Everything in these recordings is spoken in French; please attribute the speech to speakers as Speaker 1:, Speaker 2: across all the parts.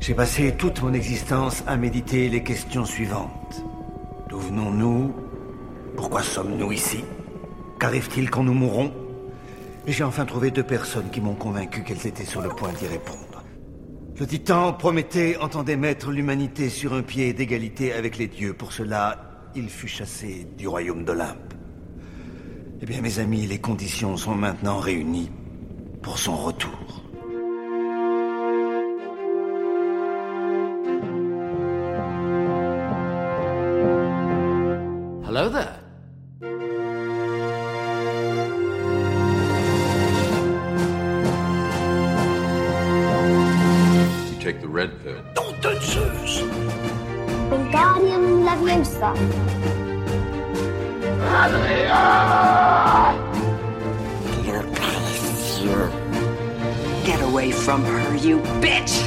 Speaker 1: J'ai passé toute mon existence à méditer les questions suivantes. D'où venons-nous Pourquoi sommes-nous ici Qu'arrive-t-il quand nous mourrons Et J'ai enfin trouvé deux personnes qui m'ont convaincu qu'elles étaient sur le point d'y répondre. Le titan Prométhée entendait mettre l'humanité sur un pied d'égalité avec les dieux. Pour cela, il fut chassé du royaume d'Olympe. Eh bien, mes amis, les conditions sont maintenant réunies pour son retour.
Speaker 2: Hello there.
Speaker 3: You take the red pill.
Speaker 4: Wingardium Leviosa.
Speaker 5: Look at you. Get away from her, you bitch!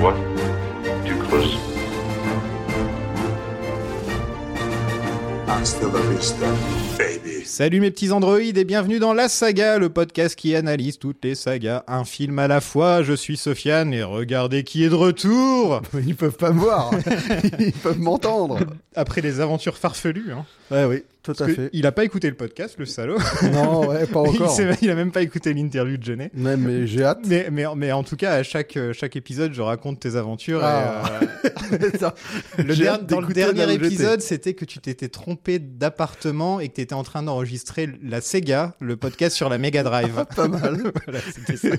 Speaker 6: What? Too close?
Speaker 7: Hasta la vista, baby.
Speaker 8: Salut mes petits androïdes et bienvenue dans La Saga, le podcast qui analyse toutes les sagas, un film à la fois. Je suis Sofiane et regardez qui est de retour
Speaker 9: Ils peuvent pas me voir, ils peuvent m'entendre.
Speaker 8: Après les aventures farfelues. Hein,
Speaker 9: Ouais, oui, tout à
Speaker 8: Parce que
Speaker 9: fait.
Speaker 8: il a pas écouté le podcast, le salaud.
Speaker 9: Non, ouais, pas
Speaker 8: il,
Speaker 9: encore.
Speaker 8: s'est- il a même pas écouté l'interview de Genet.
Speaker 9: Mais, mais j'ai hâte.
Speaker 8: Mais, mais, mais en tout cas, à chaque, euh, chaque épisode, je raconte tes aventures. et,
Speaker 9: Ah.
Speaker 8: euh,
Speaker 9: Ça,
Speaker 8: le
Speaker 9: j'ai
Speaker 8: der-
Speaker 9: hâte
Speaker 8: dans le
Speaker 9: d'écouter la
Speaker 8: dernier
Speaker 9: rejetée.
Speaker 8: épisode, c'était que tu t'étais trompé d'appartement et que tu étais en train d'enregistrer la Sega, le podcast sur la Mega Drive.
Speaker 9: Pas mal.
Speaker 8: Voilà, c'était ça.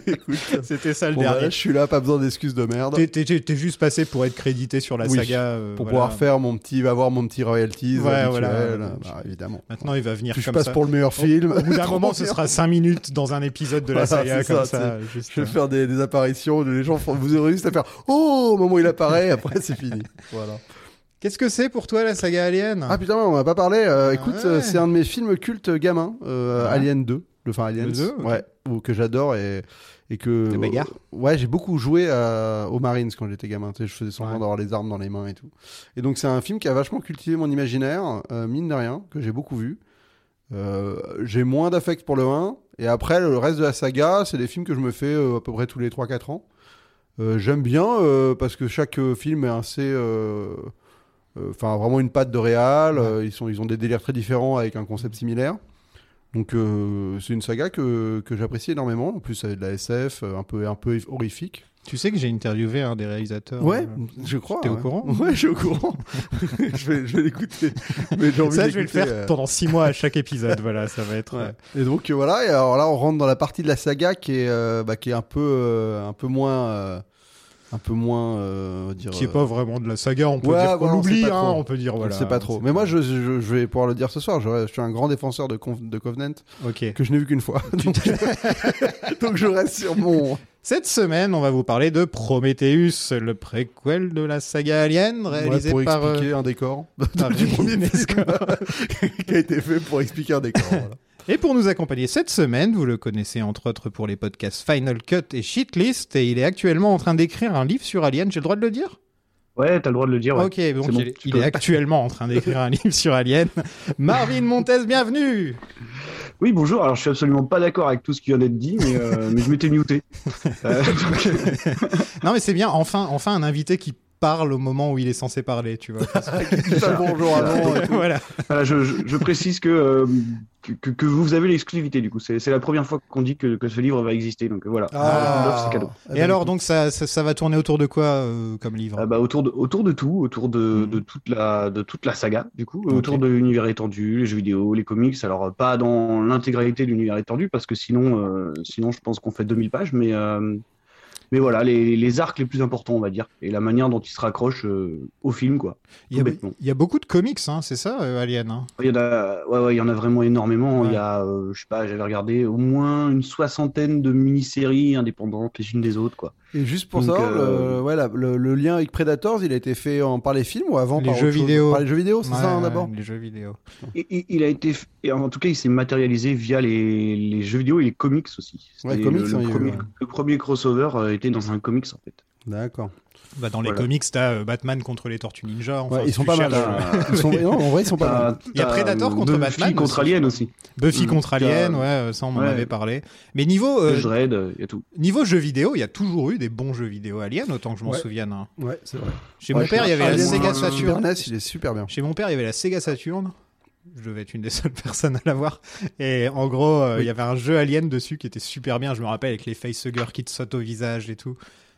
Speaker 8: C'était ça le
Speaker 9: Bon, bah,
Speaker 8: dernier.
Speaker 9: là, je suis là, pas besoin d'excuses de merde.
Speaker 8: T'es- T'es t'es- t'es juste passé pour être crédité sur la
Speaker 9: Oui,
Speaker 8: saga. euh,
Speaker 9: Pour
Speaker 8: voilà.
Speaker 9: pouvoir faire mon petit, va voir mon petit royalties
Speaker 8: Ouais,
Speaker 9: habituel,
Speaker 8: voilà.
Speaker 9: bah, évidemment.
Speaker 8: Maintenant, il va venir
Speaker 9: Puis je
Speaker 8: comme
Speaker 9: passe
Speaker 8: ça.
Speaker 9: pour le meilleur film.
Speaker 8: Au bout d'un
Speaker 9: Trop
Speaker 8: moment,
Speaker 9: bien.
Speaker 8: ce sera 5 minutes dans un épisode de la
Speaker 9: Voilà,
Speaker 8: saga
Speaker 9: c'est
Speaker 8: comme
Speaker 9: ça,
Speaker 8: ça. juste,
Speaker 9: Je vais
Speaker 8: euh,
Speaker 9: faire des, des apparitions, les gens feront- vous aurez juste à faire Oh au moment où il apparaît, après c'est fini. Voilà.
Speaker 8: Qu'est-ce que c'est pour toi la saga Alien
Speaker 9: Ah putain, on m'a pas parlé. Euh, écoute,
Speaker 8: ouais.
Speaker 9: euh, c'est un de mes films cultes gamins, euh, Alien 2, le enfin Alien
Speaker 8: Le 2, ok.
Speaker 9: ouais, ou que j'adore et et que euh,
Speaker 8: Les bagarres.
Speaker 9: Ouais, j'ai beaucoup joué à- aux Marines quand j'étais gamin. Tu sais, je faisais semblant
Speaker 8: Ouais.
Speaker 9: d'avoir les armes dans les mains et tout. Et donc c'est un film qui a vachement cultivé mon imaginaire, euh, mine de rien, que j'ai beaucoup vu. Euh, j'ai moins d'affect pour le 1 et après le reste de la saga, c'est des films que je me fais euh, à peu près tous les 3-4 ans. Euh, J'aime bien euh, parce que chaque euh, film est assez euh, enfin vraiment une patte de réal. euh, ils sont, ils ont des délires très différents avec un concept similaire. Donc euh, c'est une saga que, que j'apprécie énormément. En plus, ça a de la SF, euh, un peu un peu horrifique.
Speaker 8: Tu sais que j'ai interviewé un des réalisateurs.
Speaker 9: Ouais,
Speaker 8: euh,
Speaker 9: je crois.
Speaker 8: t'es au
Speaker 9: ouais.
Speaker 8: courant
Speaker 9: Ouais, je suis au courant. je vais, je vais l'écouter. Mais j'ai envie
Speaker 8: Ça, je vais le
Speaker 9: d'écouter,
Speaker 8: faire
Speaker 9: euh,
Speaker 8: pendant 6 mois à chaque épisode. voilà, ça va être.
Speaker 9: ouais. Et donc euh, voilà. Et alors là, on rentre dans la partie de la saga qui est euh, bah, qui est un peu euh, un peu moins euh, un peu moins euh, on va dire,
Speaker 8: Qui est
Speaker 9: euh,
Speaker 8: pas vraiment de la saga, on peut
Speaker 9: Ouais,
Speaker 8: dire qu'on
Speaker 9: voilà, on sait
Speaker 8: l'oublie,
Speaker 9: pas
Speaker 8: hein,
Speaker 9: trop.
Speaker 8: on peut dire
Speaker 9: On
Speaker 8: voilà.
Speaker 9: le sait pas trop.
Speaker 8: on
Speaker 9: Mais moi,
Speaker 8: pas.
Speaker 9: je, je- je vais pouvoir le dire ce soir. Je, je suis un grand défenseur de, Conf- de Covenant
Speaker 8: Ok.
Speaker 9: que je n'ai vu qu'une fois. Donc, donc je reste sur mon.
Speaker 8: Cette semaine, on va vous parler de Prometheus, le préquel de la saga Alien, réalisé
Speaker 9: Ouais, pour
Speaker 8: par. euh,
Speaker 9: expliquer un décor.
Speaker 8: par
Speaker 9: du premier
Speaker 8: Ridley
Speaker 9: film
Speaker 8: Scott.
Speaker 9: Ah, qui a été fait pour expliquer un décor. voilà.
Speaker 8: Et pour nous accompagner cette semaine, vous le connaissez entre autres pour les podcasts Final Cut et Shitlist, et il est actuellement en train d'écrire un livre sur Alien, j'ai le droit de le dire
Speaker 10: Ouais, t'as le droit de le dire. ouais.
Speaker 8: Ok, donc
Speaker 10: C'est bon,
Speaker 8: il,
Speaker 10: tu
Speaker 8: il
Speaker 10: peux.
Speaker 8: est actuellement en train d'écrire un livre sur Alien. Marvin Montes, bienvenue
Speaker 10: Oui, bonjour. Alors, je suis absolument pas d'accord avec tout ce qui vient d'être dit, mais, euh, mais je m'étais muté. Euh, donc, euh,
Speaker 8: Non mais c'est bien, enfin, enfin un invité qui parle au moment où il est censé parler, tu vois. Parce que-
Speaker 9: Tout un bonjour avant. et tout.
Speaker 8: voilà.
Speaker 10: voilà, je, je- je précise que, euh, que, que- que vous avez l'exclusivité, du coup. C'est c'est la première fois qu'on dit que, que ce livre va exister, donc euh,
Speaker 8: Ah,
Speaker 10: voilà. L'offre, c'est cadeau.
Speaker 9: Ah,
Speaker 8: Et
Speaker 9: bah,
Speaker 8: alors, donc ça, ça, ça va tourner autour de quoi euh, comme livre
Speaker 10: Ah bah, autour, de, autour de tout, autour de, de, toute la, de toute la saga, du coup, autour de l'univers étendu, les jeux vidéo, les comics. Alors, euh, pas dans l'intégralité de l'univers étendu, parce que sinon, euh, sinon je pense qu'on fait 2000 pages, mais, euh, mais voilà, les, les arcs les plus importants, on va dire, et la manière dont ils se raccrochent euh, au film, quoi.
Speaker 8: il, y a,
Speaker 10: tout bêtement.
Speaker 8: il y a beaucoup de comics, hein, c'est ça, euh, Alien hein
Speaker 10: Il y en a, ouais, ouais, il y en a vraiment énormément.
Speaker 8: Ouais.
Speaker 10: Il y a, euh, je sais pas, j'avais regardé au moins une soixantaine de mini-séries indépendantes les unes des autres, quoi.
Speaker 9: Et juste pour
Speaker 10: Donc,
Speaker 9: savoir,
Speaker 10: euh,
Speaker 9: le, ouais, la- le- le lien avec Predators, il a été fait en- par les films ou avant
Speaker 8: Les
Speaker 9: par
Speaker 8: jeux
Speaker 9: autre chose
Speaker 8: vidéo.
Speaker 9: Par les jeux vidéo, c'est
Speaker 8: Ouais,
Speaker 9: ça hein,
Speaker 8: ouais,
Speaker 9: d'abord
Speaker 8: Les jeux vidéo.
Speaker 10: Et, et- il a été, f- et en tout cas, il s'est matérialisé via les, les jeux vidéo et les comics aussi.
Speaker 9: Ouais,
Speaker 10: C'était
Speaker 9: comics,
Speaker 10: le,
Speaker 9: hein, il y
Speaker 10: le
Speaker 9: a eu,
Speaker 10: premier,
Speaker 9: ouais.
Speaker 10: le premier crossover euh, était dans un comics en fait.
Speaker 9: D'accord.
Speaker 8: Bah, dans les
Speaker 10: Voilà.
Speaker 8: comics, t'as euh, Batman contre les Tortues Ninja. enfin,
Speaker 9: Ouais,
Speaker 8: si
Speaker 9: ils sont
Speaker 8: tu
Speaker 9: pas mal.
Speaker 8: cherches,
Speaker 9: hein. Ils sont- non, en vrai, ils sont pas mal.
Speaker 10: T'as-
Speaker 8: Il y a
Speaker 10: t'as,
Speaker 8: Predator
Speaker 10: euh,
Speaker 8: contre
Speaker 10: Buffy
Speaker 8: Batman
Speaker 10: contre
Speaker 8: aussi.
Speaker 10: Alien aussi.
Speaker 8: Buffy
Speaker 10: Mm.
Speaker 8: contre
Speaker 10: T'as-
Speaker 8: Alien, ouais, euh, ça on m'en
Speaker 10: Ouais.
Speaker 8: avait parlé. Mais niveau, euh,
Speaker 10: Judge Dredd, euh, il y a tout.
Speaker 8: niveau jeux vidéo, il y a toujours eu des bons jeux vidéo Alien, autant que je m'en
Speaker 9: Ouais.
Speaker 8: souvienne. hein.
Speaker 9: Ouais, c'est vrai.
Speaker 8: Chez
Speaker 10: Ouais,
Speaker 8: mon père, il y avait la
Speaker 10: Alien,
Speaker 8: Sega
Speaker 10: euh,
Speaker 9: Super
Speaker 8: Saturn.
Speaker 9: NES, il est super bien.
Speaker 8: Chez mon père, il y avait la Sega Saturn. Je devais être une des seules personnes à l'avoir. Et en gros, euh, il y avait un jeu Alien dessus qui était super bien. Je me rappelle avec les facehuggers qui te sautent au visage et tout.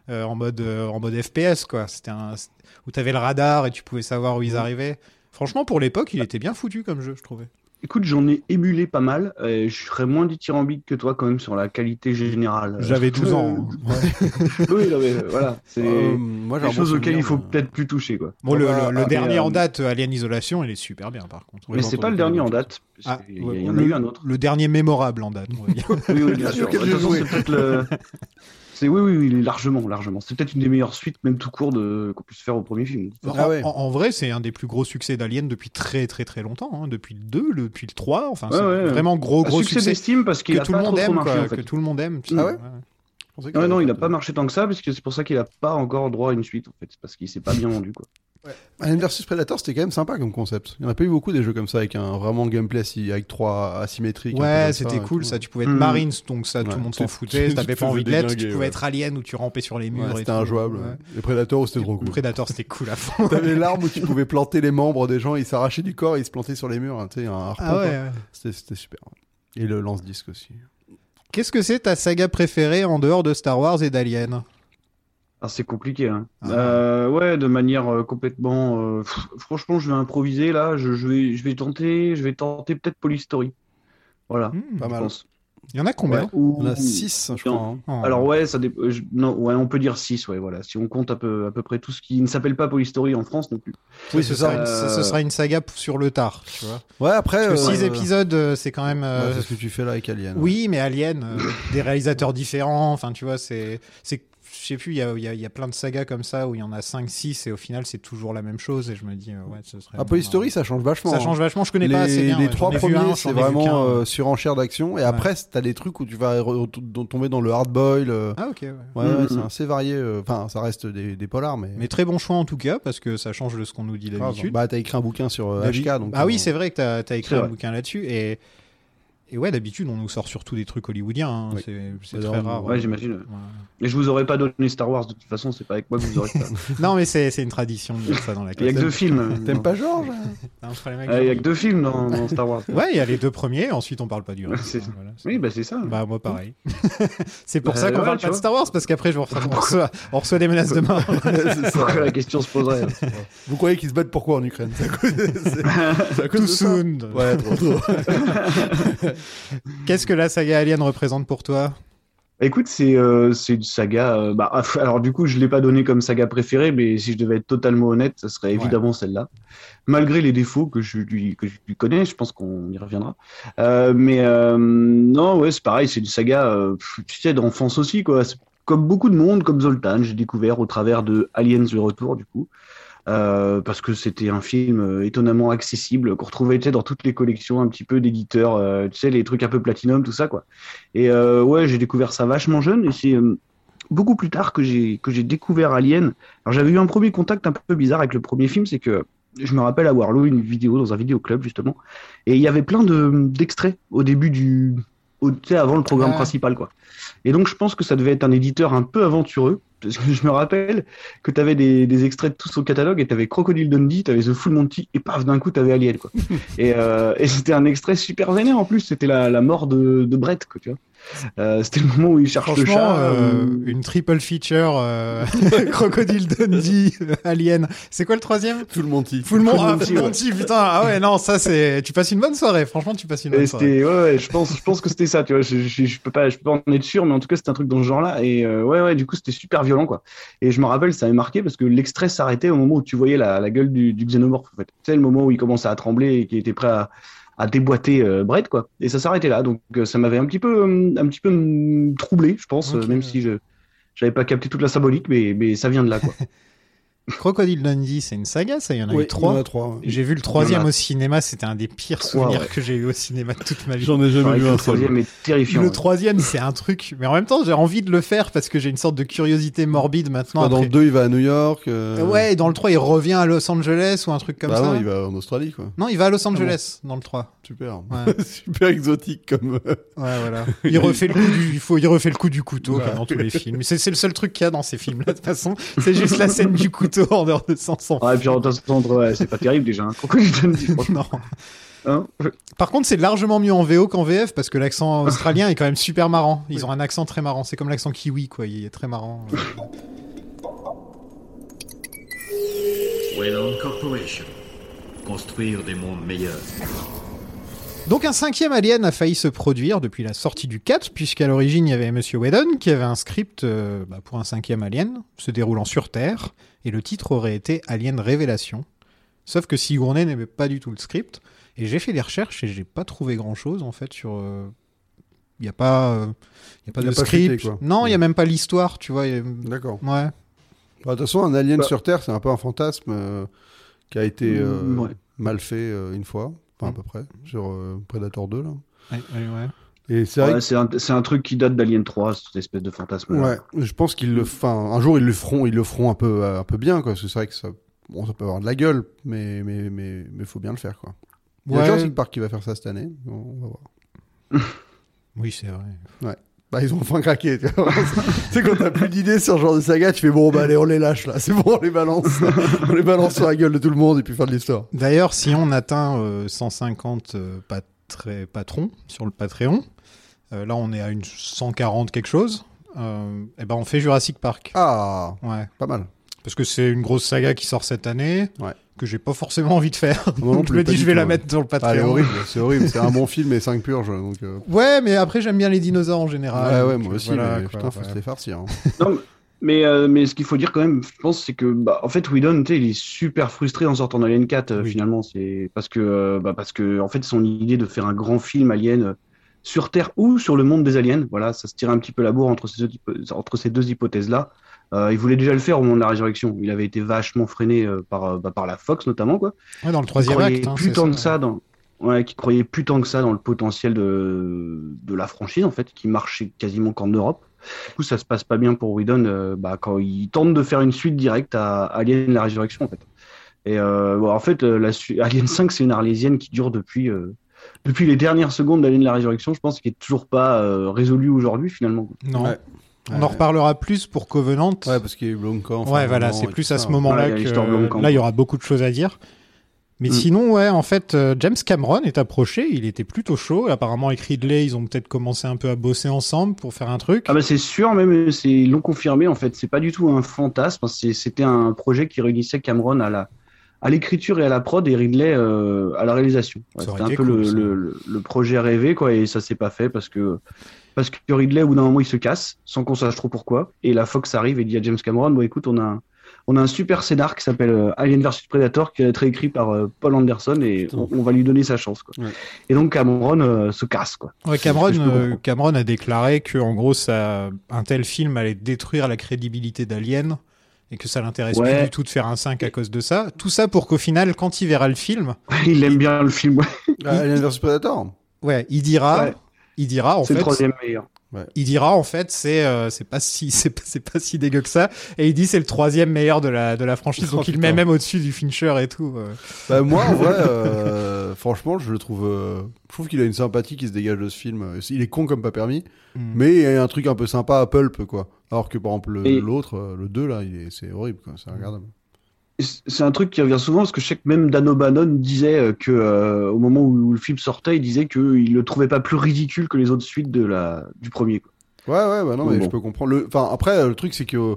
Speaker 8: euh, en, mode, euh, en mode FPS, quoi. C'était un. c't- où t'avais le radar et tu pouvais savoir où ils arrivaient. Franchement, pour l'époque, il était bien foutu comme jeu, je trouvais.
Speaker 10: Écoute, j'en ai émulé pas mal. euh, je serais moins dithyrambique que toi quand même sur la qualité générale.
Speaker 8: J'avais
Speaker 10: Euh,
Speaker 8: 12 ans. hein.
Speaker 10: oui, non, mais, euh, voilà. C'est
Speaker 9: Euh, moi,
Speaker 10: des
Speaker 9: j'ai un bon
Speaker 10: choses auxquelles
Speaker 9: souvenir,
Speaker 10: il faut
Speaker 9: mais-
Speaker 10: peut-être plus toucher. Quoi.
Speaker 8: Bon, le,
Speaker 9: Ah bah,
Speaker 8: le- le
Speaker 10: ah,
Speaker 8: dernier
Speaker 10: mais, euh,
Speaker 8: en date, euh, Alien Isolation, il est super bien par contre.
Speaker 10: mais c'est pas le dernier en date.
Speaker 8: Ah,
Speaker 10: Il y, a-
Speaker 8: ouais,
Speaker 10: il y en a
Speaker 8: le,
Speaker 10: eu un autre.
Speaker 8: le dernier mémorable en date. on va dire.
Speaker 10: Oui, oui, bien
Speaker 9: Sur
Speaker 10: sûr.
Speaker 9: lequel
Speaker 10: De toute
Speaker 9: j'ai
Speaker 10: façon,
Speaker 9: joué.
Speaker 10: c'est peut-être le. C'est oui, oui, oui, largement, largement. C'est peut-être une des meilleures suites, même tout court, de... qu'on puisse faire au premier film.
Speaker 9: Ah ouais.
Speaker 8: en, en- en vrai, c'est un des plus gros succès d'Alien depuis très très très longtemps. hein. Depuis le 2, le- depuis le 3. Enfin,
Speaker 10: Ouais,
Speaker 8: c'est
Speaker 10: ouais, ouais.
Speaker 8: vraiment gros
Speaker 10: Un
Speaker 8: gros
Speaker 10: succès
Speaker 8: succès.
Speaker 10: d'estime parce qu'il
Speaker 8: Que
Speaker 10: a
Speaker 8: tout,
Speaker 10: pas
Speaker 8: le monde
Speaker 10: trop, trop
Speaker 8: aime,
Speaker 10: marché
Speaker 8: quoi,
Speaker 10: en fait.
Speaker 8: que tout le monde aime, tu
Speaker 9: Ah
Speaker 8: sais.
Speaker 9: ouais Je pensais que
Speaker 10: Ouais, non,
Speaker 9: j'avais
Speaker 10: il a
Speaker 9: de-
Speaker 10: pas marché tant que ça, parce que c'est pour ça qu'il a pas encore droit à une suite, en fait. C'est parce qu'il s'est pas bien vendu, quoi.
Speaker 9: Alien vs Predator, c'était quand même sympa comme concept. Il n'y en a pas eu beaucoup des jeux comme ça avec un vraiment gameplay assi- avec trois asymétriques. un peu
Speaker 8: Ouais,
Speaker 9: comme
Speaker 8: c'était
Speaker 9: et
Speaker 8: cool.
Speaker 9: tout.
Speaker 8: Ça, tu pouvais être
Speaker 10: Hmm.
Speaker 8: Marines, donc ça, tout
Speaker 9: Ouais.
Speaker 8: le monde
Speaker 9: Tu-
Speaker 8: s'en foutait.
Speaker 9: tu-
Speaker 8: T'avais
Speaker 9: tu
Speaker 8: pas envie de
Speaker 9: faisais
Speaker 8: l'être. Tu
Speaker 9: déglinguer,
Speaker 8: pouvais
Speaker 9: ouais.
Speaker 8: être Alien où tu rampais sur les murs.
Speaker 9: Ouais,
Speaker 8: et
Speaker 9: c'était
Speaker 8: tout.
Speaker 9: injouable.
Speaker 8: Ouais.
Speaker 9: Les Predators, c'était trop cool.
Speaker 8: Predator, c'était cool à fond.
Speaker 9: T'avais l'arme où tu pouvais planter les membres des gens, ils s'arrachaient du corps, ils se plantaient sur les murs, hein, tu sais, un harpon.
Speaker 8: Ah ouais,
Speaker 9: quoi.
Speaker 8: ouais.
Speaker 9: C'était- C'était super. Et le lance-disque aussi.
Speaker 8: Qu'est-ce que c'est ta saga préférée en dehors de Star Wars et d'Alien
Speaker 10: Ah, c'est compliqué, hein.
Speaker 8: Ah.
Speaker 10: Euh, ouais, de manière euh, complètement. euh, pff, franchement, je vais improviser là. Je, je vais, je vais tenter, je vais tenter peut-être Police Story. Voilà.
Speaker 8: Hmm.
Speaker 9: Pas
Speaker 10: je
Speaker 9: mal.
Speaker 10: pense.
Speaker 8: Il y en a combien
Speaker 10: Ouais, ou-
Speaker 9: On a 6, je
Speaker 10: Non.
Speaker 9: crois. hein.
Speaker 8: Oh.
Speaker 10: Alors ouais, ça dé- euh, je- non, ouais, on peut dire 6, ouais, voilà. Si on compte à peu, à peu près tout ce qui ne s'appelle pas Police Story en France non plus.
Speaker 9: Oui,
Speaker 8: ce
Speaker 9: c'est ça.
Speaker 8: sera une- ce- ce
Speaker 10: Euh,
Speaker 8: sera une saga p- sur le tard, tu vois.
Speaker 9: Ouais, après.
Speaker 8: Parce que
Speaker 9: euh,
Speaker 8: 6 épisodes, euh, c'est quand même.
Speaker 9: ouais,
Speaker 8: euh,
Speaker 9: c'est ce que tu fais là avec Alien.
Speaker 8: oui, mais Alien, euh, des réalisateurs différents. Enfin, tu vois, c'est. c'est- Je sais plus, il y a, il y a- il y a plein de sagas comme ça où il y en a 5, 6 et au final, c'est toujours la même chose. Et je me dis, euh, ouais, ce serait.
Speaker 9: Après, History, Ah, ça change vachement.
Speaker 8: Ça
Speaker 9: hein.
Speaker 8: change vachement, je connais pas assez bien.
Speaker 9: les
Speaker 8: ouais,
Speaker 9: trois
Speaker 8: j'en ai vu
Speaker 9: premiers,
Speaker 8: un, j'en
Speaker 9: c'est
Speaker 8: ai vu qu'un.
Speaker 9: vraiment euh, surenchère d'action. Et
Speaker 8: Ouais.
Speaker 9: après, t'as des trucs où tu vas re- t- tomber dans le hard boil. euh,
Speaker 8: Ah, ok, ouais.
Speaker 9: Ouais,
Speaker 10: Mhm.
Speaker 9: ouais, c'est assez varié. euh, Enfin, ça reste des, des polars, mais.
Speaker 8: Mais très bon choix en tout cas, parce que ça change de ce qu'on nous dit
Speaker 9: Grave.
Speaker 8: d'habitude.
Speaker 9: Bah, t'as écrit un bouquin sur euh,
Speaker 8: D'habi-
Speaker 9: HK, donc.
Speaker 8: Ah
Speaker 9: euh,
Speaker 8: oui, c'est vrai que t'as as écrit
Speaker 10: C'est
Speaker 8: un
Speaker 10: vrai.
Speaker 8: bouquin là-dessus. Et... et ouais, d'habitude, on nous sort surtout des trucs hollywoodiens. hein.
Speaker 9: Oui. Bah,
Speaker 8: C'est c'est
Speaker 9: Mais
Speaker 8: très
Speaker 9: non,
Speaker 8: rare. hein.
Speaker 10: Ouais, j'imagine.
Speaker 8: Ouais.
Speaker 10: Mais je vous aurais pas donné Star Wars de toute façon, c'est pas avec moi que vous aurez ça.
Speaker 8: Non, mais c'est c'est une tradition de dire ça dans la
Speaker 10: Il y a
Speaker 8: classe.
Speaker 10: que deux films.
Speaker 9: T'aimes pas Georges
Speaker 8: Non, je ferai le mec,
Speaker 10: Euh, Il y a
Speaker 8: genre.
Speaker 10: que deux films dans, dans Star Wars.
Speaker 8: Ouais, il y a les deux premiers, ensuite on parle pas du reste.
Speaker 10: C'est-
Speaker 8: hein, voilà, c'est-
Speaker 10: Oui, bah c'est ça.
Speaker 8: Bah, moi pareil. c'est pour
Speaker 10: Bah,
Speaker 8: ça qu'on
Speaker 10: ouais,
Speaker 8: parle
Speaker 10: tu
Speaker 8: pas de
Speaker 10: vois.
Speaker 8: Star Wars, parce qu'après je vous reçois- on reçoit, on reçoit des menaces de mort.
Speaker 10: C'est ça que la question se poserait.
Speaker 9: Vous croyez qu'ils se battent pourquoi en Ukraine C'est à cause de, c'est- c'est à cause
Speaker 8: Too
Speaker 9: de ça
Speaker 8: soon.
Speaker 9: Ouais, trop, trop.
Speaker 8: Qu'est-ce que la saga Alien représente pour toi
Speaker 10: Écoute, c'est euh, c'est une saga. euh, bah, aff- alors du coup, je l'ai pas donné comme saga préférée, mais si je devais être totalement honnête, ce serait évidemment celle-là. Malgré les défauts que je lui, que je lui connais, je pense qu'on y reviendra. Euh, mais euh, non, ouais, c'est pareil, c'est une saga. euh, pff, tu sais, d'enfance aussi, quoi. C'est Comme beaucoup de monde, comme Zoltan, j'ai découvert au travers de Aliens le retour, du coup. Euh, parce que c'était un film euh, étonnamment accessible qu'on retrouvait tu sais, dans toutes les collections un petit peu d'éditeurs, euh, tu sais les trucs un peu platinum, tout ça quoi. Et euh, ouais, j'ai découvert ça vachement jeune et c'est euh, beaucoup plus tard que j'ai que j'ai découvert Alien. Alors j'avais eu un premier contact un peu bizarre avec le premier film, c'est que je me rappelle avoir loué une vidéo dans un vidéoclub justement et il y avait plein de d'extraits au début du au, tu sais, avant le programme
Speaker 8: Ah.
Speaker 10: principal quoi. Et donc je pense que ça devait être un éditeur un peu aventureux parce que je me rappelle que t'avais des, des extraits de tout son catalogue et t'avais Crocodile Dundee, t'avais The Full Monty et paf d'un coup t'avais Alien quoi. et euh, et c'était un extrait super vénère en plus, c'était la, la mort de, de Brett quoi tu vois. Euh, c'était le moment où il cherche le
Speaker 8: Franchement,
Speaker 10: chat.
Speaker 8: euh,
Speaker 10: euh,
Speaker 8: une triple feature euh, Crocodile Dundee, euh, Alien. C'est quoi le troisième
Speaker 9: Tout le monde dit.
Speaker 8: Full Mon- ah, Full
Speaker 10: ouais.
Speaker 8: Monty, putain. Ah ouais, non, ça c'est. Tu passes une bonne soirée. Franchement, tu passes une bonne
Speaker 10: Et
Speaker 8: soirée.
Speaker 10: c'était, ouais, ouais, je pense, je pense que c'était ça, tu vois. Je, je, je peux pas, je peux pas en être sûr, mais en tout cas, c'était un truc dans ce genre-là. Et euh, ouais, ouais, du coup, c'était super violent, quoi. Et je me rappelle, ça m'avait marqué parce que l'extrait s'arrêtait au moment où tu voyais la, la gueule du, du xénomorphe, en fait. Tu sais, le moment où il commençait à trembler et qu'il était prêt à, à déboîter euh, Brett, quoi. Et ça s'arrêtait là. Donc, euh, ça m'avait un petit peu, hum, un petit peu hum, troublé, je pense,
Speaker 8: Ok.
Speaker 10: euh, même si je, j'avais pas capté toute la symbolique, mais, mais ça vient de là, quoi.
Speaker 8: Crocodile Dundee, c'est une saga, ça, il y en a
Speaker 9: Oui,
Speaker 8: eu trois.
Speaker 9: il y en a trois, ouais.
Speaker 8: J'ai vu le troisième
Speaker 10: Il y en a-
Speaker 8: au cinéma, c'était un des pires
Speaker 10: Trois,
Speaker 8: souvenirs
Speaker 10: ouais.
Speaker 8: que j'ai eu au cinéma de toute ma vie.
Speaker 9: J'en ai
Speaker 10: C'est
Speaker 9: jamais
Speaker 10: vrai que
Speaker 9: vu
Speaker 10: le
Speaker 9: un seul.
Speaker 10: troisième est terrifiant.
Speaker 8: Le
Speaker 10: ouais.
Speaker 8: troisième, c'est un truc, mais en même temps, j'ai envie de le faire parce que j'ai une sorte de curiosité morbide maintenant.
Speaker 9: Bah, Dans
Speaker 8: après-
Speaker 9: le 2, il va à New York. euh,
Speaker 8: Ouais, et dans le 3, il revient à Los Angeles ou un truc comme
Speaker 9: bah
Speaker 8: ça.
Speaker 9: non, il va Ah en Australie, quoi.
Speaker 8: Non, il va à Los Angeles dans le 3.
Speaker 9: Super.
Speaker 8: Ouais.
Speaker 9: Super exotique comme. euh,
Speaker 8: Ouais, voilà. Il refait le coup du, il faut, il refait le coup du couteau
Speaker 9: Voilà.
Speaker 8: comme dans tous les films. C'est c'est le seul truc qu'il y a dans ces films-là, de toute façon. C'est juste la scène du couteau en dehors de sans sang.
Speaker 10: Ouais, et puis en t'entendre, ouais, c'est pas terrible déjà. hein. Crocodile Dundee, franchement.
Speaker 8: Non.
Speaker 10: Hein
Speaker 8: Par contre, c'est largement mieux en VO qu'en VF parce que l'accent australien est quand même super marrant. Ils ont un accent très marrant. C'est comme l'accent kiwi, quoi. Il est très marrant.
Speaker 1: Wayland Corporation. Construire des mondes meilleurs.
Speaker 8: Donc un cinquième Alien a failli se produire depuis la sortie du 4, puisqu'à l'origine il y avait Monsieur Whedon qui avait un script euh, bah, pour un cinquième Alien se déroulant sur Terre, et le titre aurait été Alien Révélation. Sauf que Sigourney n'aimait pas du tout le script, et j'ai fait des recherches et j'ai pas trouvé grand chose en fait sur... euh, Il n'y a pas, euh, il y a pas
Speaker 9: Il y
Speaker 8: de
Speaker 9: a pas
Speaker 8: script.
Speaker 9: fuité, quoi.
Speaker 8: Non, il y a
Speaker 9: Ouais.
Speaker 8: même pas l'histoire, tu vois. il y a-
Speaker 9: D'accord.
Speaker 8: Ouais.
Speaker 9: Bah, De toute façon, un alien
Speaker 10: Bah.
Speaker 9: sur Terre, c'est un peu un fantasme euh, qui a été euh,
Speaker 10: Mm, ouais.
Speaker 9: mal fait euh, une fois, enfin à
Speaker 8: Mm.
Speaker 9: peu près, sur euh, Predator 2 là.
Speaker 8: Ouais, ouais, ouais.
Speaker 9: Et c'est vrai
Speaker 10: Ouais, C'est un, c'est un truc qui date d'Alien 3, cette espèce de fantasme.
Speaker 9: que, ouais, je pense qu'ils le, enfin, un jour ils le feront, ils le feront un peu, euh, un peu bien quoi. Parce que c'est vrai que ça, bon, ça peut avoir de la gueule, mais mais mais mais faut bien le faire quoi. Il y a
Speaker 8: Ouais.
Speaker 9: Jurassic Park qui va faire ça cette année, on va voir.
Speaker 8: Oui, c'est vrai.
Speaker 9: Bah ils ont enfin craqué. Tu vois. C'est quand t'as plus d'idées sur ce genre de saga, tu fais bon bah allez on les lâche là, c'est bon on les balance, on les balance sur la gueule de tout le monde et puis fin de l'histoire.
Speaker 8: D'ailleurs, si on atteint euh, 150 euh, patré- patrons sur le Patreon, euh, là on est à une 140 quelque chose, et ben on fait Jurassic Park.
Speaker 9: Ah,
Speaker 8: Ouais,
Speaker 9: pas mal.
Speaker 8: parce que c'est une grosse saga qui sort cette année,
Speaker 9: Ouais.
Speaker 8: que j'ai pas forcément envie de faire.
Speaker 9: Moi non
Speaker 8: Donc je
Speaker 9: plus,
Speaker 8: me
Speaker 9: pas
Speaker 8: dis,
Speaker 9: du
Speaker 8: je vais
Speaker 9: tout,
Speaker 8: la
Speaker 9: ouais.
Speaker 8: mettre dans le
Speaker 9: Ah, elle est
Speaker 8: Patreon.
Speaker 9: horrible, c'est horrible. C'est un bon film et 5 purges. Donc, euh,
Speaker 8: ouais, mais après j'aime bien les dinosaures en général.
Speaker 9: ouais, ouais,
Speaker 8: donc,
Speaker 9: moi
Speaker 8: euh,
Speaker 9: aussi,
Speaker 8: voilà,
Speaker 9: mais
Speaker 8: quoi,
Speaker 9: putain, faut
Speaker 8: ouais.
Speaker 9: se les farcir. hein.
Speaker 10: Non, mais- mais, euh, mais ce qu'il faut dire quand même, je pense, c'est que, bah, en fait, Whedon, tu sais, il est super frustré en sortant d'Alien 4, euh,
Speaker 8: Oui.
Speaker 10: finalement. C'est parce que, euh, bah, parce que, en fait, son idée de faire un grand film Alien euh, sur Terre ou sur le monde des aliens, voilà, ça se tirait un petit peu la bourre entre ces deux, hypo- entre ces deux hypothèses-là. Euh, il voulait déjà le faire au moment de la résurrection. Il avait été vachement freiné euh, par, euh, bah, par la Fox, notamment, quoi.
Speaker 8: Ouais, dans le
Speaker 10: qui
Speaker 8: troisième
Speaker 10: croyait
Speaker 8: acte. hein,
Speaker 10: plus
Speaker 8: c'est
Speaker 10: tant
Speaker 8: ça.
Speaker 10: que ça dans ouais, qui croyait plus tant que ça dans le potentiel de, de la franchise en fait qui marchait quasiment qu'en Europe du coup ça se passe pas bien pour Whedon euh, bah, quand il tente de faire une suite directe à Alien la résurrection en fait et euh, bon, en fait euh, la su- Alien 5 c'est une arlésienne qui dure depuis euh, depuis les dernières secondes d'Alien la résurrection je pense qui est toujours pas euh, résolue aujourd'hui finalement
Speaker 8: Non.
Speaker 9: Ouais.
Speaker 8: On en reparlera plus pour Covenant.
Speaker 9: Ouais, parce qu'il y a eu Blanca. enfin,
Speaker 8: ouais, voilà,
Speaker 9: vraiment,
Speaker 8: c'est
Speaker 9: et
Speaker 8: plus
Speaker 9: tout
Speaker 8: à
Speaker 9: ça. hein.
Speaker 8: ce moment-là
Speaker 10: Ouais, il y a
Speaker 8: que
Speaker 10: l'histoire de Hong Kong.
Speaker 8: là, il y aura beaucoup de choses à dire. Mais
Speaker 10: Mm.
Speaker 8: sinon, ouais, en fait, euh, James Cameron est approché, il était plutôt chaud. Apparemment, avec Ridley, ils ont peut-être commencé un peu à bosser ensemble pour faire un truc.
Speaker 10: Ah bah c'est sûr, même c'est ils l'ont confirmé en fait. C'est pas du tout un fantasme. hein. c'est- C'était un projet qui réunissait Cameron à la à l'écriture et à la prod et Ridley euh, à la réalisation. Ouais,
Speaker 8: Ça aurait
Speaker 10: C'était un
Speaker 8: été
Speaker 10: peu
Speaker 8: cool,
Speaker 10: le,
Speaker 8: ça.
Speaker 10: le- le- le projet rêvé quoi et ça s'est pas fait parce que parce que Ridley au bout d'un moment il se casse sans qu'on sache trop pourquoi et la Fox arrive et dit à James Cameron bon écoute on a un- on a un super scénar qui s'appelle euh, Alien vs Predator qui a été écrit par euh, Paul Anderson et
Speaker 9: Putain.
Speaker 10: on, on va lui donner sa chance quoi.
Speaker 9: Ouais.
Speaker 10: Et donc Cameron euh, se casse quoi.
Speaker 8: Ouais, Cameron,
Speaker 10: c'est ce que je
Speaker 8: euh,
Speaker 10: comprends.
Speaker 8: Cameron a déclaré que, en gros, ça, un tel film allait détruire la crédibilité d'Alien et que ça l'intéresse plus
Speaker 10: Ouais.
Speaker 8: du tout de faire un 5 à cause de ça. Tout ça pour qu'au final, quand il verra le film,
Speaker 10: il aime bien le film. ouais.
Speaker 9: Ah, Alien vs Predator.
Speaker 8: ouais, il dira,
Speaker 10: Ouais.
Speaker 8: il dira, en
Speaker 10: C'est le
Speaker 8: fait,
Speaker 10: troisième meilleur.
Speaker 8: il dira en fait c'est euh, c'est pas si c'est pas, c'est pas si dégueu que ça et il dit c'est le troisième meilleur de la de la franchise
Speaker 9: Oh,
Speaker 8: donc il le
Speaker 9: putain.
Speaker 8: met même au-dessus du Fincher et tout euh.
Speaker 9: Bah, moi, en vrai, euh, franchement, je le trouve. euh, je trouve qu'il a une sympathie qui se dégage de ce film. Il est con comme pas permis,
Speaker 8: Mm.
Speaker 9: mais il y a un truc un peu sympa à Pulp, quoi. Alors que par exemple, le-
Speaker 10: Et-
Speaker 9: l'autre, euh, le 2, là, il est- c'est horrible, quoi. C'est regardable.
Speaker 10: c'est un truc qui revient souvent parce que je sais que même Dan O'Bannon disait euh, que euh, au moment où le film sortait, il disait qu'il le trouvait pas plus ridicule que les autres suites de la du premier. quoi.
Speaker 9: Ouais, ouais, bah non, mais
Speaker 10: Bon.
Speaker 9: je peux comprendre. Le... Enfin, après, le truc, c'est que euh,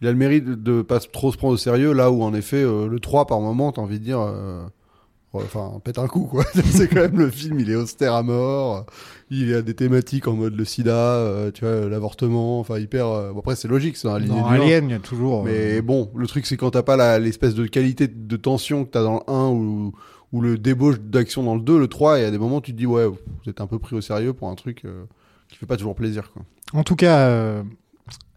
Speaker 9: il a le mérite de pas se- trop se prendre au sérieux, là où en effet, euh, le 3 par moment, t'as envie de dire. euh, ouais, Enfin, pète un coup, quoi. c'est quand même le film, il est austère à mort. Il a des thématiques en mode le sida, euh, tu vois, l'avortement, enfin, hyper. euh, Bon, après, c'est logique, c'est un
Speaker 8: dans
Speaker 9: du un.
Speaker 8: Alien il y a toujours
Speaker 9: Mais
Speaker 8: euh,
Speaker 9: bon, le truc, c'est quand t'as pas la- l'espèce de qualité de tension que t'as dans le 1 ou, ou le débauche d'action dans le 2, le 3, et à des moments, tu te dis, ouais, vous êtes un peu pris au sérieux pour un truc euh, qui fait pas toujours plaisir, quoi.
Speaker 8: en tout cas euh,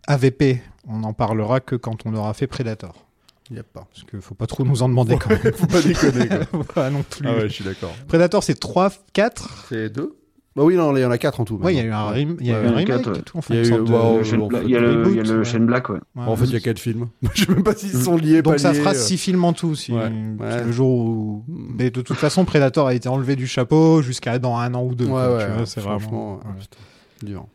Speaker 8: AVP on n'en parlera que quand on aura fait Predator
Speaker 9: Il n'y a pas.
Speaker 8: Parce qu'il faut pas trop nous en demander quand même.
Speaker 9: Faut pas déconner, quoi.
Speaker 8: Voilà, non plus.
Speaker 9: Ah ouais, je suis d'accord.
Speaker 8: Predator, c'est 3, 4.
Speaker 9: C'est deux Bah oui, non, il y en a quatre en tout.
Speaker 8: Ouais, il y a eu un, rem- il y a eu
Speaker 10: Ouais,
Speaker 8: un remake
Speaker 10: quatre, ouais.
Speaker 8: et tout. Enfin,
Speaker 9: Il y a
Speaker 8: une
Speaker 9: eu-
Speaker 8: sorte de-
Speaker 9: bah,
Speaker 10: Euh,
Speaker 9: on-
Speaker 10: Shane
Speaker 9: on
Speaker 10: Black-
Speaker 9: fait
Speaker 10: Il y a
Speaker 9: des
Speaker 10: le, il y a
Speaker 8: reboots,
Speaker 10: le
Speaker 8: ouais.
Speaker 10: Shane Black, ouais.
Speaker 8: Ouais,
Speaker 9: En fait, il y a quatre films. je sais même pas s'ils sont liés.
Speaker 8: Donc
Speaker 9: pas
Speaker 8: ça
Speaker 9: liés,
Speaker 8: fera
Speaker 9: euh.
Speaker 8: 6 films en tout. Si,
Speaker 9: Ouais.
Speaker 8: si
Speaker 9: Ouais.
Speaker 8: Le jour où. Mais de toute façon, Predator a été enlevé du chapeau jusqu'à dans un an ou deux.
Speaker 9: Ouais,
Speaker 8: quoi,
Speaker 9: ouais,
Speaker 8: tu vois, c'est
Speaker 9: franchement,
Speaker 8: vraiment.
Speaker 9: ouais,
Speaker 8: ouais.
Speaker 9: putain, dur.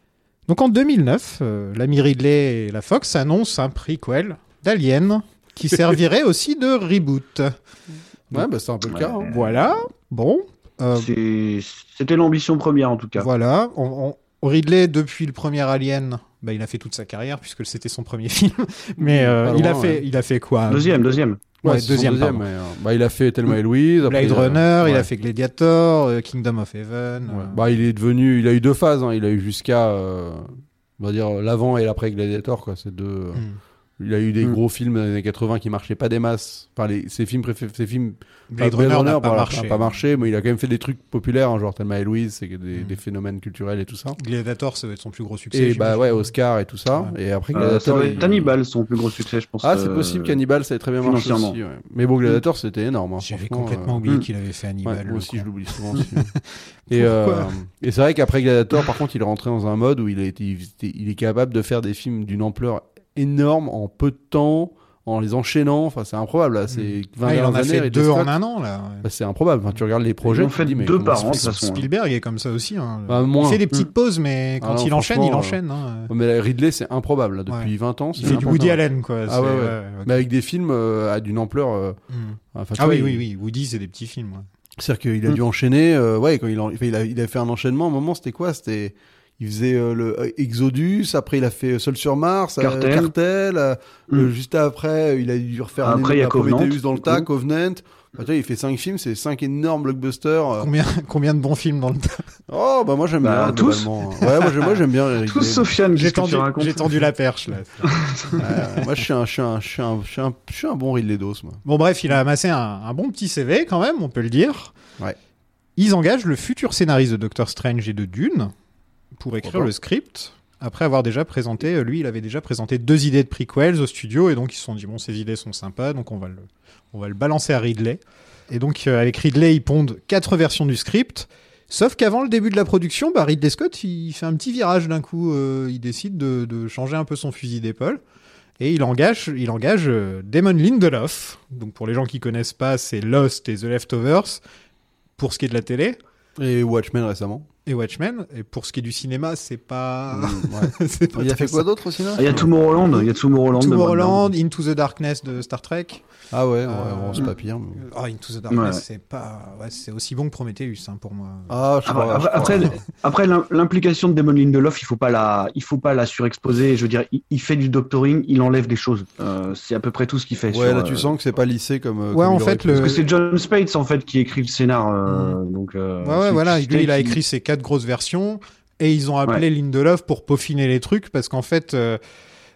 Speaker 8: Donc en 2009, euh, l'ami Ridley et la Fox annoncent un prequel d'Alien qui servirait aussi de reboot.
Speaker 9: Ouais, bah c'est un peu le
Speaker 10: Ouais.
Speaker 9: cas. hein.
Speaker 8: Voilà. Bon. Euh,
Speaker 10: C'est- C'était l'ambition première en tout cas.
Speaker 8: Voilà. On, on- Ridley, depuis le premier Alien, bah, il a fait toute sa carrière puisque c'était son premier film. Mais euh,
Speaker 9: Pas
Speaker 8: il, a
Speaker 9: loin,
Speaker 8: fait,
Speaker 9: ouais.
Speaker 8: il a fait quoi
Speaker 10: Deuxième, deuxième.
Speaker 8: Ouais,
Speaker 9: c'est son
Speaker 8: deuxième, pardon.
Speaker 9: mais, euh, bah, il a fait Thelma et Louise. après,
Speaker 8: Blade
Speaker 9: euh,
Speaker 8: Runner, il
Speaker 9: ouais.
Speaker 8: a fait Gladiator, euh, Kingdom of Heaven.
Speaker 9: Ouais.
Speaker 8: euh,
Speaker 9: Bah, il est devenu. Il a eu deux phases. hein. Il a eu jusqu'à. euh, on va dire l'avant et l'après Gladiator, quoi. C'est deux. euh.
Speaker 8: Hmm.
Speaker 9: Il a eu des
Speaker 10: Mm.
Speaker 9: gros films des années 80 qui marchaient pas des masses. Enfin, les, ses films préférés, ses films.
Speaker 8: Blade,
Speaker 9: enfin,
Speaker 8: Runner n'a pas
Speaker 9: voilà,
Speaker 8: marché.
Speaker 9: n'a pas marché, mais il a quand même fait des trucs populaires, hein, genre Thelma et Louise, c'est que des,
Speaker 8: Mm.
Speaker 9: des phénomènes culturels et tout ça.
Speaker 8: Gladiator, ça va être son plus gros succès.
Speaker 9: Et
Speaker 8: j'imagine.
Speaker 9: bah ouais, Oscar et tout Ah, ça. Et après
Speaker 10: Euh, ça
Speaker 9: Gladiator.
Speaker 10: doit
Speaker 9: il-
Speaker 10: être Hannibal, son plus gros succès, je pense.
Speaker 9: Ah, c'est
Speaker 10: euh,
Speaker 9: possible qu'Hannibal, ça ait très bien marché
Speaker 10: financièrement.
Speaker 9: aussi. ouais. Mais bon, Gladiator, c'était énorme. hein.
Speaker 8: J'avais
Speaker 9: Franchement,
Speaker 8: complètement
Speaker 9: euh,
Speaker 8: oublié
Speaker 10: hmm.
Speaker 8: qu'il avait fait
Speaker 9: ouais,
Speaker 8: Hannibal.
Speaker 9: moi
Speaker 8: le
Speaker 9: aussi,
Speaker 8: con.
Speaker 9: je l'oublie souvent. aussi. et euh,
Speaker 8: Pourquoi
Speaker 9: et c'est vrai qu'après Gladiator, par contre, il est rentré dans un mode où il, a été- il était- il est capable de faire des films d'une ampleur énorme en peu de temps, en les enchaînant. Enfin, c'est improbable. Là. C'est
Speaker 8: Hmm. Ouais, Mm. Ah, il en
Speaker 9: 20 dernières
Speaker 8: a
Speaker 9: années,
Speaker 8: fait
Speaker 9: Ridley
Speaker 8: deux
Speaker 9: Scott.
Speaker 8: en un an, là.
Speaker 9: Bah, c'est improbable. Enfin, tu regardes les projets.
Speaker 10: Ils ont
Speaker 9: tu te
Speaker 10: fait
Speaker 9: dis, mais
Speaker 10: deux
Speaker 9: comment
Speaker 10: par
Speaker 9: ça
Speaker 10: an.
Speaker 9: se
Speaker 10: de toute façon, hein.
Speaker 8: Spielberg est comme ça aussi. hein.
Speaker 9: Bah,
Speaker 8: il
Speaker 9: moins.
Speaker 8: fait des petites pauses, mais
Speaker 9: Ah
Speaker 8: quand
Speaker 9: non,
Speaker 8: il enchaîne, il
Speaker 9: franchement,
Speaker 8: enchaîne. hein.
Speaker 9: fait Mais là, Ridley, c'est improbable. là, Depuis 20 ans,
Speaker 8: Il
Speaker 9: c'est
Speaker 8: fait du
Speaker 9: improbable.
Speaker 8: Woody Allen, quoi. c'est-
Speaker 9: ouais, ouais.
Speaker 8: ouais.
Speaker 9: Mais avec des films euh, à d'une ampleur. euh,
Speaker 8: Hmm.
Speaker 9: enfin, tu
Speaker 8: Ah
Speaker 9: vois,
Speaker 8: oui,
Speaker 9: il-
Speaker 8: oui, Mm. oui. Woody, c'est des petits films. ouais.
Speaker 9: C'est-à-dire qu'il a dû enchaîner. euh, ouais, quand il, en- enfin, il, a, il a fait un enchaînement. À un moment, c'était quoi C'était il faisait euh, le euh, Exodus, après il a fait euh, Seul sur Mars, euh,
Speaker 10: Cartel.
Speaker 9: Cartel, euh, euh,
Speaker 10: Mm.
Speaker 9: juste après euh, il a dû refaire un
Speaker 10: Après, il y a
Speaker 9: énorme Prometheus
Speaker 10: Covenant, Mm.
Speaker 9: dans le
Speaker 10: du
Speaker 9: tas,
Speaker 10: coup.
Speaker 9: Covenant. Enfin, tu vois, il fait cinq films, c'est cinq énormes blockbusters. euh.
Speaker 8: Combien, combien de bons films dans le temps
Speaker 9: Oh bah moi j'aime
Speaker 10: Bah,
Speaker 9: bien
Speaker 10: tous.
Speaker 9: globalement. hein. Ouais, moi, j'ai- moi j'aime bien. Eric
Speaker 10: Tous
Speaker 9: Day.
Speaker 10: Sofiane,
Speaker 8: J'ai
Speaker 10: qu'est-ce que
Speaker 8: tendu,
Speaker 10: tu racontes Ah,
Speaker 8: j'ai tendu la perche, là.
Speaker 9: Euh, moi je suis un, je suis un, je suis un, je suis un, je suis un bon Ridley Dos moi.
Speaker 8: Bon, bref, il a amassé un, un bon petit CV quand même, on peut le dire.
Speaker 9: Ouais.
Speaker 8: Ils engagent le futur scénariste de Doctor Strange et de Dune pour écrire
Speaker 9: pas
Speaker 8: le script. Après avoir déjà présenté, euh, lui, il avait déjà présenté deux idées de prequels au studio, et donc ils se sont dit, bon, ces idées sont sympas, donc on va le, on va le balancer à Ridley. Et donc, euh, avec Ridley, ils pondent quatre versions du script. Sauf qu'avant le début de la production, bah, Ridley Scott, il fait un petit virage d'un coup. euh, il décide de, de changer un peu son fusil d'épaule. Et il engage, il engage euh, Damon Lindelof. Donc, pour les gens qui connaissent pas, c'est Lost et The Leftovers. Pour ce qui est de la télé
Speaker 9: Et Watchmen récemment.
Speaker 8: et Watchmen. Et pour ce qui est du cinéma, c'est pas.
Speaker 9: Mm, ouais.
Speaker 8: c'est pas
Speaker 9: Il a
Speaker 8: trop
Speaker 9: fait quoi
Speaker 8: ça.
Speaker 9: d'autre aussi là
Speaker 10: Ah, Il y a Tomorrowland. Il y a Tomorrowland. de
Speaker 8: Tomorrowland, Into the Darkness de Star Trek.
Speaker 9: Ah ouais, ouais,
Speaker 8: Euh,
Speaker 9: bon, c'est pas pire. mais-
Speaker 8: Oh, Into the Darkness,
Speaker 10: Ouais.
Speaker 8: c'est pas. ouais, c'est aussi bon que Prometheus hein, pour moi.
Speaker 9: Ah, je
Speaker 10: Ah,
Speaker 9: crois,
Speaker 10: bah,
Speaker 9: je crois.
Speaker 10: après, après l'im- l'implication de Damon Lindelof, il faut pas la, il faut pas la surexposer. Je veux dire, il, il fait du doctoring, il enlève des choses. Euh, c'est à peu près tout ce qu'il fait.
Speaker 9: Ouais,
Speaker 10: sur,
Speaker 9: là
Speaker 10: euh,
Speaker 9: tu sens que c'est pas lissé comme. euh,
Speaker 8: Ouais,
Speaker 9: comme
Speaker 8: en
Speaker 9: il aurait
Speaker 8: fait,
Speaker 9: pu.
Speaker 8: le-
Speaker 10: Parce que c'est John Spates en fait qui écrit le scénar. euh, donc. euh,
Speaker 8: Hmm. Ouais, ouais,
Speaker 10: c'est-
Speaker 8: voilà.
Speaker 10: c'est-
Speaker 8: Lui, il a écrit ses quatre grosses versions et ils ont appelé Lindelof pour peaufiner les trucs parce qu'en fait, euh,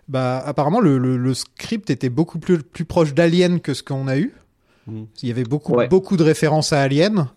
Speaker 8: bah, apparemment, le, le- le script était beaucoup plus, plus proche d'Alien que ce qu'on a eu.
Speaker 9: Mm.
Speaker 8: Il y avait beaucoup,
Speaker 10: Ouais.
Speaker 8: beaucoup de références à Alien.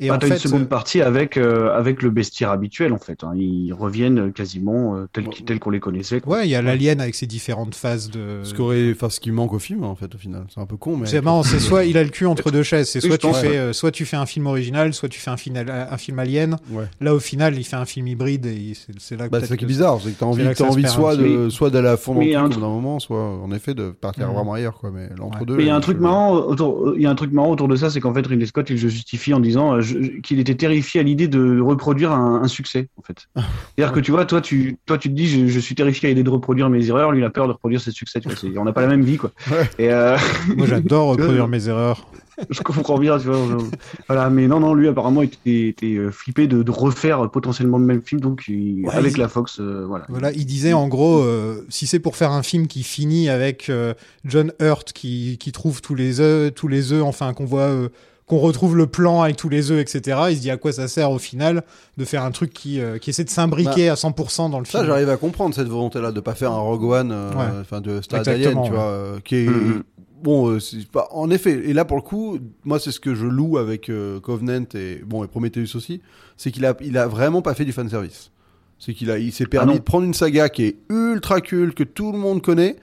Speaker 8: Et
Speaker 10: Bah,
Speaker 8: en
Speaker 10: t'as
Speaker 8: fait,
Speaker 10: une seconde
Speaker 8: euh,
Speaker 10: partie avec euh, avec le bestiaire habituel en fait. hein. Ils reviennent quasiment euh, tel
Speaker 9: Ouais.
Speaker 10: tel qu'on les connaissait. quoi.
Speaker 8: euh, ouais, il y a l'Alien avec ses différentes phases de.
Speaker 9: Ce, qu'aurait- enfin, ce qui manque au film, hein, en fait, au final. C'est un peu con, mais.
Speaker 8: C'est marrant, c'est soit il a le cul entre deux chaises, c'est
Speaker 10: Oui,
Speaker 8: soit
Speaker 10: je
Speaker 8: tu
Speaker 10: pense,
Speaker 8: fais,
Speaker 10: ouais.
Speaker 8: euh, soit tu fais un film original, soit tu fais un, final, un film alien.
Speaker 9: Ouais.
Speaker 8: Là, au final, il fait un film hybride et il- c'est c'est là que
Speaker 9: Bah,
Speaker 8: peut-être
Speaker 9: c'est ça qui est
Speaker 8: que-
Speaker 9: bizarre, c'est que t'as envie,
Speaker 8: là que
Speaker 9: t'as
Speaker 8: ça se
Speaker 9: envie
Speaker 8: perd
Speaker 9: soit
Speaker 10: un petit peu.
Speaker 9: de, soit d'aller à fond dans
Speaker 10: Mais
Speaker 9: le
Speaker 10: il y a
Speaker 9: truc
Speaker 10: un
Speaker 9: au bout d'un moment, soit, en effet, de partir
Speaker 8: Mhm.
Speaker 9: vraiment ailleurs, quoi, mais l'entre deux. euh,
Speaker 10: Mais il y a un truc marrant autour, il y a un truc marrant autour de ça, c'est qu'en fait Ridley Scott, il le justifie en disant euh, je- qu'il était terrifié à l'idée de reproduire un, un succès, en fait.
Speaker 9: Ah.
Speaker 10: C'est-à-dire que tu vois, toi tu, toi tu te dis, je, je suis terrifié à l'idée de reproduire mes erreurs, lui il a peur de reproduire ses succès. Tu vois, c'est- on n'a pas la même vie, quoi.
Speaker 9: Ouais.
Speaker 10: Et euh,
Speaker 8: Moi, j'adore reproduire mes erreurs.
Speaker 10: je comprends bien, tu vois. je- voilà, mais non, non, lui apparemment il était, était, euh, flippé de, de refaire potentiellement le même film, donc il-
Speaker 1: Ouais,
Speaker 10: avec
Speaker 1: il-
Speaker 10: la Fox, euh, voilà.
Speaker 8: Voilà, il disait en gros, euh, si c'est pour faire un film qui finit avec euh, John Hurt qui, qui trouve tous les œufs, tous les œufs, enfin qu'on voit, euh, qu'on retrouve le plan avec tous les œufs, etc. Il se dit à quoi ça sert au final de faire un truc qui, euh, qui essaie de s'imbriquer à 100% dans le
Speaker 9: Bah, Ça,
Speaker 8: film.
Speaker 9: j'arrive à comprendre cette volonté-là de pas faire un Rogue One, euh,
Speaker 8: Ouais.
Speaker 9: enfin, de Star
Speaker 8: Exactement,
Speaker 9: Alien, tu
Speaker 8: ouais.
Speaker 9: vois, euh, qui est.
Speaker 10: Mhm.
Speaker 9: Bon, euh, c'est pas- en effet, et là pour le coup, moi c'est ce que je loue avec euh, Covenant et bon et Prometheus aussi, c'est qu'il a il a vraiment pas fait du fan service. C'est qu'il a il s'est permis
Speaker 10: non.
Speaker 9: de prendre une saga qui est ultra culte que tout le monde connaît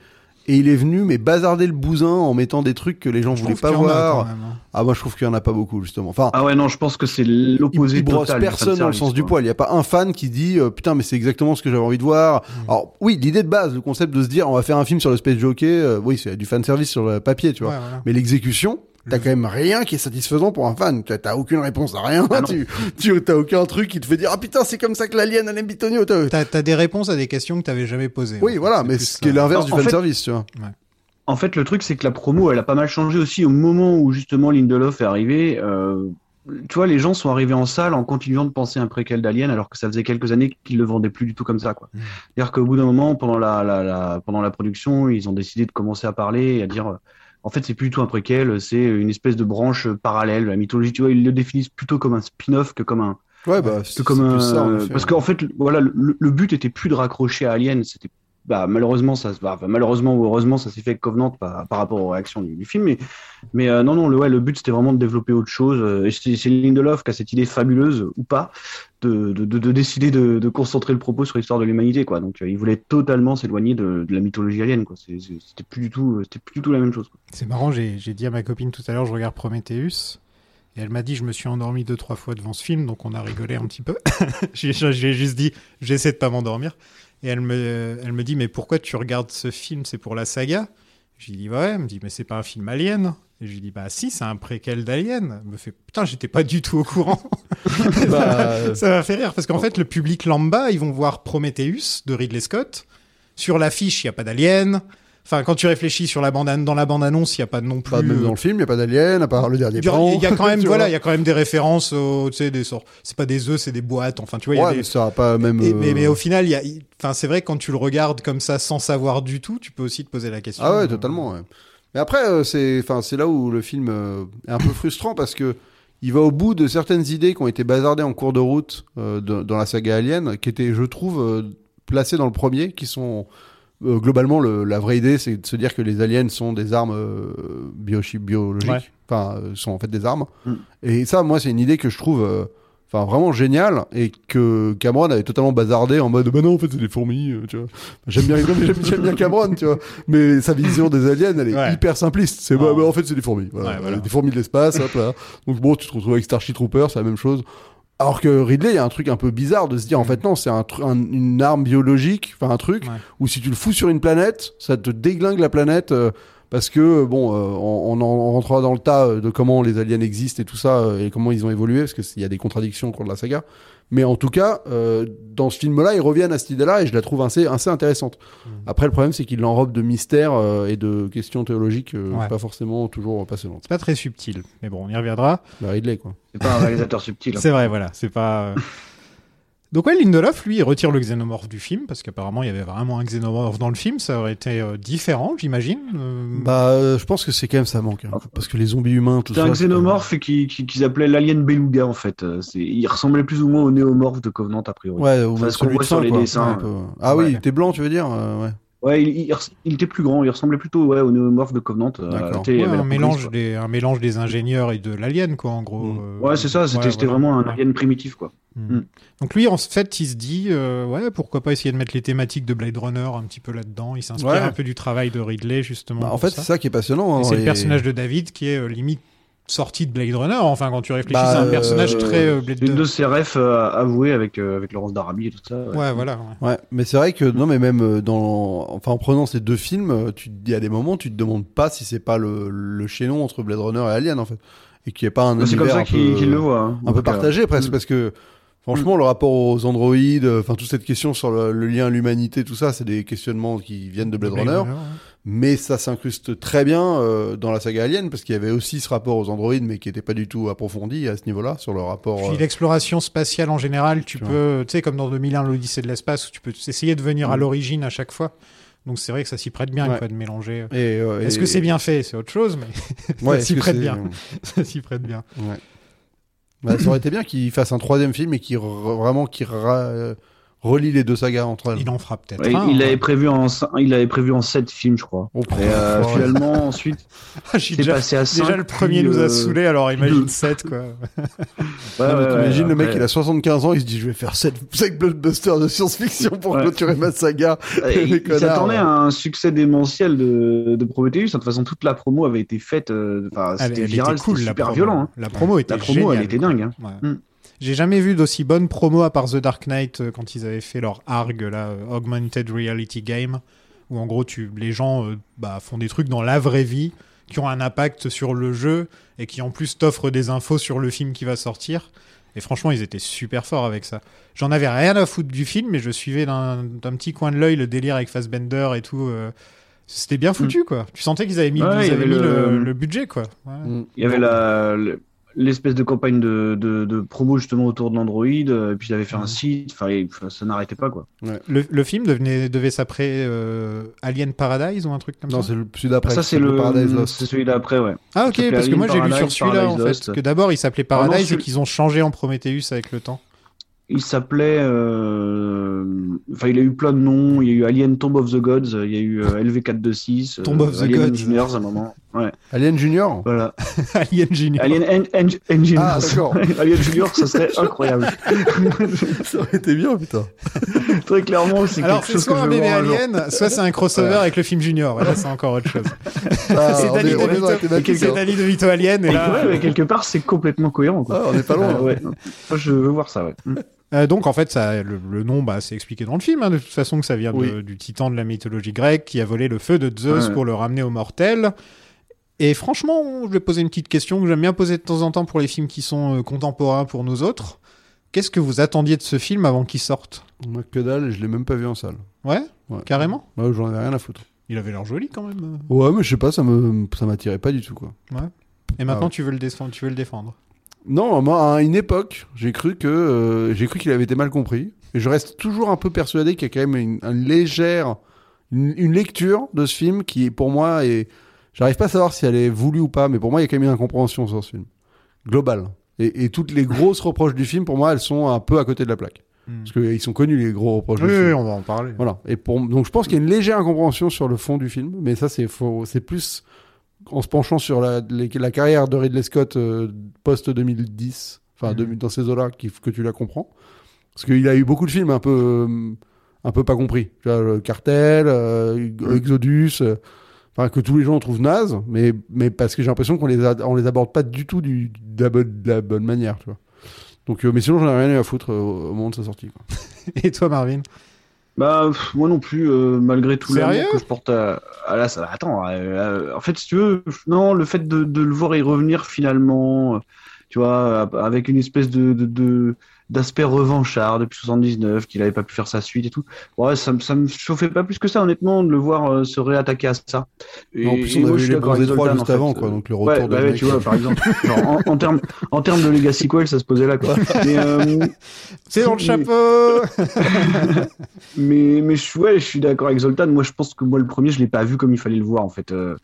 Speaker 9: Et il est venu, mais bazarder le bousin en mettant des trucs que les gens
Speaker 8: Je
Speaker 9: voulaient
Speaker 8: trouve
Speaker 9: pas
Speaker 8: qu'il y en a quand
Speaker 9: voir.
Speaker 8: même, hein.
Speaker 9: Ah, moi, je trouve qu'il y en a pas beaucoup, justement. Enfin,
Speaker 10: Ah ouais, non, je pense que c'est
Speaker 9: Oh. il,
Speaker 10: l'opposé
Speaker 9: il brosse
Speaker 10: total. du
Speaker 9: personne dans le
Speaker 10: fanservice,
Speaker 9: sens du
Speaker 10: quoi.
Speaker 9: poil. Il n'y a pas un fan qui dit euh, putain mais c'est exactement ce que j'avais envie de voir.
Speaker 8: Mm.
Speaker 9: Alors oui, l'idée de base, le concept de se dire on va faire un film sur le space jockey, euh, oui c'est du fan service sur le papier, tu vois.
Speaker 8: Ouais, Mm. voilà.
Speaker 9: Mais l'exécution, t'as
Speaker 8: Le-
Speaker 9: quand même rien qui est satisfaisant pour un fan. T'as- T'as aucune réponse à rien.
Speaker 10: Ah non.
Speaker 9: tu tu- t'as aucun truc qui te fait dire ah putain c'est comme ça que l'alien elle aime Bitonio. T'as-
Speaker 8: T'as t'as des réponses à des questions que t'avais jamais posées. en
Speaker 9: Oui
Speaker 8: fait.
Speaker 9: voilà,
Speaker 8: C'est
Speaker 9: mais
Speaker 8: plus
Speaker 9: ce
Speaker 8: ça.
Speaker 9: qui est l'inverse du
Speaker 10: En
Speaker 9: fan
Speaker 10: fait-
Speaker 9: service, tu vois.
Speaker 10: En fait, le truc, c'est que la promo, elle a pas mal changé aussi au moment où justement Lindelof est arrivé. euh, tu vois, les gens sont arrivés en salle en continuant de penser à un préquel d'Alien, alors que ça faisait quelques années qu'ils le vendaient plus du tout comme ça. quoi.
Speaker 8: Mm.
Speaker 10: C'est-à-dire qu'au bout d'un moment, pendant la, la- la- pendant la production, ils ont décidé de commencer à parler et à dire. euh, en fait, c'est plus du tout un préquel, c'est une espèce de branche parallèle de la mythologie. Tu vois, ils le définissent plutôt comme un spin-off que comme un,
Speaker 9: Ouais bah c'est
Speaker 10: que comme
Speaker 9: c'est
Speaker 10: un-
Speaker 9: plus ça, en effet.
Speaker 10: parce qu'en fait le- voilà le, le but était plus de raccrocher à Alien c'était bah, malheureusement ça se bah, malheureusement ou heureusement ça s'est fait avec Covenant par, par rapport aux réactions du, du film mais mais euh, non non le ouais, le but c'était vraiment de développer autre chose euh, et c'est c'est Lindelof qui a cette idée fabuleuse euh, ou pas de de, de- de décider de, de concentrer le propos sur l'histoire de l'humanité quoi donc euh, il voulait totalement s'éloigner de, de la mythologie alien quoi C'est- c'est- c'était plus du tout euh, c'était plus du tout la même chose quoi.
Speaker 8: C'est marrant, j'ai j'ai dit à ma copine tout à l'heure, je regarde Prometheus. Et elle m'a dit, je me suis endormi deux, trois fois devant ce film, donc on a rigolé un petit peu. J'ai j'ai juste dit, j'essaie de pas m'endormir. Et elle me, elle me dit, mais pourquoi tu regardes ce film C'est pour la saga J'ai dit, ouais, elle me dit, mais c'est pas un film Alien. Et je lui dis, bah si, c'est un préquel d'Alien. Elle me fait, putain, j'étais pas du tout au courant.
Speaker 9: Bah, euh,
Speaker 8: Ça m'a fait rire parce qu'en fait, le public lambda, ils vont voir Prometheus de Ridley Scott. Sur l'affiche, il n'y a pas d'alien. Enfin, quand tu réfléchis sur la bande dans la bande-annonce, il n'y a pas non plus. euh,
Speaker 9: pas même dans le film, il n'y a pas d'alien à part le dernier
Speaker 8: Il y a-
Speaker 9: plan.
Speaker 8: il y a quand même,
Speaker 9: tu
Speaker 8: voilà,
Speaker 9: vois.
Speaker 8: il y a quand même des références aux, tu sais, des sortes. C'est pas des œufs, c'est des boîtes. Enfin, tu vois, il y a
Speaker 9: Ouais,
Speaker 8: des-
Speaker 9: mais ça a pas même.
Speaker 8: et- mais,
Speaker 9: euh,
Speaker 8: mais au final, il y a, il- enfin, c'est vrai que quand tu le regardes comme ça sans savoir du tout, tu peux aussi te poser la question.
Speaker 9: Ah
Speaker 8: euh,
Speaker 9: ouais, totalement. ouais. Mais après, euh, c'est, enfin, c'est là où le film euh, est un peu frustrant parce que il va au bout de certaines idées qui ont été bazardées en cours de route euh, de- dans la saga Alien, qui étaient, je trouve, euh, placées dans le premier, qui sont euh, globalement le- la vraie idée, c'est de se dire que les aliens sont des armes euh, biochi- biologiques,
Speaker 8: Ouais.
Speaker 9: enfin, euh, sont en fait des armes.
Speaker 10: Mm.
Speaker 9: Et ça, moi, c'est une idée que je trouve. euh, Enfin, vraiment géniale et que Cameron avait totalement bazardé en mode bah non en fait c'est des fourmis euh, tu vois j'aime bien j'aime j'aime bien Cameron tu vois mais sa vision des aliens, elle est
Speaker 8: Ouais.
Speaker 9: hyper simpliste. C'est bah,
Speaker 8: Ah.
Speaker 9: bah, en fait, c'est des fourmis. Voilà.
Speaker 8: Ouais, voilà.
Speaker 9: Des fourmis de l'espace. hop là. Donc bon, tu te retrouves avec Starship Trooper, c'est la même chose. Alors que Ridley, il y a un truc un peu bizarre de se dire en fait non, c'est un tru- un- une arme biologique, enfin un truc
Speaker 8: Mm. Ouais.
Speaker 9: où si tu le fous sur une planète, ça te déglingue la planète. euh, parce que bon, euh, on, on en on rentrera dans le tas euh, de comment les aliens existent et tout ça euh, et comment ils ont évolué, parce qu'il y a des contradictions au cours de la saga. Mais en tout cas, euh, dans ce film-là, ils reviennent à cette idée-là et je la trouve assez, assez intéressante.
Speaker 8: Mm.
Speaker 9: Après, le problème, c'est qu'il l'enrobe de mystères euh, et de questions théologiques euh,
Speaker 8: Ouais.
Speaker 9: pas forcément toujours passionnantes.
Speaker 8: C'est pas très subtil, mais bon, on y reviendra.
Speaker 9: Bah, Ridley, quoi.
Speaker 10: c'est pas un réalisateur subtil hein.
Speaker 8: C'est vrai, voilà, c'est pas. euh. Donc ouais, Lindelof, lui, il retire le xénomorphe du film parce qu'apparemment il y avait vraiment un xénomorphe dans le film, ça aurait été euh, différent, j'imagine. Euh,
Speaker 9: Bah, je pense que c'est quand même ça manque. hein. parce que les zombies humains, tout
Speaker 10: Ah. C'est un xénomorphe qui- qui- qu'ils appelaient l'alien beluga en fait. Euh, c'est- Il ressemblait plus ou moins au néomorphe de Covenant a priori. Ouais,
Speaker 9: Ouais, ou
Speaker 10: Enfin,
Speaker 9: même
Speaker 10: ce qu'on
Speaker 9: celui de
Speaker 10: voit sur
Speaker 9: fin,
Speaker 10: les
Speaker 9: quoi.
Speaker 10: dessins,
Speaker 9: Ouais, un peu. Ah
Speaker 10: Ouais.
Speaker 9: oui, t'es blanc, tu veux dire euh, ouais.
Speaker 10: il, il res- il était plus grand, il ressemblait plutôt ouais, au néomorphe de Covenant. euh,
Speaker 9: D'accord.
Speaker 10: tu sais, il
Speaker 8: ouais,
Speaker 10: avait la
Speaker 8: un
Speaker 10: police,
Speaker 8: mélange
Speaker 10: quoi.
Speaker 8: des un mélange des ingénieurs et de l'alien quoi en gros.
Speaker 9: Mm.
Speaker 8: euh,
Speaker 10: Ouais, c'est ça, c'était
Speaker 8: ouais,
Speaker 10: c'était
Speaker 8: voilà.
Speaker 10: vraiment un
Speaker 8: Ouais.
Speaker 10: alien primitif quoi.
Speaker 8: Mm. Donc lui, en fait, il se dit, euh, ouais, pourquoi pas essayer de mettre les thématiques de Blade Runner un petit peu là-dedans. Il s'inspire
Speaker 9: Ouais.
Speaker 8: un peu du travail de Ridley justement.
Speaker 9: Bah, en
Speaker 8: pour
Speaker 9: fait, c'est
Speaker 8: ça.
Speaker 9: ça qui est passionnant.
Speaker 8: Et
Speaker 9: hein,
Speaker 8: c'est le
Speaker 9: et-
Speaker 8: personnage de David qui est euh, limite sorti de Blade Runner. Enfin, quand tu réfléchis,
Speaker 9: Bah,
Speaker 8: c'est un personnage
Speaker 9: euh,
Speaker 8: très euh, Blade
Speaker 10: C'est une de ses refs euh, avoués avec, euh, avec Laurence Darabi et tout ça. ouais.
Speaker 8: Ouais, voilà. ouais.
Speaker 9: Ouais, mais c'est vrai que non, mais même euh, dans, enfin, en prenant ces deux films, euh, tu il y a des moments, tu te demandes pas si c'est pas le, le chaînon entre Blade Runner et Alien en fait, et qu'il n'y ait pas un
Speaker 10: C'est
Speaker 9: univers
Speaker 10: comme ça
Speaker 9: un
Speaker 10: qu'il
Speaker 9: peu-
Speaker 10: qu'il le voit. hein.
Speaker 9: un peu
Speaker 10: Donc, euh,
Speaker 9: partagé presque
Speaker 10: Mm.
Speaker 9: parce que franchement le rapport aux androïdes euh, enfin toute cette question sur le, le lien à l'humanité tout ça c'est des questionnements qui viennent de Blade, Runner,
Speaker 8: euh, ouais.
Speaker 9: mais ça s'incruste très bien euh, dans la saga Alien parce qu'il y avait aussi ce rapport aux androïdes mais qui n'était pas du tout approfondi à ce niveau-là sur le rapport
Speaker 8: Puis
Speaker 9: euh,
Speaker 8: l'exploration spatiale en général, tu
Speaker 9: Tu
Speaker 8: peux, tu sais, comme dans 2001, l'Odyssée de l'espace, où tu peux essayer de venir à
Speaker 9: Mm.
Speaker 8: l'origine à chaque fois. Donc c'est vrai que ça s'y prête bien,
Speaker 9: Ouais.
Speaker 8: quoi, de mélanger.
Speaker 9: et, euh,
Speaker 8: Est-ce
Speaker 9: et-
Speaker 8: que c'est bien fait C'est autre chose, mais
Speaker 9: Ouais,
Speaker 8: Ça s'y
Speaker 9: est-ce que
Speaker 8: prête
Speaker 9: c'est-
Speaker 8: bien. ça s'y prête bien.
Speaker 9: Ouais. Bah, ça aurait été bien qu'il fasse un troisième film et qu'il re- vraiment qu'il ra- euh, relie les deux sagas entre elles.
Speaker 8: Il en fera peut-être
Speaker 10: Ouais,
Speaker 8: un.
Speaker 10: il
Speaker 8: hein.
Speaker 10: l'avait prévu en cin- il l'avait prévu en 7 films, je crois.
Speaker 9: Oh,
Speaker 10: Et euh,
Speaker 9: ouais.
Speaker 10: finalement, ensuite,
Speaker 8: Ah, j'ai
Speaker 10: c'est
Speaker 8: déjà-
Speaker 10: passé à euh, 5.
Speaker 8: Déjà, le premier nous a saoulés, alors imagine 7, quoi.
Speaker 10: Ah,
Speaker 9: Non, mais T'imagines, le mec, il a 75 ans, il se dit, je vais faire 7, blockbusters de science-fiction pour
Speaker 10: Ouais.
Speaker 9: clôturer ma saga. les
Speaker 10: Ah, Il, il
Speaker 9: connards,
Speaker 10: s'attendait
Speaker 9: ouais.
Speaker 10: à un succès démentiel de, de Prometheus. hein, De toute façon, toute la promo avait été faite. euh, Enfin,
Speaker 8: Elle,
Speaker 10: c'était
Speaker 8: elle
Speaker 10: viral,
Speaker 8: était cool,
Speaker 10: c'était
Speaker 8: la
Speaker 10: super
Speaker 8: promo.
Speaker 10: violent. hein.
Speaker 8: La promo était
Speaker 10: La promo, elle
Speaker 8: géniale,
Speaker 10: était
Speaker 8: quoi.
Speaker 10: dingue. hein.
Speaker 8: Ouais.
Speaker 10: Mm.
Speaker 8: J'ai jamais vu d'aussi bonne promo à part The Dark Knight euh, quand ils avaient fait leur ARG, là, euh, Augmented Reality Game, où en gros, tu, les gens euh, bah, font des trucs dans la vraie vie qui ont un impact sur le jeu et qui en plus t'offrent des infos sur le film qui va sortir. Et franchement, ils étaient super forts avec ça. J'en avais rien à foutre du film, mais je suivais d'un d'un petit coin de l'œil le délire avec Fassbender et tout. euh, C'était bien foutu, quoi. Tu sentais qu'ils avaient mis,
Speaker 10: Mm. Ouais,
Speaker 8: ils
Speaker 10: il y
Speaker 8: avaient
Speaker 10: avait
Speaker 8: mis le...
Speaker 10: le-
Speaker 8: le budget, quoi. Ouais.
Speaker 9: Mm.
Speaker 10: Il y avait la le- l'espèce de campagne de, de, de promo justement autour de l'Android. euh, Et puis, il avait fait un site. Enfin, il- enfin, ça n'arrêtait pas, quoi.
Speaker 8: Le, le film devenait, devait s'appeler euh, Alien Paradise ou un truc comme
Speaker 9: Non,
Speaker 8: ça
Speaker 9: c'est le celui d'après.
Speaker 10: ça, c'est
Speaker 9: le Paradise
Speaker 10: le,
Speaker 9: Lost.
Speaker 10: c'est celui d'après, ouais.
Speaker 8: Ah ok,
Speaker 10: s'appelait
Speaker 8: parce que
Speaker 10: Alien
Speaker 8: moi j'ai lu sur
Speaker 10: Paradise,
Speaker 8: celui-là en
Speaker 10: Paradise
Speaker 8: fait,
Speaker 10: Lost.
Speaker 8: que d'abord il s'appelait
Speaker 10: non,
Speaker 8: Paradise et
Speaker 10: celui-
Speaker 8: qu'ils ont changé en Prometheus avec le temps.
Speaker 10: Il s'appelait. euh, Enfin, il a eu plein de noms. Il y a eu Alien Tomb of the Gods. Il y a eu euh, LV426. euh,
Speaker 8: Tomb of the
Speaker 10: Alien
Speaker 8: Gods.
Speaker 10: Engineers à un moment. Ouais,
Speaker 9: Alien Junior
Speaker 10: voilà.
Speaker 8: Alien Junior.
Speaker 10: Alien En- En- Engineers.
Speaker 9: Ah, d'accord.
Speaker 10: Alien Junior, ça serait incroyable.
Speaker 9: Ça aurait été bien, putain.
Speaker 10: Très clairement, c'est
Speaker 8: Alors
Speaker 10: quelque
Speaker 8: c'est
Speaker 10: chose que
Speaker 8: soit
Speaker 10: je
Speaker 8: un
Speaker 10: veux
Speaker 8: bébé
Speaker 10: voir un jour.
Speaker 8: alien, soit c'est un crossover avec le film Junior. Et là c'est encore autre chose.
Speaker 9: Ah,
Speaker 8: c'est
Speaker 9: on
Speaker 8: Danny
Speaker 9: est- on est dans la
Speaker 8: DeVito.
Speaker 9: thématique,
Speaker 8: C'est
Speaker 9: hein.
Speaker 8: Danny DeVito Alien et là. euh,
Speaker 10: Ouais, mais quelque part, c'est complètement cohérent. Quoi.
Speaker 9: Ah, on est pas loin.
Speaker 10: Ah, ouais. Moi, je veux voir ça, ouais.
Speaker 8: Euh, donc en fait, ça, le, le nom, bah, c'est expliqué dans le film, hein, de toute façon, que ça vient de-
Speaker 9: Oui.
Speaker 8: du titan de la mythologie grecque qui a volé le feu de Zeus
Speaker 10: Ouais.
Speaker 8: pour le ramener aux mortels. Et franchement, on- je vais poser une petite question que j'aime bien poser de temps en temps pour les films qui sont euh, contemporains pour nous autres. Qu'est-ce que vous attendiez de ce film avant qu'il sorte
Speaker 9: Moi, que dalle, je l'ai même pas vu en salle.
Speaker 8: Ouais,
Speaker 9: Ouais.
Speaker 8: carrément.
Speaker 9: Ouais, j'en avais rien à foutre.
Speaker 8: Il avait l'air joli quand même.
Speaker 9: Ouais, mais je sais pas, ça me, ça m'attirait pas du tout, quoi.
Speaker 8: Et maintenant,
Speaker 9: Ah ouais.
Speaker 8: tu veux le défendre. Tu veux le défendre.
Speaker 9: Non, moi, à une époque, j'ai cru que, euh, j'ai cru qu'il avait été mal compris. Et je reste toujours un peu persuadé qu'il y a quand même une, un légère, une, une lecture de ce film qui, pour moi, est, j'arrive pas à savoir si elle est voulue ou pas, mais pour moi, il y a quand même une incompréhension sur ce film. Global. Et, et toutes les grosses reproches du film, pour moi, elles sont un peu à côté de la plaque.
Speaker 8: Hmm.
Speaker 9: Parce qu'ils sont connus, les gros reproches du film.
Speaker 8: on va en parler.
Speaker 9: Voilà. Et pour, donc je pense qu'il y a une légère incompréhension sur le fond du film, mais ça c'est faux. C'est plus en se penchant sur la, les- la carrière de Ridley Scott euh, post 2010, enfin
Speaker 8: Mhm.
Speaker 9: 2000 dans ces eaux-là, qu'il- que tu la comprends. Parce qu'il a eu beaucoup de films un peu, euh, un peu pas compris. Tu vois, le Cartel, euh, Exodus, euh, enfin que tous les gens trouvent naze, mais, mais parce que j'ai l'impression qu'on les, a- on les aborde pas du tout du, de, la bonne, de la bonne manière, tu vois. Donc, euh, mais sinon, j'en ai rien eu à foutre euh, au au moment de sa sortie. quoi.
Speaker 8: Et toi, Marvin
Speaker 10: Bah, pff, moi non plus, euh, malgré tout
Speaker 8: Sérieux
Speaker 10: l'amour que je porte à, à la salle. Attends, euh, euh, en fait, si tu veux, non, le fait de, de le voir et revenir finalement, euh, tu vois, euh, avec une espèce de, de, de- d'aspect revanchard depuis 79, qu'il avait pas pu faire sa suite et tout. Ouais, ça, me- ça me chauffait pas plus que ça, honnêtement, de le voir euh, se réattaquer à ça. Et,
Speaker 9: Non, en plus,
Speaker 10: et
Speaker 9: on
Speaker 10: moi,
Speaker 9: avait
Speaker 10: je
Speaker 9: eu
Speaker 10: suis
Speaker 9: les
Speaker 10: d'accord
Speaker 9: bronzés
Speaker 10: avec
Speaker 9: 3
Speaker 10: Zoltan,
Speaker 9: juste
Speaker 10: en fait. euh,
Speaker 9: avant, quoi. Donc, le retour
Speaker 10: Ouais,
Speaker 9: de euh,
Speaker 10: bah ouais,
Speaker 9: Mike.
Speaker 10: tu vois, par exemple, genre, en, en termes, en termes de Legacy Quell, ça se posait là, quoi. Mais, euh,
Speaker 8: C'est dans le
Speaker 10: Mais-
Speaker 8: chapeau.
Speaker 10: mais, mais je, ouais, je suis d'accord avec Zoltan. Moi, je pense que moi, le premier, je l'ai pas vu comme il fallait le voir, en fait. Euh,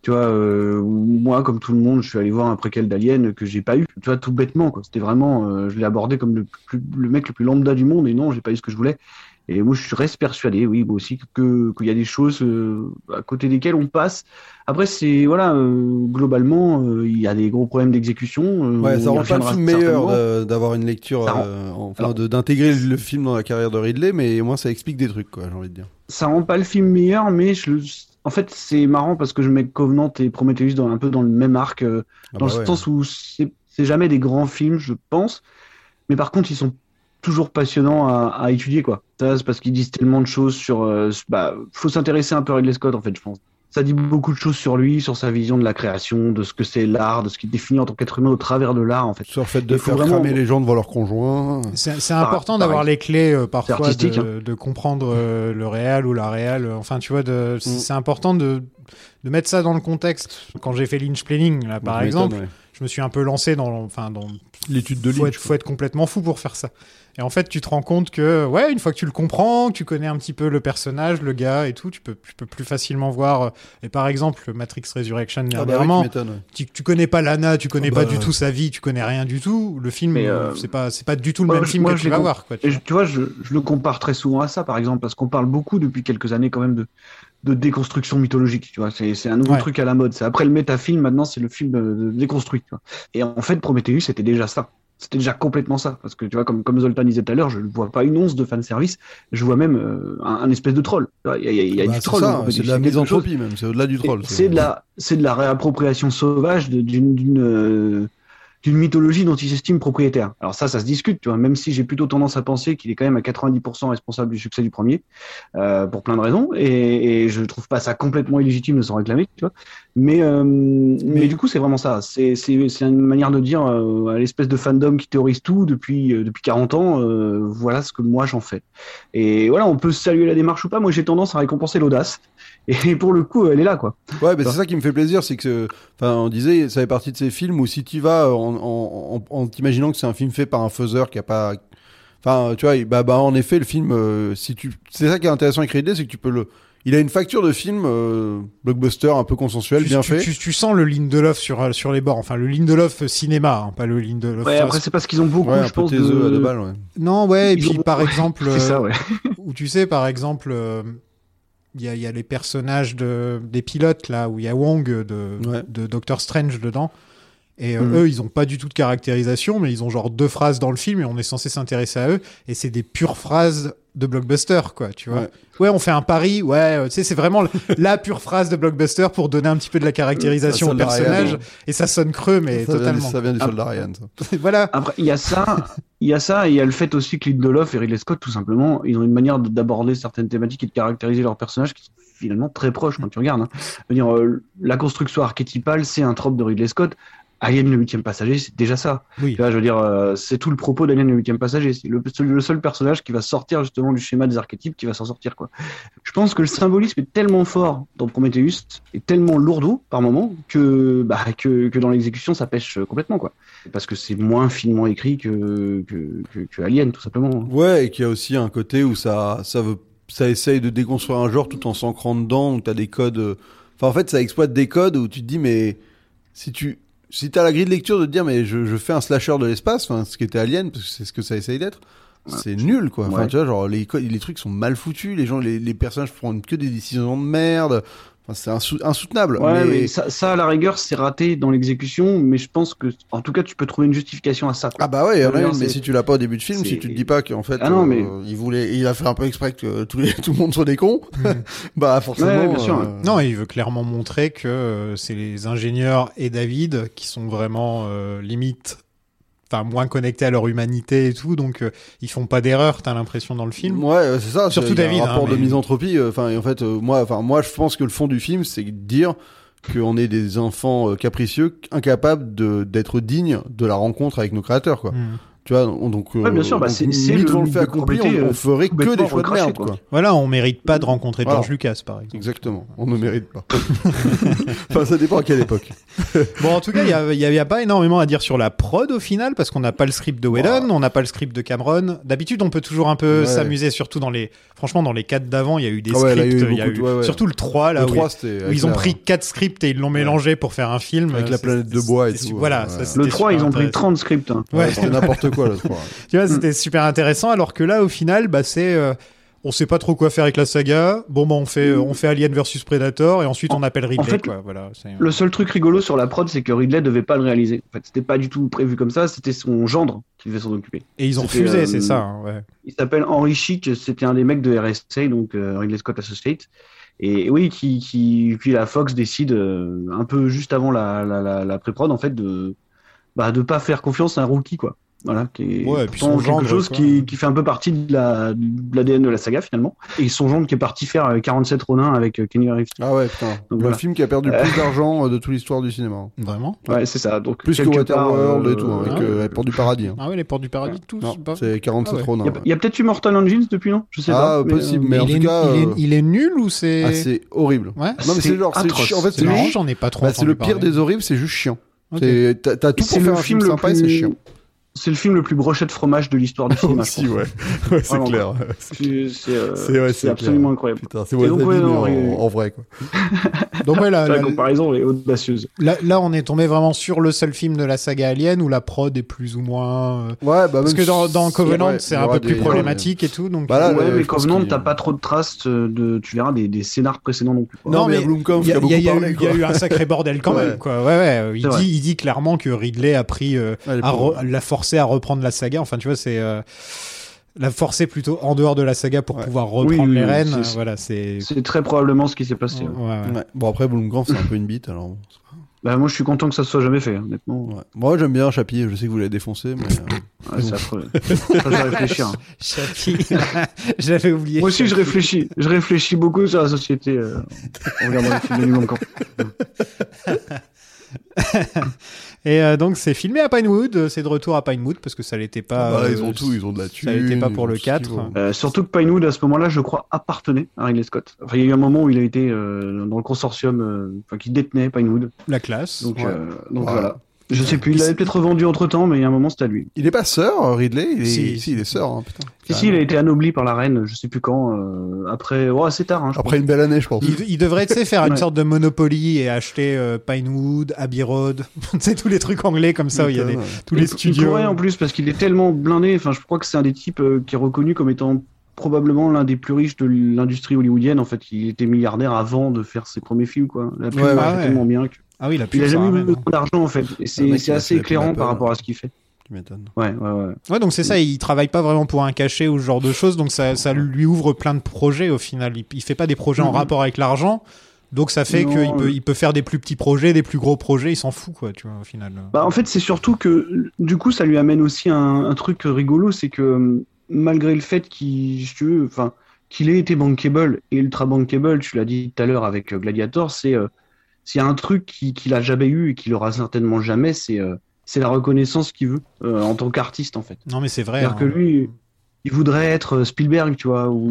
Speaker 10: tu vois, euh, moi, comme tout le monde, je suis allé voir un préquel d'Alien que j'ai pas eu. Tu vois, tout bêtement, quoi. C'était vraiment, euh, je l'ai abordé comme le, plus, le mec le plus lambda du monde, et non, j'ai pas eu ce que je voulais. Et moi, je reste persuadé, oui, moi aussi, que qu'il y a des choses euh, à côté desquelles on passe. Après, c'est voilà, euh, globalement, euh, il y a des gros problèmes d'exécution. euh,
Speaker 9: Ouais, ça
Speaker 10: on y
Speaker 9: rend pas le
Speaker 10: reviendra
Speaker 9: film meilleur
Speaker 10: certainement.
Speaker 9: de- d'avoir une lecture,
Speaker 10: Ça rend-
Speaker 9: euh, enfin,
Speaker 10: Alors-
Speaker 9: de- d'intégrer le film dans la carrière de Ridley, mais au moins ça explique des trucs, quoi, j'ai envie de dire.
Speaker 10: ça rend pas le film meilleur, mais je le... en fait, c'est marrant parce que je mets Covenant et Prometheus dans, un peu dans le même arc, euh,
Speaker 9: Ah
Speaker 10: dans
Speaker 9: bah
Speaker 10: le
Speaker 9: ouais.
Speaker 10: sens où c'est c'est jamais des grands films, je pense, mais par contre, ils sont toujours passionnants à, à étudier, quoi. Ça, C'est parce qu'ils disent tellement de choses sur. euh, bah, faut s'intéresser un peu à Ridley Scott, en fait, je pense. Ça dit beaucoup de choses sur lui, sur sa vision de la création, de ce que c'est l'art, de ce qu'il définit en tant qu'être humain au travers de l'art, en fait.
Speaker 9: Sur le fait de
Speaker 10: Il faut
Speaker 9: faire
Speaker 10: vraiment-
Speaker 9: cramer les gens devant leur conjoint.
Speaker 8: C'est c'est
Speaker 10: Par-
Speaker 8: important
Speaker 10: pareil.
Speaker 8: d'avoir les clés euh, parfois
Speaker 10: artistique,
Speaker 8: de,
Speaker 9: hein.
Speaker 8: de comprendre euh, le réel ou la réelle. euh, Enfin, tu vois, de- c'est
Speaker 9: Mm.
Speaker 8: c'est important de, de mettre ça dans le contexte. Quand j'ai fait Lynch Planning, là, par
Speaker 9: Donc,
Speaker 8: exemple,
Speaker 9: m'étonne, Bah, ouais.
Speaker 8: je me suis un peu lancé dans, enfin, dans
Speaker 9: L'étude de
Speaker 8: faut
Speaker 9: Lynch.
Speaker 8: être, faut être complètement fou pour faire ça. Et en fait, tu te rends compte que, ouais, une fois que tu le comprends, que tu connais un petit peu le personnage, le gars et tout, tu peux, tu peux plus facilement voir. euh, Et par exemple, Matrix Resurrection,
Speaker 9: Ah bah oui, tu
Speaker 8: dernièrement,
Speaker 9: m'étonnes, ouais.
Speaker 8: tu, tu connais pas Lana, tu connais
Speaker 9: Ah
Speaker 8: pas
Speaker 9: bah,
Speaker 8: du
Speaker 9: ouais.
Speaker 8: tout sa vie, tu connais rien du tout. Le film,
Speaker 10: Mais,
Speaker 8: euh,
Speaker 10: euh,
Speaker 8: c'est pas, c'est pas du tout le
Speaker 10: moi,
Speaker 8: même
Speaker 10: je-
Speaker 8: film
Speaker 10: moi,
Speaker 8: que
Speaker 10: je
Speaker 8: tu
Speaker 10: l'ai
Speaker 8: vas
Speaker 10: com-
Speaker 8: voir. Quoi, tu
Speaker 10: Et
Speaker 8: vois.
Speaker 10: je- tu vois, je, je le compare très souvent à ça, par exemple, parce qu'on parle beaucoup depuis quelques années quand même de, de déconstruction mythologique. Tu vois, c'est c'est un nouveau
Speaker 8: Ouais.
Speaker 10: truc à la mode. C'est après le métafilm, maintenant c'est le film euh, de, de déconstruit. tu vois. Et en fait, Prometheus, c'était déjà ça. C'était déjà complètement ça, parce que tu vois, comme, comme Zoltan disait tout à l'heure, je ne vois pas une once de fan service. Je vois même euh, un, un espèce de troll. Tu vois, Il y a, il y a- il y a
Speaker 9: Bah,
Speaker 10: du
Speaker 9: c'est
Speaker 10: troll.
Speaker 9: ça,
Speaker 10: dans Prometheus.
Speaker 9: c'est de la
Speaker 10: quelque chose-
Speaker 9: misanthropie même, c'est au-delà du troll.
Speaker 10: c'est c'est de la, c'est de la réappropriation sauvage de- d'une, d'une, euh, d'une mythologie dont il s'estime propriétaire. Alors ça, ça se discute, tu vois. Même si j'ai plutôt tendance à penser qu'il est quand même à 90% responsable du succès du premier, euh, pour plein de raisons, et, et je trouve pas ça complètement illégitime de s'en réclamer, tu vois. Mais, euh, mais, du coup, c'est vraiment ça. C'est, c'est, c'est une manière de dire euh, à l'espèce de fandom qui théorise tout depuis euh, depuis 40 ans. euh, voilà ce que moi j'en fais. Et voilà, on peut saluer la démarche ou pas. Moi, j'ai tendance à récompenser l'audace. Et pour le coup, elle est là, quoi.
Speaker 9: Ouais, mais c'est ça qui me fait plaisir, c'est que, euh, enfin, on disait, ça fait partie de ces films où si tu vas euh, en, en, en- en t'imaginant que c'est un film fait par un faiseur qui a pas, enfin, euh, tu vois, il- bah, bah, en effet, le film, euh, si tu, c'est ça qui est intéressant avec Ridley, c'est que tu peux le, il a une facture de film euh, blockbuster un peu consensuel,
Speaker 8: tu,
Speaker 9: bien
Speaker 8: tu-
Speaker 9: fait.
Speaker 8: tu- tu sens le Lindelof sur, euh, sur les bords. Enfin, le Lindelof cinéma, hein, pas le Lindelof.
Speaker 10: Ouais,
Speaker 8: face.
Speaker 10: après, c'est parce qu'ils ont beaucoup,
Speaker 9: ouais, un
Speaker 10: je
Speaker 9: peu
Speaker 10: pense,
Speaker 9: tes
Speaker 10: de...
Speaker 9: œufs à deux balles, ouais.
Speaker 8: non, ouais, et
Speaker 10: Ils
Speaker 8: puis
Speaker 10: ont-
Speaker 8: par
Speaker 10: ouais,
Speaker 8: exemple,
Speaker 10: C'est ça,
Speaker 8: euh,
Speaker 10: ouais.
Speaker 8: où tu sais, par exemple, euh, il y, a, il y a les personnages de, des pilotes, là, où il y a Wong de,
Speaker 9: Ouais. Mm.
Speaker 8: de Doctor Strange dedans. Et euh,
Speaker 10: Mhm.
Speaker 8: eux, ils ont pas du tout de caractérisation, mais ils ont genre deux phrases dans le film et on est censé s'intéresser à eux. Et c'est des pures phrases de blockbuster, quoi, tu vois.
Speaker 9: Ouais.
Speaker 8: Ouais, on fait un pari, ouais, euh, tu sais, c'est vraiment la- la pure phrase de blockbuster pour donner un petit peu de la caractérisation
Speaker 9: Ça,
Speaker 8: au
Speaker 9: ça, l'arrière,
Speaker 8: personnage.
Speaker 9: ouais.
Speaker 8: Et ça sonne creux, mais
Speaker 9: ça, vient, du-
Speaker 8: totalement.
Speaker 9: ça vient du
Speaker 10: Ah.
Speaker 9: soldat Ryan. ça.
Speaker 8: voilà.
Speaker 10: Après, il y a ça, il y a ça, et il y a le fait aussi que Lindelof et Ridley Scott, tout simplement, ils ont une manière de- d'aborder certaines thématiques et de caractériser leurs personnages qui sont finalement très proches quand tu regardes. hein. Je veux dire, euh, la construction archétypale, c'est un trope de Ridley Scott. Alien le huitième passager, c'est déjà ça.
Speaker 8: Oui.
Speaker 10: Tu vois, je veux dire, euh, c'est tout le propos d'Alien le huitième passager. C'est le, c'est le seul personnage qui va sortir justement du schéma des archétypes, qui va s'en sortir, quoi. Je pense que le symbolisme est tellement fort dans Prometheus, et tellement lourdeau par moment, que, bah, que, que dans l'exécution, ça pêche euh, complètement, quoi. Parce que c'est moins finement écrit que, que, que, que Alien, tout simplement.
Speaker 9: Ouais, et qu'il y a aussi un côté où ça, ça veut, ça essaye de déconstruire un genre tout en s'ancrant dedans, où t'as des codes. euh, Enfin, en fait, ça exploite des codes où tu te dis, mais si tu, si t'as la grille de lecture de te dire, mais je, je fais un slasher de l'espace, enfin, ce qui était Alien, parce que c'est ce que ça essaye d'être, c'est nul, quoi. Enfin,
Speaker 10: Ouais.
Speaker 9: tu vois, genre, les, codes- les trucs sont mal foutus, les gens, les, les personnages prennent que des décisions de merde. Enfin, c'est insou- insoutenable.
Speaker 10: Ouais,
Speaker 9: mais-
Speaker 10: mais ça, ça, à la rigueur, c'est raté dans l'exécution, mais je pense que, en tout cas, tu peux trouver une justification à ça. quoi.
Speaker 9: Ah bah ouais,
Speaker 10: Non,
Speaker 9: ouais,
Speaker 10: non,
Speaker 9: mais
Speaker 10: c'est-
Speaker 9: si tu l'as pas au début de film,
Speaker 10: c'est-
Speaker 9: si tu te dis pas qu'en fait
Speaker 10: Ah non,
Speaker 9: euh,
Speaker 10: mais-
Speaker 9: il voulait il a fait un peu exprès que tout, les, tout le monde soit des cons, bah forcément
Speaker 10: Mm. Ouais, bien sûr,
Speaker 9: euh,
Speaker 8: Non, il veut clairement montrer que euh, c'est les ingénieurs et David qui sont vraiment euh, limite, enfin moins connectés à leur humanité et tout, donc euh, ils font pas d'erreur. T'as l'impression dans le film.
Speaker 9: Ouais, euh, c'est ça,
Speaker 8: Surtout
Speaker 9: c'est- il y a
Speaker 8: David,
Speaker 9: un
Speaker 8: hein,
Speaker 9: rapport de
Speaker 8: mais-
Speaker 9: misanthropie euh, enfin et en fait euh, moi enfin moi je pense que le fond du film c'est de dire qu'on est des enfants euh, capricieux incapables de d'être dignes de la rencontre avec nos créateurs quoi.
Speaker 8: Mm.
Speaker 9: Tu vois, on- donc euh,
Speaker 10: Ouais, bien sûr, bah,
Speaker 9: donc,
Speaker 10: c'est-
Speaker 9: ni
Speaker 10: c'est le
Speaker 9: devant le
Speaker 10: mythe
Speaker 9: fait
Speaker 10: de
Speaker 9: accompli,
Speaker 10: Prométhée,
Speaker 9: on, on
Speaker 10: euh,
Speaker 9: ferait que des
Speaker 10: complètement
Speaker 9: choix de merde
Speaker 10: recraché,
Speaker 9: quoi.
Speaker 10: quoi.
Speaker 8: Voilà, on mérite pas de rencontrer
Speaker 9: Voilà.
Speaker 8: George Lucas, par exemple.
Speaker 9: Exactement, on ne mérite pas. enfin, ça dépend à quelle époque.
Speaker 8: Bon, en tout cas, il y a, il y a- il y a pas énormément à dire sur la prod au final, parce qu'on n'a pas le script de Whedon, on n'a pas le script de Cameron. D'habitude, on peut toujours un peu
Speaker 9: Bah. Ouais.
Speaker 8: s'amuser, surtout dans les. Franchement, dans les 4 d'avant, il y a eu des
Speaker 9: Ah ouais, là, il y a eu
Speaker 8: scripts, il y a
Speaker 9: beaucoup de-
Speaker 8: eu-
Speaker 9: ouais, ouais.
Speaker 8: surtout le 3, là,
Speaker 9: Le
Speaker 8: où
Speaker 9: 3, c'était
Speaker 8: où
Speaker 9: avec
Speaker 8: ils ont
Speaker 9: la-
Speaker 8: pris quatre scripts et ils l'ont mélangé pour faire un film.
Speaker 9: hein. Avec la
Speaker 8: C'est-
Speaker 9: planète de
Speaker 8: c'est-
Speaker 9: bois et
Speaker 8: c'est-
Speaker 9: tout, hein,
Speaker 8: Voilà,
Speaker 9: ouais.
Speaker 8: ça,
Speaker 9: Le
Speaker 8: c'était
Speaker 10: Le 3,
Speaker 8: super
Speaker 10: ils ont pris
Speaker 8: intéressant.
Speaker 10: 30 scripts. hein.
Speaker 9: Ouais, Mm.
Speaker 8: Ouais.
Speaker 9: c'était n'importe quoi, le 3.
Speaker 8: Tu vois, c'était super intéressant. Alors que là, au final, bah, c'est. euh, on sait pas trop quoi faire avec la saga. Bon, bah, on fait, euh, on fait Alien versus Predator et ensuite on appelle Ridley.
Speaker 10: fait,
Speaker 8: quoi. Voilà, c'est-
Speaker 10: Le seul truc rigolo sur la prod, c'est que Ridley devait pas le réaliser. En fait, c'était pas du tout prévu comme ça, c'était son gendre qui devait s'en occuper.
Speaker 8: et ils ont
Speaker 10: c'était,
Speaker 8: refusé,
Speaker 10: euh,
Speaker 8: c'est ça. hein, ouais.
Speaker 10: Il s'appelle Henry Schick, c'était un des mecs de RSA, donc euh, Ridley Scott Associates. Et oui, qui, qui, puis la Fox décide, euh, un peu juste avant la, la, la, la pré-prod, en fait, de bah, de pas faire confiance à un rookie, quoi. Voilà, qui est
Speaker 8: Ouais, et puis
Speaker 10: pourtant
Speaker 8: son
Speaker 10: quelque
Speaker 8: gendre,
Speaker 10: chose
Speaker 8: quoi.
Speaker 10: qui, qui fait un peu partie de l'ADN la, de, l'ADN de la saga, finalement. Et son gendre qui est parti faire euh, 47 Ronin avec euh, Kenny Reeves.
Speaker 9: Ah ouais, putain. le
Speaker 10: voilà.
Speaker 9: film qui a perdu le plus d'argent euh, de toute l'histoire du cinéma.
Speaker 8: Vraiment
Speaker 10: Ouais, c'est ça. Donc,
Speaker 9: Plus que
Speaker 10: quelque part,
Speaker 9: Waterworld
Speaker 10: euh,
Speaker 9: et tout, hein, avec
Speaker 8: ouais.
Speaker 9: euh, Port du Paradis. hein.
Speaker 8: Ah ouais, les portes du paradis, tous.
Speaker 9: Non,
Speaker 8: bah-
Speaker 9: c'est 47
Speaker 8: Ah ouais.
Speaker 9: Ronin.
Speaker 10: Il y a-
Speaker 9: ouais.
Speaker 10: il y, a peut-être eu Mortal Engines depuis, non Je sais
Speaker 9: Ah,
Speaker 10: pas. mais, euh,
Speaker 9: possible, mais en
Speaker 8: il,
Speaker 9: tout
Speaker 8: est,
Speaker 9: cas,
Speaker 8: il, est,
Speaker 9: euh,
Speaker 8: il est nul ou c'est.
Speaker 9: ah, c'est horrible.
Speaker 8: ouais.
Speaker 9: Non, mais
Speaker 10: c'est
Speaker 9: c'est genre, c'est
Speaker 10: atroce.
Speaker 9: chi- en fait,
Speaker 8: C'est
Speaker 9: c'est
Speaker 8: marrant,
Speaker 9: juste-
Speaker 8: j'en ai pas trop
Speaker 9: bah, c'est
Speaker 8: entendu
Speaker 9: le pire
Speaker 8: parler.
Speaker 9: des horribles, c'est juste chiant.
Speaker 8: Ok.
Speaker 9: C'est- T'as t'as tout pour
Speaker 10: C'est
Speaker 9: faire
Speaker 10: le
Speaker 9: un
Speaker 10: film
Speaker 9: film
Speaker 10: le
Speaker 9: sympa et c'est
Speaker 10: plus-
Speaker 9: chiant.
Speaker 10: C'est le film le plus brochette fromage de l'histoire du cinéma. je
Speaker 2: Aussi,
Speaker 10: pense.
Speaker 2: ouais. Ouais, c'est
Speaker 10: Vraiment,
Speaker 2: clair.
Speaker 10: C'est- C'est euh,
Speaker 2: C'est- ouais,
Speaker 10: c'est
Speaker 2: c'est
Speaker 10: absolument
Speaker 2: clair.
Speaker 10: incroyable.
Speaker 2: Putain, c'est
Speaker 10: Et donc,
Speaker 2: Wasabi,
Speaker 10: ouais,
Speaker 2: mais
Speaker 10: non,
Speaker 2: en,
Speaker 10: euh,
Speaker 2: en vrai, quoi.
Speaker 8: Donc ouais, là,
Speaker 10: La
Speaker 8: Ah là-
Speaker 10: comparaison est audacieuse.
Speaker 8: là, là, on est tombé vraiment sur le seul film de la saga Alien où la prod est plus ou moins. euh,
Speaker 9: Ouais, bah,
Speaker 8: Parce
Speaker 9: même
Speaker 8: que dans,
Speaker 9: si-
Speaker 8: dans Covenant,
Speaker 9: ouais,
Speaker 8: c'est
Speaker 9: il y
Speaker 8: un
Speaker 9: aura
Speaker 8: peu
Speaker 9: des-
Speaker 8: plus
Speaker 9: ouais,
Speaker 8: problématique et tout. Donc
Speaker 9: Voilà, Ah,
Speaker 10: ouais,
Speaker 9: euh,
Speaker 10: mais
Speaker 9: je pense
Speaker 10: Covenant,
Speaker 9: qu'il y a-
Speaker 10: t'as pas trop de traces euh, de, tu verras, des, des scénars précédents non plus. quoi.
Speaker 9: Non,
Speaker 8: Non,
Speaker 9: mais il y a
Speaker 8: mais
Speaker 9: Blomkamp
Speaker 8: Il
Speaker 9: qui
Speaker 8: y,
Speaker 9: a
Speaker 8: a-
Speaker 9: beaucoup
Speaker 8: il y a
Speaker 9: parlé,
Speaker 8: eu- il y a
Speaker 9: quoi.
Speaker 8: eu un sacré bordel quand
Speaker 9: Ouais.
Speaker 8: même. Quoi. Ouais, ouais, euh, il,
Speaker 10: C'est vrai.
Speaker 8: dit, il dit clairement que Ridley a pris, euh,
Speaker 9: Ouais, les
Speaker 8: a
Speaker 9: pauvres.
Speaker 8: re- l'a forcé à reprendre la saga. Enfin, tu vois, c'est euh, l'a forcé plutôt en dehors de la saga pour
Speaker 9: Ouais.
Speaker 8: pouvoir
Speaker 10: Oui,
Speaker 8: reprendre
Speaker 10: oui,
Speaker 8: les
Speaker 10: oui,
Speaker 8: rênes.
Speaker 10: c'est-
Speaker 8: Euh, Voilà, c'est.
Speaker 10: C'est très probablement ce qui s'est passé.
Speaker 8: Ouais, ouais.
Speaker 9: Ouais. Bon, après, Blomkamp, c'est un peu une bite, alors.
Speaker 10: Bah, moi, je suis content que ça se soit jamais fait, hein, honnêtement.
Speaker 9: Ouais. Moi, j'aime bien Chapier, je sais que vous l'avez défoncé, mais. euh,
Speaker 10: Ouais, c'est affreux. Ça, je vais réfléchir.
Speaker 8: Chapi, j'avais oublié.
Speaker 10: Moi aussi, je réfléchis. Je réfléchis beaucoup sur la société euh, en regardant les films de Nuit Blanc.
Speaker 8: Et euh, donc, c'est filmé à Pinewood. euh, C'est de retour à Pinewood parce que ça l'était pas.
Speaker 9: bah,
Speaker 8: euh,
Speaker 9: ils ont tout, ils ont de la thune.
Speaker 8: ça l'était pas
Speaker 9: ils
Speaker 8: pour
Speaker 9: ont
Speaker 8: le
Speaker 9: tout ce qu'ils
Speaker 8: 4.
Speaker 9: veulent.
Speaker 10: Euh, surtout que Pinewood, à ce moment-là, je crois, appartenait à Ridley Scott. Enfin, il y a eu un moment où il a été euh, dans le consortium euh, enfin, qui détenait Pinewood.
Speaker 8: La classe.
Speaker 10: Donc,
Speaker 9: Ouais.
Speaker 10: euh, donc
Speaker 9: Ouais.
Speaker 10: voilà. Je sais plus, il l'avait peut-être revendu entre temps, mais il y a un moment, c'était à lui.
Speaker 9: Il est pas sœur, Ridley Il est, si,
Speaker 8: Si.
Speaker 9: il est sœur, hein, putain.
Speaker 10: Si, si, il a été anobli par la reine, je sais plus quand, euh, après, ouais, assez tard, hein, je
Speaker 9: Après une belle année, je pense.
Speaker 8: Il, il devrait tu sais, faire une
Speaker 10: Ouais.
Speaker 8: sorte de Monopoly et acheter euh, Pinewood, Abbey Road, tu sais, tous les trucs anglais comme ça où il y a des,
Speaker 9: Putain, ouais.
Speaker 8: tous les
Speaker 10: Il- Il
Speaker 8: studios.
Speaker 10: pourrait Euh, en plus parce qu'il est tellement blindé. Enfin, je crois que c'est un des types euh, qui est reconnu comme étant probablement l'un des plus riches de l'industrie hollywoodienne. En fait, il était milliardaire avant de faire ses premiers films, quoi. La pub
Speaker 9: Ouais, ouais,
Speaker 10: marchait
Speaker 8: ouais.
Speaker 10: tellement bien qu'il
Speaker 8: Ah oui, la pub,
Speaker 10: il a
Speaker 8: ça
Speaker 10: jamais eu
Speaker 8: ramène, hein.
Speaker 10: beaucoup d'argent, en fait. Et
Speaker 9: Le
Speaker 10: c'est
Speaker 9: mec,
Speaker 10: c'est
Speaker 9: il a fait
Speaker 10: assez
Speaker 9: la pub
Speaker 10: éclairant
Speaker 9: Apple,
Speaker 10: par rapport
Speaker 9: hein.
Speaker 10: à ce qu'il fait.
Speaker 9: Tu m'étonnes.
Speaker 10: Ouais, ouais, ouais.
Speaker 8: Ouais, donc c'est ça, il travaille pas vraiment pour un cachet ou ce genre de choses, donc ça, ça lui ouvre plein de projets au final. Il, il fait pas des projets en
Speaker 10: Mhm.
Speaker 8: rapport avec l'argent, donc ça fait
Speaker 10: Non,
Speaker 8: qu'il peut,
Speaker 10: euh.
Speaker 8: il peut faire des plus petits projets, des plus gros projets, il s'en fout, quoi, tu vois, au final.
Speaker 10: Bah, en fait, c'est surtout que, du coup, ça lui amène aussi un, un truc rigolo, c'est que euh, malgré le fait qu'il, si tu veux, enfin, qu'il ait été bankable et ultra bankable, tu l'as dit tout à l'heure avec euh, Gladiator, c'est euh, s'il y a un truc qui- qu'il a jamais eu et qu'il aura certainement jamais, c'est euh, c'est la reconnaissance qu'il veut euh, en tant qu'artiste, en fait.
Speaker 8: Non, mais c'est vrai.
Speaker 10: C'est-à-dire que
Speaker 8: hein.
Speaker 10: lui, il voudrait être euh, Spielberg, tu vois, ou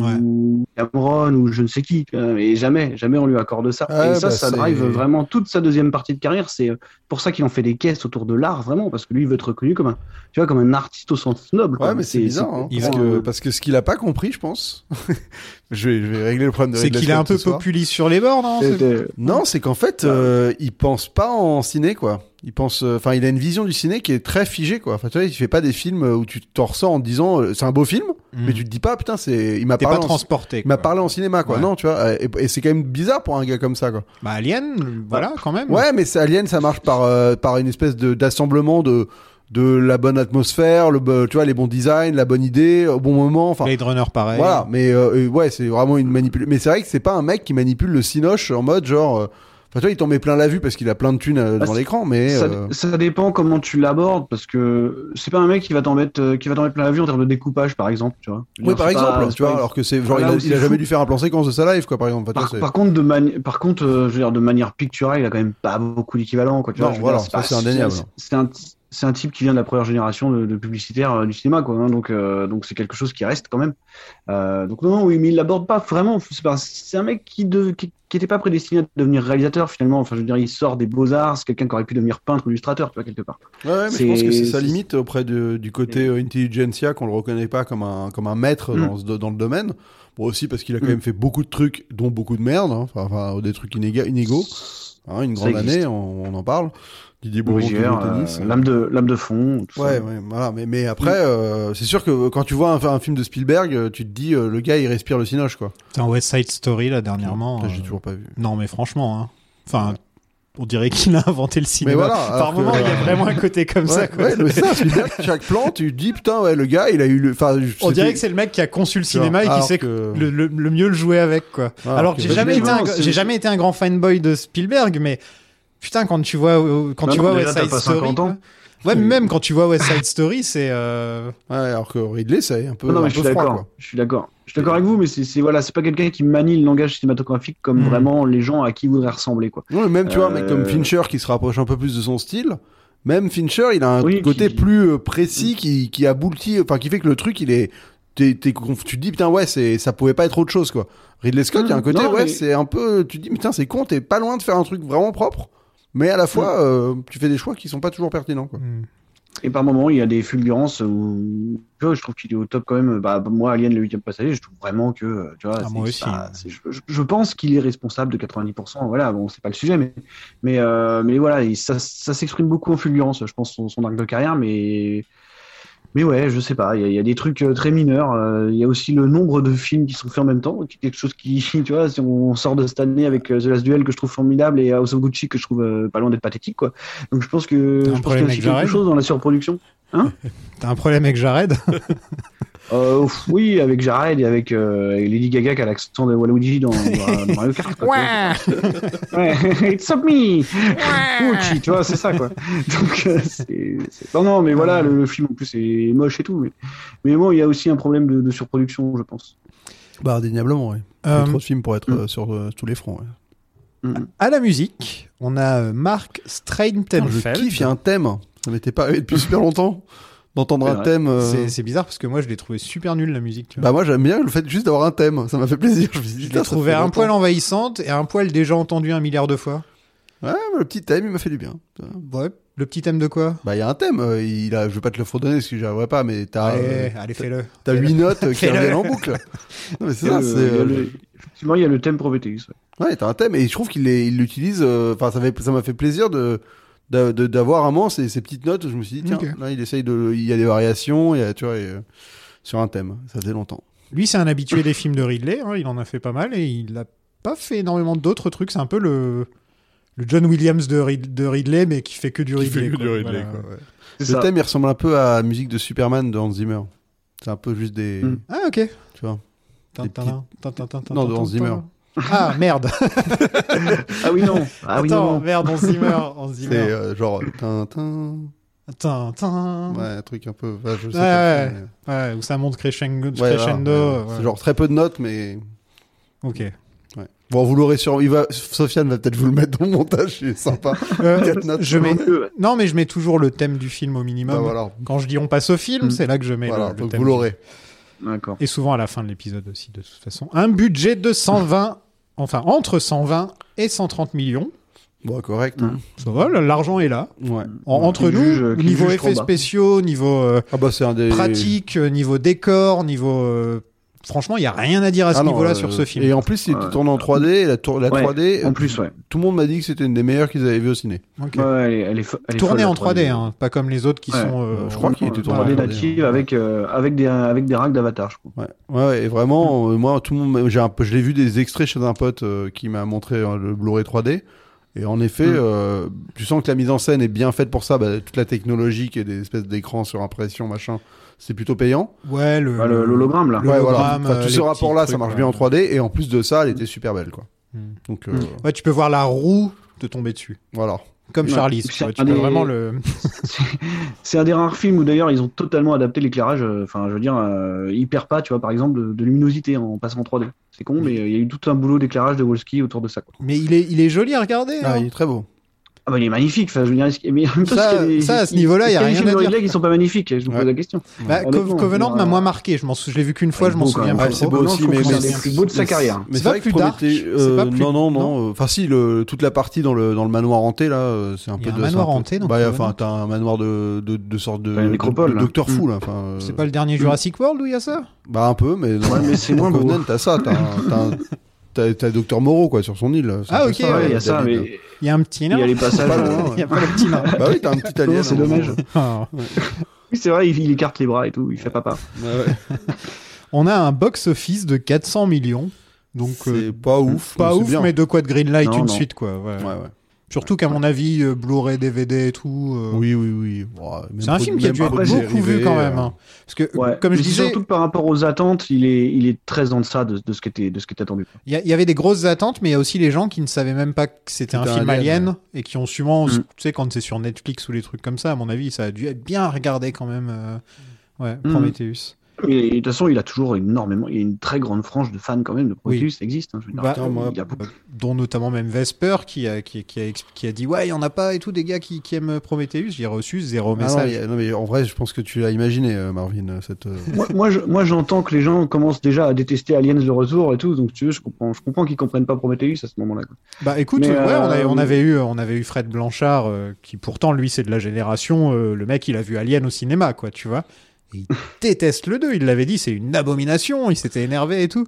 Speaker 10: Cameron, ou je ne sais qui, euh, et jamais, jamais on lui accorde ça.
Speaker 9: Ah,
Speaker 10: et ça,
Speaker 9: bah,
Speaker 10: ça
Speaker 9: c'est-
Speaker 10: drive vraiment toute sa deuxième partie de carrière. C'est euh, pour ça qu'il en fait des caisses autour de l'art, vraiment, parce que lui, il veut être reconnu comme un, tu vois, comme un artiste au sens noble. quoi.
Speaker 9: Ouais, mais c'est bizarre, hein,
Speaker 8: il
Speaker 9: parce,
Speaker 10: va-
Speaker 9: que, parce que ce qu'il a pas compris, je pense. je, vais, je vais régler le problème de
Speaker 8: C'est
Speaker 9: Ridley
Speaker 8: qu'il est un
Speaker 9: Scott
Speaker 8: peu Bah.
Speaker 9: ce soir.
Speaker 8: populiste sur les bords, non
Speaker 10: c'est- euh,
Speaker 9: Non, c'est qu'en fait, euh, il pense pas en ciné, quoi. Il pense, euh, enfin, il a une vision du ciné qui est très figée, quoi. Enfin, tu vois, il fait pas des films euh, où tu t'en ressens en te disant, euh, c'est un beau film,
Speaker 8: Mm.
Speaker 9: mais tu te dis pas, putain, c'est, il m'a
Speaker 8: T'es
Speaker 9: parlé,
Speaker 8: pas
Speaker 9: en...
Speaker 8: transporté.
Speaker 9: il m'a
Speaker 8: quoi.
Speaker 9: parlé en cinéma, quoi.
Speaker 8: Ouais.
Speaker 9: Non, tu vois, euh, et, et c'est quand même bizarre pour un gars comme ça, quoi.
Speaker 8: Bah, Alien, voilà, quand même.
Speaker 9: Ouais, mais c'est Alien, ça marche par, euh, par une espèce de, d'assemblement de, de la bonne atmosphère, le, bo- tu vois, les bons designs, la bonne idée, au bon moment, enfin.
Speaker 8: Blade Runner, pareil.
Speaker 9: Voilà, mais euh, euh, ouais, c'est vraiment une manipulation. Mais c'est vrai que c'est pas un mec qui manipule le cinoche en mode genre. euh, Enfin, tu vois, il t'en met plein la vue parce qu'il a plein de thunes euh,
Speaker 10: Bah,
Speaker 9: dans
Speaker 10: c'est-
Speaker 9: l'écran, mais.
Speaker 10: Ça,
Speaker 9: euh,
Speaker 10: ça dépend comment tu l'abordes parce que c'est pas un mec qui va t'en mettre euh, qui va t'en mettre plein la vue en termes de découpage par exemple tu vois Je veux
Speaker 9: Oui,
Speaker 10: dire,
Speaker 9: par
Speaker 10: c'est pas-
Speaker 9: exemple,
Speaker 10: c'est
Speaker 9: tu vois,
Speaker 10: pas-
Speaker 9: alors que c'est genre,
Speaker 10: Ah,
Speaker 9: il
Speaker 10: là
Speaker 9: a,
Speaker 10: où c'est
Speaker 9: il a jamais
Speaker 10: fou.
Speaker 9: dû faire un plan séquence de sa live, quoi, par exemple. Enfin, tu
Speaker 10: Par,
Speaker 9: vois, c'est-
Speaker 10: par contre, de mani- par contre, euh, je veux dire, de manière picturale, il a quand même pas beaucoup d'équivalent. quoi, tu
Speaker 9: Non,
Speaker 10: vois, je veux
Speaker 9: voilà,
Speaker 10: dire,
Speaker 9: ça,
Speaker 10: pas-
Speaker 9: c'est indéniable.
Speaker 10: C'est un, c'est un type qui vient de la première génération de, de publicitaires euh, du cinéma, quoi. hein, donc, euh, donc c'est quelque chose qui reste quand même. Euh, donc non, non, oui, mais il l'aborde pas vraiment. C'est pas- c'est un mec qui, de, qui, qui était pas prédestiné à devenir réalisateur finalement. Enfin, je veux dire, il sort des beaux arts. C'est quelqu'un qui aurait pu devenir peintre ou illustrateur, tu vois, quelque part.
Speaker 9: Ouais, ouais, mais je pense
Speaker 10: c'est-
Speaker 9: que c'est sa
Speaker 10: c'est-
Speaker 9: limite auprès de- du côté euh, intelligentsia qu'on le reconnaît pas comme un, comme un maître
Speaker 10: Mm.
Speaker 9: dans, ce- dans le domaine. Bon, aussi parce qu'il a quand
Speaker 10: Mm.
Speaker 9: même fait beaucoup de trucs, dont beaucoup de merde, hein, enfin, enfin, des trucs inéga- inégaux. hein, une
Speaker 10: Ça
Speaker 9: grande
Speaker 10: existe.
Speaker 9: année, on, on en parle. Didier Bourbon qui joue
Speaker 10: Brugière,
Speaker 9: au tennis.
Speaker 10: euh, l'âme de l'âme de fond. tout
Speaker 9: Ouais,
Speaker 10: ça.
Speaker 9: ouais, voilà. Mais, mais après,
Speaker 10: Mm.
Speaker 9: euh, c'est sûr que quand tu vois un, un film de Spielberg, euh, tu te dis euh, le gars il respire le cinoche quoi.
Speaker 8: Putain, West Side Story, là, dernièrement.
Speaker 9: Putain, j'ai
Speaker 8: euh,
Speaker 9: toujours pas vu.
Speaker 8: Non, mais franchement, hein. Enfin, on dirait qu'il a inventé le
Speaker 9: Mais
Speaker 8: cinéma.
Speaker 9: voilà. alors
Speaker 8: Par
Speaker 9: que-
Speaker 8: moment, il y a vraiment un côté comme
Speaker 9: Ouais,
Speaker 8: ça, quoi.
Speaker 9: ouais, mais ça, Spielberg, chaque plan, tu te dis putain, ouais, le gars, il a eu le. Enfin, je-
Speaker 8: On dirait
Speaker 9: c'était-
Speaker 8: que c'est le mec qui a conçu le cinéma et
Speaker 9: Alors
Speaker 8: qui sait
Speaker 9: que-
Speaker 8: que... le, le- le mieux le jouer avec, quoi.
Speaker 9: Alors
Speaker 8: Alors,
Speaker 9: que-
Speaker 8: que j'ai jamais, été un,
Speaker 10: Effectivement, c'est-
Speaker 8: j'ai jamais été un grand fanboy de Spielberg, mais putain, quand tu vois, euh, quand
Speaker 10: Non,
Speaker 8: tu
Speaker 10: non,
Speaker 8: vois
Speaker 10: déjà,
Speaker 8: West
Speaker 10: t'as
Speaker 8: Side
Speaker 10: pas
Speaker 8: Story.
Speaker 10: 50 ans.
Speaker 8: quoi. Ouais, mais même quand tu vois West Side Story, c'est. euh,
Speaker 9: ouais, alors que Ridley, c'est un peu.
Speaker 10: Ah Non, non,
Speaker 9: un
Speaker 10: mais je
Speaker 9: peu
Speaker 10: suis
Speaker 9: froid,
Speaker 10: d'accord.
Speaker 9: quoi.
Speaker 10: Je suis d'accord. Je suis d'accord avec vous, mais c'est c'est- voilà, c'est pas quelqu'un qui manie le langage cinématographique comme
Speaker 8: Mm.
Speaker 10: vraiment les gens à qui il voudrait ressembler quoi.
Speaker 9: Non, mais même tu vois, un mec comme
Speaker 10: Euh,
Speaker 9: Fincher qui se rapproche un peu plus de son style. Même Fincher, il a un
Speaker 10: Oui,
Speaker 9: côté
Speaker 10: qui-
Speaker 9: plus euh, précis qui, qui aboutit, enfin qui fait que le truc, il est. t'es- t'es conf- tu te dis putain ouais c'est ça pouvait pas être autre chose quoi Ridley Scott il y a un
Speaker 10: Mm,
Speaker 9: côté
Speaker 10: non,
Speaker 9: ouais
Speaker 10: mais-
Speaker 9: c'est un peu tu te dis putain c'est con t'es pas loin de faire un truc vraiment propre Mais à la
Speaker 10: Mm.
Speaker 9: fois, euh, tu fais des choix qui sont pas toujours pertinents. Quoi.
Speaker 8: Hmm.
Speaker 10: Et par moments, il y a des fulgurances où tu vois, je trouve qu'il est au top quand même. Bah, moi, Alien, le 8 passager, je trouve vraiment que. euh, Tu vois,
Speaker 8: Ah,
Speaker 10: c'est-
Speaker 8: moi aussi.
Speaker 10: bah, c'est- je, je- je pense qu'il est responsable de 90%. Voilà, bon, c'est pas le sujet, mais, mais, euh, mais voilà, il- ça, ça s'exprime beaucoup en fulgurance, je pense, son, son arc de carrière. Mais, mais ouais, je sais pas. Il y, a- il y a des trucs euh, très mineurs. euh, Il y a aussi le nombre de films qui sont faits en même temps. qui est Quelque chose qui, tu vois, si on sort de cette année avec euh, The Last Duel que je trouve formidable et House of Gucci que je trouve euh, pas loin d'être pathétique, quoi. Donc je pense que
Speaker 8: T'as un
Speaker 10: je pense qu'il y
Speaker 8: problème
Speaker 10: a
Speaker 8: avec
Speaker 10: aussi quelque
Speaker 8: Jared
Speaker 10: chose dans la surproduction.
Speaker 8: T'as un problème avec Jared
Speaker 10: Euh, pff, oui, avec Jared et avec, euh, avec Lady Gaga qui a l'accent de Waluigi dans, dans- dans Mario Kart. quoi, tu vois. ouais. It's up me
Speaker 5: Ah.
Speaker 10: Ouchi, tu vois, c'est ça, quoi. Donc, euh, c'est- c'est- Non, non, mais voilà, le, le film en plus est moche et tout. Mais, mais bon, il y a aussi un problème de, de surproduction, je pense.
Speaker 9: Bah, indéniablement, oui.
Speaker 8: Euh,
Speaker 9: Trop de films pour être euh, sur euh, tous les fronts. ouais. Ah,
Speaker 8: À la musique, on a euh, Mark
Speaker 9: Putain, Je
Speaker 8: Straitenfeld.
Speaker 9: kiffe, il y a un thème. Ça m'était pas arrivé depuis super longtemps d'entendre
Speaker 10: C'est
Speaker 9: un
Speaker 10: vrai.
Speaker 9: thème. euh,
Speaker 8: C'est- C'est bizarre parce que moi je l'ai trouvé super nul la musique. Tu vois.
Speaker 9: Bah, moi, j'aime bien le fait juste d'avoir un thème. Ça m'a fait plaisir. Je me suis dit,
Speaker 8: je
Speaker 9: putain,
Speaker 8: l'ai
Speaker 9: ça
Speaker 8: trouvé
Speaker 9: fait
Speaker 8: un
Speaker 9: longtemps.
Speaker 8: poil envahissante et un poil déjà entendu un milliard de fois.
Speaker 9: Ouais, mais le petit thème, il m'a fait du bien.
Speaker 8: Ouais. Le petit thème de quoi
Speaker 9: Bah, il y a un thème. euh, Il a... Je vais pas te le fredonner parce que j'y arriverai pas, mais t'as. euh,
Speaker 8: Allez, allez fais-le.
Speaker 9: T'as
Speaker 8: Fais-le.
Speaker 9: huit notes euh, qui
Speaker 8: Fais-le.
Speaker 9: reviennent en boucle. Non, mais c'est
Speaker 10: Et,
Speaker 9: ça,
Speaker 10: euh,
Speaker 9: c'est.
Speaker 10: il y a
Speaker 9: euh,
Speaker 10: le- Effectivement, il y a le thème Prometheus. ouais.
Speaker 9: Ouais, t'as un thème et je trouve qu'il est- il l'utilise. euh, Enfin, ça fait- ça m'a fait plaisir de d'a- de- d'avoir un moment ces, ces petites notes. Je me suis dit, tiens,
Speaker 8: Ok.
Speaker 9: là, il essaye de. Il y a des variations, il y a, tu vois, et, euh, sur un thème. Ça faisait longtemps.
Speaker 8: Lui, c'est un habitué des films de Ridley. hein, il en a fait pas mal et il n'a pas fait énormément d'autres trucs. C'est un peu le, le John Williams de, Rid- de Ridley, mais qui fait que du Ridley. quoi. Voilà.
Speaker 10: C'est
Speaker 9: Le
Speaker 10: ça.
Speaker 9: thème, il ressemble un peu à la musique de Superman de Hans Zimmer. C'est un peu juste des.
Speaker 10: Mm.
Speaker 8: Ah, ok.
Speaker 9: Tu vois.
Speaker 8: Tin, tin,
Speaker 9: petites-
Speaker 8: tin, tin, tin, tin,
Speaker 9: Non, de
Speaker 8: tin,
Speaker 9: Hans
Speaker 8: tin.
Speaker 9: Zimmer.
Speaker 8: Ah, merde.
Speaker 10: Ah oui, non. Ah oui,
Speaker 8: Attends,
Speaker 10: non.
Speaker 8: merde, Hans Zimmer. Hans
Speaker 9: C'est
Speaker 8: Zimmer.
Speaker 9: euh, genre. euh, Tintin.
Speaker 8: Tin, tin.
Speaker 9: Ouais, un truc un peu. enfin, je sais
Speaker 8: Ouais,
Speaker 9: pas,
Speaker 8: ouais.
Speaker 9: mais-
Speaker 8: Ouais, où ça monte crescendo.
Speaker 9: Ouais, voilà,
Speaker 8: crescendo
Speaker 9: ouais.
Speaker 8: ouais.
Speaker 9: C'est genre très peu de notes, mais.
Speaker 8: Ok.
Speaker 9: ouais. Bon, vous l'aurez sur. Il va... Sofiane va peut-être vous le mettre dans le montage, c'est sympa.
Speaker 8: Euh,
Speaker 9: Quatre notes.
Speaker 8: je mets...
Speaker 10: Euh, ouais.
Speaker 8: Non, mais je mets toujours le thème du film au minimum.
Speaker 9: Bah, voilà.
Speaker 8: Quand je dis on passe au film,
Speaker 10: Mm.
Speaker 8: c'est là que je mets le-
Speaker 9: Voilà,
Speaker 8: le,
Speaker 9: donc
Speaker 8: thème
Speaker 9: vous
Speaker 8: du-
Speaker 9: l'aurez.
Speaker 10: D'accord.
Speaker 8: Et souvent à la fin de l'épisode aussi, de toute façon. Un budget de 120, enfin entre 120 et 130 millions.
Speaker 9: Bon, correct.
Speaker 10: hein.
Speaker 8: Ça va, l'argent est là.
Speaker 10: Mm.
Speaker 9: Ouais.
Speaker 8: En- entre
Speaker 10: Qui
Speaker 8: nous,
Speaker 10: juge- qui
Speaker 8: niveau
Speaker 10: juge
Speaker 8: effets
Speaker 10: trop bas.
Speaker 8: spéciaux, niveau euh,
Speaker 9: Ah bah c'est un des
Speaker 8: pratique, euh, niveau décor, niveau. euh, franchement, il n'y a rien à dire à ce
Speaker 9: Ah non,
Speaker 8: niveau-là
Speaker 9: euh,
Speaker 8: sur ce film.
Speaker 9: Et en plus, il
Speaker 10: Ouais.
Speaker 9: tourne en 3D. et La, tour- la
Speaker 10: Ouais,
Speaker 9: 3D,
Speaker 10: En plus, ouais.
Speaker 9: tout le monde m'a dit que c'était une des meilleures qu'ils avaient vues au ciné.
Speaker 8: Ok.
Speaker 10: Ouais, elle est, elle est fo- elle est
Speaker 8: Tourné
Speaker 10: folle,
Speaker 8: en
Speaker 10: la 3D.
Speaker 8: 3D, hein, pas comme les autres qui
Speaker 10: Ouais,
Speaker 8: sont. euh,
Speaker 9: euh, je crois qu'il était tourné en hein.
Speaker 10: 3D
Speaker 9: 3D,
Speaker 10: native
Speaker 9: ouais.
Speaker 10: avec, euh, avec, des, avec des racks d'avatar, je crois.
Speaker 9: Ouais, ouais, ouais, et
Speaker 8: Mm.
Speaker 9: vraiment, euh, moi, tout le monde, m'a- j'ai un peu, je l'ai vu des extraits chez un pote euh, qui m'a montré euh, le Blu-ray 3D. Et en effet,
Speaker 10: Mm.
Speaker 9: euh, tu sens que la mise en scène est bien faite pour ça. Bah, toute la technologie qui est des espèces d'écrans sur impression, machin, c'est plutôt payant.
Speaker 8: Ouais, le.
Speaker 9: Euh,
Speaker 10: Ah, le- L'hologramme, là.
Speaker 8: Le
Speaker 9: ouais,
Speaker 8: hologramme,
Speaker 9: Enfin,
Speaker 8: euh,
Speaker 9: tout
Speaker 8: les
Speaker 9: ce rapport-là,
Speaker 8: petits
Speaker 9: ça marche
Speaker 8: trucs,
Speaker 9: bien en
Speaker 8: ouais.
Speaker 9: 3D. Et en plus de ça, elle était super belle, quoi.
Speaker 8: Mm.
Speaker 9: Donc euh,
Speaker 10: Mm.
Speaker 8: Ouais, tu peux voir la roue te tomber dessus.
Speaker 9: voilà.
Speaker 8: Comme
Speaker 10: Ouais.
Speaker 8: Charlie.
Speaker 10: C'est
Speaker 8: Tu vois, tu
Speaker 10: un
Speaker 8: peux
Speaker 10: des-
Speaker 8: vraiment le.
Speaker 10: C'est un des rares films où d'ailleurs ils ont totalement adapté l'éclairage, euh, enfin je veux dire, euh, il perd pas, tu vois, par exemple, de, de luminosité en passant en 3D. C'est con, mais euh, il y a eu tout un boulot d'éclairage de Wolski autour de ça. Quoi.
Speaker 8: Mais il est, il est joli à regarder.
Speaker 9: Ah,
Speaker 8: hein.
Speaker 9: il est très beau.
Speaker 10: Ah bah il est magnifique, enfin je veux dire, est-ce qu'il- mais en même temps, est-ce
Speaker 8: Ça-
Speaker 10: qu'il y a des-
Speaker 8: ça, à ce niveau-là,
Speaker 10: est-ce
Speaker 8: il y a
Speaker 10: qu'il
Speaker 8: rien
Speaker 10: des
Speaker 8: à
Speaker 10: films de
Speaker 8: dire.
Speaker 10: Ridley qui sont pas magnifiques, je vous
Speaker 9: Ouais.
Speaker 10: pose la question.
Speaker 8: Bah,
Speaker 10: Honnêtement,
Speaker 8: Cove- Covenant
Speaker 10: euh,
Speaker 8: m'a moins marqué. Je m'en sou- je l'ai vu qu'une fois, je m'en
Speaker 10: beau, quand
Speaker 8: souviens
Speaker 10: même.
Speaker 8: pas
Speaker 10: Ouais,
Speaker 8: trop.
Speaker 9: c'est Ah, beau
Speaker 10: Covenant,
Speaker 9: aussi,
Speaker 10: Oh, je trouve
Speaker 9: mais-
Speaker 10: que
Speaker 9: mais
Speaker 10: c'est le plus beau de sa carrière.
Speaker 9: Mais
Speaker 8: C'est
Speaker 9: c'est
Speaker 8: pas
Speaker 9: vrai que
Speaker 8: plus dark,
Speaker 9: Prométhée,
Speaker 8: c'est
Speaker 9: euh,
Speaker 8: pas plus-
Speaker 9: non, non,
Speaker 8: non.
Speaker 9: non. euh, Enfin, si, le, toute la partie dans le, dans le manoir hanté, là, euh, c'est un
Speaker 8: Il y
Speaker 9: peu
Speaker 8: a un
Speaker 9: de.
Speaker 8: manoir
Speaker 9: c'est peu-
Speaker 8: hanté euh, dans
Speaker 9: bah,
Speaker 8: Prométhée.
Speaker 9: Enfin, t'as un manoir de, de, de sorte de.
Speaker 10: T'as une nécropole,
Speaker 9: de- de
Speaker 10: là.
Speaker 9: Docteur
Speaker 10: Mm.
Speaker 9: Fou, là. Enfin, euh,
Speaker 8: C'est pas le dernier Jurassic World où il y a ça
Speaker 9: Bah, un peu, mais. dans-
Speaker 10: Ouais, mais c'est
Speaker 9: dans
Speaker 10: moins beau.
Speaker 9: Covenant, t'as ça. T'as un- t'as un- T'as t'as Docteur Moreau, quoi, sur son île. C'est
Speaker 8: Ah,
Speaker 9: un peu
Speaker 8: ok,
Speaker 9: ça,
Speaker 10: Ouais,
Speaker 8: ouais,
Speaker 10: il y a ça,
Speaker 9: David.
Speaker 10: mais
Speaker 8: Il y a un petit
Speaker 10: il y
Speaker 8: nain.
Speaker 10: a les
Speaker 9: Pas
Speaker 10: passages.
Speaker 9: loin, ouais.
Speaker 8: Il y a pas hein, le petit nain.
Speaker 9: Bah oui, t'as un petit alien.
Speaker 10: Non, c'est
Speaker 9: à un moment.
Speaker 10: dommage.
Speaker 8: Ah.
Speaker 10: Oui, c'est vrai, il, il écarte les bras et tout, il fait papa.
Speaker 8: Euh,
Speaker 9: Ouais, ouais.
Speaker 8: On a un box-office de 400 millions. Donc,
Speaker 9: Donc,
Speaker 8: euh,
Speaker 9: c'est pas ouf.
Speaker 8: pas
Speaker 9: c'est
Speaker 8: ouf,
Speaker 9: bien.
Speaker 8: mais de quoi de Greenlight
Speaker 10: Non,
Speaker 8: une
Speaker 10: non.
Speaker 8: suite, quoi. ouais.
Speaker 9: Ouais, ouais.
Speaker 8: Surtout qu'à mon avis, euh, Blu-ray, DVD et tout. euh,
Speaker 9: Oui, oui, oui. Bon, même
Speaker 8: C'est un
Speaker 9: pro-
Speaker 8: film qui a
Speaker 9: même
Speaker 8: dû être
Speaker 9: produit
Speaker 8: beaucoup vu
Speaker 9: dérivé,
Speaker 8: quand
Speaker 9: euh,
Speaker 8: même. hein. Parce que,
Speaker 10: Ouais.
Speaker 8: comme je
Speaker 10: Mais c'est
Speaker 8: disais,
Speaker 10: surtout que par rapport aux attentes, il est, il est très en deçà de, de ce qui était, de ce qui était attendu.
Speaker 8: il y, a- il y avait des grosses attentes, mais il y a aussi les gens qui ne savaient même pas que c'était un
Speaker 9: C'était un
Speaker 8: film
Speaker 9: alien,
Speaker 8: alien et qui ont sûrement,
Speaker 10: Mm.
Speaker 8: tu sais, quand c'est sur Netflix ou les trucs comme ça, à mon avis, ça a dû être bien regardé quand même. euh, Ouais,
Speaker 10: Mm.
Speaker 8: Prometheus.
Speaker 10: Et, et de toute façon, il a toujours énormément, il y a une très grande frange de fans quand même de produits,
Speaker 8: Oui.
Speaker 10: ça existe. hein, je veux dire,
Speaker 8: Bah,
Speaker 10: il y a
Speaker 9: moi,
Speaker 10: beaucoup-
Speaker 8: dont notamment même Vesper qui a, qui, qui a, exp- qui a dit ouais il y en a pas et tout des gars qui, qui aiment Prometheus j'ai reçu zéro
Speaker 9: Ah non, il
Speaker 8: message
Speaker 9: y a- non, mais en vrai, je pense que tu l'as imaginé, euh, Marvin. euh, Cette, euh,
Speaker 10: Moi, moi, je- moi, j'entends que les gens commencent déjà à détester Aliens le retour et tout, donc tu veux, je comprends, je comprends qu'ils comprennent pas Prometheus à ce moment-là. quoi.
Speaker 8: bah écoute
Speaker 10: Mais,
Speaker 8: ouais on, a-
Speaker 10: euh,
Speaker 8: on avait eu on avait eu Fred Blanchard euh, qui pourtant lui c'est de la génération euh, le mec il a vu Alien au cinéma quoi tu vois Et il déteste le 2 il l'avait dit c'est une abomination il s'était énervé et tout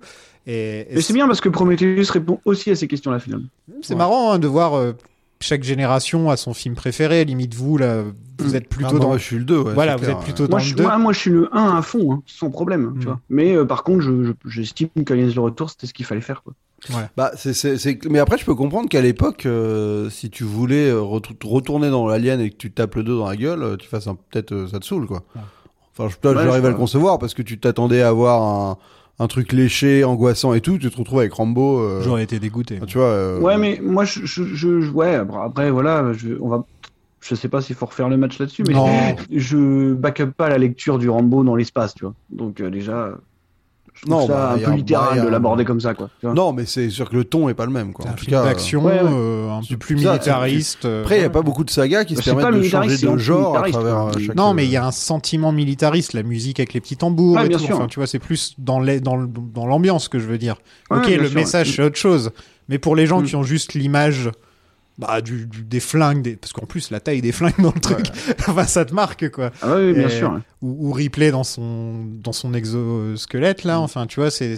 Speaker 8: et, et
Speaker 10: Mais c'est bien parce que Prometheus répond aussi à ces questions-là finalement.
Speaker 8: C'est marrant hein, de voir euh, chaque génération a son film préféré. Limite, vous, là, vous êtes
Speaker 9: ah
Speaker 8: plutôt
Speaker 9: non,
Speaker 8: dans.
Speaker 9: moi, je suis le 2.
Speaker 8: voilà, vous êtes plutôt dans
Speaker 10: Mm. Moi
Speaker 8: le
Speaker 10: je,
Speaker 8: 2.
Speaker 10: moi, moi, je suis le 1 à fond, hein, sans problème.
Speaker 9: Hmm.
Speaker 8: Mm.
Speaker 10: Tu vois. Mais euh, par contre, je- je- j'estime qu'Aliens le retour, c'était ce qu'il fallait faire. Quoi.
Speaker 9: Bah, c'est- c'est- c'est- Mais après, je peux comprendre qu'à l'époque, euh, si tu voulais euh, retou- retourner dans l'alien et que tu te tapes le 2 dans la gueule, euh, tu fasses un... peut-être euh, ça te saoule, quoi.
Speaker 8: Ouais.
Speaker 9: Enfin, je, toi,
Speaker 10: Ouais,
Speaker 9: j'arrive
Speaker 10: je-
Speaker 9: à le concevoir parce que tu t'attendais à avoir un... un truc léché, angoissant et tout. Tu te retrouves avec Rambo. euh,
Speaker 8: J'aurais été dégoûté.
Speaker 9: enfin, Tu vois. euh,
Speaker 10: Ouais, mais moi, je, je, je- je- ouais, après, après, voilà, je, on va, je sais pas s'il faut refaire le match là-dessus, mais
Speaker 8: Non.
Speaker 10: je back up pas la lecture du Rambo dans l'espace, tu vois. Donc euh, déjà, je trouve
Speaker 9: Non,
Speaker 10: ça
Speaker 9: bah,
Speaker 10: un
Speaker 9: y a
Speaker 10: peu
Speaker 9: un-
Speaker 10: littéral
Speaker 9: bah, y a
Speaker 10: de
Speaker 9: un-
Speaker 10: l'aborder comme ça, quoi. tu vois.
Speaker 9: Non, mais c'est sûr que le ton est pas le même, quoi.
Speaker 8: C'est un
Speaker 9: En tout
Speaker 8: film
Speaker 9: cas, euh,
Speaker 8: d'action,
Speaker 10: ouais, ouais.
Speaker 8: euh, un peu plus
Speaker 9: ça,
Speaker 8: militariste. euh,
Speaker 9: Après, il n'y a pas beaucoup de sagas qui
Speaker 10: Bah,
Speaker 9: se
Speaker 10: c'est
Speaker 9: permettent
Speaker 10: pas
Speaker 9: de
Speaker 10: militariste,
Speaker 9: changer
Speaker 10: c'est
Speaker 9: de genre à
Speaker 10: anti-militariste,
Speaker 9: travers
Speaker 10: quoi.
Speaker 9: euh, chaque.
Speaker 8: Non, mais il y a un sentiment militariste, la musique avec les petits tambours.
Speaker 10: Ah,
Speaker 8: et
Speaker 10: bien
Speaker 8: tout.
Speaker 10: sûr.
Speaker 8: Enfin, tu vois, c'est plus dans les- dans le- dans l'ambiance que je veux dire.
Speaker 10: Ouais,
Speaker 8: ok,
Speaker 10: bien
Speaker 8: le
Speaker 10: sûr.
Speaker 8: message,
Speaker 10: Mm.
Speaker 8: c'est autre chose. Mais pour les gens
Speaker 10: Mm.
Speaker 8: qui ont juste l'image bah, du, du- des flingues, des- parce qu'en plus, la taille des flingues dans le truc, enfin, ça te marque, quoi.
Speaker 10: Ah oui, bien
Speaker 8: Et-
Speaker 10: sûr.
Speaker 8: ou, ou Ripley dans son dans son exosquelette
Speaker 10: Mm.
Speaker 8: là enfin tu vois c'est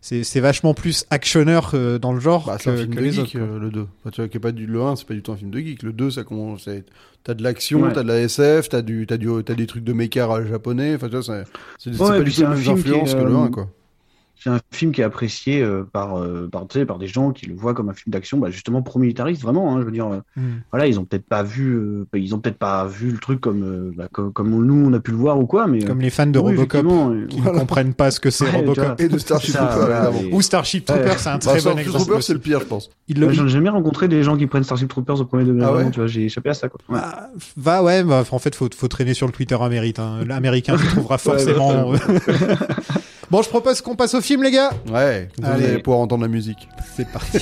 Speaker 8: c'est c'est vachement plus actionneur euh, dans le genre
Speaker 9: Bah, c'est un
Speaker 8: que,
Speaker 9: film
Speaker 8: que
Speaker 9: de
Speaker 8: les
Speaker 9: geek,
Speaker 8: autres quoi.
Speaker 9: euh, le 2. Enfin, tu vois, qui est pas du, le 1, c'est pas du tout un film de geek. Le 2, ça commence. c'est- T'as de l'action,
Speaker 10: Ouais.
Speaker 9: t'as de la SF, t'as du, t'as du, t'as des trucs de mecha euh, japonais. Enfin, tu vois, c'est, c'est, c'est
Speaker 10: Ouais,
Speaker 9: pas
Speaker 10: puis
Speaker 9: du
Speaker 10: c'est
Speaker 9: tout les
Speaker 10: un
Speaker 9: mêmes
Speaker 10: film qui est,
Speaker 9: influences que le
Speaker 10: euh,
Speaker 9: 1, quoi.
Speaker 10: C'est un film qui est apprécié euh, par, euh, par, tu sais, par des gens qui le voient comme un film d'action, bah, justement pro-militariste, vraiment. hein, je veux dire, euh,
Speaker 8: Mm.
Speaker 10: voilà, ils ont peut-être pas vu, euh, ils ont peut-être pas vu le truc comme, euh, bah, comme, comme nous on a pu le voir ou quoi, mais euh,
Speaker 8: comme les fans de
Speaker 10: oui,
Speaker 8: Robocop
Speaker 10: effectivement, euh,
Speaker 8: qui
Speaker 10: voilà.
Speaker 8: ne comprennent pas ce que c'est
Speaker 10: Ouais, tu
Speaker 8: Robocop
Speaker 10: vois.
Speaker 9: Et de Starship
Speaker 10: Ça,
Speaker 9: Trooper,
Speaker 10: voilà,
Speaker 9: évidemment.
Speaker 10: et-
Speaker 8: ou Starship
Speaker 10: Ouais.
Speaker 8: Trooper c'est un
Speaker 9: Bah,
Speaker 8: très bon
Speaker 9: Starship
Speaker 8: exemple
Speaker 9: Trooper,
Speaker 8: aussi.
Speaker 9: c'est le pire, je pense.
Speaker 8: Il
Speaker 10: Ouais,
Speaker 8: le-
Speaker 10: J'en ai jamais rencontré des gens qui prennent Starship Troopers au premier degré.
Speaker 9: Ah ouais
Speaker 10: vraiment, tu vois, j'ai échappé à ça. Quoi. Ouais.
Speaker 8: Ah, va ouais bah, en fait faut faut traîner sur le Twitter américain l'américain tu trouvera forcément euh. bon je propose qu'on passe au film les gars
Speaker 9: Ouais, comme ça, vous
Speaker 8: Allez.
Speaker 9: allez pouvoir entendre la musique.
Speaker 8: c'est parti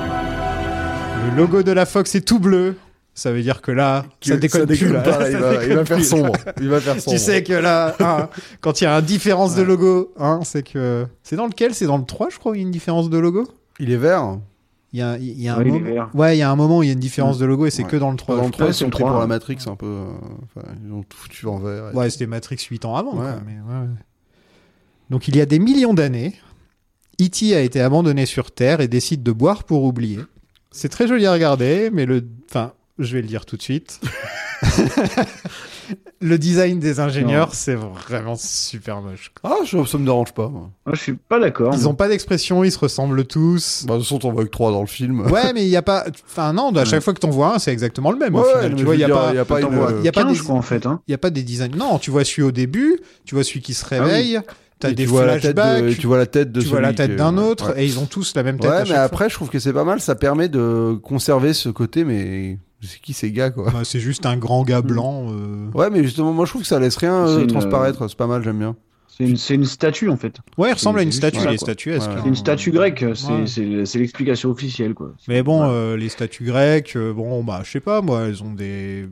Speaker 8: le logo de la Fox est tout bleu ça veut dire que là ça déconne plus là.
Speaker 9: pas, là, il,
Speaker 8: Ça
Speaker 9: va, il va
Speaker 8: déconne
Speaker 9: faire
Speaker 8: plus.
Speaker 9: sombre. Il va faire sombre.
Speaker 8: Tu sais que là, hein, quand il y a une différence de logo, hein, c'est que. C'est dans lequel C'est dans le 3, je crois, où il y a une différence de logo
Speaker 9: Il est vert.
Speaker 8: il y a, il y a un
Speaker 10: Oui, il est
Speaker 8: moment...
Speaker 10: vert.
Speaker 8: Ouais, il y a un moment où il y a une différence de logo et c'est
Speaker 9: Mm. Ouais.
Speaker 8: que dans le 3.
Speaker 9: Dans
Speaker 8: je
Speaker 9: le
Speaker 8: crois.
Speaker 9: 3, ils
Speaker 10: c'est
Speaker 9: sont
Speaker 10: le
Speaker 9: pris
Speaker 10: 3,
Speaker 9: pour la
Speaker 10: hein.
Speaker 9: Matrix, un peu. euh, Enfin, ils ont tout foutu en vert.
Speaker 8: Ouais, c'était Matrix 8 ans avant. quoi,
Speaker 9: Ouais.
Speaker 8: mais ouais, ouais. Donc il y a des millions d'années, E.T. a été abandonné sur Terre et décide de boire pour oublier. C'est très joli à regarder, mais le. Enfin, je vais le dire tout de suite. le design des ingénieurs, c'est vraiment super moche.
Speaker 9: Ah, je- ça me dérange pas. moi.
Speaker 10: Moi, je suis pas d'accord.
Speaker 8: Ils
Speaker 10: moi.
Speaker 8: n'ont pas d'expression, ils se ressemblent tous.
Speaker 9: Bah, de toute façon, t'en vois que 3 dans le film.
Speaker 8: Ouais, mais il y a pas. Enfin, non, à chaque fois que t'en vois un, c'est exactement le même. au
Speaker 9: Ouais,
Speaker 8: final.
Speaker 9: mais
Speaker 8: tu
Speaker 9: je
Speaker 8: vois,
Speaker 9: veux
Speaker 8: il y a
Speaker 9: dire,
Speaker 8: pas. euh,
Speaker 9: y a pas
Speaker 10: T'en
Speaker 9: une-
Speaker 10: vois
Speaker 8: Il y a pas
Speaker 10: 15,
Speaker 8: des-
Speaker 10: quoi, en fait. Hein.
Speaker 8: Il y a pas des designs. Non, tu vois celui au début, tu vois celui qui se
Speaker 9: Ah
Speaker 10: oui.
Speaker 8: réveille, t'as
Speaker 9: Et
Speaker 8: des
Speaker 9: tu vois la tête de-
Speaker 8: flashbacks,
Speaker 9: tu vois la tête de
Speaker 8: tu vois
Speaker 9: celui
Speaker 8: la tête
Speaker 9: qui-
Speaker 8: d'un autre,
Speaker 9: Ouais.
Speaker 8: et ils ont tous la même tête. à
Speaker 9: Ouais, mais
Speaker 8: chaque
Speaker 9: après, je trouve que c'est pas mal. Ça permet de conserver ce côté, mais c'est qui ces gars, quoi
Speaker 8: fois. Bah, c'est juste un grand gars blanc. euh.
Speaker 9: Ouais, mais justement, moi, je trouve que ça laisse rien
Speaker 10: C'est
Speaker 9: euh,
Speaker 10: une,
Speaker 9: transparaître. C'est pas mal, j'aime bien.
Speaker 10: C'est une, c'est une statue, en fait.
Speaker 8: Ouais, il ressemble à une
Speaker 10: c'est
Speaker 8: statue.
Speaker 10: juste ça,
Speaker 8: Il est
Speaker 10: quoi.
Speaker 8: statuesque.
Speaker 9: Ouais.
Speaker 8: hein.
Speaker 10: C'est une statue grecque.
Speaker 8: Ouais.
Speaker 10: C'est c'est- c'est l'explication officielle. quoi.
Speaker 8: Mais bon,
Speaker 10: Ouais.
Speaker 8: euh, les statues grecques, euh, bon, bah, je sais pas, moi, elles ont des,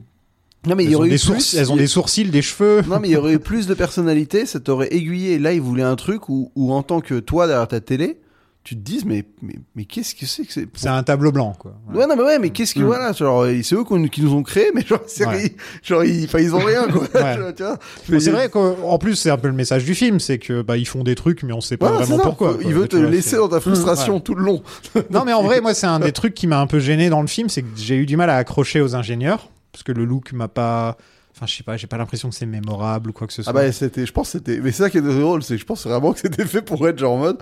Speaker 9: Non, mais
Speaker 8: elles ont des, sourci- elles ont des sourcils, des cheveux.
Speaker 9: Non, mais il y aurait eu plus de personnalité, ça t'aurait aiguillé. Là, ils voulaient un truc où, où, en tant que toi, derrière ta télé, tu te dises, mais, mais, mais qu'est-ce que c'est que c'est
Speaker 8: C'est un tableau blanc, quoi.
Speaker 9: Ouais, non, mais ouais, mais qu'est-ce que,
Speaker 10: Mm.
Speaker 9: voilà, genre, euh, c'est eux qu'on- qui nous ont créés, mais genre, c'est
Speaker 8: Ouais.
Speaker 9: genre, ils, enfin, ils ont rien, quoi.
Speaker 8: Ouais.
Speaker 9: tu vois
Speaker 8: Bon, c'est vrai qu'en plus, c'est un peu le message du film, c'est que bah, ils font des trucs, mais on sait pas
Speaker 9: Voilà, c'est
Speaker 8: vraiment
Speaker 9: ça.
Speaker 8: pourquoi. quoi.
Speaker 9: Il veut
Speaker 8: Tu
Speaker 9: te
Speaker 8: vois,
Speaker 9: laisser
Speaker 8: c'est-
Speaker 9: dans ta frustration tout le long.
Speaker 8: Non, mais en vrai, moi, c'est un des trucs qui m'a un peu gêné dans le film, c'est que j'ai eu du mal à accrocher aux ingénieurs. parce que le look m'a pas. Enfin, je sais pas, j'ai pas l'impression que c'est mémorable ou quoi que ce soit.
Speaker 9: Ah bah c'était, je pense que c'était, mais c'est ça qui est drôle, c'est que je pense vraiment que c'était fait pour être genre en mode,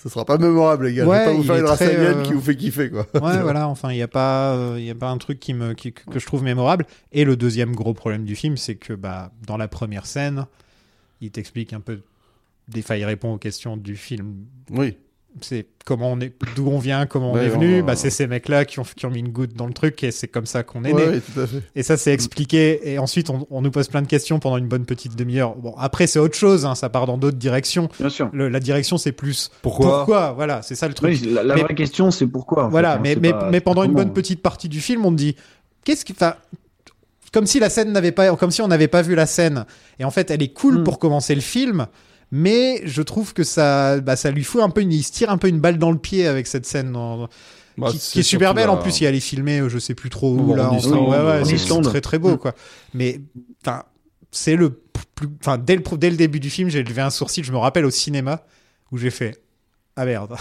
Speaker 9: ce sera pas mémorable les gars,
Speaker 8: Ouais,
Speaker 9: je vais pas vous
Speaker 8: il
Speaker 9: faire
Speaker 8: est
Speaker 9: une
Speaker 8: très,
Speaker 9: rassanienne
Speaker 8: euh,
Speaker 9: qui vous fait kiffer quoi.
Speaker 8: Ouais, voilà, enfin, il n'y a, pas, euh, il y a pas un truc qui me, qui- que je trouve mémorable. Et le deuxième gros problème du film, c'est que bah, dans la première scène, il t'explique un peu. Des fois, il répond aux questions du film.
Speaker 9: Oui.
Speaker 8: C'est comment on est, d'où on vient, comment on
Speaker 9: Ouais,
Speaker 8: est venu.
Speaker 9: on-
Speaker 8: Bah, c'est ces mecs-là qui ont, qui ont mis une goutte dans le truc et c'est comme ça qu'on est
Speaker 9: Ouais,
Speaker 8: né.
Speaker 9: ouais, tout à fait.
Speaker 8: Et ça, c'est expliqué. Et ensuite, on, on nous pose plein de questions pendant une bonne petite demi-heure. Bon, après, c'est autre chose. hein, ça part dans d'autres directions.
Speaker 10: Bien sûr.
Speaker 8: Le- la direction, c'est plus.
Speaker 2: Pourquoi
Speaker 8: Voilà, c'est ça le truc.
Speaker 10: Oui, la la
Speaker 8: Mais-
Speaker 10: vraie question, c'est pourquoi. en fait,
Speaker 8: voilà,
Speaker 10: hein,
Speaker 8: mais,
Speaker 10: c'est
Speaker 8: mais,
Speaker 10: pas-
Speaker 8: mais pendant une
Speaker 10: comment,
Speaker 8: bonne
Speaker 10: euh.
Speaker 8: petite partie du film, on te dit qu'est-ce qui. Enfin, comme si la scène n'avait pas. Comme si on n'avait pas vu la scène. Et en fait, elle est cool
Speaker 10: Mm.
Speaker 8: pour commencer le film. Mais je trouve que ça, bah, ça lui fout un peu une, il se tire un peu une balle dans le pied avec cette scène dans-
Speaker 2: Bah,
Speaker 8: qui,
Speaker 2: c'est
Speaker 8: qui est super
Speaker 2: surtout
Speaker 8: belle en
Speaker 2: la-
Speaker 8: plus. Il allait filmer, euh, je sais plus trop où
Speaker 2: Ou en
Speaker 8: là. en-
Speaker 2: Islande,
Speaker 8: ouais, ouais,
Speaker 2: ou en
Speaker 8: c'est- c'est
Speaker 10: Islande.
Speaker 8: très très beau
Speaker 10: Mm.
Speaker 8: quoi. Mais enfin, c'est le p- plus. Enfin, dès le pr- dès le début du film, j'ai levé un sourcil. Je me rappelle au cinéma où j'ai fait ah merde.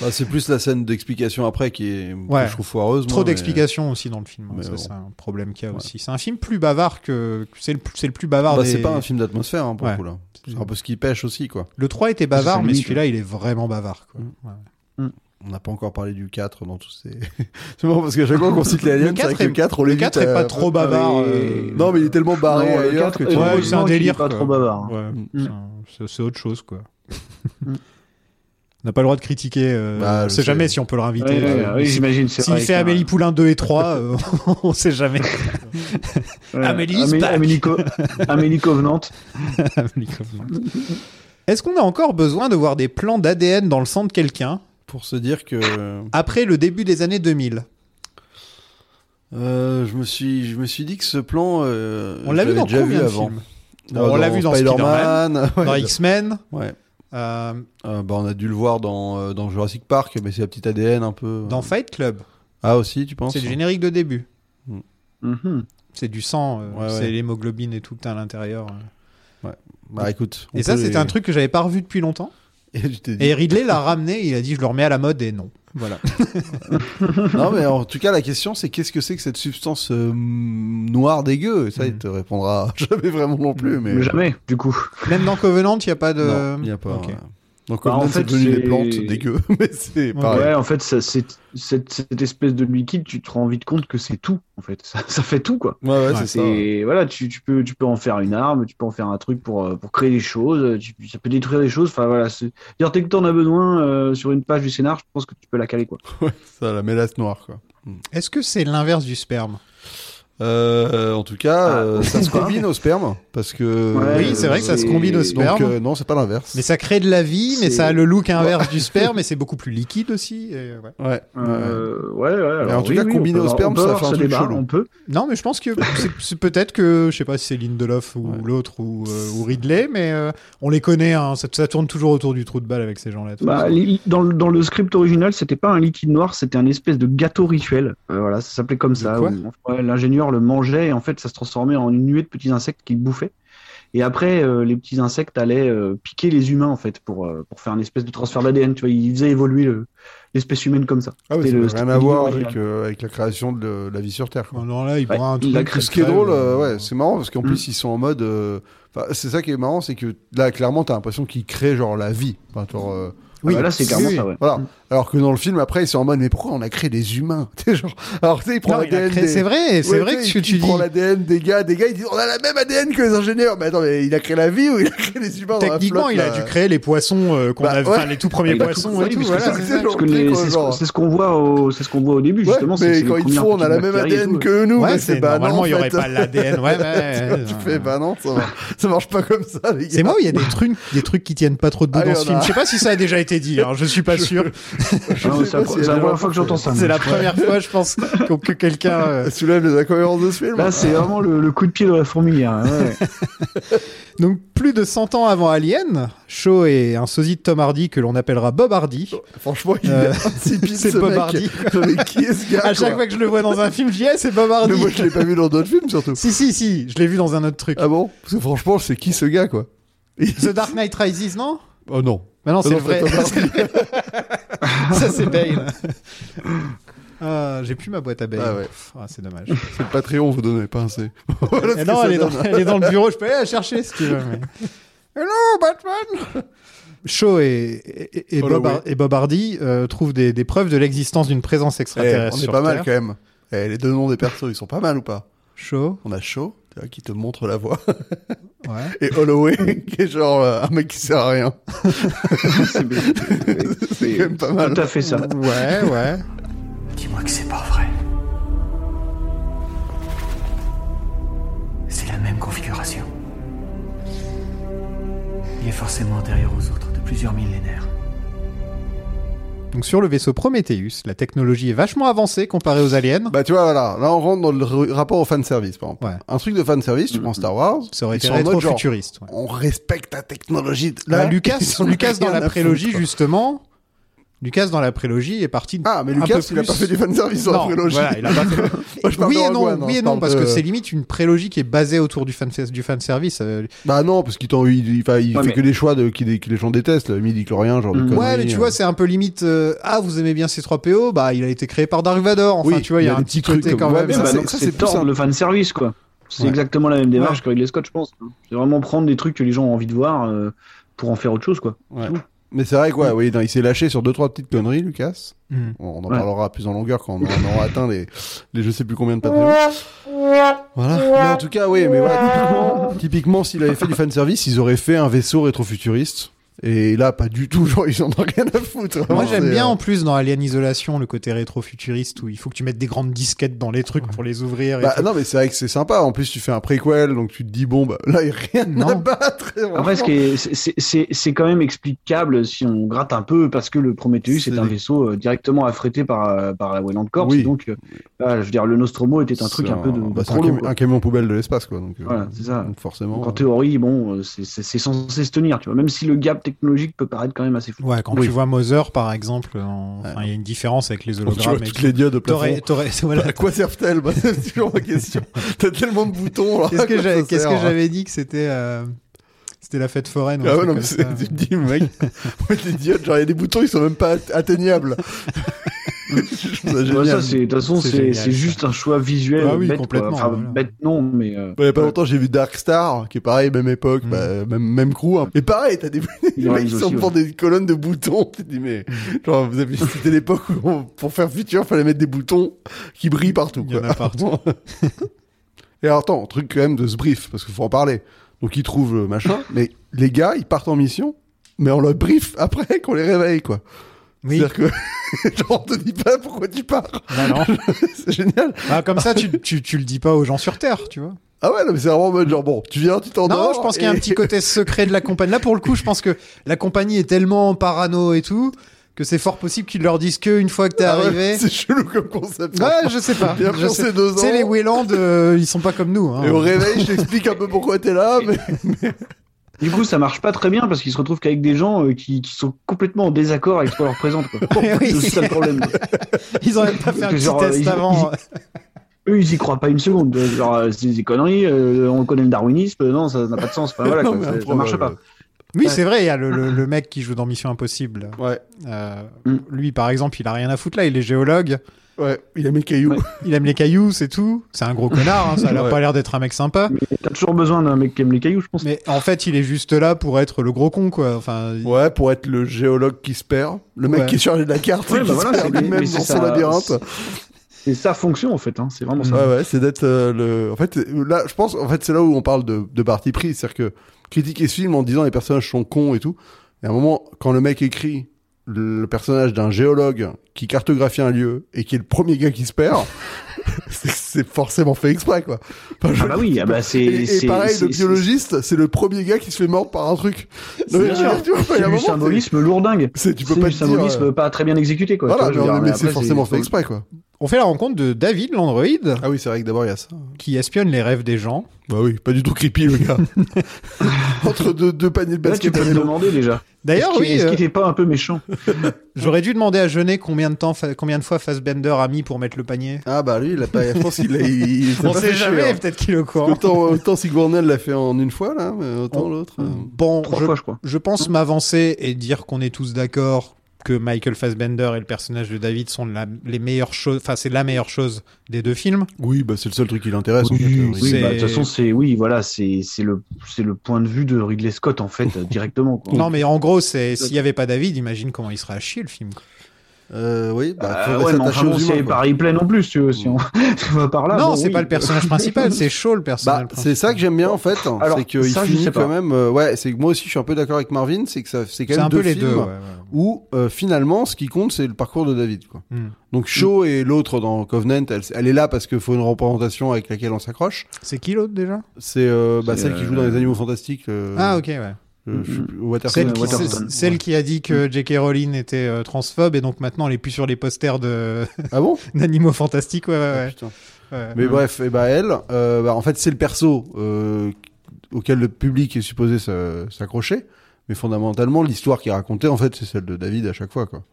Speaker 9: Bah, c'est plus la scène d'explication après qui est,
Speaker 8: Ouais.
Speaker 9: que je trouve foireuse.
Speaker 8: Trop
Speaker 9: moi, mais-
Speaker 8: d'explications aussi dans le film. hein.
Speaker 9: mais
Speaker 8: Ça,
Speaker 9: bon.
Speaker 8: c'est un problème qu'il y a
Speaker 9: Ouais.
Speaker 8: aussi. C'est un film plus bavard que. que C'est le, plus- c'est le plus bavard
Speaker 9: Bah,
Speaker 8: des-
Speaker 9: c'est pas un film d'atmosphère hein, pour
Speaker 8: Ouais.
Speaker 9: le coup là. C'est un peu ce qui pêche aussi quoi.
Speaker 8: Le 3 était
Speaker 10: C'est
Speaker 8: bavard,
Speaker 10: sa
Speaker 8: mais
Speaker 10: limite,
Speaker 8: celui-là, il est vraiment bavard. Quoi. Ouais.
Speaker 9: Mm. On n'a pas encore parlé du 4 dans tous ces. c'est bon parce qu'à chaque fois qu'on cite les aliens, c'est vrai que le 4 on
Speaker 8: le
Speaker 9: l'évite.
Speaker 8: 4 est
Speaker 9: à-
Speaker 8: pas trop bavard.
Speaker 10: euh,
Speaker 9: Non mais il est tellement barré
Speaker 10: Non, le
Speaker 9: ailleurs
Speaker 10: 4,
Speaker 9: que
Speaker 10: euh,
Speaker 9: tu
Speaker 10: ouais,
Speaker 9: vois,
Speaker 10: c'est un délire, pas trop bavard. hein.
Speaker 8: Ouais,
Speaker 9: Mm.
Speaker 8: c'est un- c'est- C'est autre chose, quoi.
Speaker 10: Mm.
Speaker 8: On n'a pas le droit de critiquer. euh,
Speaker 9: Bah,
Speaker 8: on
Speaker 9: je
Speaker 8: sait
Speaker 9: sais.
Speaker 8: jamais si on peut le
Speaker 10: Ouais,
Speaker 8: réinviter.
Speaker 10: ouais,
Speaker 8: euh,
Speaker 10: ouais, oui,
Speaker 8: si-
Speaker 10: j'imagine. c'est
Speaker 8: S'il
Speaker 10: vrai
Speaker 8: fait
Speaker 10: qu'un-
Speaker 8: Amélie Poulain 2 et 3, euh, on sait jamais.
Speaker 10: Ouais,
Speaker 8: Amélie is back.
Speaker 10: Amélie, Co- Amélie Covenant.
Speaker 8: Amélie Kaufman. Est-ce qu'on a encore besoin de voir des plans d'ADN dans le sang de quelqu'un
Speaker 9: pour se dire que
Speaker 8: après le début des années 2000
Speaker 9: Euh, je me suis je me suis dit que ce plan euh,
Speaker 8: On l'a
Speaker 9: je
Speaker 8: vu
Speaker 9: l'avais
Speaker 8: dans
Speaker 9: déjà vu
Speaker 8: combien de
Speaker 9: avant.
Speaker 8: films
Speaker 9: Euh,
Speaker 8: On l'a vu dans Dans
Speaker 9: Spider-Man. ouais.
Speaker 8: X-Men
Speaker 9: Ouais.
Speaker 8: euh,
Speaker 9: Euh, bah, on a dû le voir dans, euh, dans Jurassic Park, mais c'est la petite ADN un peu. euh.
Speaker 8: Dans Fight Club,
Speaker 9: Ah aussi, tu penses
Speaker 8: c'est le générique de début.
Speaker 10: Mhm.
Speaker 8: C'est du sang, euh,
Speaker 9: Ouais,
Speaker 8: c'est
Speaker 9: ouais.
Speaker 8: l'hémoglobine et tout à l'intérieur. euh.
Speaker 9: Bah écoute. on
Speaker 8: Et ça,
Speaker 9: peut
Speaker 8: c'était
Speaker 9: les-
Speaker 8: un truc que j'avais pas revu depuis longtemps.
Speaker 9: Et je t'ai dit-
Speaker 8: Et Ridley l'a ramené, il a dit je le remets à la mode et non. Voilà.
Speaker 9: non mais en tout cas la question c'est qu'est-ce que c'est que cette substance euh, noire dégueu Et Ça il te répondra jamais vraiment non plus mais.
Speaker 10: Mais Jamais, du coup.
Speaker 8: Même dans Covenant, il n'y a pas de.
Speaker 9: Non, il y a pas.
Speaker 8: Ok.
Speaker 9: Donc
Speaker 10: Bah, en
Speaker 9: en fait, c'est
Speaker 10: fait,
Speaker 9: devenu
Speaker 10: c'est-
Speaker 9: des plantes dégueu, mais c'est
Speaker 8: Ah
Speaker 9: pareil.
Speaker 10: Ouais, en fait, ça, c'est- cette, cette espèce de liquide, tu te rends vite compte que c'est tout, en fait. Ça, ça fait tout, quoi.
Speaker 9: Ouais, ouais, c'est ça.
Speaker 10: C'est voilà, tu, tu peux tu peux en faire une arme, tu peux en faire un truc pour euh, pour créer des choses, tu, ça peut détruire des choses. Enfin voilà, c'est- dire dès que t'en as besoin euh, sur une page du scénar, je pense que tu peux la caler quoi.
Speaker 9: Ouais, ça, la mélasse noire, quoi.
Speaker 8: Est-ce que c'est l'inverse du sperme
Speaker 9: Euh, euh, en tout cas,
Speaker 10: Ah.
Speaker 9: euh, ça se combine au sperme, parce que. euh,
Speaker 10: Ouais,
Speaker 8: Oui, c'est vrai que ça se
Speaker 10: c'est-
Speaker 8: combine au
Speaker 10: donc,
Speaker 8: sperme.
Speaker 9: Donc, euh, non, c'est pas l'inverse.
Speaker 8: Mais ça crée de la vie, mais
Speaker 10: C'est-
Speaker 8: ça a le look inverse du sperme, mais c'est beaucoup plus liquide aussi. et ouais.
Speaker 9: Ouais.
Speaker 10: Euh, ouais ouais. alors,
Speaker 9: Mais en tout
Speaker 10: oui,
Speaker 9: cas,
Speaker 10: oui, on
Speaker 9: combiné
Speaker 10: peut
Speaker 9: au
Speaker 10: avoir-
Speaker 9: sperme,
Speaker 10: on peut
Speaker 9: ça
Speaker 10: avoir
Speaker 9: fait un
Speaker 10: ce
Speaker 9: truc
Speaker 10: débat,
Speaker 9: chelou.
Speaker 10: On peut.
Speaker 8: Non, mais je pense que c'est- c'est peut-être que, je sais pas si c'est Lindelof ou
Speaker 9: Ouais.
Speaker 8: l'autre ou, euh, ou Ridley, mais euh, on les connaît, hein, ça, ça tourne toujours autour du trou de balle avec ces gens-là. de toute
Speaker 10: Bah,
Speaker 8: façon.
Speaker 10: li- dans, le, dans le script original, c'était pas un liquide noir, c'était un espèce de gâteau rituel. Euh, voilà, ça s'appelait comme ça.
Speaker 8: quoi
Speaker 10: où, ouais, L'ingénieur le mangeait et en fait, ça se transformait en une nuée de petits insectes qu'il bouffait. Et après, euh, les petits insectes allaient euh, piquer les humains en fait pour euh, pour faire une espèce de transfert d'ADN. Tu vois, ils faisaient évoluer le- l'espèce humaine comme ça.
Speaker 9: Ah, mais
Speaker 10: C'est
Speaker 9: ça
Speaker 10: le-
Speaker 9: n'a
Speaker 10: c'est
Speaker 9: rien
Speaker 10: le
Speaker 9: à voir
Speaker 10: livre
Speaker 9: avec, euh, avec la création de le- la vie sur Terre, quoi.
Speaker 8: Non, non, là, il
Speaker 10: Ouais,
Speaker 8: prend un
Speaker 10: il a
Speaker 8: truc.
Speaker 10: cru
Speaker 9: Ce qui est
Speaker 8: crève,
Speaker 9: drôle,
Speaker 8: euh,
Speaker 9: euh, ouais, c'est marrant parce qu'en
Speaker 10: Mm.
Speaker 9: plus ils sont en mode. euh, enfin, c'est ça qui est marrant, c'est que là clairement t'as l'impression qu'ils créent genre la vie. Enfin, genre, euh,
Speaker 10: Oui,
Speaker 9: ah bah
Speaker 10: là, c'est
Speaker 9: si,
Speaker 10: clairement
Speaker 9: oui.
Speaker 10: ça, ouais.
Speaker 9: Voilà.
Speaker 10: Mm.
Speaker 9: Alors que dans le film après ils sont en mode mais pourquoi on a créé des humains Tu sais, genre, Alors tu sais ils
Speaker 8: Non,
Speaker 9: prennent
Speaker 8: il a
Speaker 9: l'ADN.
Speaker 8: créé-
Speaker 9: des-
Speaker 8: C'est vrai, c'est
Speaker 9: Ouais,
Speaker 8: vrai que
Speaker 9: sais,
Speaker 8: ce que
Speaker 9: il-
Speaker 8: tu
Speaker 9: il
Speaker 8: dis.
Speaker 9: prend l'ADN des gars, des gars ils disent on a la même ADN que les ingénieurs. Mais attends, mais il a créé la vie ou il a créé les humains dans la
Speaker 8: Techniquement,
Speaker 9: hein, flotte,
Speaker 8: il a
Speaker 9: là
Speaker 8: dû créer les poissons euh, qu'on
Speaker 9: Bah,
Speaker 8: avait,
Speaker 9: ouais.
Speaker 8: enfin, les tout premiers
Speaker 10: Ah, Il a
Speaker 8: poissons
Speaker 10: tout-
Speaker 8: et
Speaker 10: oui,
Speaker 8: tout.
Speaker 10: parce que
Speaker 8: voilà,
Speaker 10: ça-
Speaker 8: c'est
Speaker 9: c'est
Speaker 8: ça.
Speaker 10: Parce
Speaker 9: genre-
Speaker 10: que les-
Speaker 9: Genre,
Speaker 10: c'est ce qu'on-
Speaker 9: genre.
Speaker 10: c'est ce qu'on voit au c'est ce qu'on voit au début
Speaker 9: Ouais,
Speaker 10: justement. c'est-
Speaker 9: mais
Speaker 10: c'est les
Speaker 9: quand ils
Speaker 10: premières
Speaker 9: font on a la
Speaker 10: petites
Speaker 9: même
Speaker 10: bactéries et
Speaker 9: ADN
Speaker 10: tout.
Speaker 9: que nous,
Speaker 8: Ouais,
Speaker 9: mais
Speaker 8: c'est-
Speaker 9: c'est bah pas
Speaker 8: normalement, il n'y
Speaker 9: n'y
Speaker 8: aurait pas l'ADN. Ouais, ouais,
Speaker 9: tu
Speaker 8: ouais.
Speaker 9: fais bah non, ça, marche- ça marche pas comme ça les gars.
Speaker 8: C'est moi ou il y a des trucs, des trucs qui tiennent pas trop debout
Speaker 9: Ah, il y
Speaker 8: dans ce
Speaker 9: en
Speaker 8: film
Speaker 9: a.
Speaker 8: Je sais pas si ça a déjà été dit, alors je suis pas sûr.
Speaker 10: Ah,
Speaker 9: Je sais
Speaker 10: c'est
Speaker 9: pas
Speaker 10: la-
Speaker 9: si
Speaker 10: c'est
Speaker 9: elle a
Speaker 10: la première
Speaker 9: raison.
Speaker 10: fois que j'entends ça.
Speaker 8: C'est la première fois, je pense, que, que quelqu'un. euh,
Speaker 9: Ça soulève les incohérences de ce film.
Speaker 8: Bah,
Speaker 10: Là, c'est vraiment le, le coup de pied de la fourmilière. hein, ouais.
Speaker 8: Donc, plus de 100 ans avant Alien, Shaw est un sosie de Tom Hardy que l'on appellera Bob Hardy.
Speaker 9: Franchement, il
Speaker 8: Euh,
Speaker 9: est insipide
Speaker 8: c'est
Speaker 9: ce
Speaker 8: Bob
Speaker 9: mec.
Speaker 8: Hardy.
Speaker 9: Non, mais qui est ce gars
Speaker 8: À chaque
Speaker 9: quoi
Speaker 8: fois que je le vois dans un film, je dis, Eh, c'est Bob Hardy.
Speaker 9: Mais moi, je l'ai pas vu dans d'autres films surtout.
Speaker 8: Si, si, si, je l'ai vu dans un autre truc.
Speaker 9: Ah bon Parce que franchement, c'est qui ce gars quoi
Speaker 8: The Dark Knight Rises, non
Speaker 9: Oh non.
Speaker 8: Bah non, c'est
Speaker 9: non,
Speaker 8: le vrai.
Speaker 9: c'est Tom
Speaker 8: Ça, c'est Bane. Ah, j'ai plus ma boîte à bail.
Speaker 9: Ah ouais.
Speaker 8: Pff, ah, c'est dommage.
Speaker 9: C'est le Patreon, vous donnez pas assez. Voilà ce
Speaker 8: Eh
Speaker 9: que
Speaker 8: non,
Speaker 9: ça
Speaker 8: elle est, dans,
Speaker 9: donne.
Speaker 8: elle est dans le bureau, je peux aller la chercher si tu veux. mais- Hello, Batman Shaw et, et, et
Speaker 9: Holloway.
Speaker 8: Bob, Har- et Bob Hardy euh, trouvent des, des preuves de l'existence d'une présence
Speaker 9: Eh,
Speaker 8: extraterrestre
Speaker 9: on est
Speaker 8: sur
Speaker 9: pas mal
Speaker 8: Terre.
Speaker 9: quand même. Eh, les deux noms des persos, ils sont pas mal ou pas
Speaker 8: Shaw,
Speaker 9: On a Shaw, tu vois, qui te montre la voie,
Speaker 8: ouais.
Speaker 9: et Holloway, qui est genre euh, un mec qui sert à rien. C'est quand même pas mal.
Speaker 10: Tout à fait ça.
Speaker 8: ouais, ouais.
Speaker 1: Dis-moi que c'est pas vrai. C'est la même configuration. Il est forcément antérieur aux autres de plusieurs millénaires.
Speaker 8: Donc sur le vaisseau Prometheus, la technologie est vachement avancée comparée aux aliens.
Speaker 9: Bah tu vois, voilà, là on rentre dans le r- rapport au fanservice, par exemple.
Speaker 8: Ouais.
Speaker 9: Un truc de fanservice,
Speaker 10: Mm-hmm.
Speaker 9: tu prends Star Wars,
Speaker 8: Ça aurait
Speaker 9: ils
Speaker 8: été
Speaker 9: sont en mode genre,
Speaker 8: rétro-futuriste. ouais.
Speaker 9: On respecte ta technologie.
Speaker 8: Bah,
Speaker 9: Là,
Speaker 8: Lucas,
Speaker 9: ils ont
Speaker 8: Lucas
Speaker 9: rien
Speaker 8: dans
Speaker 9: à
Speaker 8: la
Speaker 9: foutre,
Speaker 8: prélogie
Speaker 9: quoi.
Speaker 8: justement. Lucas dans la prélogie est parti.
Speaker 9: Ah, mais
Speaker 8: un
Speaker 9: Lucas,
Speaker 8: peu
Speaker 9: il a
Speaker 8: plus-
Speaker 9: pas fait du fanservice dans la
Speaker 8: Non,
Speaker 9: prélogie.
Speaker 8: voilà, il a pas fait-
Speaker 9: Moi, je parle
Speaker 8: oui
Speaker 9: de
Speaker 8: et
Speaker 9: Rogue
Speaker 8: non,
Speaker 9: One, hein,
Speaker 8: oui
Speaker 9: je
Speaker 8: et non,
Speaker 9: parle
Speaker 8: parce
Speaker 9: de-
Speaker 8: que c'est limite une prélogie qui est basée autour du fan du fanservice. euh,
Speaker 9: Bah non, parce qu'il t'en- il, il- enfin, il
Speaker 10: Ouais,
Speaker 9: fait
Speaker 10: mais-
Speaker 9: que des choix de, qui, des- qui les gens détestent, le midi chlorien, genre de
Speaker 10: Mm.
Speaker 9: conneries.
Speaker 8: Ouais, mais tu
Speaker 9: euh.
Speaker 8: vois, c'est un peu limite. euh, ah, vous aimez bien C3PO Bah, il a été créé par Dark Vador. Enfin,
Speaker 9: Oui,
Speaker 8: tu vois, il y a, un
Speaker 9: des
Speaker 8: petit
Speaker 9: trucs
Speaker 8: côté
Speaker 9: comme-
Speaker 8: quand
Speaker 9: ouais,
Speaker 8: même.
Speaker 9: mais
Speaker 10: Ouais,
Speaker 9: ça,
Speaker 10: bah
Speaker 9: c'est-
Speaker 10: donc
Speaker 9: ça,
Speaker 10: ça,
Speaker 9: c'est
Speaker 10: c'est
Speaker 9: plus
Speaker 10: tordre
Speaker 9: simple.
Speaker 10: le fanservice, quoi. C'est
Speaker 8: Ouais.
Speaker 10: exactement la même démarche que Ridley Scott, je pense. C'est vraiment prendre des trucs que les gens ont envie de voir euh, pour en faire autre chose, quoi.
Speaker 9: Ouais. Mais c'est vrai que, ouais, oui, non, il s'est lâché sur deux, trois petites conneries, Lucas.
Speaker 8: Mm.
Speaker 9: On en
Speaker 10: Ouais.
Speaker 9: parlera plus en longueur quand on, on aura atteint les, les je sais plus combien de Patreon.
Speaker 11: Euh.
Speaker 9: Voilà. Mais en tout cas, oui, mais voilà, typiquement, typiquement, s'il avait fait du fanservice, ils auraient fait un vaisseau rétrofuturiste. Et là, pas du tout, genre, ils en ont rien à foutre.
Speaker 8: Moi,
Speaker 9: Vraiment,
Speaker 8: j'aime
Speaker 9: c'est,
Speaker 8: bien
Speaker 9: euh,
Speaker 8: en plus dans Alien Isolation le côté rétro-futuriste où il faut que tu mettes des grandes disquettes dans les trucs pour les ouvrir. et
Speaker 9: Bah,
Speaker 8: tout.
Speaker 9: non, mais c'est vrai que c'est sympa. En plus, tu fais un préquel, donc tu te dis, bon, bah, là, il n'y a rien
Speaker 8: Non.
Speaker 9: à battre.
Speaker 10: Après, ce qui est- c'est- c'est- c'est c'est quand même explicable si on gratte un peu, parce que le Prometheus
Speaker 9: C'est
Speaker 10: est un
Speaker 9: des-
Speaker 10: vaisseau euh, directement affrété par, euh, par la Wayland Corp.
Speaker 9: Oui.
Speaker 10: Donc, euh, bah, je veux dire, le Nostromo était un truc un peu de, de
Speaker 9: bah, c'est un,
Speaker 10: prolo,
Speaker 9: cami-
Speaker 10: quoi.
Speaker 9: un camion poubelle de l'espace, quoi. Donc, euh,
Speaker 10: Voilà, c'est ça.
Speaker 9: donc forcément.
Speaker 10: Donc, en
Speaker 9: euh,
Speaker 10: théorie, bon, euh, c'est- c'est c'est censé se tenir, tu vois. Même si le gap technologique peut paraître quand même assez fou.
Speaker 8: Ouais, quand
Speaker 9: Oui.
Speaker 8: tu vois Mother par exemple, en- enfin, il y a une différence avec les
Speaker 9: euh, tu vois
Speaker 8: hologrammes. et
Speaker 9: toutes
Speaker 8: tout.
Speaker 9: les diodes au plafond.
Speaker 8: T'aurais, t'aurais- voilà.
Speaker 9: À quoi servent-elles Bah, C'est toujours ma question. T'as tellement de boutons. alors,
Speaker 8: Qu'est-ce
Speaker 9: à
Speaker 8: que,
Speaker 9: quoi
Speaker 8: j'a-
Speaker 9: ça
Speaker 8: qu'est-ce que
Speaker 9: sert
Speaker 8: j'avais dit que c'était euh, c'était la fête foraine ou un
Speaker 9: Ah ouais,
Speaker 8: truc
Speaker 9: non,
Speaker 8: comme
Speaker 9: mais c'est-
Speaker 8: ça. euh.
Speaker 9: tu te dis, mec, en fait, les diodes, genre, il y a des boutons, ils sont même pas at- atteignables. Je trouve ça
Speaker 10: Ouais,
Speaker 9: génial.
Speaker 10: ça, c'est- de toute façon,
Speaker 8: C'est
Speaker 10: c'est
Speaker 8: génial, ça.
Speaker 10: c'est juste un choix visuel.
Speaker 8: Ah oui,
Speaker 10: bête, quoi.
Speaker 8: complètement,
Speaker 10: Enfin,
Speaker 8: voilà.
Speaker 10: bête, non, mais. euh,
Speaker 9: Bah, il y a pas longtemps, j'ai vu Dark Star, qui est pareil, même époque,
Speaker 8: Mm.
Speaker 9: bah, même, même crew. hein. Et pareil, t'as des, les
Speaker 10: Ouais,
Speaker 9: mecs,
Speaker 10: ils
Speaker 9: ils sont
Speaker 10: aussi,
Speaker 9: devant
Speaker 10: ouais.
Speaker 9: des colonnes de boutons. Tu te dis,
Speaker 8: Mm.
Speaker 9: mais, genre, vous avez, c'était l'époque où, on- pour faire futur, fallait mettre des boutons qui brillent partout,
Speaker 8: Mm. Il y en
Speaker 9: quoi.
Speaker 8: a partout.
Speaker 9: Et alors, attends, truc quand même de ce brief, parce qu'il faut en parler. Donc, ils trouvent le machin, mais les gars, ils partent en mission, mais on leur brief après qu'on les réveille, quoi.
Speaker 8: Oui.
Speaker 9: C'est-à-dire que, genre, on te dit pas pourquoi tu pars.
Speaker 8: Bah non.
Speaker 9: c'est génial.
Speaker 8: Ah, comme ça, tu, tu, tu le dis pas aux gens sur Terre, tu vois.
Speaker 9: Ah ouais, non, mais c'est vraiment en mode, genre, bon, tu viens, tu t'endors.
Speaker 8: Non, je pense qu'il y a un
Speaker 9: Oh bah, et-
Speaker 8: petit côté secret de la compagnie. Là, pour le coup, je pense que la compagnie est tellement parano et tout que c'est fort possible qu'ils leur disent que une fois que t'es
Speaker 9: Ah ouais,
Speaker 8: arrivé.
Speaker 9: C'est chelou comme concept.
Speaker 8: Ouais, je sais pas.
Speaker 9: Bien
Speaker 8: Je
Speaker 9: sûr,
Speaker 8: sais-
Speaker 9: c'est deux
Speaker 8: Tu sais,
Speaker 9: ans.
Speaker 8: les Wayland, euh, ils sont pas comme nous. hein.
Speaker 9: Et au réveil, je t'explique un peu pourquoi t'es là, mais
Speaker 10: Du coup, ça marche pas très bien parce qu'ils se retrouvent qu'avec des gens euh, qui, qui sont complètement en désaccord avec ce qu'on leur présente. Quoi.
Speaker 8: Oui.
Speaker 10: C'est aussi ça le problème.
Speaker 8: Ils auraient pas fait un
Speaker 10: Que
Speaker 8: petit
Speaker 10: genre,
Speaker 8: test
Speaker 10: ils-
Speaker 8: avant.
Speaker 10: Eux, ils y croient pas une seconde. Genre, euh, c'est des conneries, euh, on connaît le darwinisme, euh, non, ça n'a pas de sens. Enfin, voilà,
Speaker 9: Non,
Speaker 10: quoi,
Speaker 9: mais
Speaker 10: ça, ça
Speaker 9: improbable.
Speaker 10: marche pas.
Speaker 8: Oui, c'est vrai, il y a le, le- le mec qui joue dans Mission Impossible.
Speaker 9: Ouais,
Speaker 8: Euh,
Speaker 10: Mm.
Speaker 8: Lui, par exemple, il a rien à foutre là, il est géologue,
Speaker 9: ouais, il a mes cailloux.
Speaker 10: Ouais.
Speaker 8: il aime les cailloux, c'est tout. C'est un gros connard, hein, ça a
Speaker 9: Ouais.
Speaker 8: pas l'air d'être un mec sympa.
Speaker 10: Mais T'as toujours besoin d'un mec qui aime les cailloux, je pense.
Speaker 8: Mais en fait, il est juste là pour être le gros con, quoi. Enfin, il-
Speaker 9: Ouais, pour être le géologue qui se perd, le mec
Speaker 8: Ouais.
Speaker 9: qui est chargé de la carte,
Speaker 10: Ouais,
Speaker 9: et qui
Speaker 10: bah
Speaker 9: se
Speaker 10: voilà,
Speaker 9: perd
Speaker 10: c'est-
Speaker 9: lui-même
Speaker 10: mais c'est
Speaker 9: dans son
Speaker 10: ça-
Speaker 9: labyrinthe.
Speaker 10: C'est sa fonction, en fait. Hein. C'est vraiment ça.
Speaker 9: Ouais, ouais, c'est d'être euh, le. En fait, là, je pense, en fait, c'est là où on parle de, de parti pris. C'est-à-dire que critiquer ce film en disant les personnages sont cons et tout. Et à un moment, quand le mec écrit le personnage d'un géologue qui cartographie un lieu et qui est le premier gars qui se perd, c'est- c'est forcément fait exprès, quoi. Enfin, je-
Speaker 10: Ah bah oui, ah bah c'est.
Speaker 9: Et, et
Speaker 10: c'est-
Speaker 9: pareil,
Speaker 10: c'est-
Speaker 9: le biologiste, c'est le premier gars qui se fait mordre par un truc. Non, mais
Speaker 10: bien
Speaker 9: je veux dire,
Speaker 10: sûr.
Speaker 9: tu vois, il
Speaker 10: C'est
Speaker 9: y a un
Speaker 10: du
Speaker 9: moment, t'es-
Speaker 10: symbolisme lourdingue.
Speaker 9: c'est- tu peux
Speaker 10: C'est
Speaker 9: pas
Speaker 10: du
Speaker 9: te dire,
Speaker 10: symbolisme
Speaker 9: euh,
Speaker 10: pas très bien exécuté, quoi.
Speaker 9: Voilà,
Speaker 10: tu vois, je veux
Speaker 9: mais,
Speaker 10: dire,
Speaker 9: mais
Speaker 10: mais
Speaker 9: c'est
Speaker 10: après,
Speaker 9: forcément fait exprès, quoi.
Speaker 8: on fait la rencontre de David, l'androïde,
Speaker 9: Ah oui, c'est vrai que d'abord, il y a ça.
Speaker 8: qui espionne les rêves des gens.
Speaker 9: Bah oui, pas du tout creepy, le gars. Entre deux, deux paniers de
Speaker 10: Là, tu
Speaker 9: basket.
Speaker 10: peux te demander déjà.
Speaker 8: D'ailleurs,
Speaker 10: Est-ce qu'il-
Speaker 8: oui,
Speaker 10: Est-ce
Speaker 8: euh,
Speaker 10: qu'il était pas un peu méchant
Speaker 8: j'aurais dû demander à Jeunet combien de temps, fa- combien de fois Fassbender a mis pour mettre le panier.
Speaker 9: Ah bah lui, il a pas... je pense qu'il a... il- il s'est
Speaker 8: On
Speaker 9: pas
Speaker 8: sait
Speaker 9: fait
Speaker 8: jamais,
Speaker 9: chier, hein.
Speaker 8: peut-être qu'il est au courant.
Speaker 9: Autant, autant Sigourney l'a fait en une fois,
Speaker 10: Oh.
Speaker 9: là, mais autant
Speaker 8: On-
Speaker 9: l'autre... euh,
Speaker 8: Bon,
Speaker 10: Trois
Speaker 8: je,
Speaker 10: fois, je crois.
Speaker 8: je pense m'avancer et dire qu'on est tous d'accord que Michael Fassbender et le personnage de David sont la- les meilleures choses. Enfin, c'est la meilleure chose des deux films.
Speaker 9: Oui, bah, c'est le seul truc qui l'intéresse. en fait, euh, oui.
Speaker 10: Oui,
Speaker 8: c'est-
Speaker 10: bah, de toute façon, c'est oui, voilà, c'est c'est le c'est le point de vue de Ridley Scott en fait euh, directement. Quoi.
Speaker 8: Non, mais en gros, c'est s'il n'y avait pas David, imagine comment il serait à chier le film. quoi.
Speaker 9: Euh, oui, bah,
Speaker 10: Euh, ouais,
Speaker 9: faudrait
Speaker 10: mais
Speaker 9: s'attacher
Speaker 10: enfin, bon,
Speaker 9: aux humains,
Speaker 10: c'est
Speaker 9: quoi.
Speaker 10: Paris plein non plus, si tu veux, si on si on va par Ah là.
Speaker 8: non,
Speaker 10: bon,
Speaker 8: c'est
Speaker 10: oui.
Speaker 8: pas le personnage principal, c'est chaud le
Speaker 9: Bah,
Speaker 8: personnage
Speaker 9: c'est
Speaker 8: principal.
Speaker 9: ça que j'aime bien en fait,
Speaker 10: Alors,
Speaker 9: c'est qu'il
Speaker 10: ça, je
Speaker 9: finit
Speaker 10: sais pas.
Speaker 9: quand même. euh, ouais, c'est que moi aussi je suis un peu d'accord avec Marvin, c'est que ça, c'est quand
Speaker 8: C'est
Speaker 9: même
Speaker 8: un
Speaker 9: deux
Speaker 8: peu les
Speaker 9: films
Speaker 8: deux. ouais, ouais.
Speaker 9: où euh, finalement ce qui compte c'est le parcours de David. Quoi.
Speaker 8: Hmm.
Speaker 9: Donc Shaw et l'autre dans Covenant, elle, elle est là parce qu'il faut une représentation avec laquelle on s'accroche.
Speaker 8: C'est qui l'autre déjà
Speaker 9: C'est euh, bah,
Speaker 10: C'est,
Speaker 9: celle qui joue dans
Speaker 10: euh,
Speaker 9: les Animaux Fantastiques. euh,
Speaker 8: Ah, ok, ouais.
Speaker 9: euh, je sais plus, Waterton.
Speaker 8: Celle qui,
Speaker 10: Waterton,
Speaker 8: c'est-
Speaker 10: ouais.
Speaker 8: celle qui a dit que J.K. Rowling était euh, transphobe et donc maintenant elle est plus sur les posters de
Speaker 9: Ah bon
Speaker 8: d'animaux fantastiques. Ouais, ouais,
Speaker 9: Ah,
Speaker 8: ouais.
Speaker 9: putain.
Speaker 8: Ouais.
Speaker 9: Mais bref, et bah elle, euh, bah, en fait, c'est le perso euh, auquel le public est supposé s'a- s'accrocher, mais fondamentalement, l'histoire qui est racontée, en fait, c'est celle de David à chaque fois, quoi.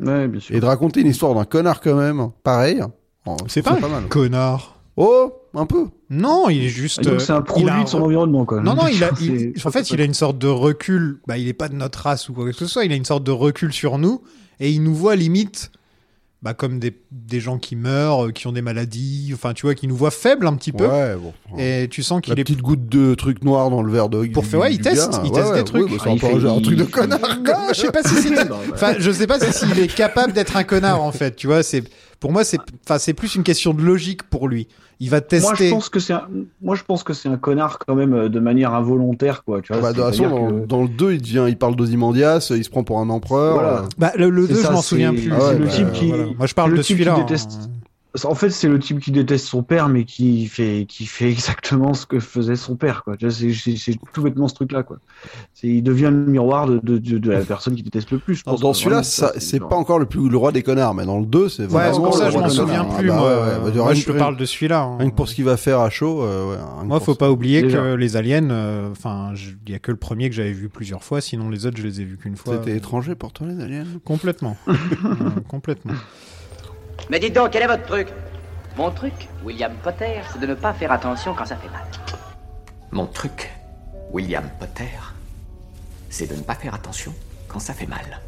Speaker 10: Ouais, bien sûr.
Speaker 9: Et de raconter une histoire d'un connard quand même, pareil. en-
Speaker 8: c'est
Speaker 9: c'est
Speaker 8: pas,
Speaker 9: pas mal.
Speaker 8: un connard.
Speaker 9: Oh, un peu.
Speaker 8: Non, il est juste.
Speaker 10: Et donc, Ah, c'est
Speaker 8: euh,
Speaker 10: un
Speaker 8: il a
Speaker 10: produit de son environnement, quoi.
Speaker 8: Non, non, il a, il-
Speaker 10: C'est-
Speaker 8: en fait, il a une sorte de recul. Bah, il est pas de notre race ou quoi que ce soit. Il a une sorte de recul sur nous et il nous voit limite bah, comme des, des gens qui meurent, euh, qui ont des maladies. Enfin, tu vois, qui nous voit faibles un petit peu.
Speaker 9: Ouais, bon.
Speaker 8: Et tu sens
Speaker 9: La
Speaker 8: qu'il est.
Speaker 9: petite goutte de truc noir dans le verre de.
Speaker 8: Pour faire- ouais, il
Speaker 9: du
Speaker 8: teste,
Speaker 9: gars.
Speaker 8: il
Speaker 9: Ouais,
Speaker 8: teste
Speaker 9: ouais,
Speaker 8: des trucs.
Speaker 9: ouais, bah,
Speaker 10: Ah,
Speaker 9: c'est
Speaker 10: il
Speaker 9: encore
Speaker 10: fait-
Speaker 9: un
Speaker 10: il-
Speaker 9: truc de
Speaker 10: il-
Speaker 9: connard.
Speaker 8: Non, je sais pas si c'est.
Speaker 9: bah.
Speaker 8: Enfin, je sais pas si s'il est capable d'être un connard en fait. Tu vois, c'est pour moi, c'est enfin, c'est plus une question de logique pour lui. Il va
Speaker 10: Moi je,
Speaker 8: tester.
Speaker 10: pense que c'est un... Moi, je pense que c'est un connard quand même euh, de manière involontaire, quoi. Tu
Speaker 9: Ah
Speaker 10: vois,
Speaker 9: bah, de toute façon,
Speaker 10: c'est-à-dire
Speaker 9: dans,
Speaker 10: que-
Speaker 9: dans le 2, il devient, il parle d'Ozymandias, il se prend pour un empereur.
Speaker 10: Voilà.
Speaker 8: Bah, le, le
Speaker 10: C'est
Speaker 8: 2, je
Speaker 10: ça,
Speaker 8: m'en
Speaker 10: c'est-
Speaker 8: souviens plus.
Speaker 10: c'est
Speaker 9: Ah ouais,
Speaker 10: le
Speaker 9: bah,
Speaker 10: type qui.
Speaker 9: voilà.
Speaker 8: Moi, je parle
Speaker 10: le
Speaker 8: de
Speaker 10: type qui
Speaker 8: celui-là. hein.
Speaker 10: déteste- En fait, c'est le type qui déteste son père, mais qui fait, qui fait exactement ce que faisait son père. quoi. Tu vois, C'est c'est- c'est tout bêtement ce truc-là. quoi. C'est- Il devient le miroir de, de, de, de la personne qui déteste le plus. je
Speaker 9: Dans,
Speaker 10: pense,
Speaker 9: dans
Speaker 10: quoi.
Speaker 9: celui-là,
Speaker 10: Vraiment,
Speaker 9: ça,
Speaker 10: c'est
Speaker 9: c'est
Speaker 10: genre-
Speaker 9: pas encore le plus le roi des connards, mais dans le 2, c'est
Speaker 8: Ouais,
Speaker 9: vraiment.
Speaker 8: c'est pour
Speaker 10: Vraiment,
Speaker 8: ça
Speaker 9: le
Speaker 8: je
Speaker 9: roi
Speaker 8: m'en
Speaker 9: des
Speaker 8: souviens
Speaker 9: connards.
Speaker 8: plus.
Speaker 9: Ah bah
Speaker 8: moi,
Speaker 9: ouais, ouais, bah,
Speaker 8: moi
Speaker 9: rien
Speaker 8: je
Speaker 9: que
Speaker 8: te
Speaker 9: pour-
Speaker 8: parle de celui-là. hein.
Speaker 9: Rien que pour ce qu'il va faire à chaud, euh, ouais, rien que
Speaker 8: Moi,
Speaker 9: pour
Speaker 8: faut
Speaker 9: ça.
Speaker 8: pas oublier
Speaker 10: Déjà.
Speaker 8: que les aliens, euh, enfin, je- il y a que le premier que j'avais vu plusieurs fois, sinon les autres, je les ai vus qu'une fois.
Speaker 9: C'était étranger pour toi, les aliens
Speaker 8: Complètement. Euh, complètement.
Speaker 2: Mais dites donc, quel est votre truc Mon truc, William Potter, c'est de ne pas faire attention quand ça fait mal.
Speaker 3: Mon truc, William Potter, c'est de ne pas faire attention quand ça fait mal.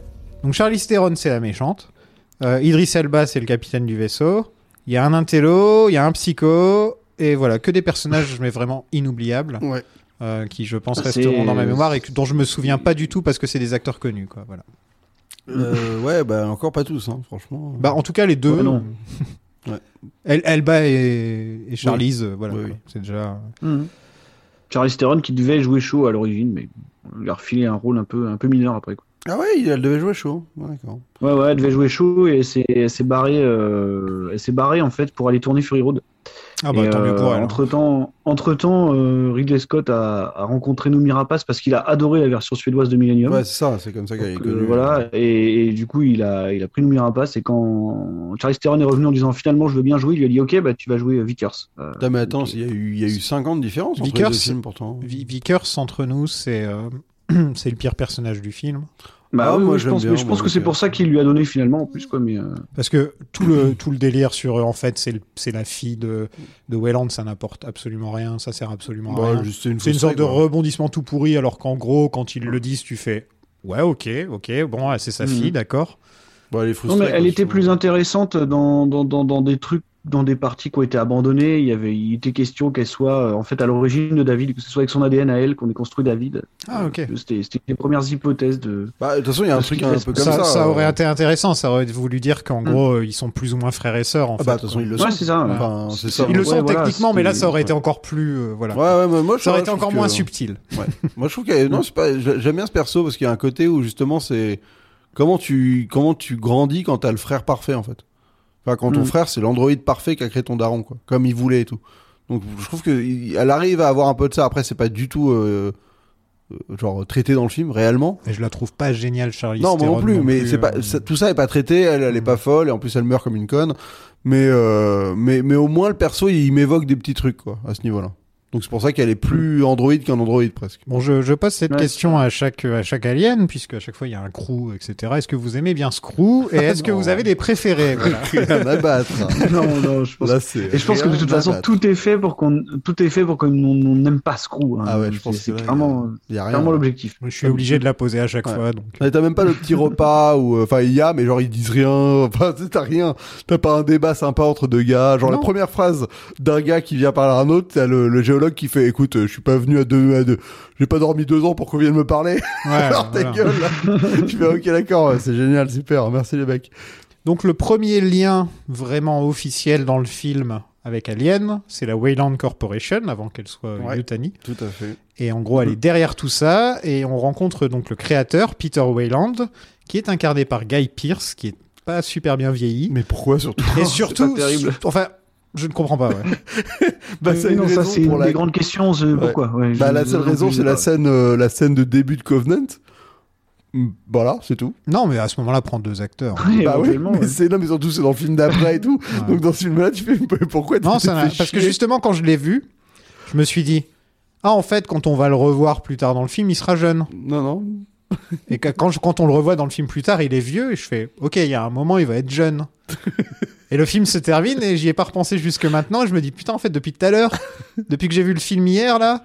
Speaker 8: Donc Charlize Theron, c'est la méchante. Euh, Idris Elba, c'est le capitaine du vaisseau. Il y a un intello, il y a un psycho. Et voilà, que des personnages, mais vraiment inoubliables,
Speaker 9: Ouais.
Speaker 8: euh, qui je pense
Speaker 10: Ah,
Speaker 8: resteront
Speaker 10: c'est-
Speaker 8: dans ma mémoire et que- dont je me souviens pas du tout parce que c'est des acteurs connus. Quoi, voilà.
Speaker 9: Euh, ouais, bah encore pas tous, hein, franchement.
Speaker 8: Bah, en tout cas, les deux.
Speaker 10: Ouais, non.
Speaker 9: Ouais.
Speaker 8: El- Elba et, et Charlize, euh, voilà.
Speaker 9: Oui,
Speaker 8: quoi.
Speaker 9: oui.
Speaker 8: C'est déjà.
Speaker 10: Mhm. Charlize Theron qui devait jouer chaud à l'origine, mais on lui a refilé un rôle un peu, un peu mineur après. Quoi.
Speaker 9: Ah ouais, il- elle devait jouer chaud. hein. Ouais, d'accord.
Speaker 10: Ouais, ouais, elle devait jouer chaud et elle s'est- elle s'est barrée, euh, elle s'est barrée en fait pour aller tourner Fury Road.
Speaker 8: Ah bah,
Speaker 10: Et,
Speaker 8: tant mieux pour
Speaker 10: euh,
Speaker 8: elle. hein.
Speaker 10: Entre-temps, entre-temps, euh, Ridley Scott a, a rencontré Noomi Rapace parce qu'il a adoré la version suédoise de Millennium.
Speaker 9: Ouais, c'est ça, c'est comme ça qu'elle est
Speaker 10: Donc, euh,
Speaker 9: connue.
Speaker 10: voilà, et, et du coup, il a, il a pris Noomi Rapace. Et quand Charlie Theron est revenu en disant finalement, je veux bien jouer, il lui a dit Ok, bah, tu vas jouer euh, Vickers. Euh,
Speaker 9: Putain, mais attends, il y a eu, il y a eu 50 différences entre les
Speaker 8: Vickers,
Speaker 9: deux films pourtant.
Speaker 8: Vi- Vickers, entre nous, c'est euh, c'est le pire personnage du film.
Speaker 10: bah,
Speaker 9: Ah,
Speaker 10: oui,
Speaker 9: moi,
Speaker 10: oui, je
Speaker 9: j'aime
Speaker 10: pense,
Speaker 9: bien,
Speaker 10: mais je pense
Speaker 9: moi,
Speaker 10: que c'est
Speaker 9: Vickers.
Speaker 10: pour ça qu'il lui a donné finalement en plus. Quoi, mais, euh,
Speaker 8: Parce que tout le, tout le délire sur euh, en fait, c'est le- c'est la fille de, de Wayland, ça n'apporte absolument rien, ça sert absolument à
Speaker 9: Ouais,
Speaker 8: rien.
Speaker 9: juste Bah, une
Speaker 8: C'est une
Speaker 9: fausse
Speaker 8: sorte de
Speaker 9: règle, hein.
Speaker 8: rebondissement tout pourri, alors qu'en gros, quand ils le disent, tu fais Ouais, ok, ok, bon, ah, c'est sa
Speaker 9: Mm.
Speaker 10: Mhm.
Speaker 8: fille, d'accord.
Speaker 9: Bon, Bah, elle est
Speaker 10: Non,
Speaker 9: frustrée.
Speaker 10: mais elle
Speaker 9: quoi,
Speaker 10: était
Speaker 9: souvent.
Speaker 10: plus intéressante dans, dans, dans, dans des trucs, dans des parties qui ont été abandonnées. Il, y avait, il était question qu'elle soit euh, en fait à l'origine de David, que ce soit avec son ADN à elle qu'on ait construit David.
Speaker 8: Ah, ok.
Speaker 10: C'était c'était les premières hypothèses de.
Speaker 9: Bah, de toute façon, il y a un
Speaker 10: Parce
Speaker 9: truc
Speaker 10: qu'il
Speaker 9: un
Speaker 10: reste-
Speaker 9: peu comme
Speaker 8: Ça,
Speaker 9: ça.
Speaker 8: ça
Speaker 9: euh, Mm.
Speaker 8: aurait été intéressant, ça aurait voulu dire qu'en gros, euh, ils sont plus ou moins frères et sœurs. En
Speaker 9: Ah
Speaker 8: fait,
Speaker 9: bah, de toute façon,
Speaker 8: quoi.
Speaker 9: ils le
Speaker 10: Ouais,
Speaker 9: sont.
Speaker 10: c'est ça. ouais.
Speaker 9: Enfin, c'est ça.
Speaker 8: Ils le
Speaker 10: Ouais,
Speaker 8: sont
Speaker 10: voilà,
Speaker 8: techniquement, mais là,
Speaker 10: c'était-
Speaker 8: ça aurait été encore plus. euh, voilà.
Speaker 9: Ouais, ouais, mais moi, je-
Speaker 8: ça aurait
Speaker 9: je
Speaker 8: été
Speaker 9: trouve
Speaker 8: encore
Speaker 9: que-
Speaker 8: moins subtil.
Speaker 9: Ouais. Moi, je trouve que non, c'est pas. j'a- J'aime bien ce perso parce qu'il y a un côté où justement, c'est comment tu comment tu grandis quand t'as le frère parfait en fait. Enfin, quand ton
Speaker 10: Mm.
Speaker 9: frère, c'est l'androïde parfait qui a créé ton daron, quoi, comme il voulait et tout. Donc, je trouve que il- elle arrive à avoir un peu de ça. Après, c'est pas du tout euh, euh, genre traité dans le film réellement.
Speaker 8: Et je la trouve pas géniale, Charlie.
Speaker 9: non, moi non plus. euh, mm. mais c'est
Speaker 8: euh,
Speaker 9: pas ça- tout ça est pas traité. Elle, elle est pas folle et en plus, elle meurt comme une conne. Mais euh, mais mais au moins, le perso, il m'évoque des petits trucs quoi à ce niveau-là. Donc c'est pour ça qu'elle est plus Android qu'un Android presque.
Speaker 8: Bon, je, je pose cette
Speaker 10: Ouais.
Speaker 8: question à chaque, à chaque alien, puisque à chaque fois il y a un crew, etc. Est-ce que vous aimez bien ce crew Et est-ce que
Speaker 9: Non.
Speaker 8: vous avez des préférés Voilà.
Speaker 9: Rien à battre.
Speaker 10: non, non, je pense.
Speaker 9: Là, c'est-
Speaker 10: Et je pense que de
Speaker 9: rien
Speaker 10: toute
Speaker 9: à
Speaker 10: façon,
Speaker 9: battre.
Speaker 10: tout est fait pour qu'on tout est fait pour qu'on on n'aime pas ce crew. hein.
Speaker 9: Ah ouais, je
Speaker 10: C'est-
Speaker 9: pense que
Speaker 10: c'est
Speaker 9: là, il y a-
Speaker 10: clairement,
Speaker 9: Il y a rien.
Speaker 10: clairement l'objectif.
Speaker 8: Je suis obligé de la poser à chaque
Speaker 9: Ouais.
Speaker 8: fois. Donc.
Speaker 9: Ouais, T'as même pas le petit repas où, euh, enfin, il y a, mais genre ils disent rien. Enfin, tu sais, t'as rien. T'as pas un débat sympa entre deux gars. Genre la
Speaker 8: Non.
Speaker 9: première phrase d'un gars qui vient parler à un autre, t'as le, le géologue qui fait, écoute, euh, je suis pas venu à deux, à deux, j'ai pas dormi deux ans pour qu'on vienne me parler.
Speaker 8: Ouais,
Speaker 9: Alors ta
Speaker 8: voilà.
Speaker 9: gueule. Là. tu fais, ok, d'accord, ouais, c'est génial, super, merci les mecs.
Speaker 8: Donc le premier lien vraiment officiel dans le film avec Alien, c'est la Wayland Corporation, avant qu'elle soit
Speaker 9: Ouais.
Speaker 8: Yutani.
Speaker 9: Tout à fait.
Speaker 8: Et en gros, elle est derrière tout ça, et on rencontre donc le créateur, Peter Wayland, qui est incarné par Guy Pierce, qui est pas super bien vieilli.
Speaker 9: Mais pourquoi surtout
Speaker 8: Et surtout,
Speaker 10: pas terrible.
Speaker 8: su- enfin, je ne comprends pas, ouais.
Speaker 9: Bah,
Speaker 10: Mais
Speaker 9: c'est une
Speaker 10: Euh, non, ça
Speaker 9: raison
Speaker 10: c'est une
Speaker 9: pour la-
Speaker 10: des grandes questions. c'est Pourquoi ouais,
Speaker 9: Bah,
Speaker 10: je-
Speaker 9: la
Speaker 10: je-
Speaker 9: seule
Speaker 10: je-
Speaker 9: raison,
Speaker 10: je-
Speaker 9: c'est la scène, euh, la scène de début de Covenant. Mm, Voilà, c'est tout.
Speaker 8: Non, mais à ce moment-là, prends deux acteurs. hein.
Speaker 10: Ouais,
Speaker 9: bah oui,
Speaker 10: éventuellement,
Speaker 9: mais
Speaker 10: ouais.
Speaker 9: c'est là, mais surtout c'est dans le film d'après et tout. Donc dans ce film-là, tu fais mais pourquoi tu
Speaker 8: Non,
Speaker 9: t'es
Speaker 8: ça n'a-
Speaker 9: fait
Speaker 8: parce que
Speaker 9: chier
Speaker 8: justement, quand je l'ai vu, je me suis dit, ah, en fait, quand on va le revoir plus tard dans le film, il sera jeune.
Speaker 9: Non, non.
Speaker 8: Et que- quand, je- quand on le revoit dans le film plus tard, il est vieux, et je fais, ok, il y a un moment, il va être jeune. et le film se termine, et j'y ai pas repensé jusque maintenant, et je me dis, putain, en fait, depuis tout à l'heure, depuis que j'ai vu le film hier, là,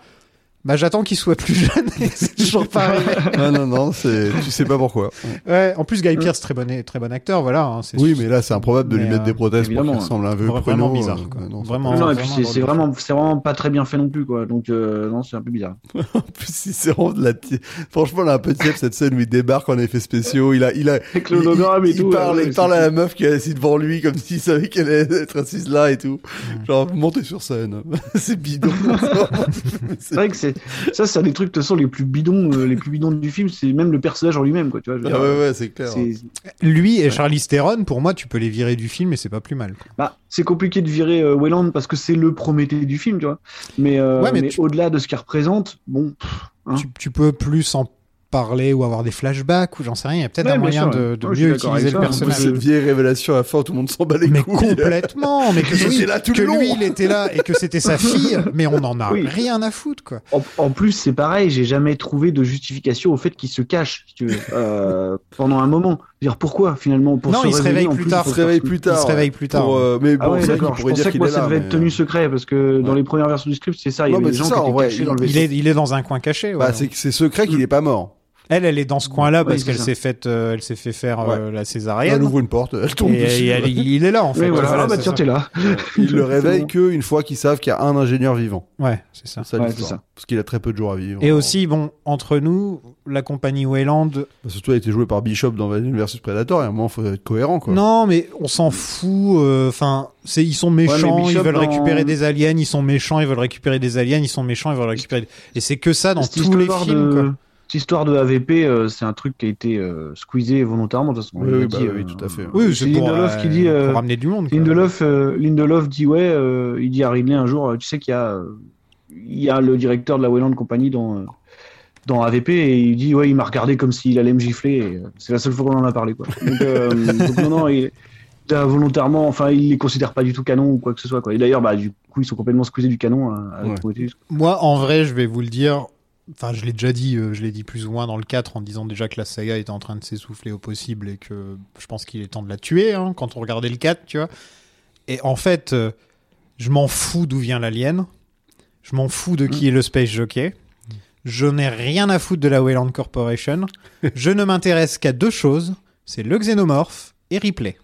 Speaker 8: bah, j'attends qu'il soit plus jeune, et c'est toujours pas arrivé.
Speaker 9: non, non, non, c'est tu sais pas pourquoi.
Speaker 8: Ouais, en plus, Guy Pierce, très bon, très bon acteur, voilà. hein, c'est
Speaker 9: Oui, mais là, c'est improbable de lui
Speaker 8: Mais,
Speaker 9: mettre
Speaker 8: euh,
Speaker 9: des prothèses pour qu'il
Speaker 10: évidemment,
Speaker 9: ressemble à un vieux
Speaker 8: vraiment
Speaker 9: prénom.
Speaker 8: bizarre,
Speaker 9: euh,
Speaker 8: quoi.
Speaker 9: non, c'est
Speaker 8: Vraiment.
Speaker 9: pas-
Speaker 10: Non, et
Speaker 8: vraiment
Speaker 10: puis c'est-
Speaker 8: dans
Speaker 10: c'est
Speaker 8: le
Speaker 10: vraiment, c'est vraiment pas très bien fait non plus, quoi. Donc, euh, non, c'est un peu bizarre.
Speaker 9: En plus, si c'est vraiment de la. ti- Franchement, là, un peu tiède cette scène où il débarque en effets spéciaux. Il a, il a.
Speaker 10: Avec
Speaker 9: il-
Speaker 10: l'hologramme et
Speaker 9: il,
Speaker 10: tout. euh,
Speaker 9: Il parle,
Speaker 10: ouais,
Speaker 9: il
Speaker 10: ouais,
Speaker 9: parle
Speaker 10: c'est-
Speaker 9: à la meuf qui est assise devant lui comme s'il savait qu'elle allait être assise là et tout. Genre, montez sur scène. c'est bidon.
Speaker 10: C'est vrai que c'est ça, c'est un des trucs de toute façon les plus bidons, euh, les plus bidons du film. C'est même le personnage en lui-même, quoi. Tu vois. je veux
Speaker 9: Ah
Speaker 10: dire, euh,
Speaker 9: ouais, ouais, c'est clair.
Speaker 10: c'est-
Speaker 8: Lui et Charlie Theron, pour moi, tu peux les virer du film, et c'est pas plus mal.
Speaker 10: bah, c'est compliqué de virer euh, Wayland parce que c'est le Prométhée du film, tu vois. Mais, euh,
Speaker 8: Ouais, mais
Speaker 10: mais,
Speaker 8: tu-
Speaker 10: au-delà de ce qu'il représente, bon, pff, hein.
Speaker 8: tu, tu peux plus en parler ou avoir des flashbacks ou j'en sais rien. Il y a peut-être
Speaker 10: Ouais,
Speaker 8: un
Speaker 10: bien
Speaker 8: moyen
Speaker 10: sûr,
Speaker 8: de,
Speaker 10: ouais.
Speaker 8: de
Speaker 10: Ouais, je suis
Speaker 8: mieux
Speaker 10: d'accord
Speaker 8: utiliser
Speaker 10: avec
Speaker 8: le
Speaker 10: ça,
Speaker 9: Comme
Speaker 8: personnage.
Speaker 9: Cette vieille révélation à la fin, tout le monde s'en bat les
Speaker 8: Mais
Speaker 9: couilles.
Speaker 8: complètement, mais que,
Speaker 9: Il
Speaker 8: oui,
Speaker 9: était là tout
Speaker 8: que
Speaker 9: le long.
Speaker 8: lui il était là et que c'était sa fille, mais on en a
Speaker 10: Oui.
Speaker 8: rien à foutre quoi.
Speaker 10: En, en plus, c'est pareil, j'ai jamais trouvé de justification au fait qu'il se cache, si tu veux, euh, pendant un moment. Je veux Dire pourquoi finalement pour
Speaker 8: Non,
Speaker 10: se
Speaker 8: il se
Speaker 10: réveiller,
Speaker 8: réveille
Speaker 10: en
Speaker 8: plus
Speaker 10: il
Speaker 8: tard,
Speaker 10: faut
Speaker 9: Il se réveille
Speaker 10: faire-
Speaker 9: plus
Speaker 8: Il
Speaker 9: tard.
Speaker 8: se réveille plus tard.
Speaker 9: Pour, euh, mais bon,
Speaker 10: Ah ouais,
Speaker 9: c'est vrai
Speaker 10: d'accord.
Speaker 9: qu'il
Speaker 10: Je
Speaker 9: pourrait
Speaker 10: pensais
Speaker 9: dire
Speaker 10: que
Speaker 9: qu'il
Speaker 10: moi
Speaker 9: est là.
Speaker 10: ça devait être
Speaker 8: euh,
Speaker 9: mais-
Speaker 10: tenu secret parce que dans les premières versions du script, c'est ça. Il y
Speaker 9: Non,
Speaker 10: avait
Speaker 9: mais
Speaker 10: des
Speaker 9: c'est
Speaker 10: gens
Speaker 9: ça,
Speaker 10: qui
Speaker 9: en
Speaker 10: étaient
Speaker 9: vrai,
Speaker 10: cachés
Speaker 9: il-
Speaker 10: dans le
Speaker 8: Il
Speaker 10: vaisseau.
Speaker 8: est, il est dans un coin caché. ouais.
Speaker 9: Bah, c'est c'est secret qu'il est pas mort.
Speaker 8: Elle, elle est dans ce coin-là parce
Speaker 10: c'est
Speaker 8: qu'elle
Speaker 10: ça.
Speaker 8: s'est faite, euh, elle s'est fait faire euh, la
Speaker 9: Elle
Speaker 8: césarienne.
Speaker 9: ouvre une porte, elle tombe
Speaker 8: et,
Speaker 9: dessus.
Speaker 8: et elle- il est là en fait.
Speaker 10: Oui, voilà.
Speaker 8: Voilà,
Speaker 10: Ah bah
Speaker 8: c'est
Speaker 10: tiens,
Speaker 8: ça.
Speaker 10: t'es là.
Speaker 9: Il le réveille
Speaker 10: bon.
Speaker 9: que une fois qu'ils savent qu'il y a un ingénieur vivant.
Speaker 8: Ouais, c'est ça.
Speaker 9: C'est ça
Speaker 10: Ouais,
Speaker 9: l'histoire.
Speaker 10: c'est ça.
Speaker 9: Parce qu'il a très peu de jours à vivre.
Speaker 8: Et aussi, bon, entre nous, la compagnie Wayland,
Speaker 9: Bah, surtout, elle a été jouée par Bishop dans Alien vs Predator. Et à un moment, faut être cohérent, quoi.
Speaker 8: Non, mais on s'en fout. euh, Enfin, c'est ils sont méchants,
Speaker 10: Ouais, mais
Speaker 8: ils
Speaker 10: Bishop
Speaker 8: veulent
Speaker 10: dans-
Speaker 8: récupérer des aliens, ils sont méchants, ils veulent récupérer des aliens, ils sont méchants, ils veulent récupérer. des- Et c'est que ça dans
Speaker 10: Cette
Speaker 8: tous les
Speaker 10: histoire
Speaker 8: films.
Speaker 10: de-
Speaker 8: quoi.
Speaker 10: Cette histoire de AVP, euh, c'est un truc qui a été euh, squeezé volontairement de toute façon.
Speaker 9: Oui,
Speaker 10: Il
Speaker 9: oui,
Speaker 10: a
Speaker 9: bah
Speaker 10: dit,
Speaker 9: oui,
Speaker 10: euh,
Speaker 9: tout à fait.
Speaker 8: Oui,
Speaker 10: c'est
Speaker 8: c'est pour,
Speaker 10: Lindelof
Speaker 8: euh,
Speaker 10: qui dit, euh,
Speaker 8: pour ramener du monde. quoi.
Speaker 10: Lindelof, euh, Lindelof dit ouais, euh, il dit à Ridley un jour, euh, tu sais qu'il y a, euh, il y a le directeur de la Wayland Company dans euh, dans AVP et il dit ouais, il m'a regardé comme s'il allait me gifler. et, euh, c'est la seule fois qu'on en a parlé quoi. Donc, euh, donc, non non, il, t'as volontairement, enfin il les considère pas du tout canon ou quoi que ce soit quoi. Et d'ailleurs bah du coup ils sont complètement squeezés du canon hein, à, à
Speaker 9: Ouais.
Speaker 10: Prometheus.
Speaker 8: Moi, en vrai, je vais vous le dire. Enfin, je l'ai déjà dit, euh, je l'ai dit plus ou moins dans le 4 en disant déjà que la saga était en train de s'essouffler au possible et que je pense qu'il est temps de la tuer hein, quand on regardait le 4, tu vois. Et en fait, euh, je m'en fous d'où vient l'alien. Je m'en fous de qui est le Space Jockey. Je n'ai rien à foutre de la Wayland Corporation. je ne m'intéresse qu'à deux choses c'est le xénomorphe et Ripley.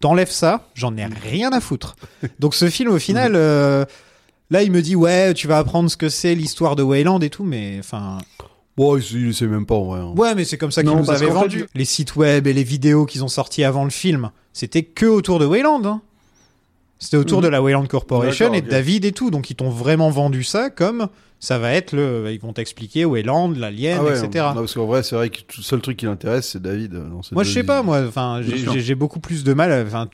Speaker 8: T'enlèves ça, j'en ai rien à foutre. Donc ce film, au final. euh, Là, il me dit ouais, tu vas apprendre ce que c'est l'histoire de Wayland et tout, mais enfin
Speaker 9: Bon, il, il sait même pas, en vrai. hein.
Speaker 8: ouais, mais c'est comme ça qu'ils
Speaker 10: Non,
Speaker 8: nous
Speaker 10: parce
Speaker 8: avaient
Speaker 10: qu'en fait,
Speaker 8: vendu les sites web et les vidéos qu'ils ont sortis avant le film. C'était que autour de Wayland. hein. C'était autour de la Wayland Corporation
Speaker 9: Mhm.
Speaker 8: et
Speaker 9: D'accord, ok.
Speaker 8: de David et tout, donc ils t'ont vraiment vendu ça comme ça va être le, ils vont t'expliquer Wayland, l'alien,
Speaker 9: Ah ouais,
Speaker 8: etc.
Speaker 9: non, parce qu'en vrai, c'est vrai que tout- le seul truc qui l'intéresse, c'est David. euh, dans cette
Speaker 8: Moi, je sais
Speaker 9: deuxième-
Speaker 8: pas, moi, enfin,
Speaker 10: Bien
Speaker 8: j'ai-
Speaker 10: sûr.
Speaker 8: j'ai j'ai beaucoup plus de mal. à- Enfin,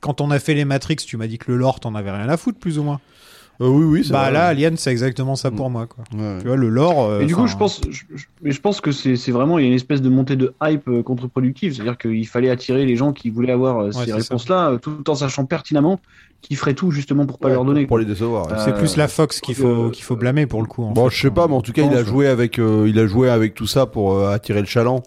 Speaker 8: quand on a fait les Matrix, tu m'as dit que le lore, t'en avais rien à foutre, plus ou moins.
Speaker 9: Euh, oui, oui, c'est
Speaker 8: Bah
Speaker 9: vrai. Mm.
Speaker 8: là, Alien, c'est exactement ça pour moi, quoi.
Speaker 9: Ouais.
Speaker 8: Tu vois, le lore. euh,
Speaker 10: Et du coup,
Speaker 8: enfin,
Speaker 10: je pense, je, je- mais je pense que c'est c'est vraiment il y a une espèce de montée de hype euh, contre-productive, c'est-à-dire qu'il fallait attirer les gens qui voulaient avoir euh,
Speaker 8: Ouais,
Speaker 10: ces
Speaker 8: c'est ça.
Speaker 10: réponses-là, euh, tout en sachant pertinemment qu'ils feraient tout justement pour pas
Speaker 9: Ouais,
Speaker 10: leur donner.
Speaker 9: Pour les décevoir. ouais.
Speaker 10: Euh,
Speaker 8: C'est plus la Fox qu'il faut,
Speaker 10: euh,
Speaker 8: qu'il faut blâmer pour le coup. hein. en
Speaker 9: Bon,
Speaker 8: fait.
Speaker 9: je sais pas, mais en tout cas,
Speaker 10: je
Speaker 9: il a
Speaker 10: pense,
Speaker 9: joué avec, euh, il a joué avec tout ça pour euh, attirer le chaland.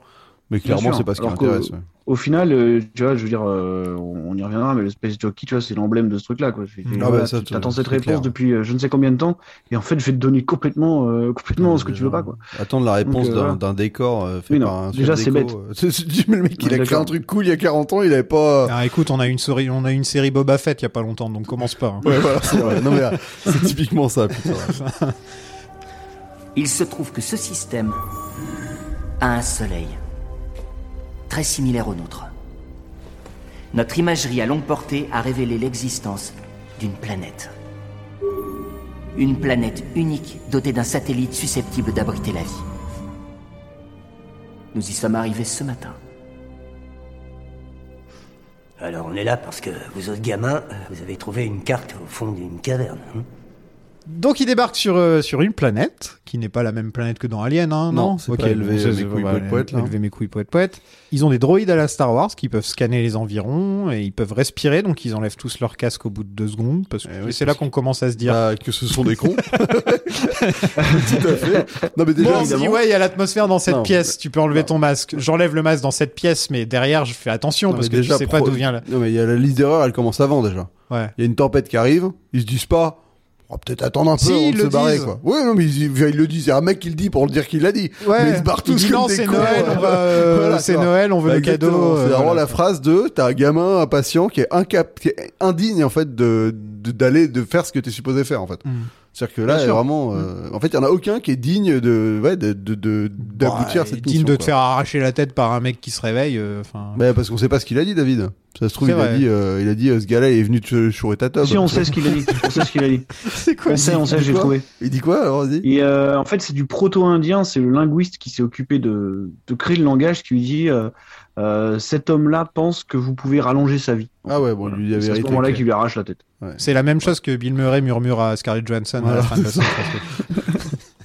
Speaker 9: Mais clairement,
Speaker 10: sûr.
Speaker 9: c'est pas ce qui
Speaker 10: Alors que-
Speaker 9: l'intéresse. ouais.
Speaker 10: Au final, euh, tu vois, je veux dire, euh, on on y reviendra, mais le space jockey, tu vois, c'est l'emblème de ce truc-là. quoi. Tu-
Speaker 8: Ah
Speaker 10: voilà,
Speaker 9: bah, ça,
Speaker 10: tu
Speaker 9: tout-
Speaker 10: attends cette
Speaker 9: c'est
Speaker 10: réponse
Speaker 9: clair.
Speaker 10: depuis euh, je ne sais combien de temps, et en fait, je vais te donner complètement, euh, complètement ce que tu veux pas. Quoi.
Speaker 9: Attendre la
Speaker 10: Donc,
Speaker 9: réponse
Speaker 10: euh,
Speaker 9: d'un-
Speaker 10: voilà.
Speaker 9: d'un décor euh, fait
Speaker 10: Oui, non.
Speaker 9: par un
Speaker 10: Déjà,
Speaker 9: chef
Speaker 10: c'est
Speaker 9: déco, euh, c'est- c'est- mais le mec, il
Speaker 10: Ouais,
Speaker 9: a créé
Speaker 10: d'accord.
Speaker 9: un truc cool il y a 40 ans, il avait pas.
Speaker 8: Ah, écoute, on a une série, on a une série Boba Fett il y a pas longtemps, donc commence pas. hein.
Speaker 9: Ouais, voilà, c'est vrai. Non, mais là, c'est typiquement ça, putain.
Speaker 5: Il se trouve que ce système a un soleil très similaire au nôtre. Notre imagerie à longue portée a révélé l'existence d'une planète. Une planète unique dotée d'un satellite susceptible d'abriter la vie. Nous y sommes arrivés ce matin.
Speaker 12: Alors on est là parce que vous autres gamins, euh, vous avez trouvé une carte au fond d'une caverne. hein
Speaker 8: Donc il débarque sur, euh, sur une planète qui n'est pas la même planète que dans Alien, hein, non,
Speaker 9: Non, c'est
Speaker 8: Ok,
Speaker 9: pas élevé,
Speaker 8: bon, ça,
Speaker 9: mes
Speaker 8: c'est-
Speaker 9: couilles
Speaker 8: bah,
Speaker 9: poète poète, là.
Speaker 8: élevé mes couilles poète poète. Ils ont des droïdes à la Star Wars qui peuvent scanner les environs et ils peuvent respirer, donc ils enlèvent tous leur casque au bout de deux secondes parce que
Speaker 9: Eh oui,
Speaker 8: c'est là qu'on commence à se dire.
Speaker 9: Bah, que ce sont des cons. tout à fait. Non, mais déjà,
Speaker 8: bon, on se dit,
Speaker 9: évidemment.
Speaker 8: ouais, il y a l'atmosphère dans cette
Speaker 9: Non,
Speaker 8: pièce. Tu peux enlever ton masque. J'enlève le masque dans cette pièce, mais derrière, je fais attention
Speaker 9: Non,
Speaker 8: parce
Speaker 9: mais
Speaker 8: que
Speaker 9: déjà,
Speaker 8: tu sais pas
Speaker 9: pro-
Speaker 8: d'où vient la.
Speaker 9: Non, mais il y a la liste d'erreurs, elle commence avant déjà.
Speaker 8: Ouais.
Speaker 9: Il y a une tempête qui arrive, ils se disent pas. On va peut-être attendre un peu
Speaker 8: Si,
Speaker 9: avant
Speaker 8: ils
Speaker 9: de
Speaker 8: le
Speaker 9: se barrer,
Speaker 8: disent.
Speaker 9: quoi. Ouais, non, mais ils, ils le disent. Il y a un mec qui le dit pour le dire qu'il l'a dit. mais ils se barrent
Speaker 8: Il
Speaker 9: tous
Speaker 8: dit,
Speaker 9: comme
Speaker 8: non,
Speaker 9: des
Speaker 8: c'est
Speaker 9: cons,
Speaker 8: Noël,
Speaker 9: ouais.
Speaker 8: on va, euh,
Speaker 9: Voilà,
Speaker 8: c'est
Speaker 9: ça.
Speaker 8: Noël, on veut
Speaker 9: Bah,
Speaker 8: le
Speaker 9: exactement,
Speaker 8: cadeau. euh,
Speaker 9: C'est vraiment
Speaker 8: voilà.
Speaker 9: la phrase de t'as un gamin impatient qui est, incap- qui est indigne en fait de de- d'aller de, faire ce que t'es supposé faire en fait.
Speaker 8: Mm.
Speaker 9: C'est-à-dire que là,
Speaker 10: Bien
Speaker 9: est
Speaker 10: sûr.
Speaker 9: vraiment, euh, en fait, il y en a aucun qui est digne de ouais, de- de- de- d'aboutir à
Speaker 8: Ouais,
Speaker 9: cette
Speaker 8: Bah, digne
Speaker 9: mission.
Speaker 8: de te
Speaker 9: quoi. Bah.
Speaker 8: faire arracher la tête par un mec qui se réveille. euh, Enfin,
Speaker 9: Mais parce qu'on sait pas ce qu'il a dit, David. Ça se trouve,
Speaker 8: C'est
Speaker 9: il a
Speaker 8: vrai.
Speaker 9: dit, euh, il a dit, euh, ce gars-là il est venu te chourer ta table.
Speaker 10: si on sait ce qu'il a dit, on sait ce qu'il a dit.
Speaker 8: c'est quoi
Speaker 10: On sait, on sait,
Speaker 9: dis
Speaker 10: j'ai
Speaker 9: quoi
Speaker 10: trouvé.
Speaker 9: Il dit quoi alors vas-y
Speaker 10: Et euh, en fait, c'est du proto-indien, c'est le linguiste qui s'est occupé de, de créer le langage qui lui dit euh, euh, cet homme-là pense que vous pouvez rallonger sa vie.
Speaker 9: Ah ouais, bon, il lui
Speaker 10: C'est
Speaker 9: a
Speaker 10: à ce
Speaker 9: vérité.
Speaker 10: moment-là
Speaker 9: ok.
Speaker 10: qu'il lui arrache la tête.
Speaker 8: C'est la même chose que Bill Murray murmure à Scarlett Johansson à la
Speaker 9: Voilà.
Speaker 8: fin de la séquence.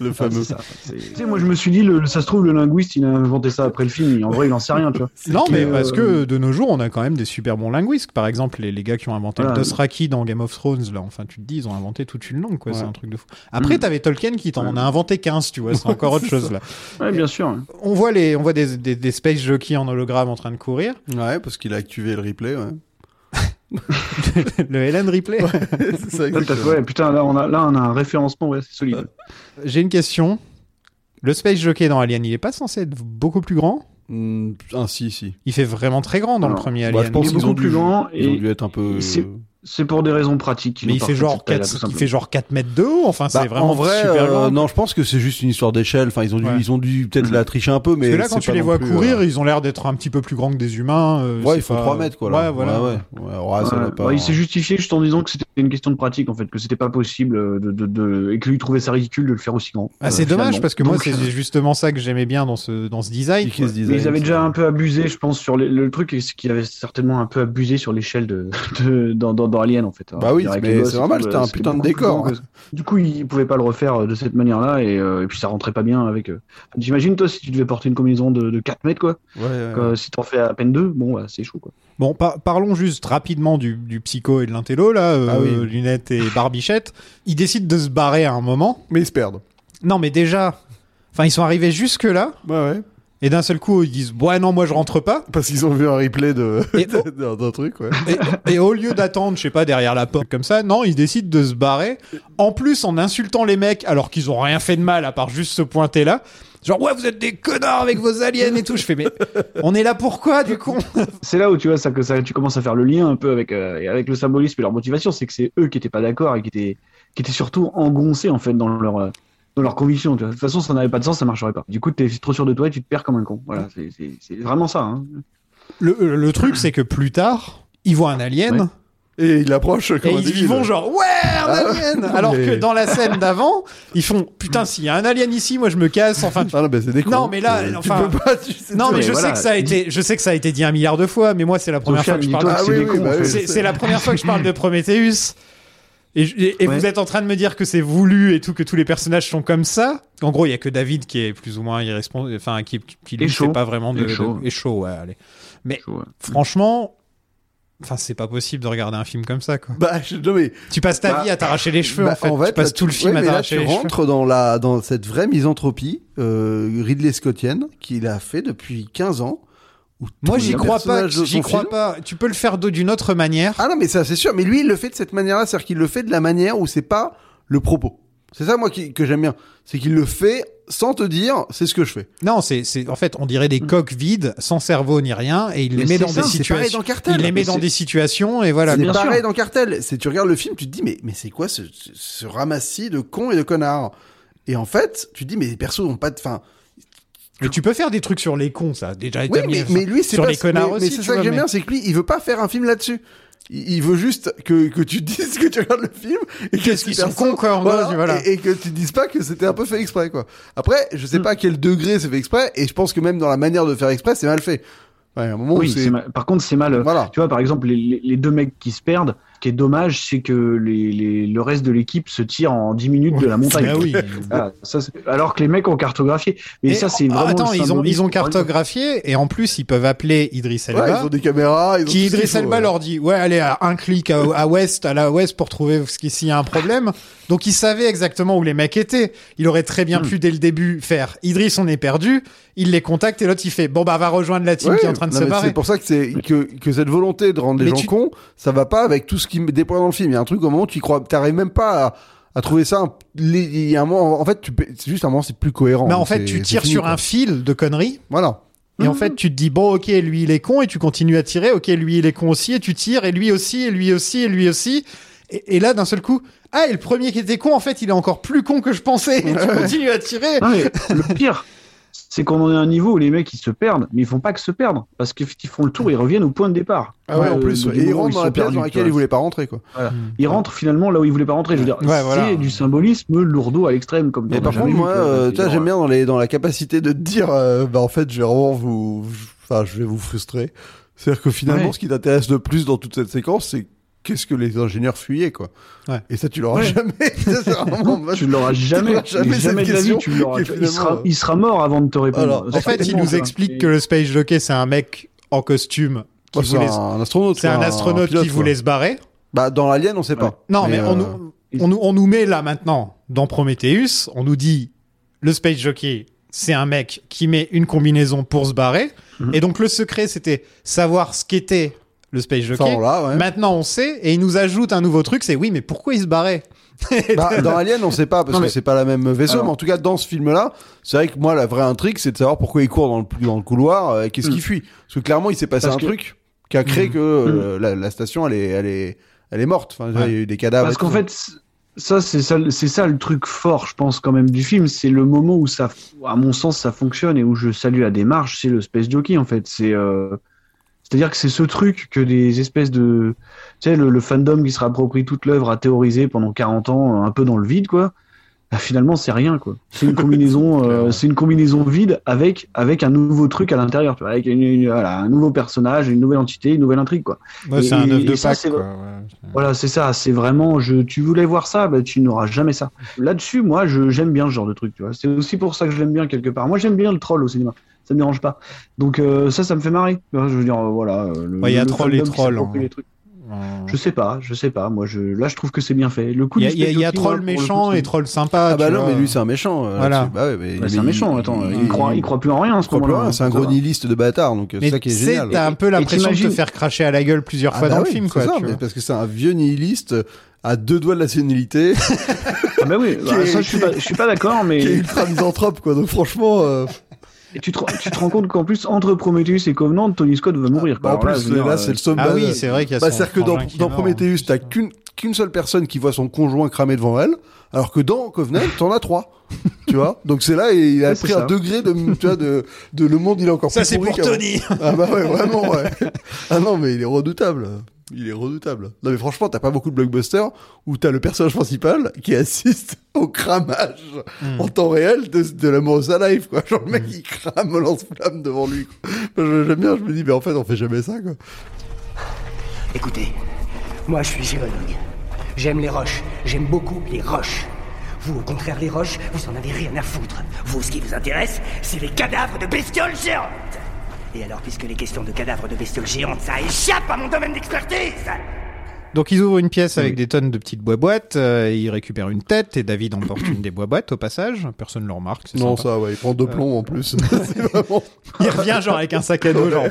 Speaker 9: Le
Speaker 10: Ah,
Speaker 9: fameux.
Speaker 10: c'est ça. C'est- Tu sais, moi je me suis dit, le, ça se trouve, le linguiste il a inventé ça après le film, et en vrai il en sait rien, tu vois.
Speaker 8: Non, mais
Speaker 10: Euh,
Speaker 8: parce que de nos jours, on a quand même des super bons linguistes. Par exemple, les, les gars qui ont inventé
Speaker 10: Voilà.
Speaker 8: le Dothraki dans Game of Thrones, là, enfin, tu te dis, ils ont inventé toute une langue, quoi.
Speaker 9: Ouais.
Speaker 8: C'est un truc de fou. Après,
Speaker 10: Mm.
Speaker 8: t'avais Tolkien qui t'en en a inventé 15, tu vois, c'est encore autre chose, là.
Speaker 10: Ouais, bien sûr.
Speaker 8: On voit, les, on voit des, des, des space jockeys en hologramme en train de courir.
Speaker 9: Ouais, parce qu'il a activé le replay. Ouais.
Speaker 8: le Helen Ripley.
Speaker 9: c'est ça
Speaker 10: Là, t'as-
Speaker 9: exactement.
Speaker 10: ouais, putain, là on, a, là on a un référencement, ouais, c'est solide.
Speaker 8: J'ai une question. Le space jockey dans Alien, il est pas censé être beaucoup plus grand
Speaker 9: Hmm, ah si si.
Speaker 8: Il fait vraiment très grand dans le
Speaker 10: Non.
Speaker 8: premier
Speaker 9: Bah,
Speaker 8: Alien.
Speaker 9: je pense
Speaker 10: Il est
Speaker 9: qu'ils
Speaker 10: beaucoup
Speaker 9: ont dû,
Speaker 10: plus grand
Speaker 9: ils ont
Speaker 10: et-
Speaker 9: dû être un peu. Bah,
Speaker 10: et c'est- C'est pour des raisons pratiques. qu'ils
Speaker 8: Mais
Speaker 10: ont
Speaker 8: il fait,
Speaker 10: parfait
Speaker 8: genre
Speaker 10: cette taille-là,
Speaker 8: 4,
Speaker 10: tout
Speaker 8: il fait genre 4 mètres de haut, enfin c'est
Speaker 9: Bah,
Speaker 8: vraiment
Speaker 9: en vrai,
Speaker 8: super
Speaker 9: euh,
Speaker 8: grand.
Speaker 9: non, je pense que c'est juste une histoire d'échelle. Enfin, ils ont dû,
Speaker 8: Ouais.
Speaker 9: ils ont dû peut-être
Speaker 10: Mm.
Speaker 9: la tricher un peu, mais
Speaker 8: Parce que là, quand
Speaker 9: c'est
Speaker 8: tu
Speaker 9: pas
Speaker 8: les
Speaker 9: non
Speaker 8: vois
Speaker 9: plus,
Speaker 8: courir,
Speaker 9: euh,
Speaker 8: ils ont l'air d'être un petit peu plus grands que des humains. euh,
Speaker 9: ouais,
Speaker 8: c'est
Speaker 9: ils font
Speaker 8: pas-
Speaker 9: 3 mètres quoi. Là.
Speaker 8: Ouais, voilà.
Speaker 9: Ouais, ouais. Ouais,
Speaker 8: ah,
Speaker 9: ouais,
Speaker 10: simplement.
Speaker 9: ça doit
Speaker 10: Ouais,
Speaker 9: pas-
Speaker 8: hein.
Speaker 10: ouais, il s'est justifié juste en disant que c'était une question de pratique en fait, que c'était pas possible euh, de, de- de- et que lui il trouvait ça ridicule de le faire aussi grand.
Speaker 8: Ah,
Speaker 10: euh,
Speaker 8: c'est dommage
Speaker 10: finalement.
Speaker 8: parce que moi,
Speaker 10: Donc,
Speaker 8: c'est justement ça que j'aimais bien dans ce, dans ce design.
Speaker 9: Qui se disent,
Speaker 10: Mais ils avaient
Speaker 9: ouais,
Speaker 10: déjà
Speaker 9: ça-
Speaker 10: un peu abusé, je pense, sur les- le truc, et c'est qu'ils avaient certainement un peu abusé sur l'échelle de, de- dans, dans, dans Alien, en fait. hein.
Speaker 9: Bah oui,
Speaker 10: Avec
Speaker 9: mais
Speaker 10: les gosses
Speaker 9: c'est
Speaker 10: et
Speaker 9: normal,
Speaker 10: tout,
Speaker 9: c'était un
Speaker 10: euh,
Speaker 9: putain de
Speaker 10: beaucoup plus
Speaker 9: décor.
Speaker 10: grand que- Du coup, ils pouvaient pas le refaire euh, de cette manière-là, et, euh, et puis ça rentrait pas bien avec. euh, J'imagine, toi, si tu devais porter une combinaison de, de 4 mètres, quoi,
Speaker 9: Ouais, ouais, ouais.
Speaker 10: quoi, si t'en fais à peine deux, bon, bah, c'est chaud, quoi.
Speaker 8: Bon, par- parlons juste rapidement du, du psycho et de l'intello, là, euh,
Speaker 9: Ah oui.
Speaker 8: lunettes et barbichette. Ils décident de se barrer à un moment.
Speaker 9: Mais ils se perdent.
Speaker 8: Non, mais déjà, enfin, ils sont arrivés jusque-là,
Speaker 9: Ouais, ouais.
Speaker 8: et d'un seul coup, ils disent, ouais, non, moi, je rentre pas.
Speaker 9: Parce qu'ils ont vu un replay de
Speaker 8: Et-
Speaker 9: d'un d'un truc, ouais.
Speaker 8: Et, et au lieu d'attendre, je sais pas, derrière la porte comme ça, non, ils décident de se barrer. En plus, en insultant les mecs, alors qu'ils ont rien fait de mal à part juste se pointer là. Genre, ouais, vous êtes des connards avec vos aliens et tout. Je fais, mais on est là pourquoi, du con
Speaker 10: C'est là où tu vois ça que ça, tu commences à faire le lien un peu avec euh, et avec le symbolisme et leur motivation, c'est que c'est eux qui étaient pas d'accord et qui étaient qui étaient surtout engoncés en fait dans leur euh, dans leur conviction. De toute façon, ça n'avait pas de sens, ça marcherait pas. Du coup, t'es trop sûr de toi et tu te perds comme un con. Voilà, c'est- c'est c'est vraiment ça. Hein.
Speaker 8: Le, le truc, c'est que plus tard, ils voient un alien.
Speaker 10: Ouais.
Speaker 9: Et il approche comme
Speaker 8: Et
Speaker 9: un
Speaker 8: ils,
Speaker 9: débile.
Speaker 8: ils vont genre ouais un alien alors
Speaker 9: mais-
Speaker 8: que dans la scène d'avant ils font putain s'il y a un alien ici moi je me casse enfin tu-
Speaker 9: Ah non, mais c'est des cons.
Speaker 8: Non, mais là,
Speaker 9: Euh, tu
Speaker 8: enfin-
Speaker 9: peux pas, tu sais
Speaker 8: non
Speaker 9: tout.
Speaker 8: mais
Speaker 10: mais
Speaker 8: je sais
Speaker 10: voilà.
Speaker 8: que ça a été je sais que ça a été dit un milliard de fois mais moi c'est la première
Speaker 10: Sophia,
Speaker 8: fois que je
Speaker 10: dis-toi
Speaker 8: parle
Speaker 9: Ah
Speaker 10: que
Speaker 9: oui,
Speaker 10: c'est des
Speaker 9: oui,
Speaker 10: cons.
Speaker 9: bah
Speaker 10: en
Speaker 9: oui.
Speaker 10: fait.
Speaker 8: c'est c'est la première fois que je parle de Prometheus Et, je- et- et vous êtes en train de me dire que c'est voulu et tout, que tous les personnages sont comme ça. En gros, il y a que David qui est plus ou moins irresponsable, enfin qui, qui lui
Speaker 10: Et
Speaker 8: fait
Speaker 10: chaud.
Speaker 8: pas vraiment de.
Speaker 10: Et chaud.
Speaker 8: de- et chaud, ouais, allez. Mais franchement, enfin c'est pas possible de regarder un film comme ça, quoi.
Speaker 9: Bah, je- non, mais-
Speaker 8: Tu passes ta
Speaker 9: Bah,
Speaker 8: vie à t'arracher les cheveux,
Speaker 9: bah,
Speaker 8: en fait. Tu passes
Speaker 9: là,
Speaker 8: tout le film
Speaker 9: ouais,
Speaker 8: à
Speaker 9: mais là,
Speaker 8: t'arracher
Speaker 9: tu
Speaker 8: les cheveux.
Speaker 9: rentres dans, la, dans cette vraie misanthropie euh, Ridley Scottienne qu'il a fait depuis 15 ans. où
Speaker 8: Moi,
Speaker 9: tous
Speaker 8: j'y
Speaker 9: les
Speaker 8: crois pas.
Speaker 9: personnages de
Speaker 8: J'y
Speaker 9: son
Speaker 8: crois
Speaker 9: film-
Speaker 8: pas. Tu peux le faire d'au- d'une autre manière.
Speaker 9: Ah non, mais ça, c'est sûr. Mais lui, il le fait de cette manière-là. C'est-à-dire qu'il le fait de la manière où c'est pas le propos. C'est ça, moi, qui- que j'aime bien. C'est qu'il le fait sans te dire, c'est ce que je fais.
Speaker 8: Non, c'est, c'est- en fait, on dirait des coques vides, sans cerveau ni rien, et il les
Speaker 9: Mais
Speaker 8: met
Speaker 9: c'est
Speaker 8: dans
Speaker 9: ça,
Speaker 8: des
Speaker 9: c'est pareil
Speaker 8: situations.
Speaker 9: dans Cartel.
Speaker 8: il les met
Speaker 9: Mais
Speaker 8: dans
Speaker 9: c'est-
Speaker 8: des situations, et voilà.
Speaker 9: C'est
Speaker 8: quoi.
Speaker 9: pareil dans Cartel. C'est tu regardes le film, tu te dis mais mais c'est quoi ce, ce- ce ramassis de cons et de connards Et en fait, tu te dis mais les persos ont pas de fin.
Speaker 8: Mais tu peux faire des trucs sur les cons, ça. Déjà,
Speaker 9: Oui,
Speaker 8: établi,
Speaker 9: mais,
Speaker 8: enfin,
Speaker 9: mais lui c'est
Speaker 8: sur
Speaker 9: pas
Speaker 8: les connards
Speaker 9: mais, mais
Speaker 8: aussi.
Speaker 9: c'est
Speaker 8: tu
Speaker 9: ça que
Speaker 8: vois,
Speaker 9: j'aime
Speaker 8: mais-
Speaker 9: bien, c'est que lui il veut pas faire un film là-dessus. Il il veut juste que, que tu te dises que tu regardes le film et que
Speaker 8: Qu'est-ce
Speaker 9: ces
Speaker 8: qu'ils sont
Speaker 9: persos-
Speaker 8: cons, quoi, en
Speaker 9: voilà,
Speaker 8: gros, voilà. Hmm.
Speaker 9: Et, et que tu te dises pas que c'était un peu fait exprès quoi. Après, je sais pas à quel degré c'est fait exprès et je pense que même dans la manière de faire exprès, c'est mal fait. Ouais, à un moment où
Speaker 10: Oui,
Speaker 9: c'est-
Speaker 10: c'est mal- par contre, c'est mal. Tu vois, par exemple, les, les- les deux mecs qui se perdent, ce qui est dommage, c'est que les, les- le reste de l'équipe se tire en 10 minutes de la montagne.
Speaker 8: Ah oui.
Speaker 10: Voilà, ça, c'est- alors que les mecs ont cartographié. Mais
Speaker 8: Et-
Speaker 10: ça, c'est
Speaker 8: ah,
Speaker 10: vraiment.
Speaker 8: Attends,
Speaker 10: le
Speaker 8: ils ont,
Speaker 10: symbole.
Speaker 8: ils ont cartographié, et en plus, ils peuvent appeler Idriss
Speaker 9: Ouais,
Speaker 8: Elba.
Speaker 9: ils ont des caméras, ils
Speaker 8: qui
Speaker 9: ont tout ce qu'il
Speaker 8: Idriss
Speaker 9: faut,
Speaker 8: Elba
Speaker 9: ouais.
Speaker 8: leur dit ouais allez à un clic à, à ouest à la ouest pour trouver ce qui- s'il y a un problème donc il savait exactement où les mecs étaient il aurait très
Speaker 9: Hmm.
Speaker 8: bien pu dès le début faire Idriss on est perdu il les contacte et l'autre il fait bon bah va rejoindre la team
Speaker 9: Ouais,
Speaker 8: qui est en train de
Speaker 9: non,
Speaker 8: se
Speaker 9: mais
Speaker 8: barrer
Speaker 9: C'est pour ça que, c'est, que, que cette volonté de rendre les
Speaker 8: Mais
Speaker 9: gens
Speaker 8: tu-
Speaker 9: cons, ça va pas avec tout ce qui me déploie dans le film. Il y a un truc au moment où tu y crois, t'arrives même pas à, à trouver ça. un- les- Il y a un moment, en fait, tu, peux- c'est juste un moment, c'est plus cohérent.
Speaker 8: mais en
Speaker 9: hein,
Speaker 8: fait
Speaker 9: c'est-
Speaker 8: tu
Speaker 9: c'est
Speaker 8: tires
Speaker 9: fini,
Speaker 8: sur
Speaker 9: quoi.
Speaker 8: un fil de conneries
Speaker 9: Voilà.
Speaker 8: et en fait, tu te dis, bon, ok, lui, il est con, et tu continues à tirer, ok, lui, il est con aussi, et tu tires, et lui aussi, et lui aussi, et lui aussi. Et, et là, d'un seul coup, ah, et le premier qui était con, en fait, il est encore plus con que je pensais, et tu continues à tirer.
Speaker 10: Non, mais le pire, c'est qu'on en est à un niveau où les mecs ils se perdent, mais ils font pas que se perdre parce qu'ils font le tour, ils reviennent au point de départ.
Speaker 9: Ah ouais, en
Speaker 10: Euh,
Speaker 9: plus,
Speaker 10: du
Speaker 9: ouais. et ils
Speaker 10: moment où
Speaker 9: rentrent dans
Speaker 10: sont
Speaker 9: la pièce
Speaker 10: perdus,
Speaker 9: dans
Speaker 10: tu
Speaker 9: laquelle
Speaker 10: vois.
Speaker 9: ils voulaient pas rentrer, quoi.
Speaker 10: Voilà. Ils rentrent finalement là où ils voulaient pas rentrer. Je veux dire,
Speaker 9: Ouais, voilà.
Speaker 10: c'est du symbolisme lourdeau à l'extrême comme.
Speaker 9: Mais
Speaker 10: t'en as
Speaker 9: par
Speaker 10: jamais
Speaker 9: contre,
Speaker 10: vu,
Speaker 9: moi,
Speaker 10: tu vois.
Speaker 9: euh,
Speaker 10: C'est
Speaker 9: tu vois,
Speaker 10: genre,
Speaker 9: j'aime bien dans, les, dans la capacité de te dire, euh, bah, en fait, je vais vraiment vous, enfin, je vais vous frustrer. C'est-à-dire que finalement,
Speaker 10: Ouais.
Speaker 9: ce qui t'intéresse le plus dans toute cette séquence, c'est qu'est-ce que les ingénieurs fuyaient, quoi.
Speaker 8: Ouais.
Speaker 9: Et ça, tu l'auras
Speaker 10: Ouais.
Speaker 9: jamais. C'est vraiment moche.
Speaker 10: Tu l'auras jamais,
Speaker 9: Tu l'auras jamais,
Speaker 10: jamais,
Speaker 9: cette
Speaker 10: de la vie.
Speaker 9: question
Speaker 10: Tu l'auras. tu
Speaker 9: qui
Speaker 10: vois,
Speaker 9: est
Speaker 10: Il sera,
Speaker 9: finalement, euh,
Speaker 10: il sera mort avant de te répondre.
Speaker 9: Alors,
Speaker 8: En fait, il nous explique que le space jockey, c'est un mec en costume. qui
Speaker 9: Bah, c'est
Speaker 8: voulait-
Speaker 9: un astronaute,
Speaker 8: C'est
Speaker 9: quoi,
Speaker 8: un
Speaker 9: un
Speaker 8: astronaute
Speaker 9: pilote,
Speaker 8: qui
Speaker 9: quoi.
Speaker 8: voulait se barrer.
Speaker 9: Bah, dans l'Alien, on sait pas.
Speaker 8: Non, mais, on,
Speaker 9: euh,
Speaker 8: nous, on, nous, on nous met là maintenant dans Prometheus, on nous dit le space jockey, c'est un mec qui met une combinaison pour se barrer.
Speaker 9: Mhm.
Speaker 8: Et donc le secret, c'était savoir ce qu'était le space jockey.
Speaker 9: on l'a, ouais.
Speaker 8: Maintenant, on sait. Et il nous ajoute un nouveau truc, c'est oui, mais pourquoi il se barrait
Speaker 9: bah, dans Alien, on sait pas parce
Speaker 8: Non, mais-
Speaker 9: que c'est pas la même vaisseau,
Speaker 10: Alors.
Speaker 9: mais en tout cas, dans ce film-là, c'est vrai que moi, la vraie intrigue, c'est de savoir pourquoi il court dans le, dans le couloir euh, et qu'est-ce
Speaker 8: Mm.
Speaker 9: qu'il fuit. Parce que clairement, il s'est passé
Speaker 10: Parce
Speaker 9: un
Speaker 10: que-
Speaker 9: truc qui a créé
Speaker 8: Mm.
Speaker 9: que euh, la, la station, elle est, elle est, elle est morte. Enfin, il y a eu des cadavres.
Speaker 10: Parce
Speaker 9: et
Speaker 10: qu'en
Speaker 9: tout.
Speaker 10: fait, c- ça c'est ça, c'est ça le truc fort, je pense quand même du film, c'est le moment où ça, à mon sens, ça fonctionne et où je salue la démarche, c'est le space jockey en fait. C'est euh, c'est-à-dire que c'est ce truc que des espèces de tu sais le, le fandom qui se rapproprie toute l'œuvre a théorisé pendant 40 ans euh, un peu dans le vide quoi. Bah, finalement, c'est rien quoi. C'est une combinaison, euh, c'est une combinaison vide avec avec un nouveau truc à l'intérieur, tu vois, avec une- une- voilà, un nouveau personnage, une nouvelle entité, une nouvelle intrigue quoi.
Speaker 8: Ouais, c'est un
Speaker 10: Et-
Speaker 8: œuf
Speaker 10: et
Speaker 8: de
Speaker 10: ça,
Speaker 8: Pâques.
Speaker 10: c'est-
Speaker 8: quoi,
Speaker 10: voilà, c'est ça. C'est vraiment, je, tu voulais voir ça, bah, tu n'auras jamais ça. Là-dessus, moi, je, j'aime bien ce genre de truc. Tu vois, c'est aussi pour ça que je l'aime bien quelque part. Moi, j'aime bien le troll au cinéma. Ça me dérange pas. Donc euh, ça, ça me fait marrer. Tu vois, Je veux dire, euh, voilà. euh, le-
Speaker 8: Ouais, il y a
Speaker 10: le
Speaker 8: troll et
Speaker 10: fandom qui
Speaker 8: troll,
Speaker 10: s'approprie
Speaker 8: hein.
Speaker 10: les trucs.
Speaker 8: ouais.
Speaker 10: Je sais pas, je sais pas. Moi, je, là, je trouve que c'est bien fait. Le coup.
Speaker 8: Il y a,
Speaker 10: du
Speaker 8: il y a- il y a
Speaker 10: spectacle,
Speaker 8: troll
Speaker 10: moi, pour le
Speaker 8: méchant
Speaker 10: coup,
Speaker 8: et troll sympa.
Speaker 9: Ah bah
Speaker 8: tu
Speaker 9: non,
Speaker 8: vois.
Speaker 9: mais lui, c'est un méchant. euh,
Speaker 8: Voilà.
Speaker 9: là-dessus. Bah ouais, mais-
Speaker 10: Bah, c'est un
Speaker 9: mais
Speaker 10: méchant. Attends, il croit, il croit plus en rien. à ce hein.
Speaker 9: croit plus
Speaker 10: moment-là. Ah
Speaker 9: rien, C'est un
Speaker 10: Ça
Speaker 9: gros
Speaker 10: va.
Speaker 9: nihiliste de bâtard, donc euh,
Speaker 8: Mais
Speaker 9: c'est ça qui est
Speaker 8: tu sais,
Speaker 9: génial.
Speaker 8: t'as un peu
Speaker 10: Et
Speaker 8: l'impression de te
Speaker 10: t'imagines-
Speaker 8: faire cracher à la gueule plusieurs
Speaker 9: Ah
Speaker 8: fois
Speaker 9: bah
Speaker 8: dans
Speaker 9: oui,
Speaker 8: le film,
Speaker 9: c'est
Speaker 8: quoi.
Speaker 9: ça,
Speaker 8: tu
Speaker 9: mais
Speaker 8: vois.
Speaker 9: parce que c'est un vieux nihiliste à deux doigts de la sénilité,
Speaker 10: Ah bah oui. bah,
Speaker 9: Qui est-
Speaker 10: ça, je suis
Speaker 9: qui est-
Speaker 10: pas, je suis pas d'accord, mais.
Speaker 9: qui est ultra misanthrope, quoi. Donc franchement, euh,
Speaker 10: Et tu, te, tu te rends compte qu'en plus, entre Prometheus et Covenant, Tony Scott va mourir.
Speaker 9: Bah,
Speaker 10: quoi.
Speaker 9: en
Speaker 10: Alors là, je
Speaker 9: plus,
Speaker 10: veux
Speaker 9: là,
Speaker 10: dire,
Speaker 9: c'est
Speaker 10: euh,
Speaker 9: le sommet.
Speaker 8: Ah oui, c'est vrai qu'il y a
Speaker 9: Bah,
Speaker 8: son
Speaker 9: c'est-à-dire que dans,
Speaker 8: frangin qui hein, est
Speaker 9: dans
Speaker 8: mort, en
Speaker 9: Prometheus,
Speaker 8: plus.
Speaker 9: t'as qu'une qu'une seule personne qui voit son conjoint cramé devant elle, alors que dans Covenant, t'en as trois. tu vois Donc c'est là, et il a
Speaker 10: Ouais, c'est
Speaker 9: pris un
Speaker 10: ça.
Speaker 9: degré de, tu vois, de, de le monde, il est encore
Speaker 8: Ça,
Speaker 9: plus
Speaker 8: c'est
Speaker 9: pourri
Speaker 8: pour
Speaker 9: qu'avant.
Speaker 8: Tony.
Speaker 9: Ah bah ouais, vraiment, ouais. Ah non, mais il est redoutable. Il est redoutable. Non mais franchement, t'as pas beaucoup de blockbusters où t'as le personnage principal qui assiste au cramage
Speaker 8: Hmm.
Speaker 9: en temps réel de, de l'amour de sa life, quoi. Genre le mec, il crame au lance-flamme devant lui. quoi. Moi, je- J'aime bien, je me dis, mais en fait, on fait jamais ça, quoi.
Speaker 12: Écoutez, moi je suis géologue. J'aime les roches. J'aime beaucoup les roches. Vous, au contraire, les roches, vous en avez rien à foutre. Vous, ce qui vous intéresse, c'est les cadavres de bestioles géantes. Et alors, puisque les questions de cadavres de bestioles géantes, ça échappe à mon domaine d'expertise
Speaker 8: Donc ils ouvrent une pièce avec des tonnes de petites bois-boîtes, euh, ils récupèrent une tête et David emporte une des bois-boîtes au passage. Personne ne le remarque. c'est
Speaker 9: Non,
Speaker 8: sympa.
Speaker 9: ça, ouais, il prend deux
Speaker 8: Euh,
Speaker 9: plombs en plus. C'est vraiment-
Speaker 8: Il revient genre avec un sac à dos, genre.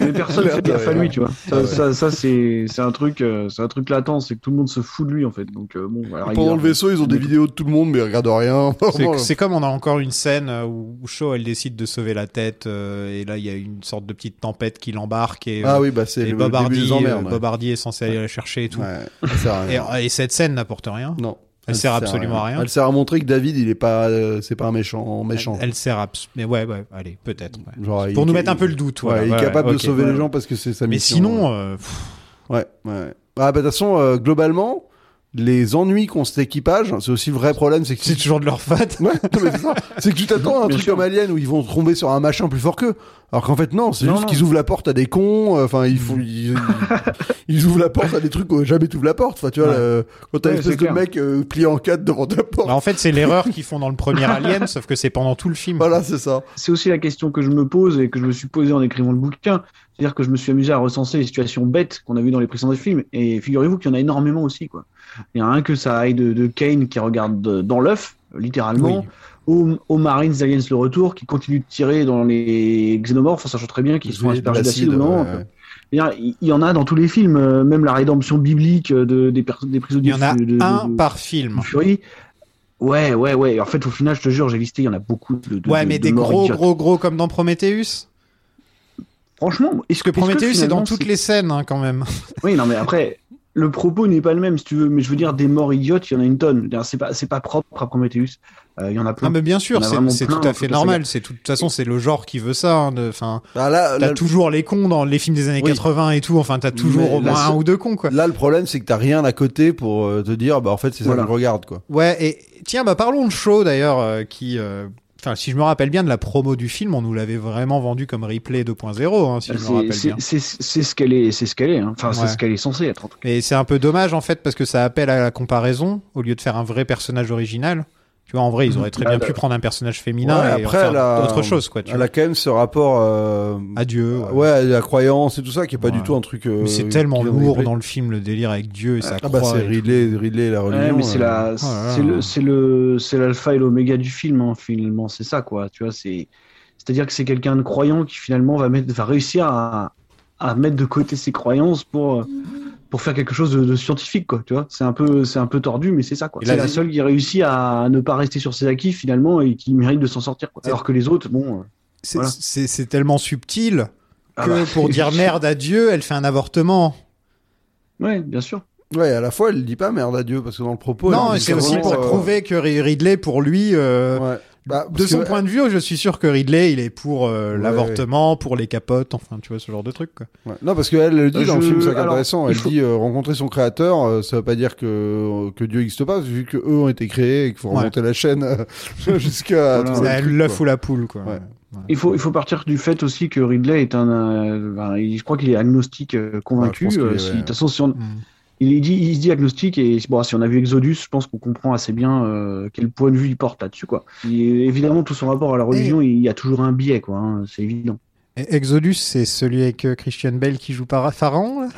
Speaker 10: Mais personne fait gaffe à lui, tu vois. Ça,
Speaker 9: Ouais.
Speaker 10: ça, ça, c'est c'est un truc, euh, c'est un truc latent, c'est que tout le monde se fout de lui en fait. Donc euh, bon, alors, il-
Speaker 9: Pendant le vaisseau, ils ont des vidéos de tout le monde, mais ils regardent rien.
Speaker 8: C'est- C'est comme on a encore une scène euh, où où Shaw elle décide de sauver la tête euh, et là il y a une sorte de petite tempête qui l'embarque et, euh,
Speaker 9: Ah oui, bah, c'est
Speaker 8: et
Speaker 9: le
Speaker 8: Bob,
Speaker 9: début
Speaker 8: Hardy,
Speaker 9: des emmerdes,
Speaker 8: euh,
Speaker 9: ouais.
Speaker 8: Bob Hardy est censé aller la chercher et tout.
Speaker 9: Ouais, ça sert à rien.
Speaker 8: Et, et cette scène n'apporte rien.
Speaker 9: Non.
Speaker 8: Elle sert absolument à rien.
Speaker 9: Elle sert à montrer que David, il est pas, euh, c'est pas un méchant, méchant.
Speaker 8: Elle sert à... Mais ouais, ouais, allez, peut-être. ouais.
Speaker 9: Genre,
Speaker 8: Pour
Speaker 9: il-
Speaker 8: nous mettre un peu le doute.
Speaker 9: Ouais,
Speaker 8: voilà,
Speaker 9: il est
Speaker 8: ouais,
Speaker 9: capable de
Speaker 8: ok,
Speaker 9: sauver les
Speaker 8: voilà.
Speaker 9: gens parce que c'est sa
Speaker 8: Mais
Speaker 9: mission. hein.
Speaker 8: sinon, euh, pff,
Speaker 9: Ouais, ouais, ouais. Ah, bah, de toute façon, euh, globalement, les ennuis qu'ont cet équipage, c'est aussi le vrai problème, c'est que
Speaker 8: c'est toujours de leur fat.
Speaker 9: Ouais, non, mais c'est ça. C'est que tu t'attends à un
Speaker 10: Bien
Speaker 9: truc
Speaker 10: sûr.
Speaker 9: comme Alien où ils vont tomber sur un machin plus fort qu'eux. Alors qu'en fait, non, c'est
Speaker 10: Non,
Speaker 9: juste
Speaker 10: non.
Speaker 9: qu'ils ouvrent la porte à des cons. euh, Enfin, ils, font- ils, ils- ils ouvrent la porte à des trucs où jamais t'ouvres la porte. Enfin, tu vois,
Speaker 8: Ouais.
Speaker 9: le- quand t'as
Speaker 10: Ouais,
Speaker 9: l'espèce
Speaker 10: c'est
Speaker 9: de
Speaker 10: clair.
Speaker 9: mec euh, plié en quatre devant ta porte.
Speaker 8: Bah, en fait, c'est l'erreur qu'ils font dans le premier Alien, sauf que c'est pendant tout le film.
Speaker 9: Voilà, c'est ça.
Speaker 10: c'est aussi la question que je me pose et que je me suis posée en écrivant le bouquin. C'est-à-dire que je me suis amusé à recenser les situations bêtes qu'on a vues dans les précédents films. Et figurez-vous qu'il y en a énormément aussi. Quoi. Il y en a un que ça aille de, de Kane qui regarde euh, dans l'œuf, littéralement, aux, aux Marines Aliens le retour qui continuent de tirer dans les xénomorphes, en sachant très bien qu'ils sont
Speaker 9: Oui, de
Speaker 10: aspergés d'acide
Speaker 9: l'acide,
Speaker 10: ou non.
Speaker 9: ouais, ouais.
Speaker 10: C'est-à-dire, Il il y en a dans tous les films, euh, même la rédemption biblique euh, de, des, perso- des
Speaker 8: Il
Speaker 10: prisonniers.
Speaker 8: y en a
Speaker 10: de- de-
Speaker 8: un
Speaker 10: de-
Speaker 8: par film.
Speaker 10: de Fury. Ouais, ouais, ouais. En fait, au final, je te jure, j'ai listé, il y en a beaucoup de. de-
Speaker 8: Ouais,
Speaker 10: de-
Speaker 8: mais
Speaker 10: de
Speaker 8: des
Speaker 10: morts
Speaker 8: gros,
Speaker 10: idiotes.
Speaker 8: gros, gros comme dans Prometheus.
Speaker 10: Franchement, est-ce
Speaker 8: Parce que Prometheus, c'est
Speaker 10: finalement,
Speaker 8: dans toutes les scènes hein, quand même.
Speaker 10: Oui, non, mais après, le propos n'est pas le même, si tu veux. Mais je veux dire, des morts idiotes, il y en a une tonne. D'ailleurs, C'est pas, c'est pas propre à Prometheus. Euh, il y en a plein.
Speaker 8: Non, Ah, mais bien sûr,
Speaker 10: On a
Speaker 8: c'est
Speaker 10: vraiment
Speaker 8: c'est
Speaker 10: plein
Speaker 8: tout à
Speaker 10: dans
Speaker 8: fait
Speaker 10: toute la
Speaker 8: normal. C'est tout- De toute façon, c'est le genre qui veut ça. hein, de- Enfin,
Speaker 10: Euh,
Speaker 9: Ah, là,
Speaker 8: t'as
Speaker 9: là,
Speaker 8: toujours les cons dans les films des années
Speaker 9: Oui.
Speaker 8: 80 et tout. Enfin, t'as toujours
Speaker 9: Mais
Speaker 8: au
Speaker 9: la
Speaker 8: moins un
Speaker 9: se-
Speaker 8: ou deux cons, quoi.
Speaker 9: là, le problème, c'est que t'as rien à côté pour euh, te dire, bah, en fait, c'est
Speaker 10: Voilà.
Speaker 9: ça que je regarde, quoi.
Speaker 8: Ouais, et tiens, bah parlons de Shaw d'ailleurs, euh, qui. euh, Enfin, si je me rappelle bien de la promo du film, on nous l'avait vraiment vendu comme replay 2.0, hein, si je me
Speaker 10: Euh, C'est-
Speaker 8: rappelle
Speaker 10: c'est-
Speaker 8: bien.
Speaker 10: C'est c'est ce qu'elle est, c'est ce qu'elle est. hein. Enfin,
Speaker 8: Ouais.
Speaker 10: c'est ce qu'elle est censée être. en tout cas.
Speaker 8: Et c'est un peu dommage en fait parce que ça appelle à la comparaison au lieu de faire un vrai personnage original. Tu vois, en vrai, ils auraient très
Speaker 10: Bah,
Speaker 8: bien
Speaker 10: bah,
Speaker 8: pu prendre un personnage féminin
Speaker 9: Ah, Ouais,
Speaker 8: et
Speaker 9: après,
Speaker 8: en faire
Speaker 9: elle a-
Speaker 8: autre chose, quoi. Tu
Speaker 9: Elle
Speaker 8: vois.
Speaker 9: a quand même ce rapport, euh,
Speaker 8: Adieu. ouais.
Speaker 9: ouais, à la croyance et tout ça, qui est pas
Speaker 8: Ouais.
Speaker 9: du tout un truc. euh,
Speaker 8: Mais c'est tellement
Speaker 9: qui est
Speaker 8: lourd
Speaker 9: horrible.
Speaker 8: dans le film le délire avec Dieu et sa
Speaker 9: Ah, bah,
Speaker 8: croix
Speaker 9: c'est
Speaker 8: et tout.
Speaker 9: Ridley, Ridley, la religion.
Speaker 10: Ouais, mais c'est
Speaker 9: euh,
Speaker 10: la,
Speaker 8: là
Speaker 10: c'est
Speaker 8: oh là.
Speaker 10: le, c'est le, c'est l'alpha et l'oméga du film. hein, finalement, c'est ça, quoi. Tu vois, c'est, c'est-à-dire que c'est quelqu'un de croyant qui finalement va mettre, va réussir à, à mettre de côté ses croyances pour, euh, pour faire quelque chose de, de scientifique, quoi. Tu vois, c'est un peu, c'est un peu tordu, mais c'est ça, quoi.
Speaker 8: Et
Speaker 10: C'est
Speaker 8: là,
Speaker 10: la seule qui réussit à ne pas rester sur ses acquis finalement et qui mérite de s'en sortir, quoi. Alors que les autres, bon. euh,
Speaker 8: C'est
Speaker 10: Voilà.
Speaker 8: c'est- c'est tellement subtil que
Speaker 10: ah bah,
Speaker 8: pour dire merde à Dieu, elle fait un avortement.
Speaker 10: Ouais, bien sûr.
Speaker 9: Ouais, à la fois, elle dit pas merde à Dieu parce que dans le propos. elle
Speaker 8: non,
Speaker 9: dit
Speaker 8: c'est aussi
Speaker 9: vraiment,
Speaker 8: pour
Speaker 9: euh,
Speaker 8: prouver que Ri- Ridley, pour lui, euh,
Speaker 9: ouais. Bah,
Speaker 8: de
Speaker 9: parce
Speaker 8: son
Speaker 9: que-
Speaker 8: point de vue, je suis sûr que Ridley, il est pour euh,
Speaker 9: Ouais,
Speaker 8: l'avortement, pour les capotes, enfin, tu vois, ce genre de truc. Quoi.
Speaker 9: ouais. Non, parce qu'elle le dit dans le
Speaker 10: Je-
Speaker 9: film, c'est
Speaker 10: alors,
Speaker 9: intéressant. Elle
Speaker 10: il faut-
Speaker 9: dit euh, rencontrer son créateur, euh, ça veut pas dire que, que Dieu existe pas, vu que eux ont été créés et qu'il faut
Speaker 8: Ouais.
Speaker 9: remonter la chaîne euh,
Speaker 10: Voilà.
Speaker 9: jusqu'à. trouver le
Speaker 8: C'est
Speaker 9: truc,
Speaker 8: l'œuf
Speaker 9: quoi.
Speaker 8: ou la poule, quoi.
Speaker 9: Ouais.
Speaker 10: Il faut, il faut partir du fait aussi que Ridley est un. euh, ben, il- je crois qu'il est agnostique euh, convaincu.
Speaker 9: Ouais, je pense qu'il
Speaker 10: euh,
Speaker 9: est,
Speaker 10: si-
Speaker 9: ouais.
Speaker 10: De toute façon, si on-
Speaker 8: Mm.
Speaker 10: il, est dit, il se dit agnostique et bon, si on a vu Exodus, je pense qu'on comprend assez bien euh, quel point de vue il porte là-dessus. quoi. Il- évidemment, tout son rapport à la religion, il y a toujours un biais, quoi. hein, c'est évident.
Speaker 8: Et Exodus, c'est celui avec euh, Christian Bale qui joue par Pharaon là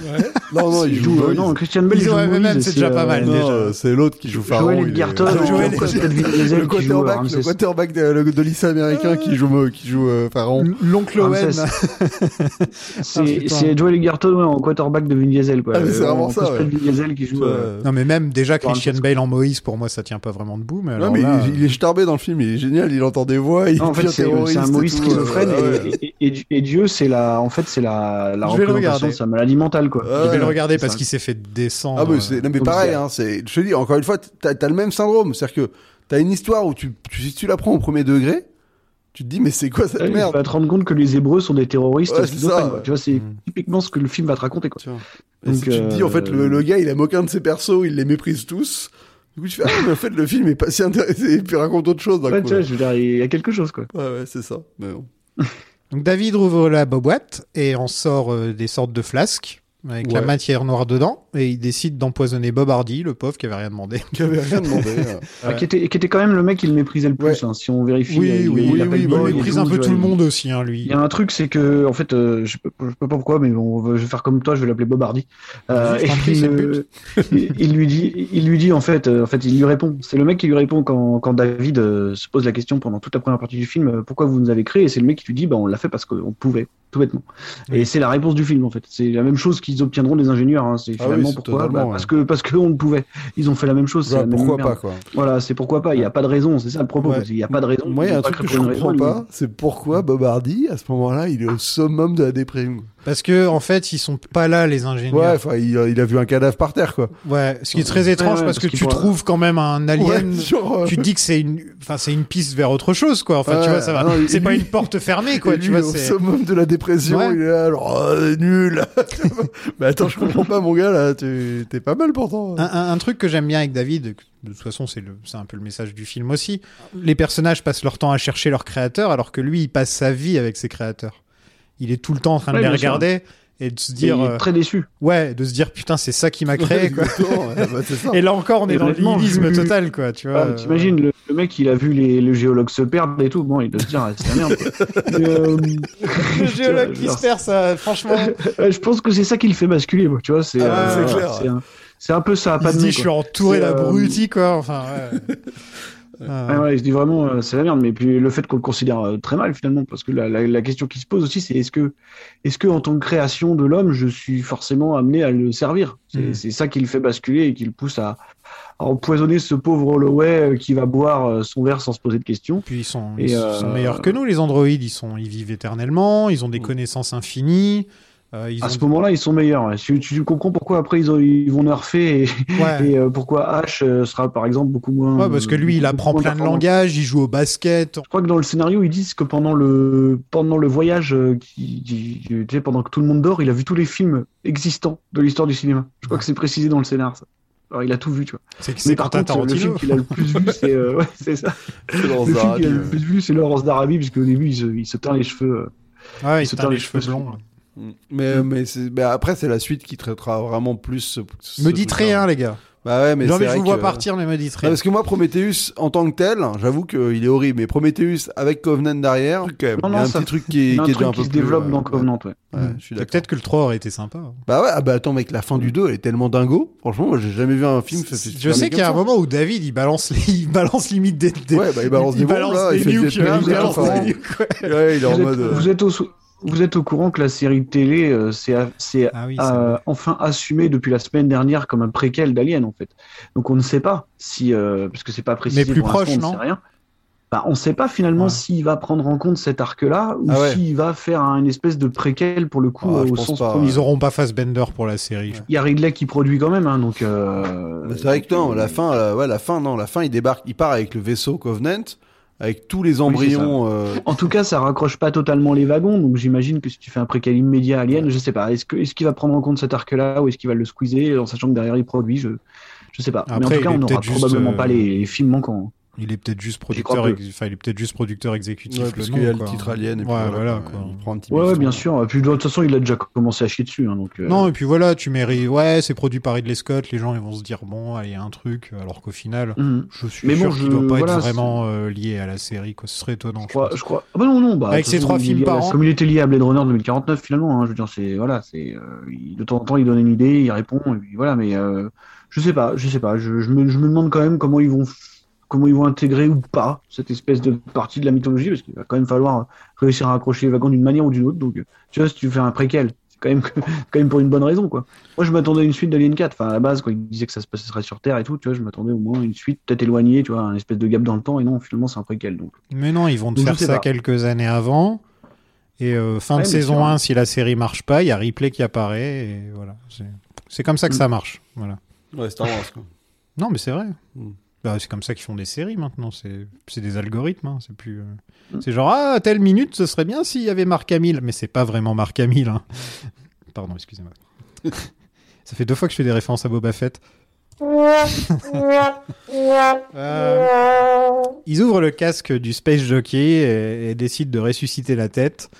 Speaker 9: Non, Oh, non, il
Speaker 10: Il
Speaker 9: joue.
Speaker 10: joue, euh,
Speaker 9: Moïse.
Speaker 10: non, Christian Bale
Speaker 8: Ils
Speaker 10: joue
Speaker 8: ont un
Speaker 10: Moïse,
Speaker 8: même, c'est déjà
Speaker 10: euh,
Speaker 8: pas mal,
Speaker 9: Non,
Speaker 8: déjà.
Speaker 9: euh, c'est l'autre qui joue Pharaon.
Speaker 10: Joel
Speaker 9: il est-
Speaker 10: Edgerton,
Speaker 9: Ah,
Speaker 10: euh,
Speaker 9: Joel-
Speaker 10: David Diesel qui
Speaker 9: Le
Speaker 10: joue, euh,
Speaker 9: quarterback, le
Speaker 10: Ramsès.
Speaker 9: quarterback de, le- de lycée américain qui joue, Mo- qui joue euh, Pharaon.
Speaker 8: L'oncle Owen.
Speaker 10: Ramsès.
Speaker 8: putain.
Speaker 10: C'est c'est Joel Egerton ouais, en quarterback de Vin Diesel. quoi.
Speaker 9: Ah, mais c'est
Speaker 10: Euh,
Speaker 9: vraiment
Speaker 10: en
Speaker 9: ça,
Speaker 10: cosplay
Speaker 9: ouais.
Speaker 10: de Vin Diesel qui joue. euh,
Speaker 8: Non, mais même déjà
Speaker 10: Ramsès.
Speaker 8: Christian Bale en Moïse, pour moi, ça tient pas vraiment debout. Mais
Speaker 9: Non,
Speaker 8: alors
Speaker 9: mais
Speaker 8: là, euh,
Speaker 9: il, il est starbé dans le film, il est génial, il entend des voix, il
Speaker 10: Non, en fait,
Speaker 9: devient
Speaker 10: c'est
Speaker 9: terroriste
Speaker 10: c'est un
Speaker 9: et
Speaker 10: Moïse
Speaker 9: tout, euh,
Speaker 10: schizophrène
Speaker 9: ouais.
Speaker 10: et- et, et- et Dieu, c'est la, en fait, c'est la, la
Speaker 8: Je vais le
Speaker 10: représentation
Speaker 8: regarder.
Speaker 10: de sa maladie mentale, quoi.
Speaker 9: Ah,
Speaker 8: je vais le
Speaker 9: ouais,
Speaker 8: regarder parce
Speaker 10: ça.
Speaker 8: qu'il s'est fait descendre. euh.
Speaker 9: Ah, mais, c'est, non, mais
Speaker 10: Donc,
Speaker 9: pareil,
Speaker 10: c'est-
Speaker 9: hein, c'est, je te dis, encore une fois, t'as, t'as le même syndrome. C'est-à-dire que t'as une histoire où tu, tu- si tu la prends au premier degré, tu te dis, mais c'est quoi cette
Speaker 10: Ouais, Ah Tu
Speaker 9: merde
Speaker 10: vas te rendre compte que les Hébreux sont des terroristes
Speaker 9: Ouais, c'est
Speaker 10: schizophrènes,
Speaker 9: ça,
Speaker 10: quoi.
Speaker 9: ouais.
Speaker 10: Tu vois, c'est
Speaker 8: Mm.
Speaker 10: typiquement ce que le film va te raconter, quoi.
Speaker 9: Tu vois. Et
Speaker 10: Donc,
Speaker 9: si tu te dis, en fait, le,
Speaker 10: euh,
Speaker 9: le gars, il aime aucun de ses persos, il les méprise tous. Du coup, tu fais, ah, mais en fait, le film est pas si intéressant et puis raconte autre chose. d'un
Speaker 10: Ouais,
Speaker 9: coup,
Speaker 10: tu vois,
Speaker 9: là.
Speaker 10: je veux dire, il y a quelque chose, quoi.
Speaker 9: ouais, ouais, c'est ça. Mais bon.
Speaker 8: Donc David ouvre la boîte et en sort euh, des sortes de flasques. avec la
Speaker 9: Ouais.
Speaker 8: matière noire dedans, et il décide d'empoisonner Bob Hardy, le pauvre qui avait rien demandé.
Speaker 9: Qui avait rien demandé. euh.
Speaker 10: Ah, qui, était, qui était quand même le mec qui le méprisait le plus, hein, si on vérifie.
Speaker 8: Oui,
Speaker 10: il- il-
Speaker 8: oui,
Speaker 10: il
Speaker 8: oui,
Speaker 10: appelle
Speaker 8: oui,
Speaker 10: Bob,
Speaker 8: bah, il
Speaker 10: est
Speaker 8: méprise un
Speaker 10: douze,
Speaker 8: peu
Speaker 10: tu
Speaker 8: tout
Speaker 10: vois,
Speaker 8: le
Speaker 10: il-
Speaker 8: monde aussi, hein, lui.
Speaker 10: Il y a un truc, c'est que, en fait, euh, je, sais pas- je sais pas pourquoi, mais bon, je vais faire comme toi, je vais l'appeler Bob Hardy. Euh,
Speaker 8: Je
Speaker 10: et
Speaker 8: t'en prie,
Speaker 10: il,
Speaker 8: c'est
Speaker 10: euh, il- il lui dit, il lui dit en fait, euh, en fait, il lui répond. C'est le mec qui lui répond quand, quand David euh, se pose la question pendant toute la première partie du film, euh, pourquoi vous nous avez créé Et c'est le mec qui lui dit, bah, on l'a fait parce qu'on pouvait, tout bêtement. Et c'est la réponse du film, en fait. C'est la même chose qu'ils obtiendront des ingénieurs. hein. C'est
Speaker 9: Ah
Speaker 10: finalement
Speaker 9: oui, c'est
Speaker 10: pourquoi
Speaker 9: totalement,
Speaker 10: Bah,
Speaker 9: ouais.
Speaker 10: Parce que parce qu'on le pouvait. Ils ont fait la même chose. c'est
Speaker 9: Bah,
Speaker 10: la même
Speaker 9: pourquoi
Speaker 10: merde.
Speaker 9: pas, quoi.
Speaker 10: Voilà, c'est pourquoi pas. Il n'y a pas de raison. C'est ça le propos.
Speaker 9: Ouais.
Speaker 10: Il n'y a pas de raison.
Speaker 9: Moi, il y
Speaker 10: Ils
Speaker 9: a
Speaker 10: ont
Speaker 9: un
Speaker 10: pas
Speaker 9: truc que
Speaker 10: créé
Speaker 9: je
Speaker 10: pour une raison,
Speaker 9: comprends
Speaker 10: ils l'ont
Speaker 9: pas, c'est pourquoi Bob Hardy, à ce moment-là, il est au summum de la déprime.
Speaker 8: Parce que, en fait, ils sont pas là, les ingénieurs.
Speaker 9: Ouais, enfin, il, il a vu un cadavre par terre, quoi.
Speaker 8: Ouais, ce qui est très étrange
Speaker 10: ouais,
Speaker 8: parce
Speaker 10: parce
Speaker 8: que
Speaker 10: qu'il
Speaker 8: tu
Speaker 10: pourra-
Speaker 8: trouves quand même un alien.
Speaker 9: Ouais, genre, euh,
Speaker 8: Tu te dis que c'est une, enfin c'est une piste vers autre chose quoi. Enfin tu
Speaker 9: Ouais,
Speaker 8: vois ça va,
Speaker 9: non, et
Speaker 8: c'est pas
Speaker 9: lui-
Speaker 8: une porte fermée
Speaker 9: Et
Speaker 8: quoi.
Speaker 9: lui,
Speaker 8: Tu vois
Speaker 9: au
Speaker 8: c'est.
Speaker 9: summum de la dépression,
Speaker 8: Ouais.
Speaker 9: il est là, alors, oh, c'est nul. Mais attends, je comprends pas, mon gars, là, tu- t'es pas mal pourtant.
Speaker 8: Un, un- un truc que j'aime bien avec David, que de toute façon c'est le- c'est un peu le message du film aussi, les personnages passent leur temps à chercher leurs créateurs alors que lui il passe sa vie avec ses créateurs. Il est tout le temps en train
Speaker 10: Ouais,
Speaker 8: de les
Speaker 10: bien sûr.
Speaker 8: regarder et de se
Speaker 10: Et
Speaker 8: dire,
Speaker 10: il
Speaker 8: euh,
Speaker 10: est très déçu.
Speaker 8: ouais, de se dire putain c'est ça qui m'a créé quoi.
Speaker 9: Exactement, ouais, bah, c'est ça.
Speaker 8: Et là encore on est
Speaker 10: Et
Speaker 8: dans le
Speaker 10: honnêtement,
Speaker 8: nihilisme
Speaker 10: vu-
Speaker 8: total quoi. Tu vois.
Speaker 10: Ah, T'imagines, le, le mec, il a vu les, le géologue se perdre et tout. Bon, il doit se dire, ah, c'est la merde. quoi. Mais, euh,
Speaker 8: Le géologue qui se perd ça, franchement.
Speaker 10: euh, je pense que c'est ça qui le fait basculer, moi, tu vois. C'est
Speaker 9: Ah,
Speaker 10: euh,
Speaker 9: c'est clair.
Speaker 10: c'est un, c'est un peu ça, à
Speaker 8: Il
Speaker 10: pas
Speaker 8: se
Speaker 10: de
Speaker 8: dit,
Speaker 10: nez,
Speaker 8: je
Speaker 10: quoi.
Speaker 8: suis entouré
Speaker 10: C'est, euh,
Speaker 8: d'abrutis, quoi. Enfin, ouais. Ah,
Speaker 10: Ouais, ouais, il se dit vraiment, euh, c'est la merde. Mais puis le fait qu'on le considère euh, très mal, finalement, parce que la, la- la question qui se pose aussi, c'est est-ce que, est-ce que, en tant que création de l'homme, je suis forcément amené à le servir C'est
Speaker 8: Mm.
Speaker 10: c'est ça qui le fait basculer et qui le pousse à, à empoisonner ce pauvre Holloway euh, qui va boire euh, son verre sans se poser de questions.
Speaker 8: Puis ils sont,
Speaker 10: Et,
Speaker 8: ils sont
Speaker 10: euh,
Speaker 8: meilleurs que nous, les androïdes. Ils, sont, ils vivent éternellement, ils ont des
Speaker 10: Mm.
Speaker 8: connaissances infinies. euh, ils
Speaker 10: à
Speaker 8: ont-
Speaker 10: ce moment-là, ils sont meilleurs. ouais. Tu, tu comprends pourquoi après ils, ont- ils vont nerfer et,
Speaker 8: Ouais.
Speaker 10: et, euh, pourquoi H euh, sera par exemple beaucoup moins.
Speaker 8: Ouais, parce que lui, il
Speaker 9: euh,
Speaker 10: beaucoup
Speaker 8: apprend
Speaker 10: moins
Speaker 8: plein de
Speaker 10: performant.
Speaker 8: langages, il joue au basket.
Speaker 10: Je crois que dans le scénario, ils disent que pendant le, pendant le voyage, euh, qui, qui- tu sais, pendant que tout le monde dort, il a vu tous les films existants de l'histoire du cinéma. Je crois que c'est précisé dans le scénar. ça. Alors il a tout vu, tu vois.
Speaker 8: C'est que
Speaker 10: Mais
Speaker 8: c'est
Speaker 10: par
Speaker 8: Quentin
Speaker 10: contre, le film
Speaker 8: Tarantino.
Speaker 10: qu'il a le plus vu, c'est euh, ouais, c'est ça.
Speaker 9: C'est dans
Speaker 10: Le film
Speaker 9: un-
Speaker 10: qu'il a le
Speaker 8: euh,
Speaker 10: plus vu, c'est Laurence d'Arabie, puisque au début, il se, il se teint les cheveux. euh,
Speaker 8: Ouais, il
Speaker 10: se
Speaker 8: se teint
Speaker 10: teint
Speaker 8: les
Speaker 10: les
Speaker 8: cheveux
Speaker 10: cheveux
Speaker 8: blonds.
Speaker 9: Mm. Mais, mais, c'est- mais après, c'est la suite qui traitera vraiment plus ce. ce
Speaker 8: Me dites
Speaker 9: truc-là.
Speaker 8: rien, hein, les gars.
Speaker 9: Bah ouais, mais
Speaker 8: Non,
Speaker 9: c'est
Speaker 8: mais je
Speaker 9: vrai
Speaker 8: vous vois
Speaker 9: que-
Speaker 8: partir, mais me dites
Speaker 9: Ah,
Speaker 8: rien.
Speaker 9: parce que moi, Prometheus, en tant que tel, j'avoue qu'il est horrible, mais Prometheus avec Covenant derrière, quand même,
Speaker 10: Non,
Speaker 9: il y a
Speaker 10: non,
Speaker 9: un
Speaker 10: ça-
Speaker 9: petit truc qui, est-
Speaker 10: il y a un
Speaker 9: qui est
Speaker 10: truc
Speaker 9: déjà un
Speaker 10: qui
Speaker 9: peu
Speaker 10: se
Speaker 9: plus, euh,
Speaker 10: développe
Speaker 9: ouais,
Speaker 10: dans
Speaker 9: ouais.
Speaker 10: Covenant, ouais.
Speaker 9: Ouais, je suis d'accord.
Speaker 8: Peut-être que le 3 aurait été sympa.
Speaker 9: Bah ouais, ah bah attends, mec, la fin du 2, elle est tellement dingo. Franchement, moi, j'ai jamais vu un film. fait-
Speaker 8: Je sais qu'il y a un moment où David, il balance, les- il balance limite des, des-
Speaker 9: Ouais, bah, il balance des bombes,
Speaker 8: balance
Speaker 9: là,
Speaker 8: des
Speaker 9: il fait
Speaker 8: nukes,
Speaker 9: des
Speaker 8: hein, il
Speaker 9: périmètres,
Speaker 8: balance
Speaker 9: enfin,
Speaker 8: des
Speaker 9: bon.
Speaker 8: nukes, ouais.
Speaker 9: Ouais, il est en
Speaker 10: vous, êtes,
Speaker 9: mode. euh,
Speaker 10: vous êtes au sou- vous êtes au courant que la série de télé euh, c'est a- c'est,
Speaker 8: Ah oui,
Speaker 10: euh,
Speaker 8: c'est vrai.
Speaker 10: enfin assumée depuis la semaine dernière comme un préquel d'Alien en fait. Donc on ne sait pas si euh, parce que c'est pas précisé
Speaker 8: Mais plus
Speaker 10: pour l'instant,
Speaker 8: proche,
Speaker 10: on ne
Speaker 8: non
Speaker 10: sait rien. Bah, on ne sait pas finalement
Speaker 8: Ouais.
Speaker 10: s'il va prendre en compte cet arc-là ou
Speaker 9: Ah ouais.
Speaker 10: s'il va faire un- une espèce de préquel pour le coup
Speaker 9: Ah,
Speaker 10: euh,
Speaker 9: je
Speaker 10: au
Speaker 9: pense
Speaker 10: sens
Speaker 9: pas.
Speaker 10: premier.
Speaker 8: Ils auront pas Fassbender pour la série. je
Speaker 10: Il y a Ridley qui produit quand même, hein, donc. euh,
Speaker 9: Bah, c'est vrai que non, la fin, euh, ouais, la fin, non, la fin, il débarque, il part avec le vaisseau Covenant, avec tous les embryons. euh,
Speaker 10: En tout cas, ça raccroche pas totalement les wagons, donc j'imagine que si tu fais un préquel immédiat Alien, je sais pas, est-ce que est-ce qu'il va prendre en compte cet arc-là ou est-ce qu'il va le squeezer en sachant que derrière il produit, je je sais pas. Mais en
Speaker 8: Après,
Speaker 10: tout cas,
Speaker 8: il est
Speaker 10: on n'aura
Speaker 8: peut-être juste,
Speaker 10: probablement
Speaker 8: euh,
Speaker 10: pas les, les films manquants. hein.
Speaker 8: Il est peut-être juste
Speaker 10: J'y crois
Speaker 8: producteur, ex- enfin, il est peut-être juste producteur exécutif.
Speaker 9: ouais,
Speaker 8: le
Speaker 9: parce
Speaker 8: nom,
Speaker 9: qu'il y a le
Speaker 8: bah quoi.
Speaker 9: titre Alien, et puis
Speaker 8: Ouais,
Speaker 9: voilà,
Speaker 8: voilà,
Speaker 9: quoi,
Speaker 8: quoi.
Speaker 9: il prend un petit
Speaker 10: Ouais, ouais,
Speaker 9: piston,
Speaker 10: bien
Speaker 9: là.
Speaker 10: sûr. Et puis de toute façon, il a déjà commencé à chier dessus, hein, donc. euh,
Speaker 8: hein. Non, et puis voilà, tu mérites. Ouais, c'est produit par Ridley Scott. Les gens, ils vont se dire, bon, allez, un truc. Alors qu'au final,
Speaker 10: mhm.
Speaker 8: je suis
Speaker 10: Mais
Speaker 8: sûr
Speaker 10: bon,
Speaker 8: qu'il
Speaker 10: je-
Speaker 8: doit pas
Speaker 10: voilà,
Speaker 8: être vraiment euh, lié à la série. Quoi. Ce serait étonnant.
Speaker 10: Je
Speaker 8: je
Speaker 10: crois,
Speaker 8: pense.
Speaker 10: je crois. Ah bah non, non, bah,
Speaker 8: Avec
Speaker 10: de
Speaker 8: ses
Speaker 10: toute
Speaker 8: trois
Speaker 10: façon,
Speaker 8: films
Speaker 10: il est-
Speaker 8: par an.
Speaker 10: Comme il était lié à Blade Runner 2049, finalement, hein, je veux dire, c'est voilà, c'est euh, il- de temps en temps il donne une idée, il répond, et puis voilà, mais euh, je sais pas, je sais pas, je, je me, je me demande quand même comment ils vont f- comment ils vont intégrer ou pas cette espèce de partie de la mythologie, parce qu'il va quand même falloir réussir à accrocher les wagons d'une manière ou d'une autre. Donc, euh, tu vois, si tu fais un préquel, c'est quand même que- quand même pour une bonne raison, quoi. Moi, je m'attendais à une suite d'Alien 4. Enfin, à la base, quand il disait que ça se passerait sur Terre et tout, tu vois, je m'attendais au moins à une suite peut-être éloignée, tu vois, un espèce de gap dans le temps, et non, finalement, c'est un préquel, donc.
Speaker 8: Mais non, ils vont te
Speaker 10: Je
Speaker 8: faire
Speaker 10: sais
Speaker 8: ça
Speaker 10: pas.
Speaker 8: quelques années avant. Et euh, fin
Speaker 10: Ouais,
Speaker 8: de
Speaker 10: mais
Speaker 8: saison
Speaker 10: sûr.
Speaker 8: 1, si la série marche pas, il y a Ripley qui apparaît. Et voilà. C'est- C'est comme ça que
Speaker 10: Mm.
Speaker 8: ça marche. Voilà.
Speaker 9: Ouais, Star Wars, quoi.
Speaker 8: Non, mais c'est vrai.
Speaker 10: Hmm.
Speaker 9: Mm.
Speaker 8: Bah, c'est comme ça qu'ils font des séries maintenant. C'est c'est des algorithmes. hein, C'est plus. euh,
Speaker 10: Mm.
Speaker 8: C'est genre ah à telle minute, ce serait bien s'il y avait Marc Hamill, mais c'est pas vraiment Marc Hamill. hein. Pardon, excusez-moi. ça fait deux fois que je fais des références à Boba Fett. Euh, ils ouvrent le casque du Space Jockey et, et décident de ressusciter la tête.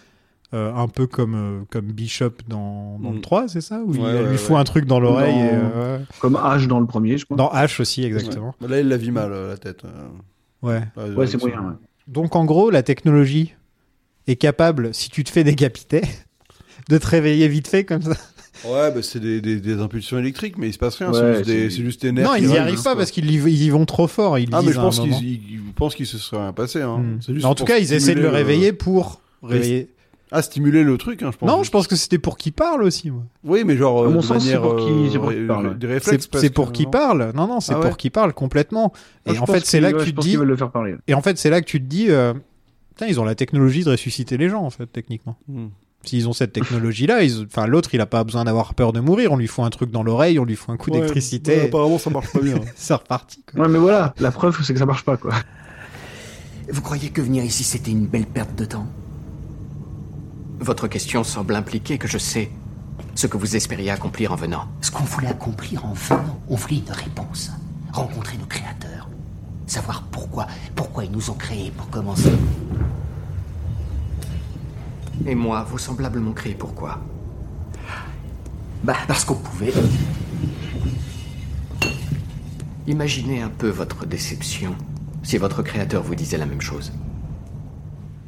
Speaker 8: euh, un peu comme, euh, comme Bishop dans, dans
Speaker 10: Mm.
Speaker 8: le 3, c'est ça Où il
Speaker 10: Ouais, ouais,
Speaker 8: lui
Speaker 10: ouais.
Speaker 8: faut un truc dans l'oreille.
Speaker 10: Dans-
Speaker 8: et, euh,
Speaker 10: Comme H dans le premier, je crois.
Speaker 8: Dans H aussi, exactement.
Speaker 9: Ouais. Là, il la vit mal, euh, la tête. euh.
Speaker 8: Ouais.
Speaker 9: La
Speaker 10: Ouais, c'est
Speaker 9: direction.
Speaker 10: moyen. ouais.
Speaker 8: Donc en gros, la technologie est capable, si tu te fais décapiter, de te réveiller vite fait comme ça.
Speaker 9: Ouais, bah, c'est des, des- des impulsions électriques, mais il se passe rien.
Speaker 10: Ouais,
Speaker 9: c'est juste, des-
Speaker 10: c'est-
Speaker 9: c'est juste tes nerfs.
Speaker 8: non,
Speaker 9: qui
Speaker 8: ils n'y
Speaker 9: rugent,
Speaker 8: arrivent pas
Speaker 9: quoi.
Speaker 8: parce qu'ils y- ils y vont trop fort. Ils
Speaker 9: Ah, mais
Speaker 8: disent
Speaker 9: je
Speaker 8: à un
Speaker 9: pense qu'ils
Speaker 8: moment.
Speaker 9: ils- ils pensent qu'il se serait rien passé. hein.
Speaker 8: Hmm.
Speaker 9: C'est juste
Speaker 8: Mais en tout
Speaker 9: pour
Speaker 8: cas, ils essaient de le
Speaker 9: stimuler, euh,
Speaker 8: réveiller pour réveiller.
Speaker 9: Ah, stimuler le truc, hein, je pense.
Speaker 8: Non, je pense que c'était pour qu'il parle aussi. moi.
Speaker 9: Oui, mais genre,
Speaker 10: À
Speaker 9: euh,
Speaker 10: mon
Speaker 9: de
Speaker 10: sens, c'est
Speaker 9: manière,
Speaker 10: pour qu'il-
Speaker 9: euh,
Speaker 10: c'est pour qu'il
Speaker 9: ré-
Speaker 10: parle, ouais.
Speaker 9: des
Speaker 8: C'est
Speaker 9: réflexes.
Speaker 8: c'est pour qu'il parle. Non, non, c'est
Speaker 9: Ah ouais. Ah,
Speaker 8: pour qu'il parle complètement.
Speaker 10: Moi,
Speaker 8: Et
Speaker 10: Ah, je
Speaker 8: en
Speaker 10: pense
Speaker 8: fait, c'est
Speaker 10: qu'il-
Speaker 8: là
Speaker 10: ouais,
Speaker 8: que
Speaker 10: je
Speaker 8: tu te
Speaker 10: pense
Speaker 8: dis.
Speaker 10: qu'ils veulent le faire parler.
Speaker 8: Et en fait, c'est là que tu te dis. euh, Putain, ils ont la technologie de ressusciter les gens, en fait, techniquement.
Speaker 9: Hmm.
Speaker 8: S'ils ont cette technologie-là, ils... enfin, l'autre, il a pas besoin d'avoir peur de mourir. On lui fout un truc dans l'oreille, on lui fout un coup
Speaker 9: Ouais,
Speaker 8: d'électricité.
Speaker 9: ouais, apparemment, ça marche pas bien.
Speaker 8: C'est reparti. quoi.
Speaker 10: Ouais, mais voilà, la preuve, c'est que ça marche pas, quoi.
Speaker 5: Vous croyez que venir ici, c'était une belle perte de temps
Speaker 3: Votre question semble impliquer que je sais ce que vous espériez accomplir en venant.
Speaker 12: Ce qu'on voulait accomplir en venant, on voulait une réponse. Rencontrer nos créateurs. Savoir pourquoi, pourquoi ils nous ont créés pour commencer.
Speaker 3: Et moi, vos semblables m'ont créé pourquoi
Speaker 5: Bah, parce qu'on pouvait.
Speaker 3: Imaginez un peu votre déception si votre créateur vous disait la même chose.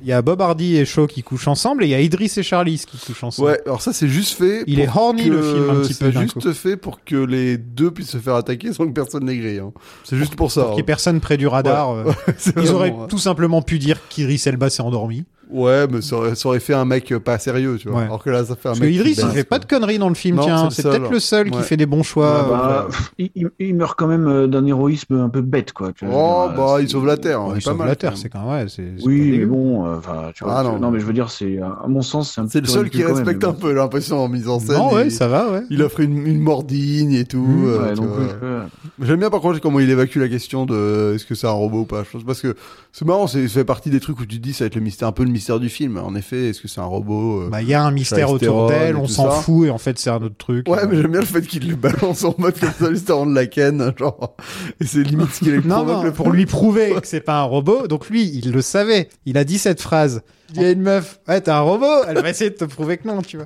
Speaker 8: Il y a Bob Hardy et Shaw qui couchent ensemble et il y a Idris et Charlize qui couchent ensemble.
Speaker 9: Ouais, alors ça, c'est juste fait.
Speaker 8: Il est
Speaker 9: pour
Speaker 8: horny,
Speaker 9: que-
Speaker 8: le film, un petit peu,
Speaker 9: C'est
Speaker 8: d'un
Speaker 9: juste
Speaker 8: coup.
Speaker 9: fait pour que les deux puissent se faire attaquer sans que personne les grille. hein. C'est juste pour ça.
Speaker 8: Pour qu'il n'y ait
Speaker 9: hein.
Speaker 8: personne près du radar.
Speaker 9: Ouais.
Speaker 8: euh,
Speaker 9: Ouais, c'est
Speaker 8: Ils
Speaker 9: vraiment,
Speaker 8: auraient
Speaker 9: ouais.
Speaker 8: tout simplement pu dire qu'Iris Elba s'est endormi.
Speaker 9: Ouais, mais ça aurait, ça aurait fait un mec euh, pas sérieux, tu vois.
Speaker 8: Ouais.
Speaker 9: Alors que là, ça fait un
Speaker 8: Parce que
Speaker 9: mec. qui
Speaker 8: Idris, il
Speaker 9: base,
Speaker 8: fait pas
Speaker 9: quoi.
Speaker 8: de conneries dans le film,
Speaker 9: Non,
Speaker 8: tiens.
Speaker 9: c'est
Speaker 8: C'est
Speaker 9: le seul. hein.
Speaker 8: peut-être le seul
Speaker 9: Ouais.
Speaker 8: qui fait des bons
Speaker 9: Ouais, bah,
Speaker 8: choix.
Speaker 10: Bah, pff, il, il- il meurt quand même euh, d'un héroïsme un peu bête, quoi. tu vois, je
Speaker 9: Oh,
Speaker 10: veux dire, euh,
Speaker 9: bah,
Speaker 10: c'est-
Speaker 9: il sauve la Terre. hein,
Speaker 8: Bon,
Speaker 9: il
Speaker 8: il
Speaker 9: est pas
Speaker 8: sauve
Speaker 9: mal,
Speaker 8: la Terre,
Speaker 9: quand
Speaker 8: c'est
Speaker 9: même.
Speaker 8: quand même. ouais, c'est- c'est pas
Speaker 10: Oui, mais
Speaker 8: dégueu.
Speaker 10: bon, euh, enfin, tu vois.
Speaker 9: Ah,
Speaker 10: tu-
Speaker 9: non.
Speaker 10: non. mais je veux dire, c'est euh, à mon sens, c'est un
Speaker 9: C'est le
Speaker 10: peu
Speaker 9: seul qui
Speaker 10: ridicule quand
Speaker 9: respecte
Speaker 10: même,
Speaker 9: un peu, j'ai l'impression, en mise en scène.
Speaker 8: Non, ouais,
Speaker 9: il...
Speaker 8: ça Mmh. va, ouais.
Speaker 9: il offre une, une mordigne et tout.
Speaker 10: mais bon.
Speaker 9: euh,
Speaker 10: Mmh, Ouais,
Speaker 9: tu
Speaker 10: donc,
Speaker 9: vois.
Speaker 10: euh,
Speaker 9: J'aime bien par contre comment il évacue la question de euh, est-ce que c'est un robot ou pas. Je pense parce que c'est marrant, c'est ça fait partie des trucs où tu te dis ça va être le mystère, un peu le mystère du film. En effet, est-ce que c'est un robot euh,
Speaker 8: Bah, il y a un mystère autour
Speaker 9: Charlize Theron
Speaker 8: d'elle,
Speaker 9: et
Speaker 8: on
Speaker 9: tout
Speaker 8: s'en
Speaker 9: ça.
Speaker 8: fout, et en fait, c'est un autre truc.
Speaker 9: Ouais, mais j'aime bien le fait qu'il le balance en mode comme ça juste avant de la ken, genre. Et c'est limite ce qu'il est
Speaker 8: Non, non, pour lui prouver que c'est pas un robot. Donc lui, il le savait. Il a dit cette phrase. Il y a une meuf. Ouais, t'es un robot. Elle va essayer de te prouver que non, tu vois.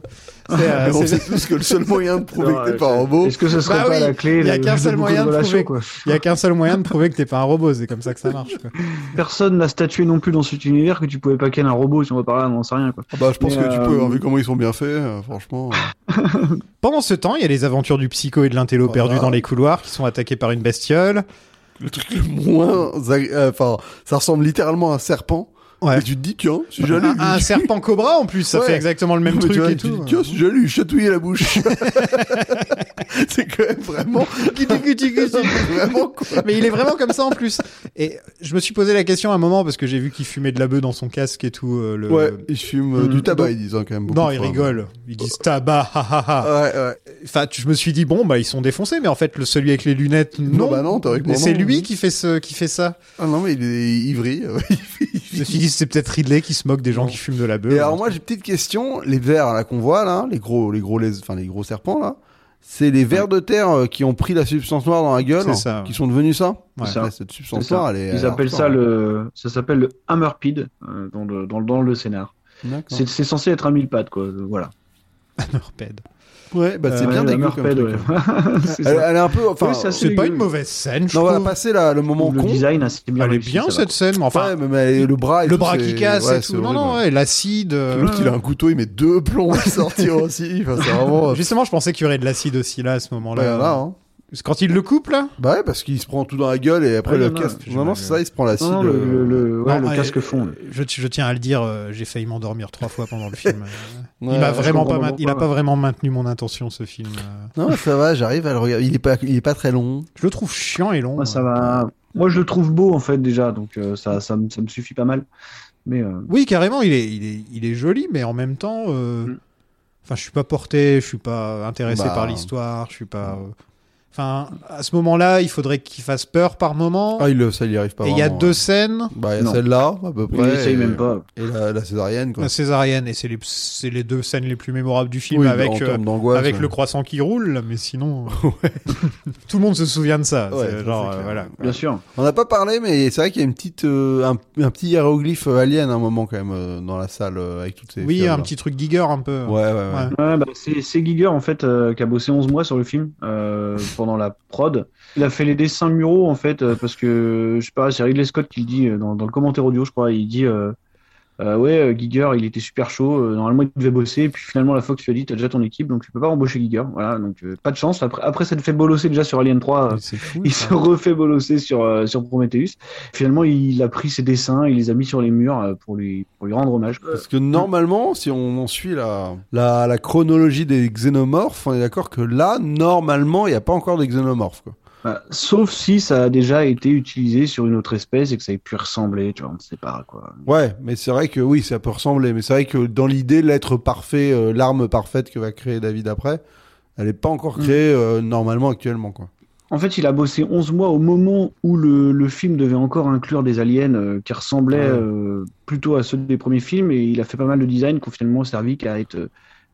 Speaker 8: C'est, euh,
Speaker 9: on
Speaker 8: c'est-
Speaker 9: sait tous que le seul moyen de prouver
Speaker 10: alors,
Speaker 9: que t'es pas
Speaker 10: euh,
Speaker 9: un robot,
Speaker 10: Est-ce que ce serait
Speaker 8: Bah
Speaker 10: pas
Speaker 8: oui,
Speaker 10: la clé
Speaker 8: il y a
Speaker 10: de-
Speaker 8: qu'un
Speaker 10: de
Speaker 8: seul
Speaker 10: beaucoup
Speaker 8: moyen de
Speaker 10: relations,
Speaker 8: trouver.
Speaker 10: quoi.
Speaker 8: Il y a qu'un seul moyen de prouver que t'es pas un robot. C'est comme ça que ça marche, quoi.
Speaker 10: Personne n'a statué non plus dans cet univers que tu pouvais pas ken un robot, si on va par là, on n'en sait rien, quoi.
Speaker 9: Ah bah je pense
Speaker 10: Mais,
Speaker 9: que tu
Speaker 10: euh,
Speaker 9: peux, hein, vu comment ils sont bien faits, euh, franchement. euh,
Speaker 8: Pendant ce temps, il y a les aventures du psycho et de l'intello
Speaker 9: Voilà.
Speaker 8: perdus dans les couloirs qui sont attaqués par une bestiole.
Speaker 9: le truc le moins, agré- euh, enfin, ça ressemble littéralement à un serpent.
Speaker 8: Ouais.
Speaker 9: Et tu te dis tiens, si j'allais
Speaker 8: Un, un
Speaker 9: lui-
Speaker 8: serpent cobra en plus, ça
Speaker 9: Ouais.
Speaker 8: fait exactement le même
Speaker 9: Mais tu
Speaker 8: truc
Speaker 9: vois,
Speaker 8: et
Speaker 9: tu
Speaker 8: tout. euh.
Speaker 9: dis, Tiens, si j'allais lui chatouiller la bouche. c'est quand même vraiment,
Speaker 8: Guti, guti, guti.
Speaker 9: vraiment quoi.
Speaker 8: Mais il est vraiment comme ça en plus. Et je me suis posé la question à un moment parce que j'ai vu qu'il fumait de la bœuf dans son casque et tout. euh, le...
Speaker 9: Ouais, ils fument euh,
Speaker 8: Mm,
Speaker 9: du tabac,
Speaker 8: donc-
Speaker 9: ils disent hein, quand même beaucoup.
Speaker 8: Non,
Speaker 9: de
Speaker 8: ils
Speaker 9: fois.
Speaker 8: rigolent. Ils disent tabac. ha, ha, ha.
Speaker 9: Ouais, ouais.
Speaker 8: Enfin, tu- je me suis dit bon, bah ils sont défoncés, mais en fait le celui avec les lunettes, non.
Speaker 9: Non, bah non, théoriquement,
Speaker 8: Et c'est
Speaker 9: non.
Speaker 8: lui qui fait ce, qui fait ça.
Speaker 9: Ah non, mais il est ivri.
Speaker 8: Je me suis dit c'est peut-être Ridley qui se moque des gens
Speaker 9: Non.
Speaker 8: qui fument de la bœuf.
Speaker 9: Et alors moi j'ai une petite question, les vers là qu'on voit là, les gros les gros les enfin les gros serpents là, c'est les vers de terre euh, qui ont pris la substance noire dans la gueule,
Speaker 8: C'est ça, ouais.
Speaker 9: qui sont devenus ça.
Speaker 8: Ouais.
Speaker 10: C'est ça.
Speaker 9: Ouais, cette
Speaker 10: C'est
Speaker 9: substance
Speaker 10: ça.
Speaker 9: noire, elle est elle
Speaker 10: Ils
Speaker 9: est
Speaker 10: appellent
Speaker 9: hardcore,
Speaker 10: ça
Speaker 9: hein.
Speaker 10: le, ça s'appelle le hammerpid euh, dans le dans, le- dans le scénar.
Speaker 9: D'accord.
Speaker 10: C'est c'est censé être un mille pattes quoi. euh, Voilà.
Speaker 8: Hammerhead.
Speaker 9: Ouais, bah c'est
Speaker 10: Euh,
Speaker 9: bien
Speaker 10: le
Speaker 9: dégueu comme
Speaker 10: hammerpad,
Speaker 9: truc,
Speaker 10: ouais.
Speaker 9: hein.
Speaker 10: C'est
Speaker 9: Elle,
Speaker 10: ça.
Speaker 9: elle est un peu enfin
Speaker 10: Oui, ça, c'est-
Speaker 8: C'est pas une mauvaise scène, je
Speaker 9: non, on va
Speaker 8: trouve.
Speaker 9: passer là le moment
Speaker 10: le
Speaker 9: con.
Speaker 10: design assez bien
Speaker 8: Elle est
Speaker 10: réussi,
Speaker 8: bien
Speaker 10: ça va.
Speaker 8: cette scène, mais enfin
Speaker 9: Ouais, mais, mais le bras et
Speaker 8: le
Speaker 9: tout,
Speaker 8: bras
Speaker 9: c'est-
Speaker 8: qui casse
Speaker 9: ouais,
Speaker 8: et
Speaker 9: c'est
Speaker 8: tout. Non,
Speaker 9: horrible.
Speaker 8: non, ouais, l'acide. euh,
Speaker 9: L'autre, il a un couteau, il met deux plombs à sortir aussi. Enfin, c'est vraiment.
Speaker 8: Justement, je pensais qu'il y aurait de l'acide aussi là à ce
Speaker 9: Bah, il y en a,
Speaker 8: moment-là.
Speaker 9: hein.
Speaker 8: C'est Quand il le coupe là.
Speaker 9: Bah ouais, parce qu'il se prend tout dans la gueule et après
Speaker 10: Ouais,
Speaker 9: le
Speaker 10: il y en a.
Speaker 9: casque. Non, non, c'est ça, il se prend l'acide.
Speaker 10: Non, non, le, le, le- ouais,
Speaker 8: Non,
Speaker 10: le
Speaker 8: euh,
Speaker 10: casque fond. là.
Speaker 8: Je, je tiens à le dire, euh, j'ai failli m'endormir trois fois pendant le film. Euh,
Speaker 9: Ouais,
Speaker 8: il m'a
Speaker 9: je
Speaker 8: vraiment pas,
Speaker 10: comprends
Speaker 8: main- il a
Speaker 10: pourquoi.
Speaker 8: pas vraiment maintenu mon intention ce film. euh.
Speaker 9: Non, ça va, j'arrive à le regarder. Il est pas, il est pas très long.
Speaker 8: Je le trouve chiant et long.
Speaker 10: Moi, ça
Speaker 8: euh.
Speaker 10: va. Moi, je le trouve beau en fait déjà, donc euh, ça, ça, me- ça me suffit pas mal. Mais euh,
Speaker 8: Oui, carrément, il est, il est, il est joli, mais en même temps, euh,
Speaker 10: Mm.
Speaker 8: enfin, je suis pas porté, je suis pas intéressé
Speaker 9: Bah.
Speaker 8: par l'histoire, je suis pas. euh, Enfin, à ce moment-là, il faudrait qu'il fasse peur par moment.
Speaker 9: Ah, il le, ça, il y arrive pas.
Speaker 8: Et il y a
Speaker 9: vraiment,
Speaker 8: deux
Speaker 9: ouais.
Speaker 8: scènes.
Speaker 9: Bah, il y a
Speaker 8: Non.
Speaker 9: celle-là, à peu
Speaker 8: Il
Speaker 9: près.
Speaker 8: essaye
Speaker 9: et-
Speaker 8: même pas.
Speaker 9: Et la, la césarienne, quoi.
Speaker 8: La césarienne, et c'est les, c'est les deux scènes les plus mémorables du film
Speaker 9: Oui, bah, en
Speaker 8: avec, euh,
Speaker 9: termes d'angoisse,
Speaker 8: avec
Speaker 9: ouais.
Speaker 8: le croissant qui roule, là, mais sinon. euh, Tout le monde se souvient de ça.
Speaker 9: Ouais,
Speaker 8: c'est
Speaker 9: ça,
Speaker 8: genre,
Speaker 9: c'est
Speaker 8: euh,
Speaker 9: clair.
Speaker 8: voilà.
Speaker 9: Ouais. On n'a pas parlé, mais c'est vrai qu'il y a une petite, euh, un, un petit hiéroglyphe alien à un moment, quand même, euh, dans la salle, euh, avec toutes ces.
Speaker 8: Oui,
Speaker 9: fioles,
Speaker 8: un
Speaker 9: là.
Speaker 8: petit truc giger un peu. hein.
Speaker 9: Ouais, ouais, ouais.
Speaker 10: Ouais, bah, c'est c'est Giger en fait euh, qui a bossé 11 mois sur le film euh, pendant la prod. Il a fait les dessins muraux en fait euh, parce que je sais pas, c'est Ridley Scott qui le dit euh, dans, dans le commentaire audio, je crois. Il dit euh, euh, ouais, euh, Giger il était super chaud. euh, normalement il devait bosser, et puis finalement la Fox lui a dit t'as déjà ton équipe donc tu peux pas embaucher Giger. Voilà, donc euh, pas de chance. Après, après ça te fait bolosser déjà sur Alien 3. euh, il se refait bolosser sur euh, sur Prometheus. Finalement il a pris ses dessins, il les a mis sur les murs euh, pour lui pour lui rendre hommage.
Speaker 9: Parce que normalement, si on en suit la, la, la chronologie des xénomorphes, on est d'accord que là, normalement, il n'y a pas encore de xénomorphes. Quoi.
Speaker 10: Bah, sauf si ça a déjà été utilisé sur une autre espèce et que ça ait pu ressembler, tu vois, on ne sait pas quoi.
Speaker 9: Ouais, mais c'est vrai que oui, ça peut ressembler. Mais c'est vrai que dans l'idée, l'être parfait, euh, l'arme parfaite que va créer David après, elle n'est pas encore créée euh, normalement actuellement. Quoi.
Speaker 10: En fait, il a bossé 11 mois au moment où le, le film devait encore inclure des aliens euh, qui ressemblaient euh, plutôt à ceux des premiers films et il a fait pas mal de design qui ont finalement servi qu'à être, euh,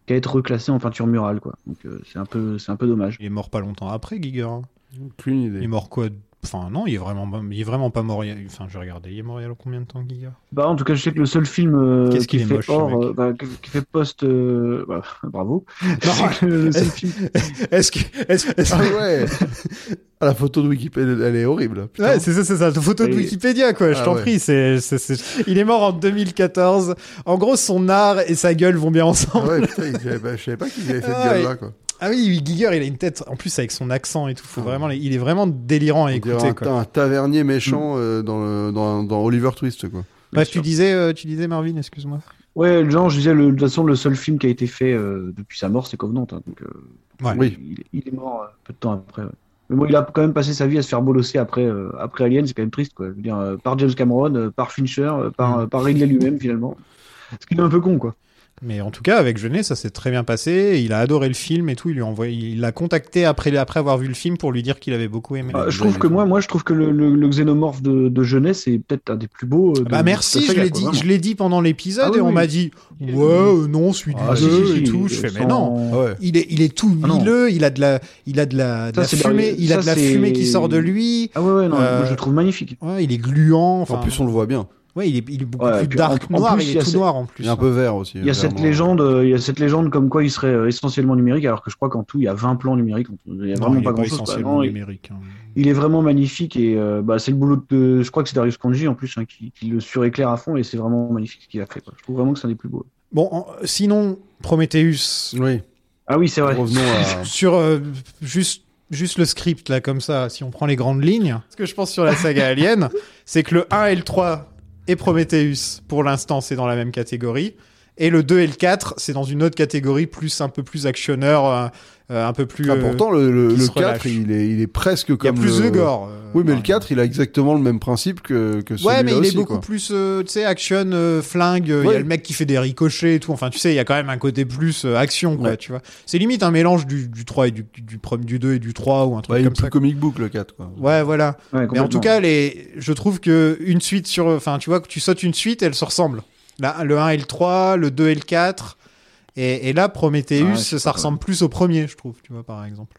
Speaker 10: qu'à être reclassé en peinture murale, quoi. Donc euh, c'est un, peu- c'est un peu dommage.
Speaker 8: Il est mort pas longtemps après, Giger. hein.
Speaker 9: Aucune idée.
Speaker 8: Il est mort quoi Enfin, non, il est vraiment, pas- il est vraiment pas mort. il y a- Enfin, je regardais, il est mort il y a combien de temps, Giger
Speaker 10: Bah, en tout cas, je sais que le seul film euh,
Speaker 8: Qu'est-ce
Speaker 10: qui
Speaker 8: qu'il est
Speaker 10: fait
Speaker 8: moche, ce
Speaker 10: hors,
Speaker 8: mec.
Speaker 10: euh, bah, qui- qui fait post, euh, bah, bravo. C'est que le seul film-
Speaker 8: Est-ce que. Est-ce est-ce
Speaker 9: Ah
Speaker 8: que-
Speaker 9: ouais Ah, La photo de Wikipédia, elle est horrible. putain.
Speaker 8: Ouais, c'est ça, c'est ça. Photo de
Speaker 9: Et-
Speaker 8: Wikipédia, quoi. Je
Speaker 9: Ah
Speaker 8: t'en
Speaker 9: ouais.
Speaker 8: prie. c'est- c'est- c'est- Il est mort en 2014. En gros, son art et sa gueule vont bien
Speaker 9: Ah
Speaker 8: ensemble.
Speaker 9: ouais, putain, il- j'avais pas- je savais pas qu'il avait cette
Speaker 8: Ah ouais.
Speaker 9: gueule-là. Quoi.
Speaker 8: Ah oui, oui, Giger, il a une tête. En plus, avec son accent et tout, faut vraiment. les- Il est vraiment délirant à
Speaker 9: On dirait un,
Speaker 8: écouter, quoi.
Speaker 9: un tavernier méchant euh, dans, le- dans, dans Oliver Twist. Quoi.
Speaker 8: Bref, tu disais, euh, tu disais, Marvin, excuse-moi.
Speaker 10: Ouais, genre, je disais, le- de toute façon, le seul film qui a été fait euh, depuis sa mort, c'est Covenant. hein, donc, euh,
Speaker 8: Ouais.
Speaker 9: Oui.
Speaker 10: il, il est mort euh, peu de temps après. ouais. Mais bon, il a quand même passé sa vie à se faire bolosser après, euh, après Alien, c'est quand même triste, quoi. Je veux dire, euh, par James Cameron, euh, par Fincher, euh, par, euh, par Ridley lui-même, finalement. Ce qui est un peu con, quoi.
Speaker 8: Mais en tout cas, avec Jeunet, ça s'est très bien passé. Il a adoré le film et tout. Il lui a envoyé, il l'a contacté après, après avoir vu le film pour lui dire qu'il avait beaucoup aimé.
Speaker 10: Euh, je trouve que moi, moi, je trouve que le, le- le xénomorphe de, de jeunesse est peut-être un des plus beaux. euh, de-
Speaker 8: Bah
Speaker 10: de
Speaker 8: merci,
Speaker 10: la
Speaker 8: je
Speaker 10: saga,
Speaker 8: l'ai
Speaker 10: quoi,
Speaker 8: dit,
Speaker 10: vraiment.
Speaker 8: je l'ai dit pendant l'épisode
Speaker 10: Ah
Speaker 8: et
Speaker 10: oui,
Speaker 8: on
Speaker 10: oui.
Speaker 8: m'a dit ouais, euh, non, celui du
Speaker 10: Ah, si,
Speaker 8: deux
Speaker 10: si, si,
Speaker 8: et tout.
Speaker 10: il
Speaker 8: Je
Speaker 10: est
Speaker 8: fais mais
Speaker 10: sans-
Speaker 8: non,
Speaker 10: Ouais.
Speaker 8: il est, il est tout
Speaker 10: Ah non.
Speaker 8: huileux, il a de la, il a de la, de
Speaker 10: Ça,
Speaker 8: la
Speaker 10: c'est
Speaker 8: fumée,
Speaker 10: merveilleux.
Speaker 8: il a
Speaker 10: Ça,
Speaker 8: de la
Speaker 10: c'est-
Speaker 8: fumée qui sort de lui.
Speaker 10: Ah ouais, ouais, non,
Speaker 8: Euh,
Speaker 10: moi, je le trouve magnifique.
Speaker 8: Ouais, il est gluant.
Speaker 9: En
Speaker 8: enfin,
Speaker 9: plus, on le voit bien.
Speaker 8: ouais, il est, il est beaucoup
Speaker 10: Ouais, et
Speaker 8: plus
Speaker 10: puis
Speaker 8: dark
Speaker 10: en- en
Speaker 8: noir,
Speaker 10: plus,
Speaker 8: il
Speaker 10: il y
Speaker 8: est
Speaker 10: a
Speaker 8: tout
Speaker 10: ce-
Speaker 8: noir en plus. hein.
Speaker 9: Il est un peu vert aussi.
Speaker 10: Il y a cette
Speaker 9: clairement.
Speaker 10: légende, euh, il y a cette légende comme quoi il serait euh, essentiellement numérique, alors que je crois qu'en tout il y a 20 plans numériques. Il n'y a
Speaker 8: Non,
Speaker 10: vraiment
Speaker 8: il est
Speaker 10: pas grand chose.
Speaker 8: essentiellement numérique. hein.
Speaker 10: il est vraiment magnifique et euh, bah, c'est le boulot de, je crois que c'est Darius Kanji en plus hein, qui, qui le suréclaire à fond et c'est vraiment magnifique ce qu'il a fait. quoi. Je trouve vraiment que c'est un des plus beaux.
Speaker 8: Bon, en- sinon Prometheus.
Speaker 9: Oui.
Speaker 10: Ah oui, c'est vrai.
Speaker 9: Revenons à.
Speaker 8: sur euh, juste juste le script là comme ça si on prend les grandes lignes ce que je pense sur la saga Alien c'est que le 1 et le 3 et Prometheus pour l'instant c'est dans la même catégorie et le 2 et le 4 c'est dans une autre catégorie plus un peu plus actionneur euh, euh, un peu plus
Speaker 9: Ah,
Speaker 8: euh,
Speaker 9: pourtant, le, le,
Speaker 8: qui
Speaker 9: le
Speaker 8: se
Speaker 9: 4,
Speaker 8: relâche.
Speaker 9: il est, il est presque
Speaker 8: il y a
Speaker 9: comme.
Speaker 8: plus
Speaker 9: le...
Speaker 8: de gore euh,
Speaker 9: Oui, mais le
Speaker 8: ouais.
Speaker 9: 4, il a exactement le même principe que, que celui-là
Speaker 8: Ouais, mais il
Speaker 9: aussi,
Speaker 8: est beaucoup
Speaker 9: quoi.
Speaker 8: plus, euh, tu sais, action, euh, flingue. euh, Il y
Speaker 9: Ouais.
Speaker 8: a le mec qui fait des ricochets et tout. Enfin, tu sais, il y a quand même un côté plus euh, action, quoi,
Speaker 9: Ouais.
Speaker 8: tu vois. C'est limite un mélange du, du 3 et du, du, du, prom- du 2 et du 3 ou un truc
Speaker 9: Ouais, il est
Speaker 8: comme ça.
Speaker 9: plus comic book, le 4. Quoi.
Speaker 8: Ouais, voilà.
Speaker 10: Ouais,
Speaker 8: mais en tout
Speaker 10: complètement.
Speaker 8: cas, les... je trouve que une suite sur. Enfin, tu vois, que tu sautes une suite, elles se ressemblent. Là, le 1 et le 3, le 2 et le 4. Et, et là, Prometheus,
Speaker 10: Ouais, je sais
Speaker 8: ça
Speaker 10: pas,
Speaker 8: ressemble plus au premier, je trouve, tu vois, par exemple.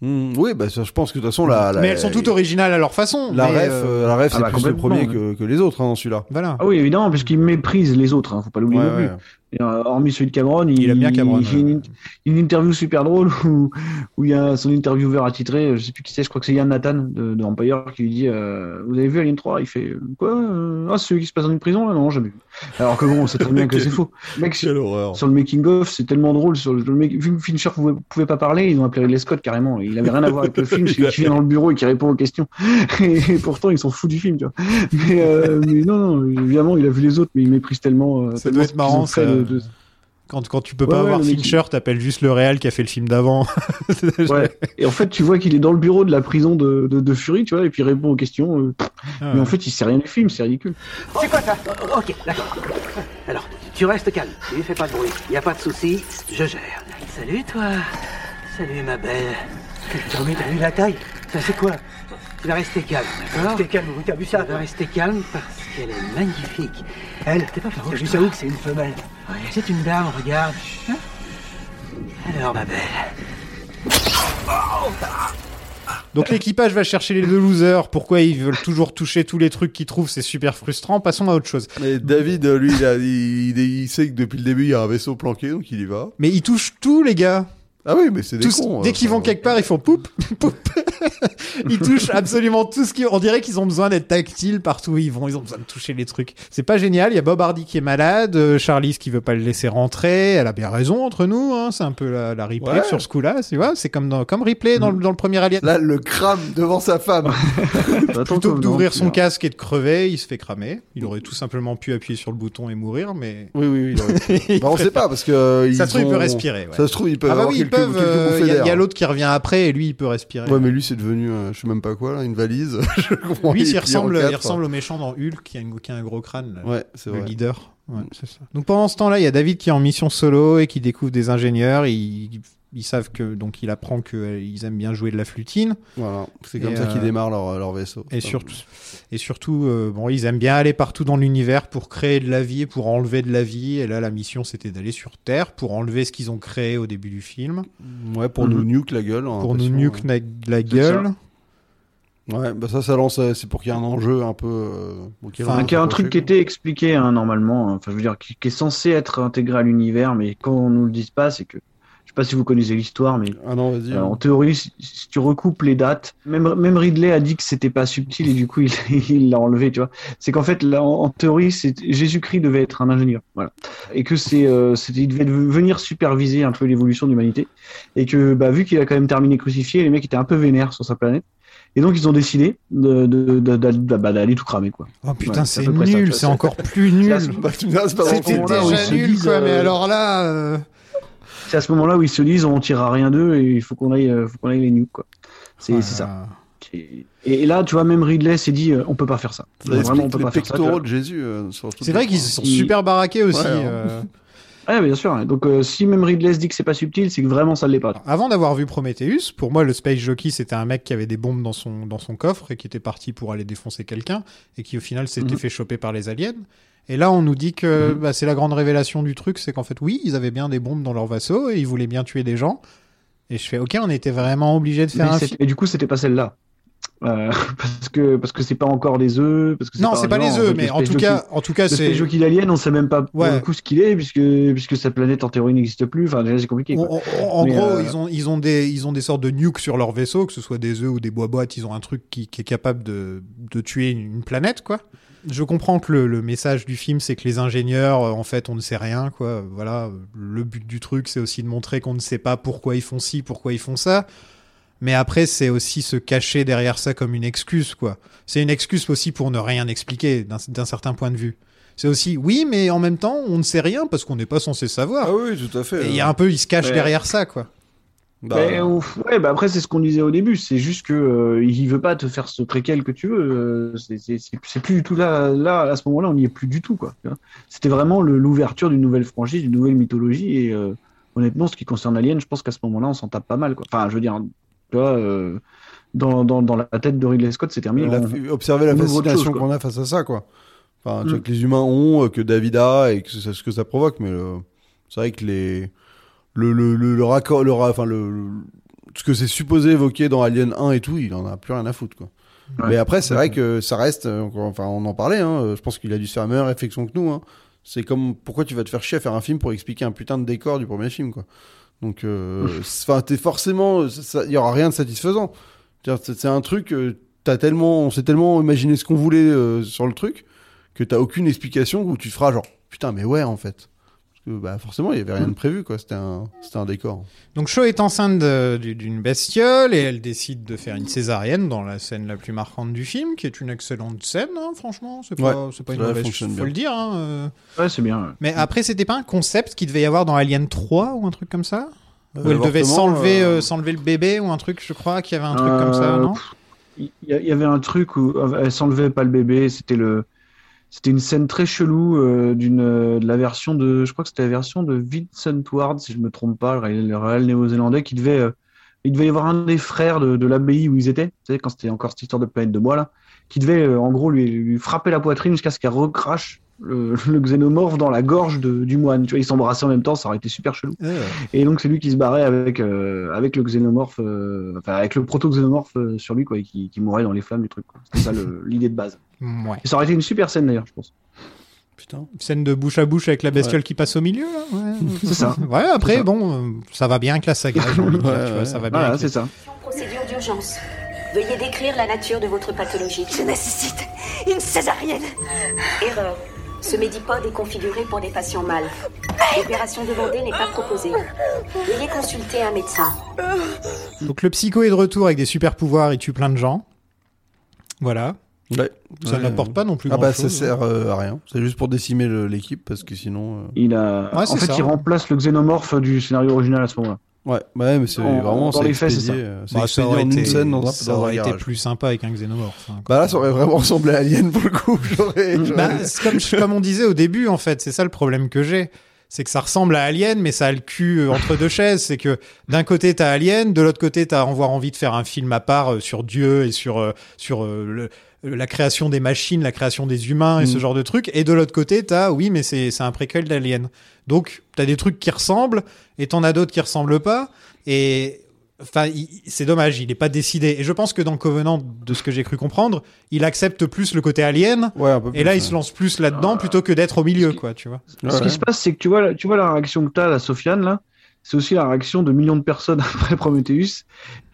Speaker 9: Hmm, oui, bah, ça, je pense que de toute
Speaker 10: Oh
Speaker 9: façon, la, la-
Speaker 8: mais elles sont toutes originales à leur façon.
Speaker 9: La
Speaker 8: mais,
Speaker 9: ref,
Speaker 8: euh,
Speaker 9: euh, la ref,
Speaker 10: ah
Speaker 9: c'est
Speaker 10: bah,
Speaker 9: plus le premier
Speaker 10: complètement,
Speaker 9: que, que les autres hein, dans celui-là.
Speaker 8: Voilà.
Speaker 10: Ah oui, évidemment, parce qu'il méprise les autres, hein, faut pas l'oublier
Speaker 9: Ouais,
Speaker 10: non plus.
Speaker 9: ouais.
Speaker 10: Et, euh, hormis celui de Cameron, il,
Speaker 8: Il aime bien Cameron,
Speaker 10: il- il-
Speaker 8: ouais.
Speaker 10: une interview super drôle où, où il y a son intervieweur attitré, je sais plus qui c'est, je crois que c'est Yann Nathan de, de Empire qui lui dit euh, Vous avez vu Alien 3 Il fait euh, Quoi euh, Ah, c'est celui qui se passe dans une prison là Non, jamais vu. Alors que bon, c'est très bien que c'est faux. Le Mec,
Speaker 9: Quelle horreur.
Speaker 10: sur le making of, c'est tellement drôle. Sur le, le mec- vu que Fincher pouvait, pouvait pas parler, ils ont appelé Ridley Scott carrément. Il avait rien à voir avec le film, c'est lui qui vient dans le bureau et qui répond aux questions. Et, pourtant, ils s'en foutent du film, tu vois. Mais, euh, mais non, non, évidemment, il a vu les autres, mais il méprise tellement. euh,
Speaker 8: Ça
Speaker 10: tellement ce
Speaker 8: doit être
Speaker 10: qu'ils ont
Speaker 8: marrant,
Speaker 10: fait
Speaker 8: ça.
Speaker 10: de- de-
Speaker 8: Quand, quand tu peux
Speaker 10: Ouais,
Speaker 8: pas
Speaker 10: ouais,
Speaker 8: avoir
Speaker 10: le mec,
Speaker 8: Fincher, t'appelles juste le réal qui a fait le film d'avant.
Speaker 10: Ouais. Et en fait, tu vois qu'il est dans le bureau de la prison de, de, de Fury, tu vois, et puis il répond aux questions. euh,
Speaker 8: Ah
Speaker 10: mais en
Speaker 8: ouais.
Speaker 10: fait, il sait rien du film, c'est ridicule.
Speaker 12: C'est quoi ça Oh, Ok, d'accord. Alors, tu restes calme. Tu fais pas de bruit. Y a pas de souci. Je gère. Salut, toi. Salut, ma belle. Désormais, t'as vu la taille Ça, c'est quoi Tu vas rester calme, d'accord Restez calme, t'as vu ça Tu vas rester calme parce qu'elle est magnifique. Elle, t'es pas farouche. T'as vu ça où que c'est une femelle C'est une dame, regarde. Hein Alors, ma belle.
Speaker 8: Donc l'équipage va chercher les deux losers. Pourquoi ils veulent toujours toucher tous les trucs qu'ils trouvent C'est super frustrant. Passons à autre chose.
Speaker 9: Mais David, euh, lui, il, a- il- il- il sait que depuis le début, il y a un vaisseau planqué, donc il y va.
Speaker 8: Mais ils touchent tout, les gars.
Speaker 9: Ah oui, mais c'est des
Speaker 8: Tous-
Speaker 9: cons.
Speaker 8: dès qu'ils vont quelque part, ils font poup, poup. ils touchent absolument tout ce qui. On dirait qu'ils ont besoin d'être tactiles partout où ils vont. Ils ont besoin de toucher les trucs. C'est pas génial. Il y a Bob Hardy qui est malade, euh, Charlize qui veut pas le laisser rentrer. Elle a bien raison entre nous. hein. C'est un peu la, la replay
Speaker 9: Ouais. Mm.
Speaker 8: sur ce coup-là. Tu vois, c'est comme dans comme replay dans, le- dans le premier Alien.
Speaker 9: Là, le crame devant sa femme.
Speaker 8: Plutôt que d'ouvrir son casque et de crever, il se fait cramer. Il aurait tout simplement pu appuyer sur le bouton et mourir, mais
Speaker 9: Oui, oui, oui. il aurait-
Speaker 8: Il
Speaker 9: bah, on sait
Speaker 8: peut-
Speaker 9: pas parce que euh, ils
Speaker 8: ça se trouve, il peut
Speaker 9: ont-
Speaker 8: respirer. ouais.
Speaker 9: Ça se trouve, ils peuvent
Speaker 8: Ah bah
Speaker 9: avoir
Speaker 8: oui, ils
Speaker 9: quelques,
Speaker 8: peuvent.
Speaker 9: quelques
Speaker 8: euh,
Speaker 9: bouffées
Speaker 8: Il y a- il y a
Speaker 9: d'air.
Speaker 8: l'autre qui revient après et lui, il peut respirer.
Speaker 9: Ouais, mais lui, c'est devenu, euh, je sais même pas quoi, là, une valise. je comprends
Speaker 8: Lui,
Speaker 9: est
Speaker 8: il
Speaker 9: plié en
Speaker 8: ressemble, il
Speaker 9: quatre. euh,
Speaker 8: ressemble au méchant dans Hulk qui a, une- qui a un gros crâne, là,
Speaker 9: Ouais, c'est
Speaker 8: le
Speaker 9: vrai.
Speaker 8: leader. Ouais, c'est ça. Donc pendant ce temps-là, il y a David qui est en mission solo et qui découvre des ingénieurs. Ils, ils savent que donc il apprend qu'ils aiment bien jouer de la flutine.
Speaker 9: Voilà, c'est
Speaker 8: Et,
Speaker 9: comme ça qu'ils
Speaker 8: euh,
Speaker 9: démarrent leur, leur vaisseau.
Speaker 8: Et surtout, et surtout euh, bon, ils aiment bien aller partout dans l'univers pour créer de la vie, pour enlever de la vie. Et là, la mission, c'était d'aller sur Terre pour enlever ce qu'ils ont créé au début du film,
Speaker 9: Ouais, pour
Speaker 10: Mhm.
Speaker 9: nous nuke la gueule. hein, on a
Speaker 8: pour nous
Speaker 9: l'impression,
Speaker 8: nuke na- la gueule.
Speaker 9: Ouais, Ouais, bah ça, ça lance. euh, C'est pour qu'il y ait un enjeu un peu. euh, pour qu'il y ait
Speaker 8: Enfin,
Speaker 9: enjeu
Speaker 10: Donc il y a un
Speaker 9: sur
Speaker 10: truc
Speaker 9: le
Speaker 10: qui
Speaker 9: film.
Speaker 10: était expliqué hein, normalement, hein. enfin je veux dire qui, qui est censé être intégré à l'univers, mais quand on nous le dise pas, c'est que je sais pas si vous connaissez l'histoire, mais
Speaker 9: Ah non, vas-y.
Speaker 10: euh, en théorie, si, si tu recoupes les dates, même, même Ridley a dit que c'était pas subtil et du coup il il l'a enlevé, tu vois. C'est qu'en fait là, en, en théorie, c'est Jésus-Christ devait être un ingénieur, voilà, et que c'est euh, c'était- il devait venir superviser un peu l'évolution de l'humanité et que bah vu qu'il a quand même terminé crucifié, les mecs étaient un peu vénères sur sa planète. Et donc ils ont décidé de- de- de- d'aller bah, d'aller tout cramer quoi.
Speaker 8: Oh putain,
Speaker 10: Ouais, c'est à
Speaker 8: c'est
Speaker 10: peu près ça, tu
Speaker 8: nul,
Speaker 10: vois,
Speaker 8: c'est
Speaker 10: c'est-
Speaker 8: encore plus nul.
Speaker 10: C'est à ce moment-
Speaker 9: Bah, tu me diras, c'est pas dans
Speaker 8: C'était
Speaker 9: le fond, là,
Speaker 10: où
Speaker 8: déjà
Speaker 10: ils se
Speaker 8: nul,
Speaker 10: disent,
Speaker 8: quoi. Mais
Speaker 10: euh,
Speaker 8: alors là. euh,
Speaker 10: C'est à ce moment-là où ils se disent on tirera rien d'eux et il faut qu'on aille, euh, faut qu'on aille les nukes quoi. C'est
Speaker 8: voilà.
Speaker 10: c'est ça. Et, et là, tu vois, même Ridley s'est dit euh, on peut pas faire ça.
Speaker 9: Ça
Speaker 10: Vraiment, on
Speaker 9: explique
Speaker 10: peut
Speaker 9: les
Speaker 10: pas faire ça. tu
Speaker 9: pectoraux
Speaker 10: vois.
Speaker 9: de Jésus. euh, sur tout
Speaker 8: C'est
Speaker 9: le
Speaker 8: vrai
Speaker 9: film.
Speaker 8: qu'ils se sont
Speaker 10: Ils-
Speaker 8: super baraqués aussi.
Speaker 9: Ouais, hein.
Speaker 8: euh.
Speaker 10: Ouais, bien sûr. Donc euh, si même Ridley se dit que c'est pas subtil, c'est que vraiment ça l'est pas.
Speaker 8: Avant d'avoir vu Prometheus, pour moi, le Space Jockey, c'était un mec qui avait des bombes dans son, dans son coffre et qui était parti pour aller défoncer quelqu'un et qui, au final, s'était
Speaker 10: Mhm.
Speaker 8: fait choper par les aliens. Et là, on nous dit que bah, c'est la grande révélation du truc, c'est qu'en fait, oui, ils avaient bien des bombes dans leur vaisseau et ils voulaient bien tuer des gens. Et je fais, ok, on était vraiment obligé de faire
Speaker 10: Mais
Speaker 8: un
Speaker 10: c'est-
Speaker 8: film.
Speaker 10: Et du coup, c'était pas celle-là. Euh, parce que parce que c'est pas encore des œufs. Parce que
Speaker 8: Non, c'est pas
Speaker 10: non,
Speaker 8: les œufs,
Speaker 10: fait,
Speaker 8: mais
Speaker 10: le
Speaker 8: en tout
Speaker 10: Space
Speaker 8: cas,
Speaker 10: Jockey-
Speaker 8: en tout cas,
Speaker 10: Le
Speaker 8: c'est.
Speaker 10: Space Jockey d'Alien, on sait même pas pour
Speaker 8: Ouais.
Speaker 10: le coup ce qu'il est, puisque, puisque sa planète en théorie n'existe plus. Enfin, déjà, c'est compliqué. quoi.
Speaker 8: On- on- en
Speaker 10: Mais,
Speaker 8: gros,
Speaker 10: euh,
Speaker 8: ils, ont, ils, ont des, ils ont des sortes de nukes sur leur vaisseau, que ce soit des œufs ou des bois-boîtes, ils ont un truc qui, qui est capable de, de tuer une, une planète, quoi. Je comprends que le, le message du film, c'est que les ingénieurs, euh, en fait, on ne sait rien, quoi. Euh, Voilà, euh, le but du truc, c'est aussi de montrer qu'on ne sait pas pourquoi ils font ci, pourquoi ils font ça. Mais après, c'est aussi se cacher derrière ça comme une excuse, quoi. C'est une excuse aussi pour ne rien expliquer, d'un d'un certain point de vue. C'est aussi, oui, mais en même temps, on ne sait rien parce qu'on n'est pas censé savoir.
Speaker 9: Ah oui, tout à fait.
Speaker 8: Et il y a un peu, il se cache
Speaker 10: Euh, Ouais.
Speaker 8: derrière ça, quoi.
Speaker 9: Bah,
Speaker 10: Mais, on- ouais, bah après c'est ce qu'on disait au début, c'est juste que euh, il veut pas te faire ce préquel que tu veux. euh, c'est- c'est c'est- c'est plus du tout là, là à ce moment-là, on n'y est plus du tout quoi. tu vois. C'était vraiment le- l'ouverture d'une nouvelle franchise, d'une nouvelle mythologie et euh, honnêtement, ce qui concerne Alien, je pense qu'à ce moment-là, on s'en tape pas mal quoi. Enfin, je veux dire, tu vois, euh, dans, dans, dans la tête de Ridley Scott, c'est terminé.
Speaker 9: la-
Speaker 10: On-
Speaker 9: observer la
Speaker 10: on ouvre autre
Speaker 9: fascination
Speaker 10: chose, quoi.
Speaker 9: qu'on a face à ça, quoi. Enfin, tu
Speaker 10: Mm.
Speaker 9: vois, que les humains ont, euh, que David a, et que c'est ce que ça provoque, mais euh, c'est vrai que les. Le, le, le, le raccord. Le, ra- enfin, le, le- ce que c'est supposé évoquer dans Alien 1 et tout, il en a plus rien à foutre, quoi.
Speaker 10: Ouais.
Speaker 9: mais après, c'est vrai que ça reste. euh, encore- Enfin, on en parlait, hein, euh, je pense qu'il a dû se faire la meilleure réflexion que nous. Hein. C'est comme pourquoi tu vas te faire chier à faire un film pour expliquer un putain de décor du premier film, quoi. Donc, euh, c'est- enfin, t'es forcément, ça- ça- il y aura rien de satisfaisant. C'est-à-dire, C'est c'est un truc, euh, t'as tellement, on s'est tellement imaginé ce qu'on voulait euh, sur le truc que t'as aucune explication où tu te feras genre putain mais ouais en fait. Parce que bah forcément il y avait rien de prévu quoi. C'était un, c'était un décor.
Speaker 8: Donc Shaw est enceinte de- du- d'une bestiole et elle décide de faire une césarienne dans la scène la plus marquante du film, qui est une excellente scène, hein, franchement. C'est pas,
Speaker 9: Ouais,
Speaker 8: c'est pas une
Speaker 9: ça
Speaker 8: mauvaise chose,
Speaker 9: fonctionne
Speaker 8: faut
Speaker 9: bien.
Speaker 8: le dire. hein, euh.
Speaker 10: Ouais, c'est bien. ouais.
Speaker 8: Mais après, c'était pas un concept qu'il devait y avoir dans Alien 3 ou un truc comme ça
Speaker 10: Euh,
Speaker 8: Où elle devait
Speaker 9: L'avortement,
Speaker 8: s'enlever
Speaker 9: euh,
Speaker 8: euh, s'enlever le bébé ou un truc, je crois, qu'il y avait un truc comme ça,
Speaker 10: Euh,
Speaker 8: non
Speaker 10: Il y, a- il y avait un truc où euh, elle s'enlevait pas le bébé, c'était le c'était une scène très chelou euh, d'une euh, de la version de je crois que c'était la version de Vincent Ward si je me trompe pas, le réel, le réel néo-zélandais qui devait euh, il devait y avoir un des frères de, de l'abbaye où ils étaient, vous savez, quand c'était encore cette histoire de planète de moi, là, qui devait, euh, en gros, lui, lui frapper la poitrine jusqu'à ce qu'elle recrache le, le xénomorphe dans la gorge de- du moine. Tu vois, ils s'embrassaient en même temps, ça aurait été super chelou.
Speaker 8: Euh,
Speaker 10: Et donc, c'est lui qui se barrait avec, euh, avec le xénomorphe, euh, enfin, avec le proto-xénomorphe euh, sur lui, quoi, et qui, qui mourait dans les flammes du truc. quoi. C'était ça le- l'idée de base.
Speaker 8: Ouais.
Speaker 10: Et ça aurait été une super scène, d'ailleurs, je pense.
Speaker 9: Putain.
Speaker 8: Scène de bouche à bouche avec la bestiole
Speaker 10: Ouais.
Speaker 8: qui passe au milieu, là. Ouais.
Speaker 10: C'est ça.
Speaker 8: Mm. Ouais, après,
Speaker 10: C'est ça.
Speaker 8: bon, euh, ça va bien avec la saga, j'ai envie de dire,
Speaker 10: Ouais,
Speaker 8: tu vois,
Speaker 10: ouais.
Speaker 8: ça va bien.
Speaker 10: Voilà,
Speaker 8: avec
Speaker 10: c'est
Speaker 8: les-
Speaker 10: ça.
Speaker 11: Procédure d'urgence. Veuillez décrire la nature de votre pathologie. Je nécessite une césarienne. Erreur. Ce médipode est configuré pour des patients mâles. L'opération demandée n'est pas proposée. Veuillez consulter un médecin.
Speaker 8: Donc le psycho est de retour avec des super pouvoirs, il tue plein de gens. Voilà.
Speaker 9: Ouais.
Speaker 8: Ça
Speaker 9: euh, Ouais.
Speaker 8: n'apporte pas non plus
Speaker 9: Ah bah ça
Speaker 8: grand-chose. hein.
Speaker 9: sert euh, à rien. C'est juste pour décimer le- l'équipe parce que sinon. euh,
Speaker 10: Il a...
Speaker 8: Ouais,
Speaker 10: en
Speaker 8: c'est
Speaker 10: fait,
Speaker 8: ça.
Speaker 10: il remplace le xénomorphe du scénario original à ce moment-là.
Speaker 9: euh, Ouais, Bah ouais, mais c'est
Speaker 10: Dans-
Speaker 9: vraiment
Speaker 10: dans
Speaker 9: c'est
Speaker 10: les faits, c'est
Speaker 9: expédié,
Speaker 10: ça.
Speaker 9: euh, c'est
Speaker 8: Bah, ça
Speaker 9: expédié
Speaker 8: aurait,
Speaker 9: en une
Speaker 8: été,
Speaker 9: scène dans,
Speaker 8: ça
Speaker 9: dans un
Speaker 8: aurait été
Speaker 9: garage.
Speaker 8: plus sympa avec un xénomorphe. hein,
Speaker 9: Bah là, ça aurait vraiment ressemblé à Alien pour le coup. J'aurais.
Speaker 8: Bah,
Speaker 9: j'aurais-
Speaker 8: c'est comme, je- comme on disait au début, en fait, c'est ça le problème que j'ai. C'est que ça ressemble à Alien, mais ça a le cul euh, entre deux chaises. C'est que d'un côté, t'as Alien, de l'autre côté, t'as avoir envie de faire un film à part euh, sur Dieu et sur, euh, sur euh, le- la création des machines, la création des humains et
Speaker 9: Mm.
Speaker 8: ce genre de trucs. Et de l'autre côté, t'as, oui, mais c'est c'est un préquel d'Alien. Donc, t'as des trucs qui ressemblent et t'en as d'autres qui ressemblent pas. Et enfin, il- il- c'est dommage, il n'est pas décidé. Et je pense que dans Covenant, de ce que j'ai cru comprendre, il accepte plus le côté Alien
Speaker 9: Ouais, un peu plus,
Speaker 8: et là, il
Speaker 9: ouais.
Speaker 8: se lance plus hein. là-dedans plutôt que d'être au milieu, quoi, tu vois.
Speaker 9: Ouais,
Speaker 10: Ce
Speaker 9: ouais.
Speaker 10: qui se passe, c'est que tu vois, tu vois la réaction que t'as, la Sofiane, là, c'est aussi la réaction de millions de personnes après Prometheus.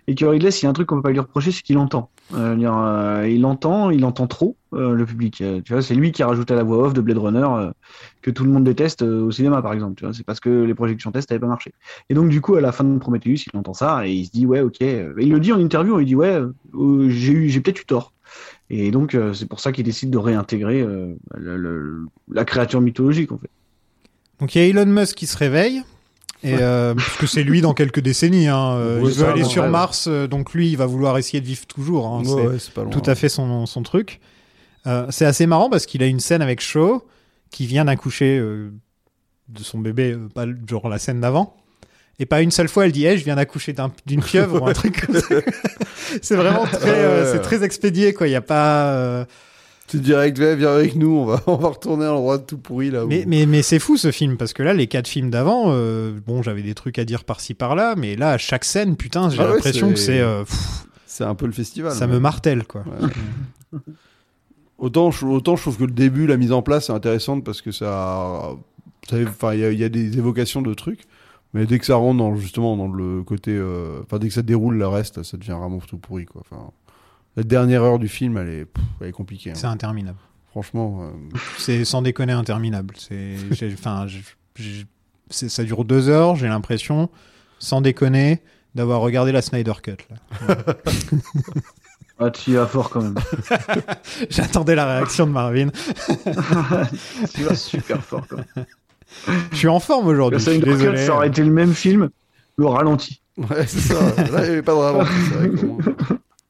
Speaker 10: Et que Ridley, s'il y a un truc qu'on peut pas lui reprocher, c'est qu'il entend. Euh, je veux dire, euh, il entend, il entend trop euh, le public. Euh, tu vois, c'est lui qui a rajouté à la voix off de Blade Runner euh, que tout le monde déteste euh, au cinéma, par exemple. Tu vois, c'est parce que les projections test n'avaient pas marché. Et donc, du coup, à la fin de Prometheus, il entend ça et il se dit ouais, ok. Euh, Il le dit en interview. Il dit ouais, euh, j'ai eu, j'ai peut-être eu tort. Et donc, euh, c'est pour ça qu'il décide de réintégrer euh, le- le- la créature mythologique, en fait.
Speaker 8: Donc il y a Elon Musk qui se réveille. Et euh, parce que c'est lui dans quelques décennies. Hein, euh,
Speaker 9: Ouais,
Speaker 8: il
Speaker 9: c'est
Speaker 8: veut aller
Speaker 9: vraiment
Speaker 8: sur
Speaker 9: vrai, ouais.
Speaker 8: Mars, euh, donc lui, il va vouloir essayer de vivre toujours. hein,
Speaker 9: Ouais,
Speaker 8: c'est
Speaker 9: ouais, c'est pas loin.
Speaker 8: tout à fait son, son truc. Euh, c'est assez marrant parce qu'il a une scène avec Shaw qui vient d'accoucher euh, de son bébé, euh, pas le- genre la scène d'avant. Et pas une seule fois, elle dit hey, je viens d'accoucher d'un- d'une pieuvre ou un truc comme ça. c'est vraiment très, euh,
Speaker 9: Ouais.
Speaker 8: c'est très expédié, quoi. Il n'y a pas. euh,
Speaker 9: Tu te dirais que viens avec nous, on va, on va retourner à l'endroit tout pourri là. où-
Speaker 8: Mais, mais, mais c'est fou ce film, parce que là, les quatre films d'avant, euh, bon, j'avais des trucs à dire par-ci par-là, mais là, à chaque scène, putain, j'ai
Speaker 9: Ah ouais,
Speaker 8: l'impression
Speaker 9: c'est-
Speaker 8: que c'est. euh, pff,
Speaker 9: C'est un peu le festival.
Speaker 8: ça
Speaker 9: mais-
Speaker 8: me martèle, quoi.
Speaker 9: Autant, je- autant je trouve que le début, la mise en place est intéressante parce que ça. ça- Enfin, il y, a- il y a des évocations de trucs. Mais dès que ça rentre dans, justement dans le côté. euh, Enfin, dès que ça déroule le reste, ça devient vraiment tout pourri quoi. Enfin, la dernière heure du film, elle est, pff, elle est compliquée. hein.
Speaker 8: C'est interminable.
Speaker 9: Franchement. euh,
Speaker 8: C'est sans déconner interminable. C'est, j'ai- enfin, j'ai- j'ai- c'est- ça dure deux heures, j'ai l'impression, sans déconner, d'avoir regardé la Snyder Cut. là.
Speaker 10: Ah, tu y vas fort quand même.
Speaker 8: J'attendais la réaction de Marvin.
Speaker 10: tu y vas super fort quand même.
Speaker 8: Je suis en forme aujourd'hui.
Speaker 10: La
Speaker 8: Oh, Je suis
Speaker 10: scène de Rocket,
Speaker 8: désolé.
Speaker 10: ça aurait été le même film, le ralenti.
Speaker 9: Ouais, c'est ça. Là, il n'y avait pas de ralenti. c'est vrai qu'au moins-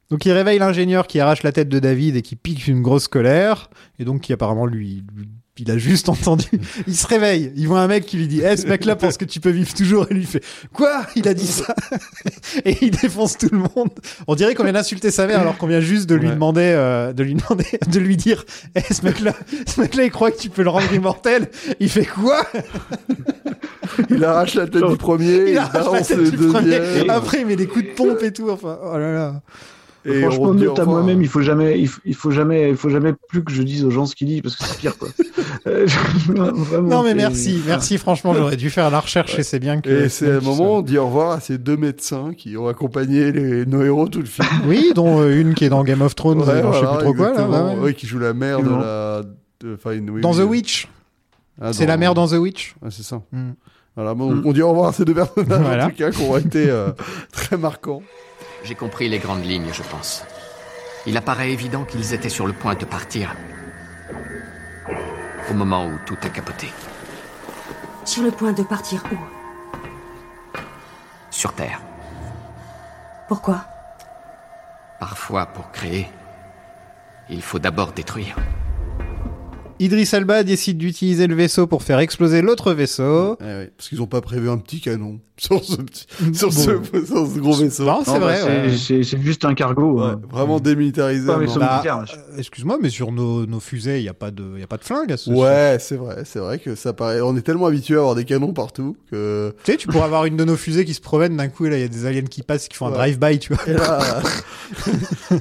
Speaker 8: Donc il réveille l'ingénieur qui arrache la tête de David et qui pique une grosse colère, et donc qui apparemment lui, lui- il a juste entendu. Il se réveille, il voit un mec qui lui dit Eh, ce mec-là pense que tu peux vivre toujours », et lui fait « Quoi Il a dit ça ?» Et il défonce tout le monde. On dirait qu'on vient d'insulter sa mère alors qu'on vient juste de lui
Speaker 9: Ouais.
Speaker 8: demander, euh, de lui demander, de lui dire Eh, ce mec-là, ce mec-là, il croit que tu peux le rendre immortel. Il fait quoi ?»
Speaker 9: Il arrache la tête du premier, il
Speaker 8: Il arrache la
Speaker 9: balance
Speaker 8: tête
Speaker 9: le
Speaker 8: du premier.
Speaker 9: deuxième.
Speaker 8: Après, il met des coups de pompe et tout. Enfin, oh là là.
Speaker 9: Et on
Speaker 10: Franchement,
Speaker 9: dit
Speaker 10: note à
Speaker 9: enfin,
Speaker 10: moi-même, il faut jamais, il faut, il faut jamais, il faut jamais plus que je dise aux gens ce qu'il dit parce que c'est pire quoi. Euh, vraiment,
Speaker 8: Non mais
Speaker 10: c'est-
Speaker 8: merci, merci franchement, j'aurais dû faire la recherche et c'est bien que.
Speaker 9: Et c'est le moment où on dit au revoir à ces deux médecins qui ont accompagné les, nos héros tout le film.
Speaker 8: Oui, dont euh, une qui est dans Game of Thrones,
Speaker 9: Ouais,
Speaker 8: euh, dans je sais
Speaker 9: voilà,
Speaker 8: plus trop quoi là. Ah
Speaker 9: exactement.
Speaker 8: ouais, ouais.
Speaker 9: Ouais, qui joue la mère de
Speaker 10: Exactement.
Speaker 9: la. de- enfin, une- oui,
Speaker 8: Dans
Speaker 9: oui,
Speaker 8: The
Speaker 9: euh,
Speaker 8: Witch,
Speaker 9: ah,
Speaker 8: c'est la mère dans The Witch.
Speaker 9: Ah, c'est ça.
Speaker 8: Mm.
Speaker 9: Voilà, bon, on dit au revoir à ces deux personnages
Speaker 8: Voilà.
Speaker 9: en tout cas qui ont été euh, très marquants.
Speaker 3: J'ai compris les grandes lignes, je pense. Il apparaît évident qu'ils étaient sur le point de partir. Au moment où tout a capoté.
Speaker 11: Sur le point de partir où
Speaker 3: Sur Terre.
Speaker 11: Pourquoi
Speaker 3: Parfois, pour créer, il faut d'abord détruire.
Speaker 8: Idris Elba décide d'utiliser le vaisseau pour faire exploser l'autre vaisseau.
Speaker 9: Ouais, ouais, parce qu'ils n'ont pas prévu un petit canon. sur ce, petit-
Speaker 8: Mm.
Speaker 9: sur ce, sur ce gros vaisseau.
Speaker 10: Non, bah, C'est c'est juste un cargo.
Speaker 9: Ouais,
Speaker 10: hein.
Speaker 8: Mm.
Speaker 9: vraiment démilitarisé.
Speaker 10: Pas
Speaker 9: à
Speaker 10: un
Speaker 9: mort.
Speaker 10: vaisseau
Speaker 9: Bah,
Speaker 10: militaire.
Speaker 8: Euh, Excuse-moi, mais sur nos, nos fusées, il n'y a, pas de- y a pas de flingue à ce
Speaker 9: Ouais, c'est vrai, c'est vrai que ça paraît. On est tellement habitué à avoir des canons partout que.
Speaker 8: Tu sais, tu pourrais avoir une de nos fusées qui se promène d'un coup, et là, il y a des aliens qui passent, qui font
Speaker 9: Ouais.
Speaker 8: un drive-by, tu vois.
Speaker 9: Et là-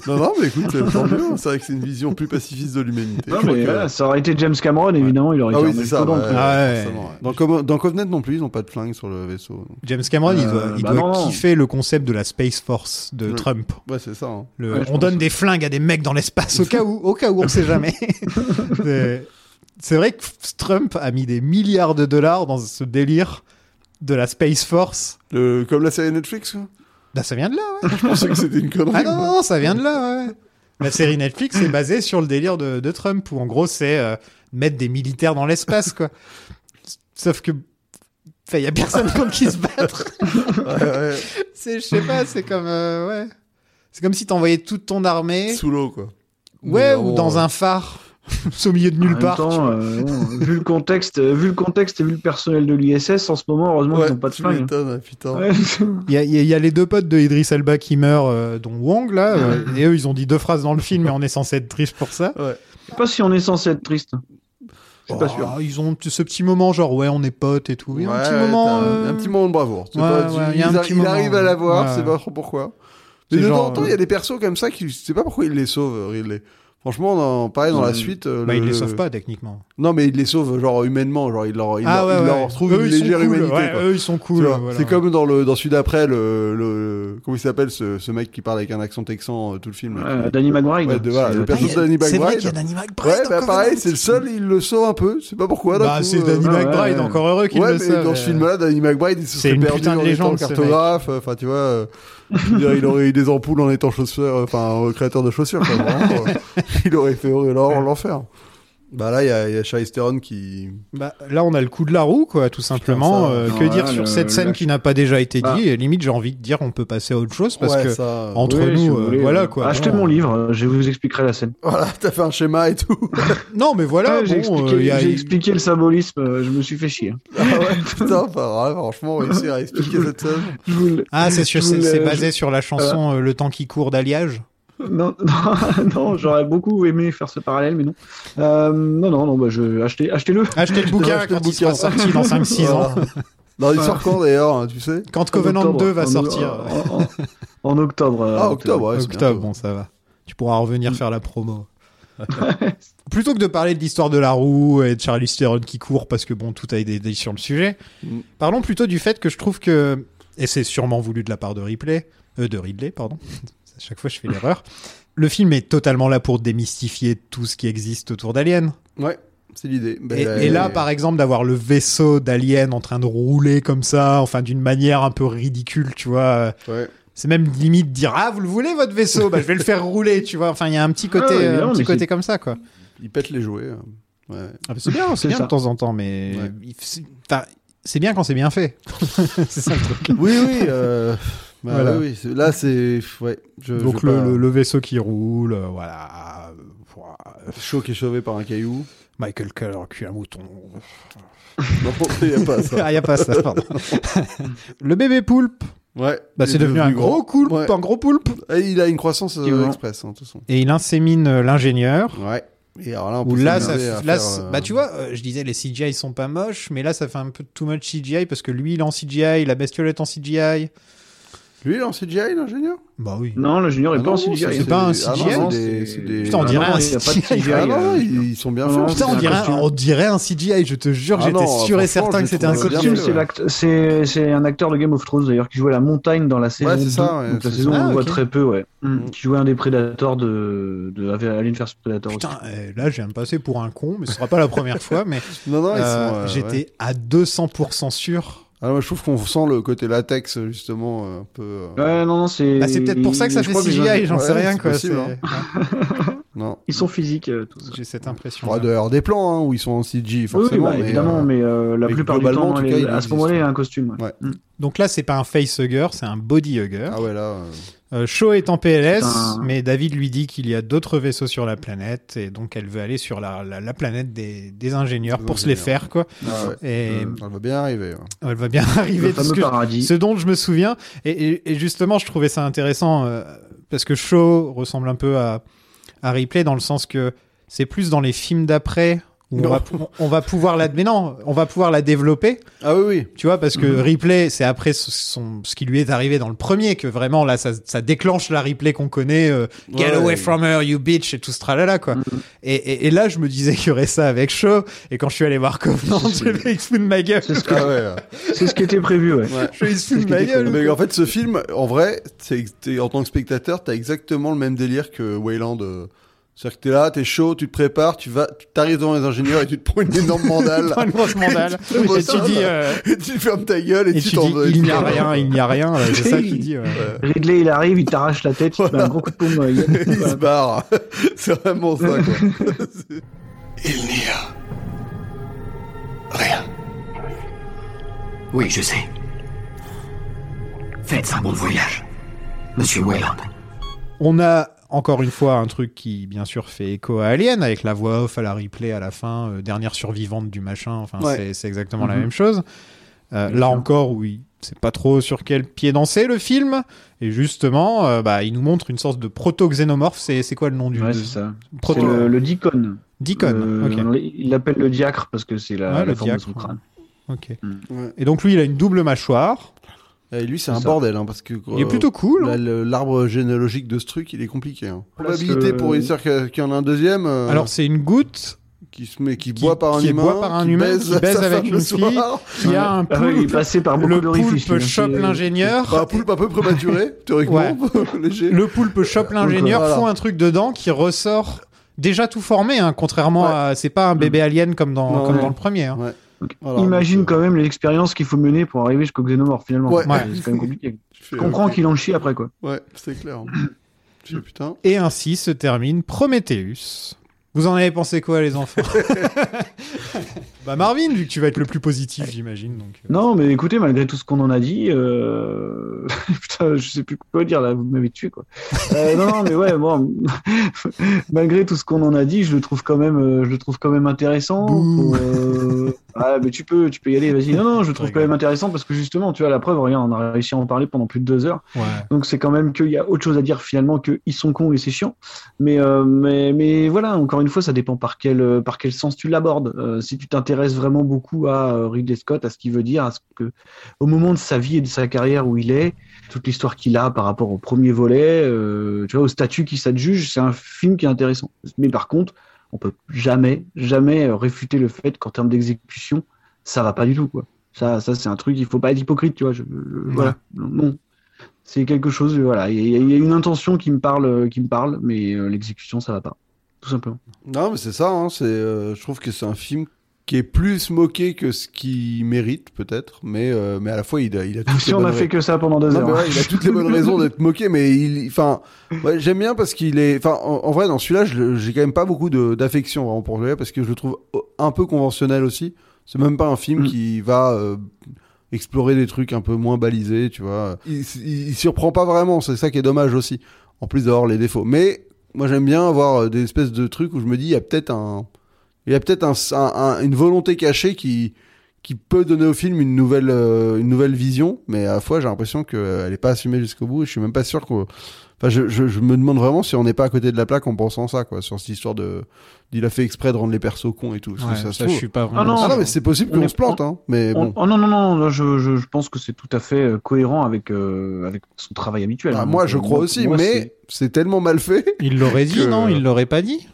Speaker 9: non, non, mais écoute, c'est tant mieux. C'est vrai que c'est une vision plus pacifiste de l'humanité.
Speaker 10: Non,
Speaker 9: Je crois
Speaker 10: mais
Speaker 9: que-
Speaker 8: euh,
Speaker 10: voilà, ça aurait été James Cameron, évidemment, il aurait
Speaker 9: Ah
Speaker 10: été
Speaker 9: oui,
Speaker 10: un
Speaker 9: c'est ça.
Speaker 10: mastodonte,
Speaker 9: ouais,
Speaker 10: quoi.
Speaker 8: bah, ouais.
Speaker 9: forcément, ouais. Dans, Com- dans Covenant non plus, ils n'ont pas de flingue sur le vaisseau. donc.
Speaker 8: James Cameron, il doit,
Speaker 10: Euh,
Speaker 8: il
Speaker 10: bah
Speaker 8: doit
Speaker 10: non.
Speaker 8: kiffer le concept de la Space Force de
Speaker 9: Ouais.
Speaker 8: Trump.
Speaker 9: Ouais, c'est ça. hein.
Speaker 8: Le-
Speaker 10: Ouais, je
Speaker 8: on
Speaker 10: pense.
Speaker 8: donne des flingues à des mecs dans l'espace au cas où, au cas où, on sait jamais. C'est- C'est vrai que Trump a mis des milliards de dollars dans ce délire de la Space Force.
Speaker 9: Le- comme la série Netflix, quoi.
Speaker 8: Bah, ça vient de là, ouais.
Speaker 9: Je pensais que c'était une connerie.
Speaker 8: Ah non,
Speaker 9: moi.
Speaker 8: non, non, ça vient de là, ouais. La série Netflix est basée sur le délire de, de Trump, où en gros, c'est euh, mettre des militaires dans l'espace, quoi. Sauf que. Il y a personne contre qui se battre.
Speaker 9: Ouais, ouais.
Speaker 8: C'est, je sais pas, c'est comme, euh, ouais. C'est comme si t'envoyais toute ton armée,
Speaker 9: Sous l'eau, quoi.
Speaker 8: ouais,
Speaker 9: Mais
Speaker 8: ou
Speaker 9: bon,
Speaker 8: dans
Speaker 9: euh,
Speaker 8: un phare, au milieu de
Speaker 10: En
Speaker 8: nulle
Speaker 10: même
Speaker 8: part. tu
Speaker 10: temps,
Speaker 8: vois.
Speaker 10: euh, bon, vu, le contexte, euh, vu le contexte et vu le personnel de l'ISS, en ce moment, heureusement,
Speaker 9: Ouais,
Speaker 10: ils n'ont pas de
Speaker 9: tu
Speaker 10: flingue. hein.
Speaker 9: m'étonnes, ah, putain.
Speaker 10: Ouais.
Speaker 8: Il y, a- il y a- il y a les deux potes de Idris Elba qui meurent, euh, dont Wong, là, euh, et eux, ils ont dit deux phrases dans le film, mais on est censé être triste pour ça.
Speaker 9: Ouais.
Speaker 10: Je sais pas si on est censé être triste. Je suis pas sûr.
Speaker 8: Oh, Ils ont ce petit moment, genre, ouais, on est potes et tout. Il y a
Speaker 9: Ouais,
Speaker 8: un petit
Speaker 9: ouais,
Speaker 8: moment.
Speaker 9: t'as un-
Speaker 8: euh,
Speaker 9: Un petit moment de bravoure. C'est
Speaker 8: ouais,
Speaker 9: pas- tu-
Speaker 8: ouais, il
Speaker 9: il
Speaker 8: y a un
Speaker 9: arri-
Speaker 8: petit
Speaker 9: il
Speaker 8: moment,
Speaker 9: arrive à la voir,
Speaker 8: ouais.
Speaker 9: c'est pas trop pourquoi. Mais
Speaker 8: C'est
Speaker 9: de temps
Speaker 8: genre, euh,
Speaker 9: en temps, il y a des persos comme ça qui, je sais pas pourquoi il les sauve, Ridley. Franchement, dans- pareil dans la suite. euh,
Speaker 8: Bah,
Speaker 9: le-
Speaker 8: ils les
Speaker 9: le-
Speaker 8: sauvent pas, techniquement.
Speaker 9: Non, mais il les sauve genre humainement, genre il leur, il
Speaker 8: ah
Speaker 9: leur-
Speaker 8: ouais,
Speaker 9: il
Speaker 8: ouais.
Speaker 9: leur retrouve
Speaker 8: Eux,
Speaker 9: une
Speaker 8: ils sont
Speaker 9: légère
Speaker 8: cool,
Speaker 9: humanité.
Speaker 8: ouais,
Speaker 9: quoi.
Speaker 8: eux, ils sont
Speaker 9: Tu
Speaker 8: cool.
Speaker 9: vois,
Speaker 8: voilà.
Speaker 9: C'est comme dans le dans celui d'après le, le- comment il s'appelle ce, ce mec qui parle avec un accent texan euh, tout le film. là,
Speaker 10: Euh,
Speaker 9: qui-
Speaker 10: Danny McBride.
Speaker 9: Ouais, de- voilà,
Speaker 10: C'est- euh,
Speaker 9: le perso
Speaker 8: Ah, il y
Speaker 9: de Danny
Speaker 8: a- C'est vrai
Speaker 9: McBride.
Speaker 8: qu'il y a Danny McBride.
Speaker 9: Ouais,
Speaker 8: dans
Speaker 9: bah
Speaker 8: Covenant.
Speaker 9: pareil, c'est le seul, il le sauve un peu, c'est pas pourquoi. d'un
Speaker 8: Bah,
Speaker 9: coup,
Speaker 8: c'est
Speaker 9: euh,
Speaker 8: Danny
Speaker 10: ouais,
Speaker 8: McBride,
Speaker 10: ouais.
Speaker 8: encore heureux qu'il
Speaker 9: ouais,
Speaker 8: le
Speaker 9: mais
Speaker 8: sache.
Speaker 9: dans ce film-là, Danny McBride, il se
Speaker 8: C'est
Speaker 9: serait
Speaker 8: une
Speaker 9: perdu
Speaker 8: putain de
Speaker 9: en
Speaker 8: légende,
Speaker 9: étant
Speaker 8: ce
Speaker 9: cartographe. euh, Enfin, tu vois, euh, je veux dire, il aurait eu des ampoules en étant chausseur, euh, enfin, euh, créateur de chaussures. quoi, vraiment, euh, il aurait fait euh, l'or- l'enfer. Bah là, il y a, il y a Charlize Theron qui.
Speaker 8: Bah, là, on a le coup de la roue, quoi, tout simplement.
Speaker 9: ça,
Speaker 8: Euh,
Speaker 10: non,
Speaker 8: que
Speaker 10: là,
Speaker 8: dire sur
Speaker 10: le-
Speaker 8: cette scène
Speaker 10: la-
Speaker 8: qui n'a pas déjà été
Speaker 10: Ah.
Speaker 8: dit Et limite, j'ai envie de dire, on peut passer à autre chose parce
Speaker 9: Ouais,
Speaker 8: que
Speaker 9: ça, euh,
Speaker 8: entre
Speaker 10: Oui,
Speaker 8: nous,
Speaker 10: si vous
Speaker 8: euh,
Speaker 10: voulez,
Speaker 8: voilà
Speaker 10: euh,
Speaker 8: quoi.
Speaker 10: Achetez
Speaker 8: Bon.
Speaker 10: mon livre, euh, je vous expliquerai la scène.
Speaker 9: Voilà, t'as fait un schéma et tout.
Speaker 8: Non, mais voilà,
Speaker 10: Ouais, j'ai
Speaker 8: bon,
Speaker 10: expliqué,
Speaker 8: euh, il y a-
Speaker 10: j'ai expliqué le symbolisme, euh, je me suis fait chier.
Speaker 9: ah ouais, putain, enfin, ouais, franchement, réussir à expliquer cette scène.
Speaker 10: Je vous le-
Speaker 8: Ah, c'est sûr,
Speaker 10: je
Speaker 8: c'est
Speaker 10: vous
Speaker 8: c'est
Speaker 10: le-
Speaker 8: basé sur la chanson euh, Le temps qui court d'Alliage.
Speaker 10: Non, non, non, j'aurais beaucoup aimé faire ce parallèle, mais non. Euh, non, non, non, bah, je... achetez- achetez-le.
Speaker 8: Achetez le bouquin
Speaker 9: acheter
Speaker 8: quand
Speaker 9: le
Speaker 8: il sera
Speaker 9: bouquin.
Speaker 8: sorti dans 5-6 ans.
Speaker 9: Voilà. Dans Bah, il sort quand d'ailleurs, hein, tu sais
Speaker 8: Quand
Speaker 10: En
Speaker 8: Covenant
Speaker 10: octobre,
Speaker 8: 2 va
Speaker 10: en-
Speaker 8: sortir.
Speaker 10: En, en- en octobre. euh,
Speaker 9: Ah, octobre, ouais, c'est
Speaker 8: Octobre,
Speaker 9: bientôt. Mm.
Speaker 8: bon, ça va. Tu pourras revenir faire la promo. Plutôt que de parler de l'histoire de la roue et de Charlie Theron qui court parce que bon, tout a été dit sur le sujet,
Speaker 9: Mm.
Speaker 8: parlons plutôt du fait que je trouve que, et c'est sûrement voulu de la part de Ripley, euh, de Ridley, pardon, à chaque fois je fais l'erreur, le film est totalement là pour démystifier tout ce qui existe autour d'Alien.
Speaker 9: Ouais, c'est l'idée. Ben,
Speaker 8: Et, et là, par exemple, d'avoir le vaisseau d'Alien en train de rouler comme ça, enfin d'une manière un peu ridicule, tu vois. euh,
Speaker 9: Ouais.
Speaker 8: C'est même limite dire ah vous le voulez votre vaisseau bah je vais le faire rouler tu vois enfin il y a un petit côté
Speaker 10: Ah ouais,
Speaker 8: euh, un
Speaker 10: évidemment,
Speaker 8: petit
Speaker 10: mais
Speaker 8: côté
Speaker 10: c'est-
Speaker 8: comme ça quoi
Speaker 9: Il pète les jouets. hein. Ouais.
Speaker 8: Ah, c'est bien c'est
Speaker 10: c'est
Speaker 8: bien
Speaker 10: ça.
Speaker 8: de temps en temps mais
Speaker 9: Ouais.
Speaker 8: il- c'est enfin, c'est bien quand c'est bien fait c'est ça le truc
Speaker 9: Oui, oui. euh, bah,
Speaker 8: Voilà.
Speaker 9: oui, oui, c'est- Là, c'est. Ouais, je,
Speaker 8: donc
Speaker 9: je vais
Speaker 8: le,
Speaker 9: pas-
Speaker 8: le- le vaisseau qui roule euh, voilà euh, voilà.
Speaker 9: Shaw qui est sauvé par un caillou.
Speaker 8: Michael Keller cul à mouton
Speaker 9: Non, il n'y a pas ça.
Speaker 8: ah y a pas ça pardon le bébé poulpe
Speaker 9: Ouais.
Speaker 8: bah
Speaker 9: il
Speaker 8: c'est
Speaker 9: est
Speaker 8: devenu un gros poulpe
Speaker 9: Ouais.
Speaker 8: un gros poulpe
Speaker 9: Et il a une croissance euh,
Speaker 10: Effectivement.
Speaker 9: express, hein, de toute façon.
Speaker 8: et il insémine euh, l'ingénieur
Speaker 9: Ouais. Et alors là, on
Speaker 8: Ou
Speaker 9: peut
Speaker 8: là, ça,
Speaker 9: s'amuser à
Speaker 8: là,
Speaker 9: faire,
Speaker 8: c'est-
Speaker 9: euh,
Speaker 8: bah tu vois, euh, je disais les CGI ils sont pas moches, mais là ça fait un peu too much CGI parce que lui il est en CGI, la bestiole est en CGI.
Speaker 9: Lui, il est en CGI, l'ingénieur
Speaker 8: Bah oui.
Speaker 10: Non, le junior est
Speaker 9: Ah
Speaker 10: pas
Speaker 9: non,
Speaker 10: en
Speaker 9: ça,
Speaker 10: CGI.
Speaker 8: c'est pas un
Speaker 9: ah non,
Speaker 8: CGI,
Speaker 10: c'est-
Speaker 9: c'est des- c'est des-
Speaker 8: hein. Putain, on dirait
Speaker 10: Ah non,
Speaker 8: un
Speaker 10: il y a pas de
Speaker 8: CGI.
Speaker 10: CGI,
Speaker 9: Ah non,
Speaker 10: euh,
Speaker 9: ils ils sont bien
Speaker 10: Ah
Speaker 9: faits.
Speaker 10: non,
Speaker 9: en
Speaker 8: Putain,
Speaker 10: c'est
Speaker 8: hein.
Speaker 10: un
Speaker 8: on
Speaker 9: CGI.
Speaker 8: dirait, un,
Speaker 10: costume.
Speaker 8: on dirait un CGI, je te jure,
Speaker 9: Ah
Speaker 8: j'étais
Speaker 9: non,
Speaker 8: sûr et
Speaker 9: franchement,
Speaker 8: certain
Speaker 9: je
Speaker 8: que c'était un
Speaker 9: trouve
Speaker 10: Le
Speaker 9: bien
Speaker 8: costume.
Speaker 10: costume, c'est l'act- c'est c'est un acteur de Game of Thrones d'ailleurs qui jouait la montagne dans la saison
Speaker 9: c'est
Speaker 10: 2.
Speaker 9: ça, Mm. ouais,
Speaker 10: donc la
Speaker 9: c'est
Speaker 10: saison
Speaker 8: ça.
Speaker 10: on
Speaker 8: Ah,
Speaker 10: voit
Speaker 8: ok.
Speaker 10: très peu, ouais. Mm. Qui jouait un des prédateurs de, de Alien vs Predator.
Speaker 8: Putain, euh, là je viens de passer pour un con, mais ce sera pas la première fois, mais
Speaker 9: Non, non, ils
Speaker 8: euh,
Speaker 9: sont. euh,
Speaker 8: j'étais
Speaker 9: ouais.
Speaker 8: à 200% sûr.
Speaker 9: Ah, moi, je trouve qu'on sent le côté latex, justement, euh, un peu. euh,
Speaker 10: Ouais, non, non, c'est.
Speaker 8: Ah, c'est peut-être pour ça que ça
Speaker 10: je
Speaker 8: fait
Speaker 10: crois qu'ils ont-
Speaker 8: CGI, j'en sais
Speaker 9: ouais,
Speaker 8: rien
Speaker 9: c'est
Speaker 8: quoi.
Speaker 9: possible, hein.
Speaker 8: c'est- ouais,
Speaker 9: Non.
Speaker 10: Ils sont physiques, euh, tout ça.
Speaker 8: J'ai cette
Speaker 9: Il
Speaker 8: impression.
Speaker 9: pourra d'ailleurs des plans hein, où ils sont en CG,
Speaker 10: Oui,
Speaker 9: forcément.
Speaker 10: bah,
Speaker 9: mais,
Speaker 10: évidemment,
Speaker 9: euh,
Speaker 10: mais euh, la
Speaker 9: mais
Speaker 10: plupart du
Speaker 9: globalement,
Speaker 10: temps,
Speaker 9: en tout
Speaker 10: elle
Speaker 9: cas,
Speaker 10: est-
Speaker 9: il
Speaker 10: à ce
Speaker 9: existe,
Speaker 10: moment-là, il y a
Speaker 9: ouais.
Speaker 10: un costume. ouais.
Speaker 9: Ouais.
Speaker 10: Mm.
Speaker 8: Donc là c'est pas un facehugger, c'est un bodyhugger.
Speaker 9: Ah ouais, là. euh,
Speaker 8: Euh, Shaw est en PLS,
Speaker 10: Putain.
Speaker 8: mais David lui dit qu'il y a d'autres vaisseaux sur la planète, et donc elle veut aller sur la, la- la planète des, des ingénieurs pour se les
Speaker 9: ingénieurs.
Speaker 8: faire, quoi.
Speaker 9: Ah ouais.
Speaker 8: Et
Speaker 9: Elle va bien arriver. ouais.
Speaker 8: elle va bien arriver.
Speaker 9: Le
Speaker 8: parce
Speaker 9: fameux
Speaker 8: que-
Speaker 9: paradis.
Speaker 8: Ce dont je me souviens. Et, et- et justement, je trouvais ça intéressant euh, parce que Shaw ressemble un peu à, à Ripley dans le sens que c'est plus dans les films d'après où on
Speaker 9: Non.
Speaker 8: va, pou- on va pouvoir la. Mais non, on va pouvoir la développer.
Speaker 9: Ah oui, oui.
Speaker 8: Tu vois, parce que Ripley, c'est après ce- son, ce qui lui est arrivé dans le premier que vraiment là, ça, ça déclenche la Ripley qu'on connaît. euh, Get
Speaker 9: Ouais. Mhm.
Speaker 8: away from her, you bitch, et tout ce tralala, quoi. Et, et- et là, je me disais qu'il y aurait ça avec Shaw. Et quand je suis allé voir Covenant, je me suis foutu de ma gueule. quoi.
Speaker 9: Ah ouais, là.
Speaker 10: C'est ce qui était prévu, ouais.
Speaker 8: Je suis foutu de ma gueule.
Speaker 9: Mais
Speaker 8: quoi.
Speaker 9: en fait, ce film, en vrai, c'est ex- t'es- en tant que spectateur, t'as exactement le même délire que Wayland. euh. C'est-à-dire que t'es là, t'es chaud, tu te prépares, tu vas, tu t'arrives devant les ingénieurs et tu te prends une énorme mandale.
Speaker 8: Une grosse mandale.
Speaker 9: Tu te prends
Speaker 8: Et tu
Speaker 9: ça,
Speaker 8: dis,
Speaker 9: là.
Speaker 8: euh,
Speaker 9: Et tu fermes ta gueule et,
Speaker 8: Et
Speaker 9: tu
Speaker 8: tu
Speaker 9: t'en
Speaker 8: dis,
Speaker 9: vas.
Speaker 8: il n'y a rien, il n'y a rien. là, C'est ça qu'il dit. ouais.
Speaker 10: Ridley, il arrive, il t'arrache la tête, il te met un gros coup de paume. euh, il-
Speaker 9: Il se barre. C'est vraiment ça, quoi.
Speaker 1: Il n'y a rien.
Speaker 3: Oui, je sais. Faites un bon voyage, Monsieur Wayland.
Speaker 8: On a encore une fois un truc qui, bien sûr, fait écho à Alien avec la voix off à la replay à la fin, euh, dernière survivante du machin. Enfin,
Speaker 9: Ouais.
Speaker 8: c'est- c'est exactement la
Speaker 9: Mhm.
Speaker 8: même chose. Euh, là encore, oui, c'est pas trop sur quel pied danser le film. Et justement, euh, bah, il nous montre une sorte de proto-xénomorphe. C'est c'est quoi le nom du
Speaker 10: Ouais,
Speaker 8: du-
Speaker 10: c'est ça. C'est
Speaker 8: Proto.
Speaker 10: le, le Dicon.
Speaker 8: Dicon,
Speaker 10: Le-
Speaker 8: ok.
Speaker 10: Euh, on l'a- Il l'appelle le diacre parce que c'est la,
Speaker 8: Ouais,
Speaker 10: la
Speaker 8: le
Speaker 10: forme de son
Speaker 8: diacre,
Speaker 10: crâne.
Speaker 8: Ok.
Speaker 9: Ouais.
Speaker 8: Et donc lui, il a une double mâchoire.
Speaker 9: Et lui, c'est
Speaker 8: C'est
Speaker 9: un
Speaker 8: ça.
Speaker 9: bordel, hein, parce que.
Speaker 8: Il est plutôt cool,
Speaker 9: là,
Speaker 10: Bah,
Speaker 9: le- L'arbre généalogique de ce truc, il est compliqué. Hein.
Speaker 10: Parce
Speaker 9: Probabilité
Speaker 10: que-
Speaker 9: pour réussir que- qu'il y en a un deuxième. euh,
Speaker 8: Alors c'est une goutte
Speaker 9: qui se met, qui,
Speaker 8: qui
Speaker 9: boit par un
Speaker 8: qui est
Speaker 9: humain,
Speaker 8: boit par un humain, qui baise
Speaker 9: sa femme
Speaker 8: avec
Speaker 9: le
Speaker 8: une fille,
Speaker 9: soir.
Speaker 8: qui a un
Speaker 10: Ah ouais, il est
Speaker 8: poulpe.
Speaker 10: passé par beaucoup
Speaker 8: Le
Speaker 10: d'orifices.
Speaker 8: poulpe
Speaker 10: lui, hein.
Speaker 8: chope
Speaker 10: C'est-
Speaker 8: l'ingénieur.
Speaker 9: Un Bah, poulpe un peu prématuré, théoriquement, léger.
Speaker 8: le poulpe chope l'ingénieur,
Speaker 9: Voilà.
Speaker 8: font un truc dedans qui ressort déjà tout formé, hein, contrairement à. C'est pas un bébé alien comme dans,
Speaker 9: Mm. Non,
Speaker 8: comme
Speaker 9: ouais.
Speaker 8: dans le premier. hein.
Speaker 9: Ouais. Voilà,
Speaker 10: Imagine
Speaker 9: donc, euh,
Speaker 10: quand même l'expérience qu'il faut mener pour arriver jusqu'au xénomorphe finalement.
Speaker 9: Ouais.
Speaker 10: C'est quand même compliqué.
Speaker 9: tu
Speaker 10: Je
Speaker 9: fais,
Speaker 10: comprends
Speaker 9: ok.
Speaker 10: qu'il en chie après quoi.
Speaker 9: Ouais, c'est clair. Tu fais, putain.
Speaker 8: Et ainsi se termine Prometheus. Vous en avez pensé quoi, les enfants Bah, Marvin, vu que tu vas être le plus positif, j'imagine. Donc... euh.
Speaker 10: Non, mais écoutez, malgré tout ce qu'on en a dit, euh... putain, je sais plus quoi dire là, vous m'avez tué quoi. Euh, non, non, mais ouais, bon, malgré tout ce qu'on en a dit, je le trouve quand même, euh, je le trouve quand même intéressant. pour, euh, ah, mais tu peux, tu peux y aller, vas-y. Non, non, je le trouve quand même intéressant parce que justement, tu vois, la preuve, regarde, on a réussi à en parler pendant plus de deux heures.
Speaker 8: Ouais.
Speaker 10: Donc c'est quand même qu'il y a autre chose à dire finalement que ils sont cons et c'est chiant. Mais, euh, mais, mais voilà, encore une fois, ça dépend par quel, euh, par quel sens tu l'abordes. Euh, si tu t'intéresses vraiment beaucoup à euh, Ridley Scott, à ce qu'il veut dire, à ce que, au moment de sa vie et de sa carrière où il est, toute l'histoire qu'il a par rapport au premier volet, euh, tu vois, au statut qui s'adjuge, c'est un film qui est intéressant. Mais par contre, on peut jamais, jamais euh, réfuter le fait qu'en termes d'exécution, ça va pas du tout, quoi. Ça, ça c'est un truc, il faut pas être hypocrite, tu vois. je- je- Voilà. Non, c'est quelque chose, euh, voilà, il y, a- il y a une intention qui me parle, euh, qui me parle, mais euh, l'exécution ça va pas, tout simplement.
Speaker 9: Non, mais c'est ça. Hein, c'est, euh, je trouve que c'est un film qui est plus moqué que ce qu'il mérite, peut-être, mais, euh, mais à la fois, il a, il a toutes
Speaker 10: Ah, Si
Speaker 9: les
Speaker 10: on
Speaker 9: bonnes
Speaker 10: a fait
Speaker 9: raisons.
Speaker 10: que ça hein. pendant deux
Speaker 9: Non,
Speaker 10: heures.
Speaker 9: mais ouais, il a toutes les bonnes raisons d'être moqué, mais il, enfin, ouais, j'aime bien parce qu'il est, enfin, en, en vrai, dans celui-là, je le- j'ai quand même pas beaucoup de- d'affection vraiment pour lui, parce que je le trouve oh, un peu conventionnel aussi. C'est même pas un film
Speaker 10: Mm.
Speaker 9: qui va euh, explorer des trucs un peu moins balisés, tu vois. Il, il- il surprend pas vraiment, c'est ça qui est dommage aussi. En plus d'avoir les défauts. Mais moi, j'aime bien avoir euh, des espèces de trucs où je me dis, il y a peut-être un, il y a peut-être un- un- un- une volonté cachée qui, qui peut donner au film une nouvelle, euh, une nouvelle vision, mais à la fois j'ai l'impression qu'elle n'est pas assumée jusqu'au bout. Et je suis même pas sûr qu'on. Enfin, je, je, je me demande vraiment si on n'est pas à côté de la plaque en pensant ça, quoi, sur cette histoire de. Il a fait exprès de rendre les persos cons et tout. parce que
Speaker 8: Ouais,
Speaker 9: ça, se
Speaker 8: ça,
Speaker 9: trouve-
Speaker 8: je suis pas vraiment.
Speaker 10: Ah non,
Speaker 9: Ah non, mais c'est possible
Speaker 10: On
Speaker 9: qu'on
Speaker 10: est-
Speaker 9: se plante, hein. Mais
Speaker 10: On-
Speaker 9: bon.
Speaker 10: oh non non non, là, je, je, je pense que c'est tout à fait euh, cohérent avec euh, avec son travail habituel.
Speaker 9: Bah,
Speaker 10: hein.
Speaker 9: moi, je
Speaker 10: Donc,
Speaker 9: crois
Speaker 10: moi,
Speaker 9: aussi,
Speaker 10: moi, c'est-
Speaker 9: mais c'est tellement mal fait.
Speaker 8: Il l'aurait dit,
Speaker 9: que-
Speaker 8: non Il l'aurait pas dit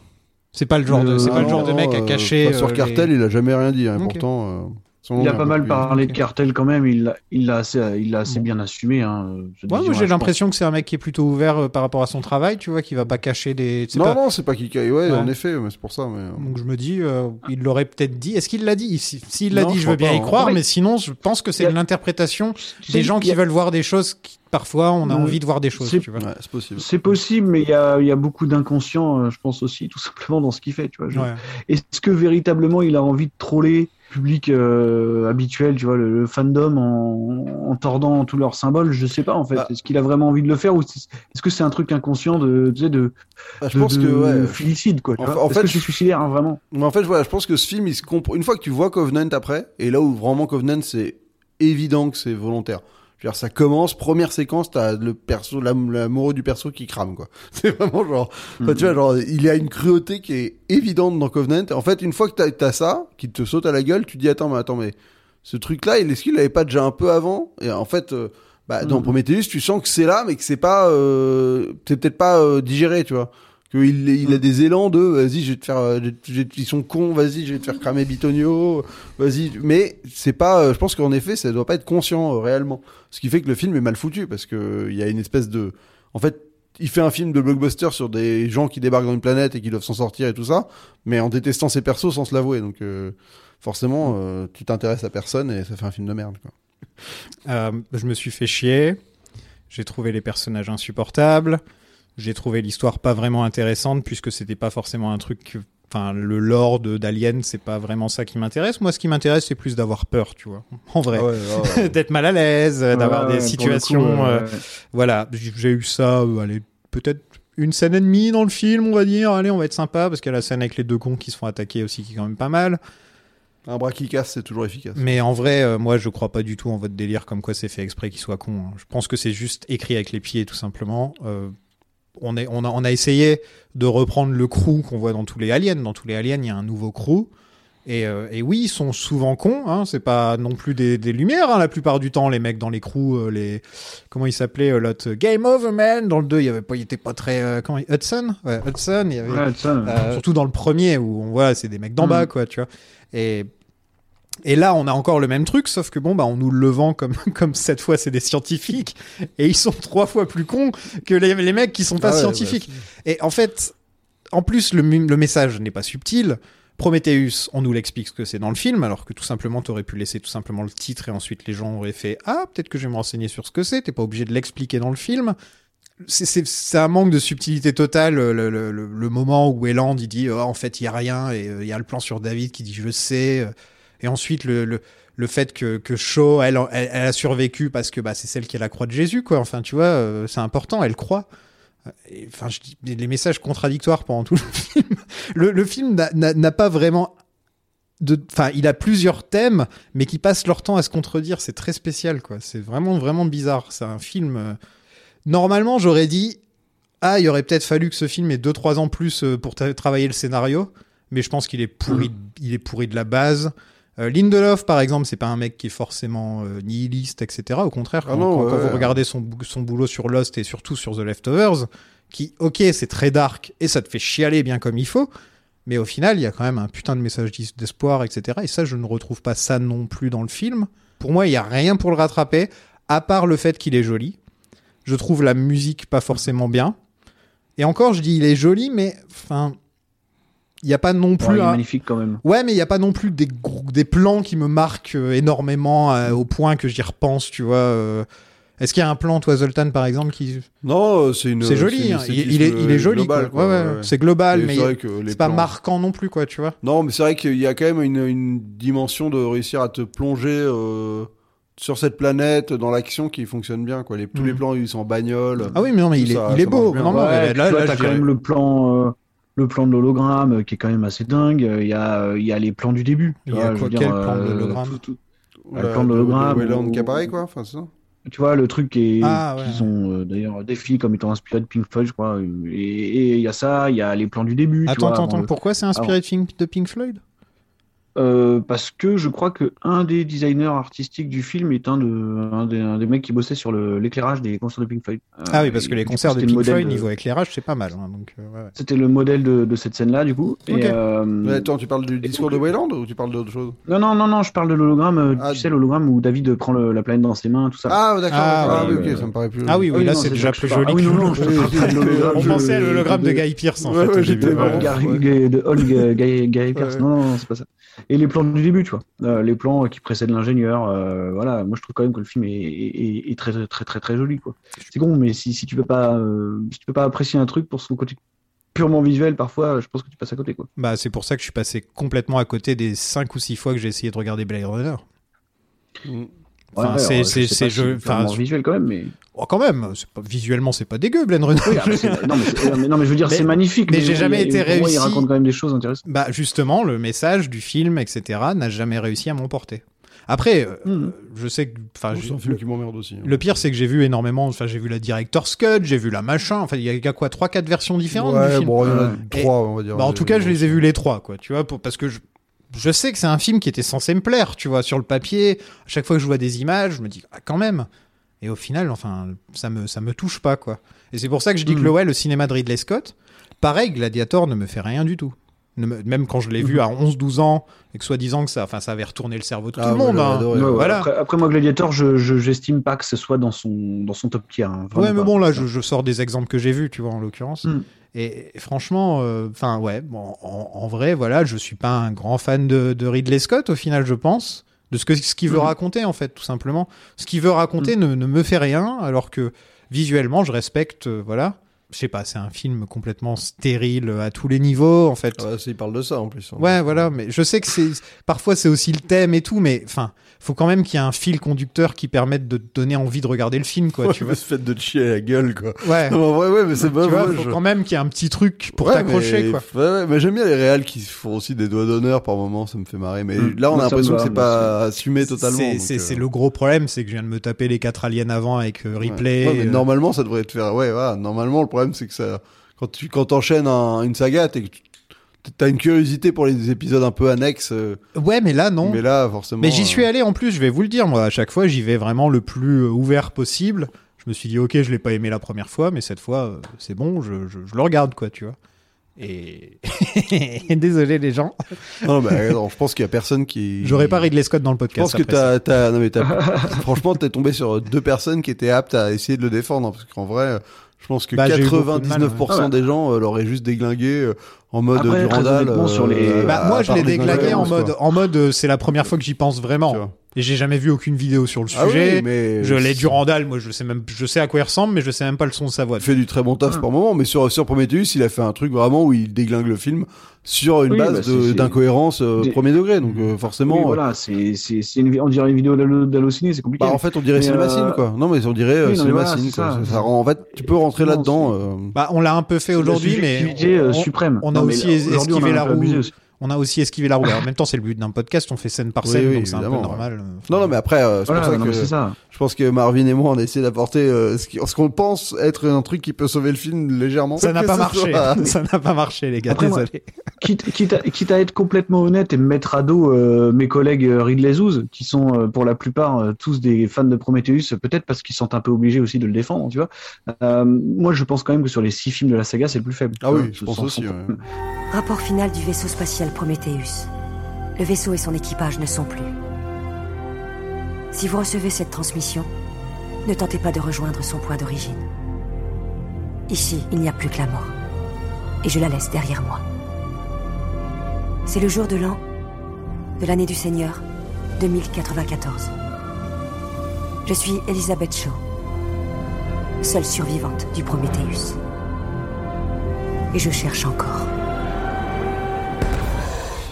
Speaker 8: C'est pas le genre de, c'est
Speaker 10: Euh,
Speaker 8: pas le genre
Speaker 9: non,
Speaker 8: de mec à
Speaker 9: euh,
Speaker 8: cacher.
Speaker 9: enfin, sur
Speaker 8: euh, les-
Speaker 9: Cartel, il a jamais rien dit, hein, et
Speaker 8: Ok.
Speaker 9: pourtant. euh, son nom
Speaker 10: Il a
Speaker 9: est un
Speaker 10: pas
Speaker 9: peu
Speaker 10: mal
Speaker 9: plus-
Speaker 10: parlé de
Speaker 8: Ok.
Speaker 10: cartel quand même. Il l'a, il l'a assez, il l'a assez
Speaker 8: Bon.
Speaker 10: bien assumé. Hein, cette
Speaker 8: Ouais, moi
Speaker 10: vision-là,
Speaker 8: j'ai
Speaker 10: je
Speaker 8: l'impression que c'est un mec qui est plutôt ouvert euh, par rapport à son travail, tu vois, qui va pas cacher des. c'est
Speaker 9: Non,
Speaker 8: pas-
Speaker 9: non, c'est pas qui caille.
Speaker 8: Ouais.
Speaker 9: Ouais, en effet, mais c'est pour ça. Mais...
Speaker 8: Donc je me dis, euh, il l'aurait peut-être dit. Est-ce qu'il l'a dit Si- S'il l'a
Speaker 9: Non,
Speaker 8: dit,
Speaker 9: je
Speaker 8: je veux
Speaker 9: crois
Speaker 8: bien
Speaker 9: pas,
Speaker 8: y
Speaker 9: hein.
Speaker 8: croire,
Speaker 10: Ouais.
Speaker 8: mais sinon, je pense que
Speaker 10: Y
Speaker 8: c'est
Speaker 10: a-
Speaker 8: de l'interprétation
Speaker 10: pense. Tu sais,
Speaker 8: des gens
Speaker 10: il y
Speaker 8: qui
Speaker 10: a-
Speaker 8: veulent voir des choses qui- parfois on a envie de voir des choses.
Speaker 10: C'est-
Speaker 8: tu vois.
Speaker 9: c'est possible.
Speaker 10: C'est possible, mais il y a, il y a beaucoup d'inconscient, euh, je pense aussi, tout simplement dans ce qu'il fait. Tu vois, Je-
Speaker 8: Ouais.
Speaker 10: Est-ce que véritablement il a envie de troller le public euh, habituel, tu vois, le, le fandom en, en tordant tous leurs symboles Je sais pas en fait.
Speaker 8: Bah.
Speaker 10: Est-ce qu'il a vraiment envie de le faire ou c'est- est-ce que c'est un truc inconscient de, tu sais, de,
Speaker 9: Bah, je
Speaker 10: de-
Speaker 9: pense
Speaker 10: de-
Speaker 9: que, ouais.
Speaker 10: félicide quoi. tu
Speaker 9: En,
Speaker 10: vois
Speaker 9: en
Speaker 10: Est-ce
Speaker 9: fait,
Speaker 10: que c'est suicidaire hein, vraiment.
Speaker 9: Mais en fait, voilà, je pense que ce film, il se comprend. Une fois que tu vois Covenant après, et là où vraiment Covenant, c'est évident que c'est volontaire. Je veux dire, ça commence, première séquence, t'as le perso, l'am- l'amoureux du perso qui crame, quoi. C'est vraiment genre, enfin, tu vois, genre, il y a une cruauté qui est évidente dans Covenant. En fait, une fois que t'as, t'as ça, qui te saute à la gueule, tu dis, attends, mais attends, mais ce truc-là, il- est-ce qu'il l'avait pas déjà un peu avant? Et en fait, euh, bah, dans Prometheus, tu sens que c'est là, mais que c'est pas, euh, c'est peut-être pas euh, digéré, tu vois. Qu'il il a des élans de vas-y, je vais te faire, euh, je- je- ils sont cons, vas-y, je vais te faire cramer Bitonio, vas-y. Mais c'est pas, euh, je pense qu'en effet, ça doit pas être conscient euh, réellement. Ce qui fait que le film est mal foutu parce que euh, il y a une espèce de, en fait, il fait un film de blockbuster sur des gens qui débarquent dans une planète et qui doivent s'en sortir et tout ça, mais en détestant ses persos sans se l'avouer. Donc euh, forcément, euh, tu t'intéresses à personne et ça fait un film de merde. Quoi.
Speaker 8: Euh, je me suis fait chier. J'ai trouvé les personnages insupportables. J'ai trouvé l'histoire pas vraiment intéressante puisque c'était pas forcément un truc. que- Enfin, le lore de- d'Alien, c'est pas vraiment ça qui m'intéresse. Moi, ce qui m'intéresse, c'est plus d'avoir peur, tu vois. En vrai.
Speaker 9: Ah ouais, ah ouais.
Speaker 8: D'être mal à l'aise, euh, d'avoir
Speaker 10: Ouais,
Speaker 8: des
Speaker 10: ouais,
Speaker 8: situations.
Speaker 10: pour le coup,
Speaker 8: euh,
Speaker 10: ouais, ouais.
Speaker 8: Voilà. J- J'ai eu ça, euh, allez, peut-être une scène et demie dans le film, on va dire. Allez, on va être sympa parce qu'il y a la scène avec les deux cons qui se font attaquer aussi qui est quand même pas mal.
Speaker 9: Un bras qui casse, c'est toujours efficace.
Speaker 8: Mais en vrai, euh, moi, je crois pas du tout en votre délire comme quoi c'est fait exprès qu'il soit con. hein. Je pense que c'est juste écrit avec les pieds, tout simplement. Euh, on, est, on, a, on a essayé de reprendre le crew qu'on voit dans tous les aliens. Dans tous les aliens, il y a un nouveau crew. Et, euh, et oui, ils sont souvent cons. Hein, c'est pas non plus des, des lumières. hein, la plupart du temps, les mecs dans les crews, euh, les comment il s'appelait euh, l'autre euh, Game Over Man. Dans le 2, il y avait pas, il était pas très euh, comment il- Hudson. Ouais, Hudson. Il y avait,
Speaker 10: Ouais, Hudson, ouais.
Speaker 8: surtout dans le premier où on voit c'est des mecs d'en
Speaker 10: Mm.
Speaker 8: bas quoi, tu vois. Et et là, on a encore le même truc, sauf que bon, bah, on nous le vend comme, comme cette fois, c'est des scientifiques, et ils sont trois fois plus cons que les, les mecs qui sont pas
Speaker 9: Ah ouais,
Speaker 8: scientifiques. et en fait, en plus, le, mu- le message n'est pas subtil. Prometheus, on nous l'explique ce que c'est dans le film, alors que tout simplement, t'aurais pu laisser tout simplement le titre et ensuite les gens auraient fait Ah, peut-être que je vais me renseigner sur ce que c'est, t'es pas obligé de l'expliquer dans le film. C'est- C'est c'est un manque de subtilité totale, le, le- le- le moment où Eland il dit Oh, en fait il y a rien et euh, il y a le plan sur David qui dit je sais euh, et ensuite le, le, le fait que, que Shaw elle, elle, elle a survécu parce que bah, c'est celle qui a la croix de Jésus quoi enfin tu vois euh, c'est important elle croit Euh, Et, enfin je dis les messages contradictoires pendant tout le film le, le film n'a- n'a n'a pas vraiment de enfin il a plusieurs thèmes mais qui passent leur temps à se contredire c'est très spécial quoi c'est vraiment vraiment bizarre c'est un film euh, normalement j'aurais dit ah il aurait peut-être fallu que ce film ait 2 3 ans plus euh, pour tra- travailler le scénario mais je pense qu'il est pourri
Speaker 9: Mm.
Speaker 8: de- il est pourri de la base Euh, Lindelof par exemple c'est pas un mec qui est forcément euh, nihiliste etc au contraire
Speaker 9: Ah
Speaker 8: quand,
Speaker 9: non,
Speaker 8: quand-
Speaker 9: ouais,
Speaker 8: quand
Speaker 9: ouais.
Speaker 8: vous regardez son, bou- son boulot sur Lost et surtout sur The Leftovers qui ok c'est très dark et ça te fait chialer bien comme il faut mais au final, il y a quand même un putain de message d'is- d'espoir, etc. Et ça, je ne retrouve pas ça non plus dans le film. Pour moi, il n'y a rien pour le rattraper, à part le fait qu'il est joli. Je trouve la musique pas forcément bien. Et encore, je dis il est joli, mais enfin, il n'y a pas non plus.
Speaker 10: Ouais, il est
Speaker 8: un-
Speaker 10: magnifique quand même.
Speaker 8: Ouais, mais il n'y a pas non plus des, gros- des plans qui me marquent euh, énormément euh, au point que j'y repense, tu vois. euh. Est-ce qu'il y a un plan, toi, Zoltan, par exemple, qui.
Speaker 9: Non, euh, c'est une.
Speaker 8: C'est joli,
Speaker 9: une
Speaker 8: hein. Il-
Speaker 9: esthétisme
Speaker 8: il est- il est joli,
Speaker 9: globale,
Speaker 8: quoi. Ouais, ouais, c'est global,
Speaker 9: Et
Speaker 8: mais
Speaker 9: c'est
Speaker 8: il-
Speaker 9: vrai que les
Speaker 8: C'est pas
Speaker 9: plans-
Speaker 8: marquant non plus, quoi, tu vois.
Speaker 9: Non, mais c'est vrai qu'il y a quand même une, une dimension de réussir à te plonger euh, sur cette planète, dans l'action qui fonctionne bien. Quoi. Les, tous les plans, où ils sont en bagnole.
Speaker 8: Hmm. Ah oui, mais non, mais
Speaker 9: tout
Speaker 8: il est-
Speaker 9: ça,
Speaker 8: il
Speaker 9: ça
Speaker 8: est beau.
Speaker 9: marche bien.
Speaker 8: Non, non, mais là-
Speaker 10: tu vois,
Speaker 8: là,
Speaker 10: t'as
Speaker 8: je
Speaker 10: quand
Speaker 8: dirais-
Speaker 10: même le plan, euh, le plan de l'hologramme euh, qui est quand même assez dingue. Euh, Il y a, euh, il y a les plans du début. tu
Speaker 8: Il y a
Speaker 10: vois, je
Speaker 8: quoi,
Speaker 10: veux dire,
Speaker 8: quel plan de
Speaker 10: euh,
Speaker 8: l'hologramme
Speaker 10: tout- tout-
Speaker 9: Ouais,
Speaker 10: le plan de
Speaker 9: de- de
Speaker 10: l'hologramme.
Speaker 9: Wayland
Speaker 10: où-
Speaker 9: qui apparaît, quoi. Enfin, c'est ça.
Speaker 10: Tu vois, le truc qui est-
Speaker 8: Ah, ouais.
Speaker 10: qu'ils ont euh, d'ailleurs défini comme étant inspiré de Pink Floyd, je crois. Et- Et il y a ça, il y a les plans du début. tu
Speaker 8: Attends,
Speaker 10: vois,
Speaker 8: attends,
Speaker 10: avant
Speaker 8: attends.
Speaker 10: le-
Speaker 8: Pourquoi c'est
Speaker 9: Ah
Speaker 8: inspiré de Pink- de Pink Floyd
Speaker 10: Euh, parce que je crois que un des designers artistiques du film est un, de, un, des, un des mecs qui bossait sur le- l'éclairage des concerts de Pink Floyd. Euh,
Speaker 8: Ah oui, parce que
Speaker 10: et
Speaker 8: les
Speaker 10: du coup,
Speaker 8: concerts de
Speaker 10: c'était le
Speaker 8: Pink
Speaker 10: modèle
Speaker 8: Floyd,
Speaker 10: de-
Speaker 8: niveau éclairage, c'est pas mal. hein, donc, euh, ouais, ouais.
Speaker 10: C'était le modèle de, de cette scène-là, du coup.
Speaker 8: Ok.
Speaker 10: Et, euh,
Speaker 9: Mais attends, tu parles du discours de Wayland ou tu parles d'autre chose
Speaker 10: Non, non, non, non, je parle de l'hologramme, euh,
Speaker 9: Ah.
Speaker 10: tu sais, l'hologramme où David prend le- la planète dans ses mains, tout ça.
Speaker 9: Ah, d'accord.
Speaker 8: Ah,
Speaker 9: d'accord. Ah, oui,
Speaker 10: ouais, ouais.
Speaker 9: ok, ça me paraît plus.
Speaker 8: Ah oui, oui,
Speaker 10: oui,
Speaker 8: là
Speaker 10: non,
Speaker 8: c'est
Speaker 10: c'est
Speaker 8: déjà
Speaker 10: donc,
Speaker 8: plus
Speaker 10: je te
Speaker 8: joli.
Speaker 10: parle-
Speaker 8: que
Speaker 10: Ah oui, non,
Speaker 8: le-
Speaker 10: non, je te parle pas de l'hologramme
Speaker 8: On
Speaker 10: de-
Speaker 8: pensait à l'hologramme de
Speaker 10: de-
Speaker 8: Guy Pierce en fait.
Speaker 9: Ouais,
Speaker 8: au
Speaker 9: ouais,
Speaker 8: début.
Speaker 9: j'étais
Speaker 8: Ouais.
Speaker 9: vraiment-
Speaker 10: Gary- Gary- de Hall- Gary Gary Pierce.
Speaker 9: Ouais.
Speaker 10: Non, non, non, c'est pas ça. et les plans du début, tu vois, Euh, les plans qui précèdent l'ingénieur. euh, voilà, moi je trouve quand même que le film est, est- est très, très très très très joli quoi. C'est con, mais si, si tu peux pas euh, si tu peux pas apprécier un truc pour son côté purement visuel, parfois je pense que tu passes à côté quoi.
Speaker 8: Bah, c'est pour ça que je suis passé complètement à côté des 5 ou 6 fois que j'ai essayé de regarder Blade Runner. Enfin,
Speaker 9: Mm.
Speaker 10: Ouais,
Speaker 8: c'est-
Speaker 10: alors, je sais
Speaker 8: c'est- c'est
Speaker 10: pas
Speaker 8: jeu-
Speaker 10: si c'est purement
Speaker 8: enfin, je-
Speaker 10: visuel quand même, mais
Speaker 8: Oh, quand même, c'est pas- visuellement c'est pas dégueu, Blade Runner.
Speaker 10: Oui, ah, bah, c'est- non, mais c'est- mais non, mais je veux dire, c'est magnifique,
Speaker 8: Mais,
Speaker 10: mais
Speaker 8: j'ai
Speaker 10: il-
Speaker 8: jamais
Speaker 10: il-
Speaker 8: été
Speaker 10: pour moi, il
Speaker 8: réussi.
Speaker 10: raconte quand même des choses intéressantes.
Speaker 8: Bah justement, le message du film, etc., n'a jamais réussi à m'emporter. Après, euh,
Speaker 10: Mm. Mmh.
Speaker 8: Ah, je sais que, enfin,
Speaker 9: C'est
Speaker 8: j'ai-
Speaker 9: un film qui m'emmerde aussi. hein.
Speaker 8: le pire c'est que j'ai vu énormément. Enfin, j'ai vu la director's cut, j'ai vu la machin. Enfin, il y a il y a quoi, trois, quatre versions différentes
Speaker 9: Ouais,
Speaker 8: du film.
Speaker 9: bon, il y en a
Speaker 8: Et-
Speaker 9: trois, on va dire.
Speaker 8: bah, en
Speaker 9: Les-
Speaker 8: tout cas, je les ai vus les trois, quoi. Tu vois, pour- parce que je, je sais que c'est un film qui était censé me plaire, tu vois, sur le papier. À chaque fois que je vois des images, je me dis ah, quand même. Et au final, enfin, ça me ça me touche pas, quoi. Et c'est pour ça que je dis que le, ouais, le cinéma de Ridley Scott, pareil, Gladiator ne me fait rien du tout. Ne me- Même quand je l'ai vu à 11-12 ans et que soi-disant que ça, enfin, ça avait retourné le cerveau de tout
Speaker 9: Ah,
Speaker 8: le
Speaker 9: moi,
Speaker 8: monde.
Speaker 9: j'avais
Speaker 8: hein.
Speaker 9: adoré,
Speaker 10: Ouais, ouais.
Speaker 8: Voilà.
Speaker 10: Après, après, moi, Gladiator, je je- j'estime pas que ce soit dans son, dans son top tier. hein. Vraiment
Speaker 8: Ouais, mais
Speaker 10: pas.
Speaker 8: bon, là, je, je sors des exemples que j'ai vus, tu vois, en l'occurrence. Et, et franchement, euh, enfin, ouais, bon, en, en vrai, voilà, je suis pas un grand fan de, de Ridley Scott, au final, je pense, de ce que ce qu'il veut raconter, en fait, tout simplement. Ce qu'il veut raconter ne, ne me fait rien, alors que visuellement, je respecte, euh, voilà. Je sais pas, c'est un film complètement stérile à tous les niveaux, en fait.
Speaker 9: Ah, bah, c'est- il parle de ça en plus. hein.
Speaker 8: Ouais, voilà, mais je sais que c'est parfois c'est aussi le thème et tout, mais enfin, faut quand même qu'il y ait un fil conducteur qui permette de te donner envie de regarder le film, quoi,
Speaker 9: Ouais,
Speaker 8: tu vois.
Speaker 9: mais se fait de te chier à la gueule, quoi.
Speaker 8: Ouais.
Speaker 9: Non, mais en vrai, ouais, mais c'est
Speaker 8: Tu
Speaker 9: pas
Speaker 8: vois,
Speaker 9: vrai,
Speaker 8: faut
Speaker 9: je-
Speaker 8: quand même qu'il y ait un petit truc pour
Speaker 9: Ouais,
Speaker 8: t'accrocher,
Speaker 9: mais-
Speaker 8: quoi.
Speaker 9: ouais, ouais, mais j'aime bien les réals qui se font aussi des doigts d'honneur par moment, ça me fait marrer. Mais là, on
Speaker 10: Moi,
Speaker 9: a
Speaker 10: ça me
Speaker 9: l'impression que
Speaker 10: va,
Speaker 9: c'est
Speaker 10: moi,
Speaker 9: pas assumé totalement.
Speaker 8: C'est
Speaker 9: donc,
Speaker 8: c'est-
Speaker 9: euh,
Speaker 8: c'est le gros problème, c'est que je viens de me taper les quatre aliens avant avec euh, Ripley.
Speaker 9: Ouais, mais
Speaker 8: euh,
Speaker 9: Normalement, ça devrait te faire. Ouais, voilà. Normalement, le problème, c'est que ça. Quand tu quand t'enchaînes un- une saga, t'es- t'as une curiosité pour les épisodes un peu annexes. euh,
Speaker 8: ouais, mais là non.
Speaker 9: Mais là, forcément.
Speaker 8: Mais j'y suis
Speaker 9: euh,
Speaker 8: allé en plus, je vais vous le dire, moi, à chaque fois, j'y vais vraiment le plus euh, ouvert possible. Je me suis dit, ok, je l'ai pas aimé la première fois, mais cette fois, euh, c'est bon, je, je- je le regarde, quoi, tu vois. Et désolé les gens,
Speaker 9: Non, mais euh, non, je pense qu'il y a personne qui.
Speaker 8: j'aurais pas Ridley Scott dans le
Speaker 9: Je pense
Speaker 8: podcast.
Speaker 9: que
Speaker 8: après ça.
Speaker 9: t'as, t'as- non mais t'as- franchement, t'es tombé sur deux personnes qui étaient aptes à essayer de le défendre, hein, parce qu'en vrai, je pense que
Speaker 8: Bah, j'ai eu beaucoup de mal,
Speaker 9: 99%
Speaker 10: Ah ouais.
Speaker 9: des gens euh, l'auraient juste déglingué euh, en mode
Speaker 10: Après,
Speaker 9: du
Speaker 10: très
Speaker 9: randal.
Speaker 10: honnêtement, sur les-
Speaker 8: Bah,
Speaker 9: à-
Speaker 8: moi,
Speaker 9: à
Speaker 8: je
Speaker 9: part
Speaker 8: l'ai
Speaker 9: des
Speaker 8: déglingué en
Speaker 9: incohérences,
Speaker 8: mode,
Speaker 9: quoi.
Speaker 8: en mode, euh, c'est la première fois que j'y pense
Speaker 9: Tu
Speaker 8: vraiment.
Speaker 9: vois.
Speaker 8: Et j'ai jamais vu aucune vidéo sur le
Speaker 9: Ah oui,
Speaker 8: sujet.
Speaker 9: mais
Speaker 8: Je l'ai
Speaker 9: c'est-
Speaker 8: du Randall, moi je sais même, je sais à quoi il ressemble, mais je sais même pas le son de sa voix.
Speaker 9: Il fait du très bon
Speaker 10: Mmh.
Speaker 9: taf par moment, mais sur, sur Prometheus, il a fait un truc vraiment où il déglingue le film sur une
Speaker 10: Oui, bah,
Speaker 9: base
Speaker 10: c'est-
Speaker 9: de,
Speaker 10: c'est-
Speaker 9: d'incohérence euh,
Speaker 10: Des-
Speaker 9: premier degré, donc euh,
Speaker 10: Oui,
Speaker 9: forcément.
Speaker 10: voilà, c'est c'est- c'est une, on dirait une vidéo d'Halo- d'Hallociné, c'est
Speaker 9: euh,
Speaker 10: compliqué.
Speaker 9: Bah, en fait, on dirait
Speaker 10: Mais,
Speaker 9: Cinéma Cinéma,
Speaker 10: euh,
Speaker 9: quoi. Non, mais on dirait euh,
Speaker 10: oui, non, mais
Speaker 9: Cinéma
Speaker 10: voilà,
Speaker 9: Cinéma,
Speaker 10: c'est
Speaker 9: quoi.
Speaker 10: ça.
Speaker 9: Ça rend- en fait, tu peux rentrer
Speaker 10: Exactement,
Speaker 9: là-dedans. euh,
Speaker 8: Bah, on l'a un peu fait
Speaker 10: la
Speaker 8: aujourd'hui, mais
Speaker 10: subjectivité, euh,
Speaker 8: on,
Speaker 10: suprême.
Speaker 8: on a
Speaker 10: Non, mais
Speaker 8: aussi
Speaker 10: là,
Speaker 8: es-
Speaker 10: aujourd'hui, on a
Speaker 8: esquivé
Speaker 10: un
Speaker 8: la
Speaker 10: peu abusé
Speaker 8: roue.
Speaker 10: aussi.
Speaker 8: On a aussi esquivé la roue. Alors, en même temps, c'est le but d'un podcast, on fait scène par
Speaker 9: Oui,
Speaker 8: scène,
Speaker 9: oui,
Speaker 8: donc c'est un peu
Speaker 9: évidemment, ouais.
Speaker 8: normal. euh,
Speaker 9: Non, non, mais après, euh, c'est
Speaker 10: Voilà,
Speaker 9: pour ça
Speaker 10: non, mais
Speaker 9: que
Speaker 10: c'est ça.
Speaker 9: je pense que Marvin et moi, on a essayé d'apporter euh, ce qui- ce qu'on pense être un truc qui peut sauver le film légèrement.
Speaker 8: Ça n'a
Speaker 9: Que
Speaker 8: pas
Speaker 9: ce
Speaker 8: marché.
Speaker 9: soit-
Speaker 8: Ça n'a pas marché, les gars.
Speaker 10: Après, moi-
Speaker 8: Désolé.
Speaker 10: Quitte, quitte, à, quitte à être complètement honnête et me mettre à dos euh, mes collègues euh, Ridley Zouz, qui sont euh, pour la plupart euh, tous des fans de Prometheus, euh, peut-être parce qu'ils sont un peu obligés aussi de le défendre, tu vois. Euh, moi, je pense quand même que sur les six films de la saga, c'est le plus faible.
Speaker 9: Ah
Speaker 10: tu
Speaker 9: oui,
Speaker 10: vois,
Speaker 9: je pense
Speaker 10: sans-
Speaker 9: aussi.
Speaker 10: sans-
Speaker 9: ouais.
Speaker 13: Rapport final du vaisseau spatial Prometheus. Le vaisseau et son équipage ne sont plus. Si vous recevez cette transmission, ne tentez pas de rejoindre son point d'origine. Ici, il n'y a plus que la mort. Et je la laisse derrière moi. C'est le jour de l'an, de l'année du Seigneur, 2094. Je suis Elisabeth Shaw, seule survivante du Prometheus. Et je cherche encore.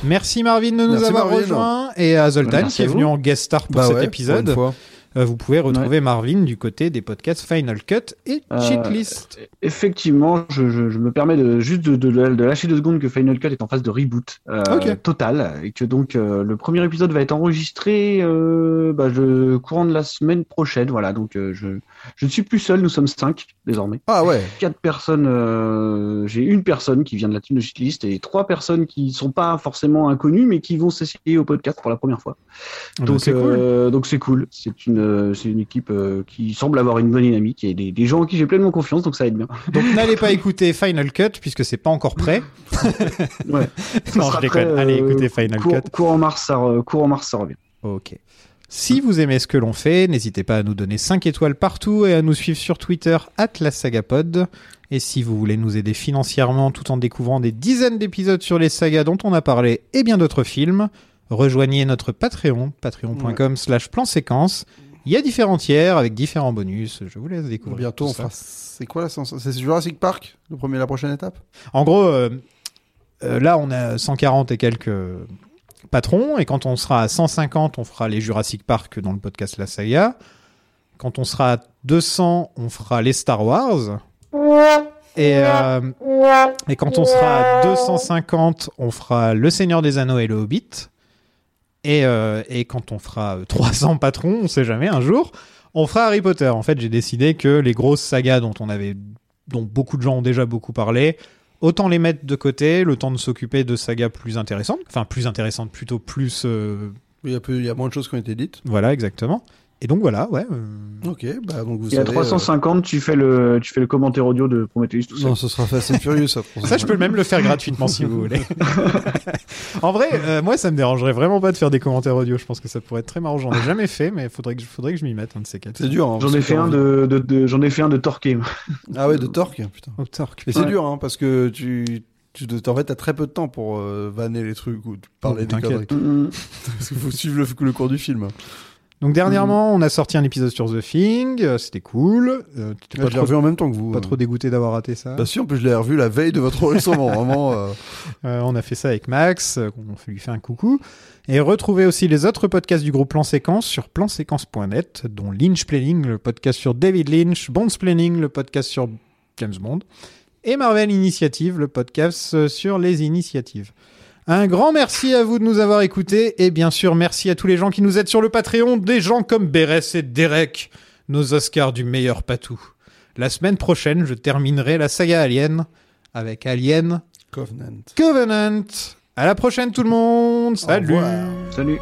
Speaker 8: Merci Marvin de nous
Speaker 9: Merci,
Speaker 8: avoir
Speaker 9: Marvin.
Speaker 8: rejoints et à Zoltan
Speaker 10: Merci
Speaker 8: qui est
Speaker 10: à vous.
Speaker 8: venu en guest star pour
Speaker 9: Bah
Speaker 8: cet
Speaker 9: ouais,
Speaker 8: épisode.
Speaker 9: pour une fois.
Speaker 8: Euh, Vous pouvez retrouver Marvin du côté des podcasts Final Cut et
Speaker 10: Euh,
Speaker 8: Cheatlist.
Speaker 10: Effectivement, je, je- je me permets de, juste de, de- de lâcher deux secondes que Final Cut est en phase de reboot euh,
Speaker 8: Ok.
Speaker 10: total et que donc euh, le premier épisode va être enregistré euh, bah, je, courant de la semaine prochaine. Voilà, donc euh, je, je ne suis plus seul, nous sommes cinq désormais.
Speaker 9: Ah ouais.
Speaker 10: Quatre personnes, euh, j'ai une personne qui vient de la team de shitlist et trois personnes qui sont pas forcément inconnues mais qui vont s'essayer au podcast pour la première fois.
Speaker 8: Ah bah,
Speaker 10: Donc
Speaker 8: c'est cool.
Speaker 10: euh, donc c'est cool. C'est une euh, c'est une équipe euh, qui semble avoir une bonne dynamique et des, des gens en qui j'ai pleinement confiance donc ça aide bien.
Speaker 8: Donc n'allez pas écouter Final Cut puisque c'est pas encore prêt.
Speaker 10: Ouais. Ça
Speaker 8: Non,
Speaker 10: sera
Speaker 8: je déconne.
Speaker 10: prêt,
Speaker 8: Allez,
Speaker 10: euh,
Speaker 8: écoutez Final
Speaker 10: cour- euh,
Speaker 8: Cut.
Speaker 10: Courant mars, ça, re- courant mars, ça revient.
Speaker 8: Ok. Si vous aimez ce que l'on fait, n'hésitez pas à nous donner 5 étoiles partout et à nous suivre sur Twitter, sagapod. Et si vous voulez nous aider financièrement tout en découvrant des dizaines d'épisodes sur les sagas dont on a parlé et bien d'autres films, rejoignez notre Patreon, patreon.com slash plan séquence. Il y a différents tiers avec différents bonus. Je vous laisse découvrir.
Speaker 9: Bientôt,
Speaker 8: tout
Speaker 9: on
Speaker 8: ça.
Speaker 9: fera. C'est quoi la sensation C'est Jurassic Park, le premier, la prochaine étape
Speaker 8: En gros, euh, euh, là, on a 140 et quelques euh, patrons. Et quand on sera à 150, on fera les Jurassic Park dans le podcast La Saga. Quand on sera à 200, on fera les Star Wars. Et, euh, et quand on sera à 250, on fera Le Seigneur des Anneaux et le Hobbit. Et, euh, et quand on fera euh, 300 patrons, on sait jamais, un jour, on fera Harry Potter. En fait, j'ai décidé que les grosses sagas dont on avait, dont beaucoup de gens ont déjà beaucoup parlé, autant les mettre de côté, le temps de s'occuper de sagas plus intéressantes, enfin plus intéressantes, plutôt plus, euh,
Speaker 9: Il y, a peu- il y a moins de choses qui ont été dites.
Speaker 8: voilà, exactement. Et donc voilà, ouais. euh,
Speaker 9: Ok, bah donc vous
Speaker 10: Il y a
Speaker 9: savez,
Speaker 10: 350, tu, fais le, tu fais le commentaire audio de Prometheus, tout
Speaker 9: euh,
Speaker 10: ça.
Speaker 9: Non, ce sera Fast and Furious. Ça, pour
Speaker 8: Ça, je peux même le faire gratuitement si vous voulez. en vrai, euh, moi, ça me dérangerait vraiment pas de faire des commentaires audio. Je pense que ça pourrait être très marrant. J'en ai jamais fait, mais faudrait que, faudrait que je m'y mette, un de ces quatre.
Speaker 9: C'est dur. hein,
Speaker 10: J'en
Speaker 9: parce
Speaker 10: ai
Speaker 9: que-
Speaker 10: fait un de, de, de- j'en ai fait un de torqué.
Speaker 9: Ah ouais, de Torque, putain.
Speaker 8: Oh, torque.
Speaker 9: Et c'est
Speaker 10: Ouais.
Speaker 9: dur, hein, parce que tu. tu dois- en fait, t'as très peu de temps pour euh, vanner les trucs ou parler
Speaker 8: Oh,
Speaker 9: des
Speaker 8: t'inquiète.
Speaker 9: conneries. Parce qu'il faut suivre le, le cours du film.
Speaker 8: Donc, dernièrement, on a sorti un épisode sur The Thing. euh, C'était cool. Euh, t'étais
Speaker 9: Ouais, je l'ai revu en même temps que vous.
Speaker 8: Pas
Speaker 9: euh.
Speaker 8: trop dégoûté d'avoir raté ça.
Speaker 9: Bah si, en plus, je l'ai revu la veille de votre enregistrement. vraiment. euh.
Speaker 8: Euh, on a fait ça avec Max, euh, on fait- lui fait un coucou. Et retrouvez aussi les autres podcasts du groupe Plan Séquence sur planséquence.net, dont Lynch Planning, le podcast sur David Lynch, Bond's Planning, le podcast sur James Bond, et Marvel Initiative, le podcast euh, sur les initiatives. Un grand merci à vous de nous avoir écoutés et bien sûr merci à tous les gens qui nous aident sur le Patreon, des gens comme Bérès et Derek, nos Oscars du meilleur patou. La semaine prochaine, je terminerai la saga Alien avec Alien
Speaker 9: Covenant.
Speaker 8: Covenant. À la prochaine tout le monde. Salut.
Speaker 9: revoir.
Speaker 10: Salut.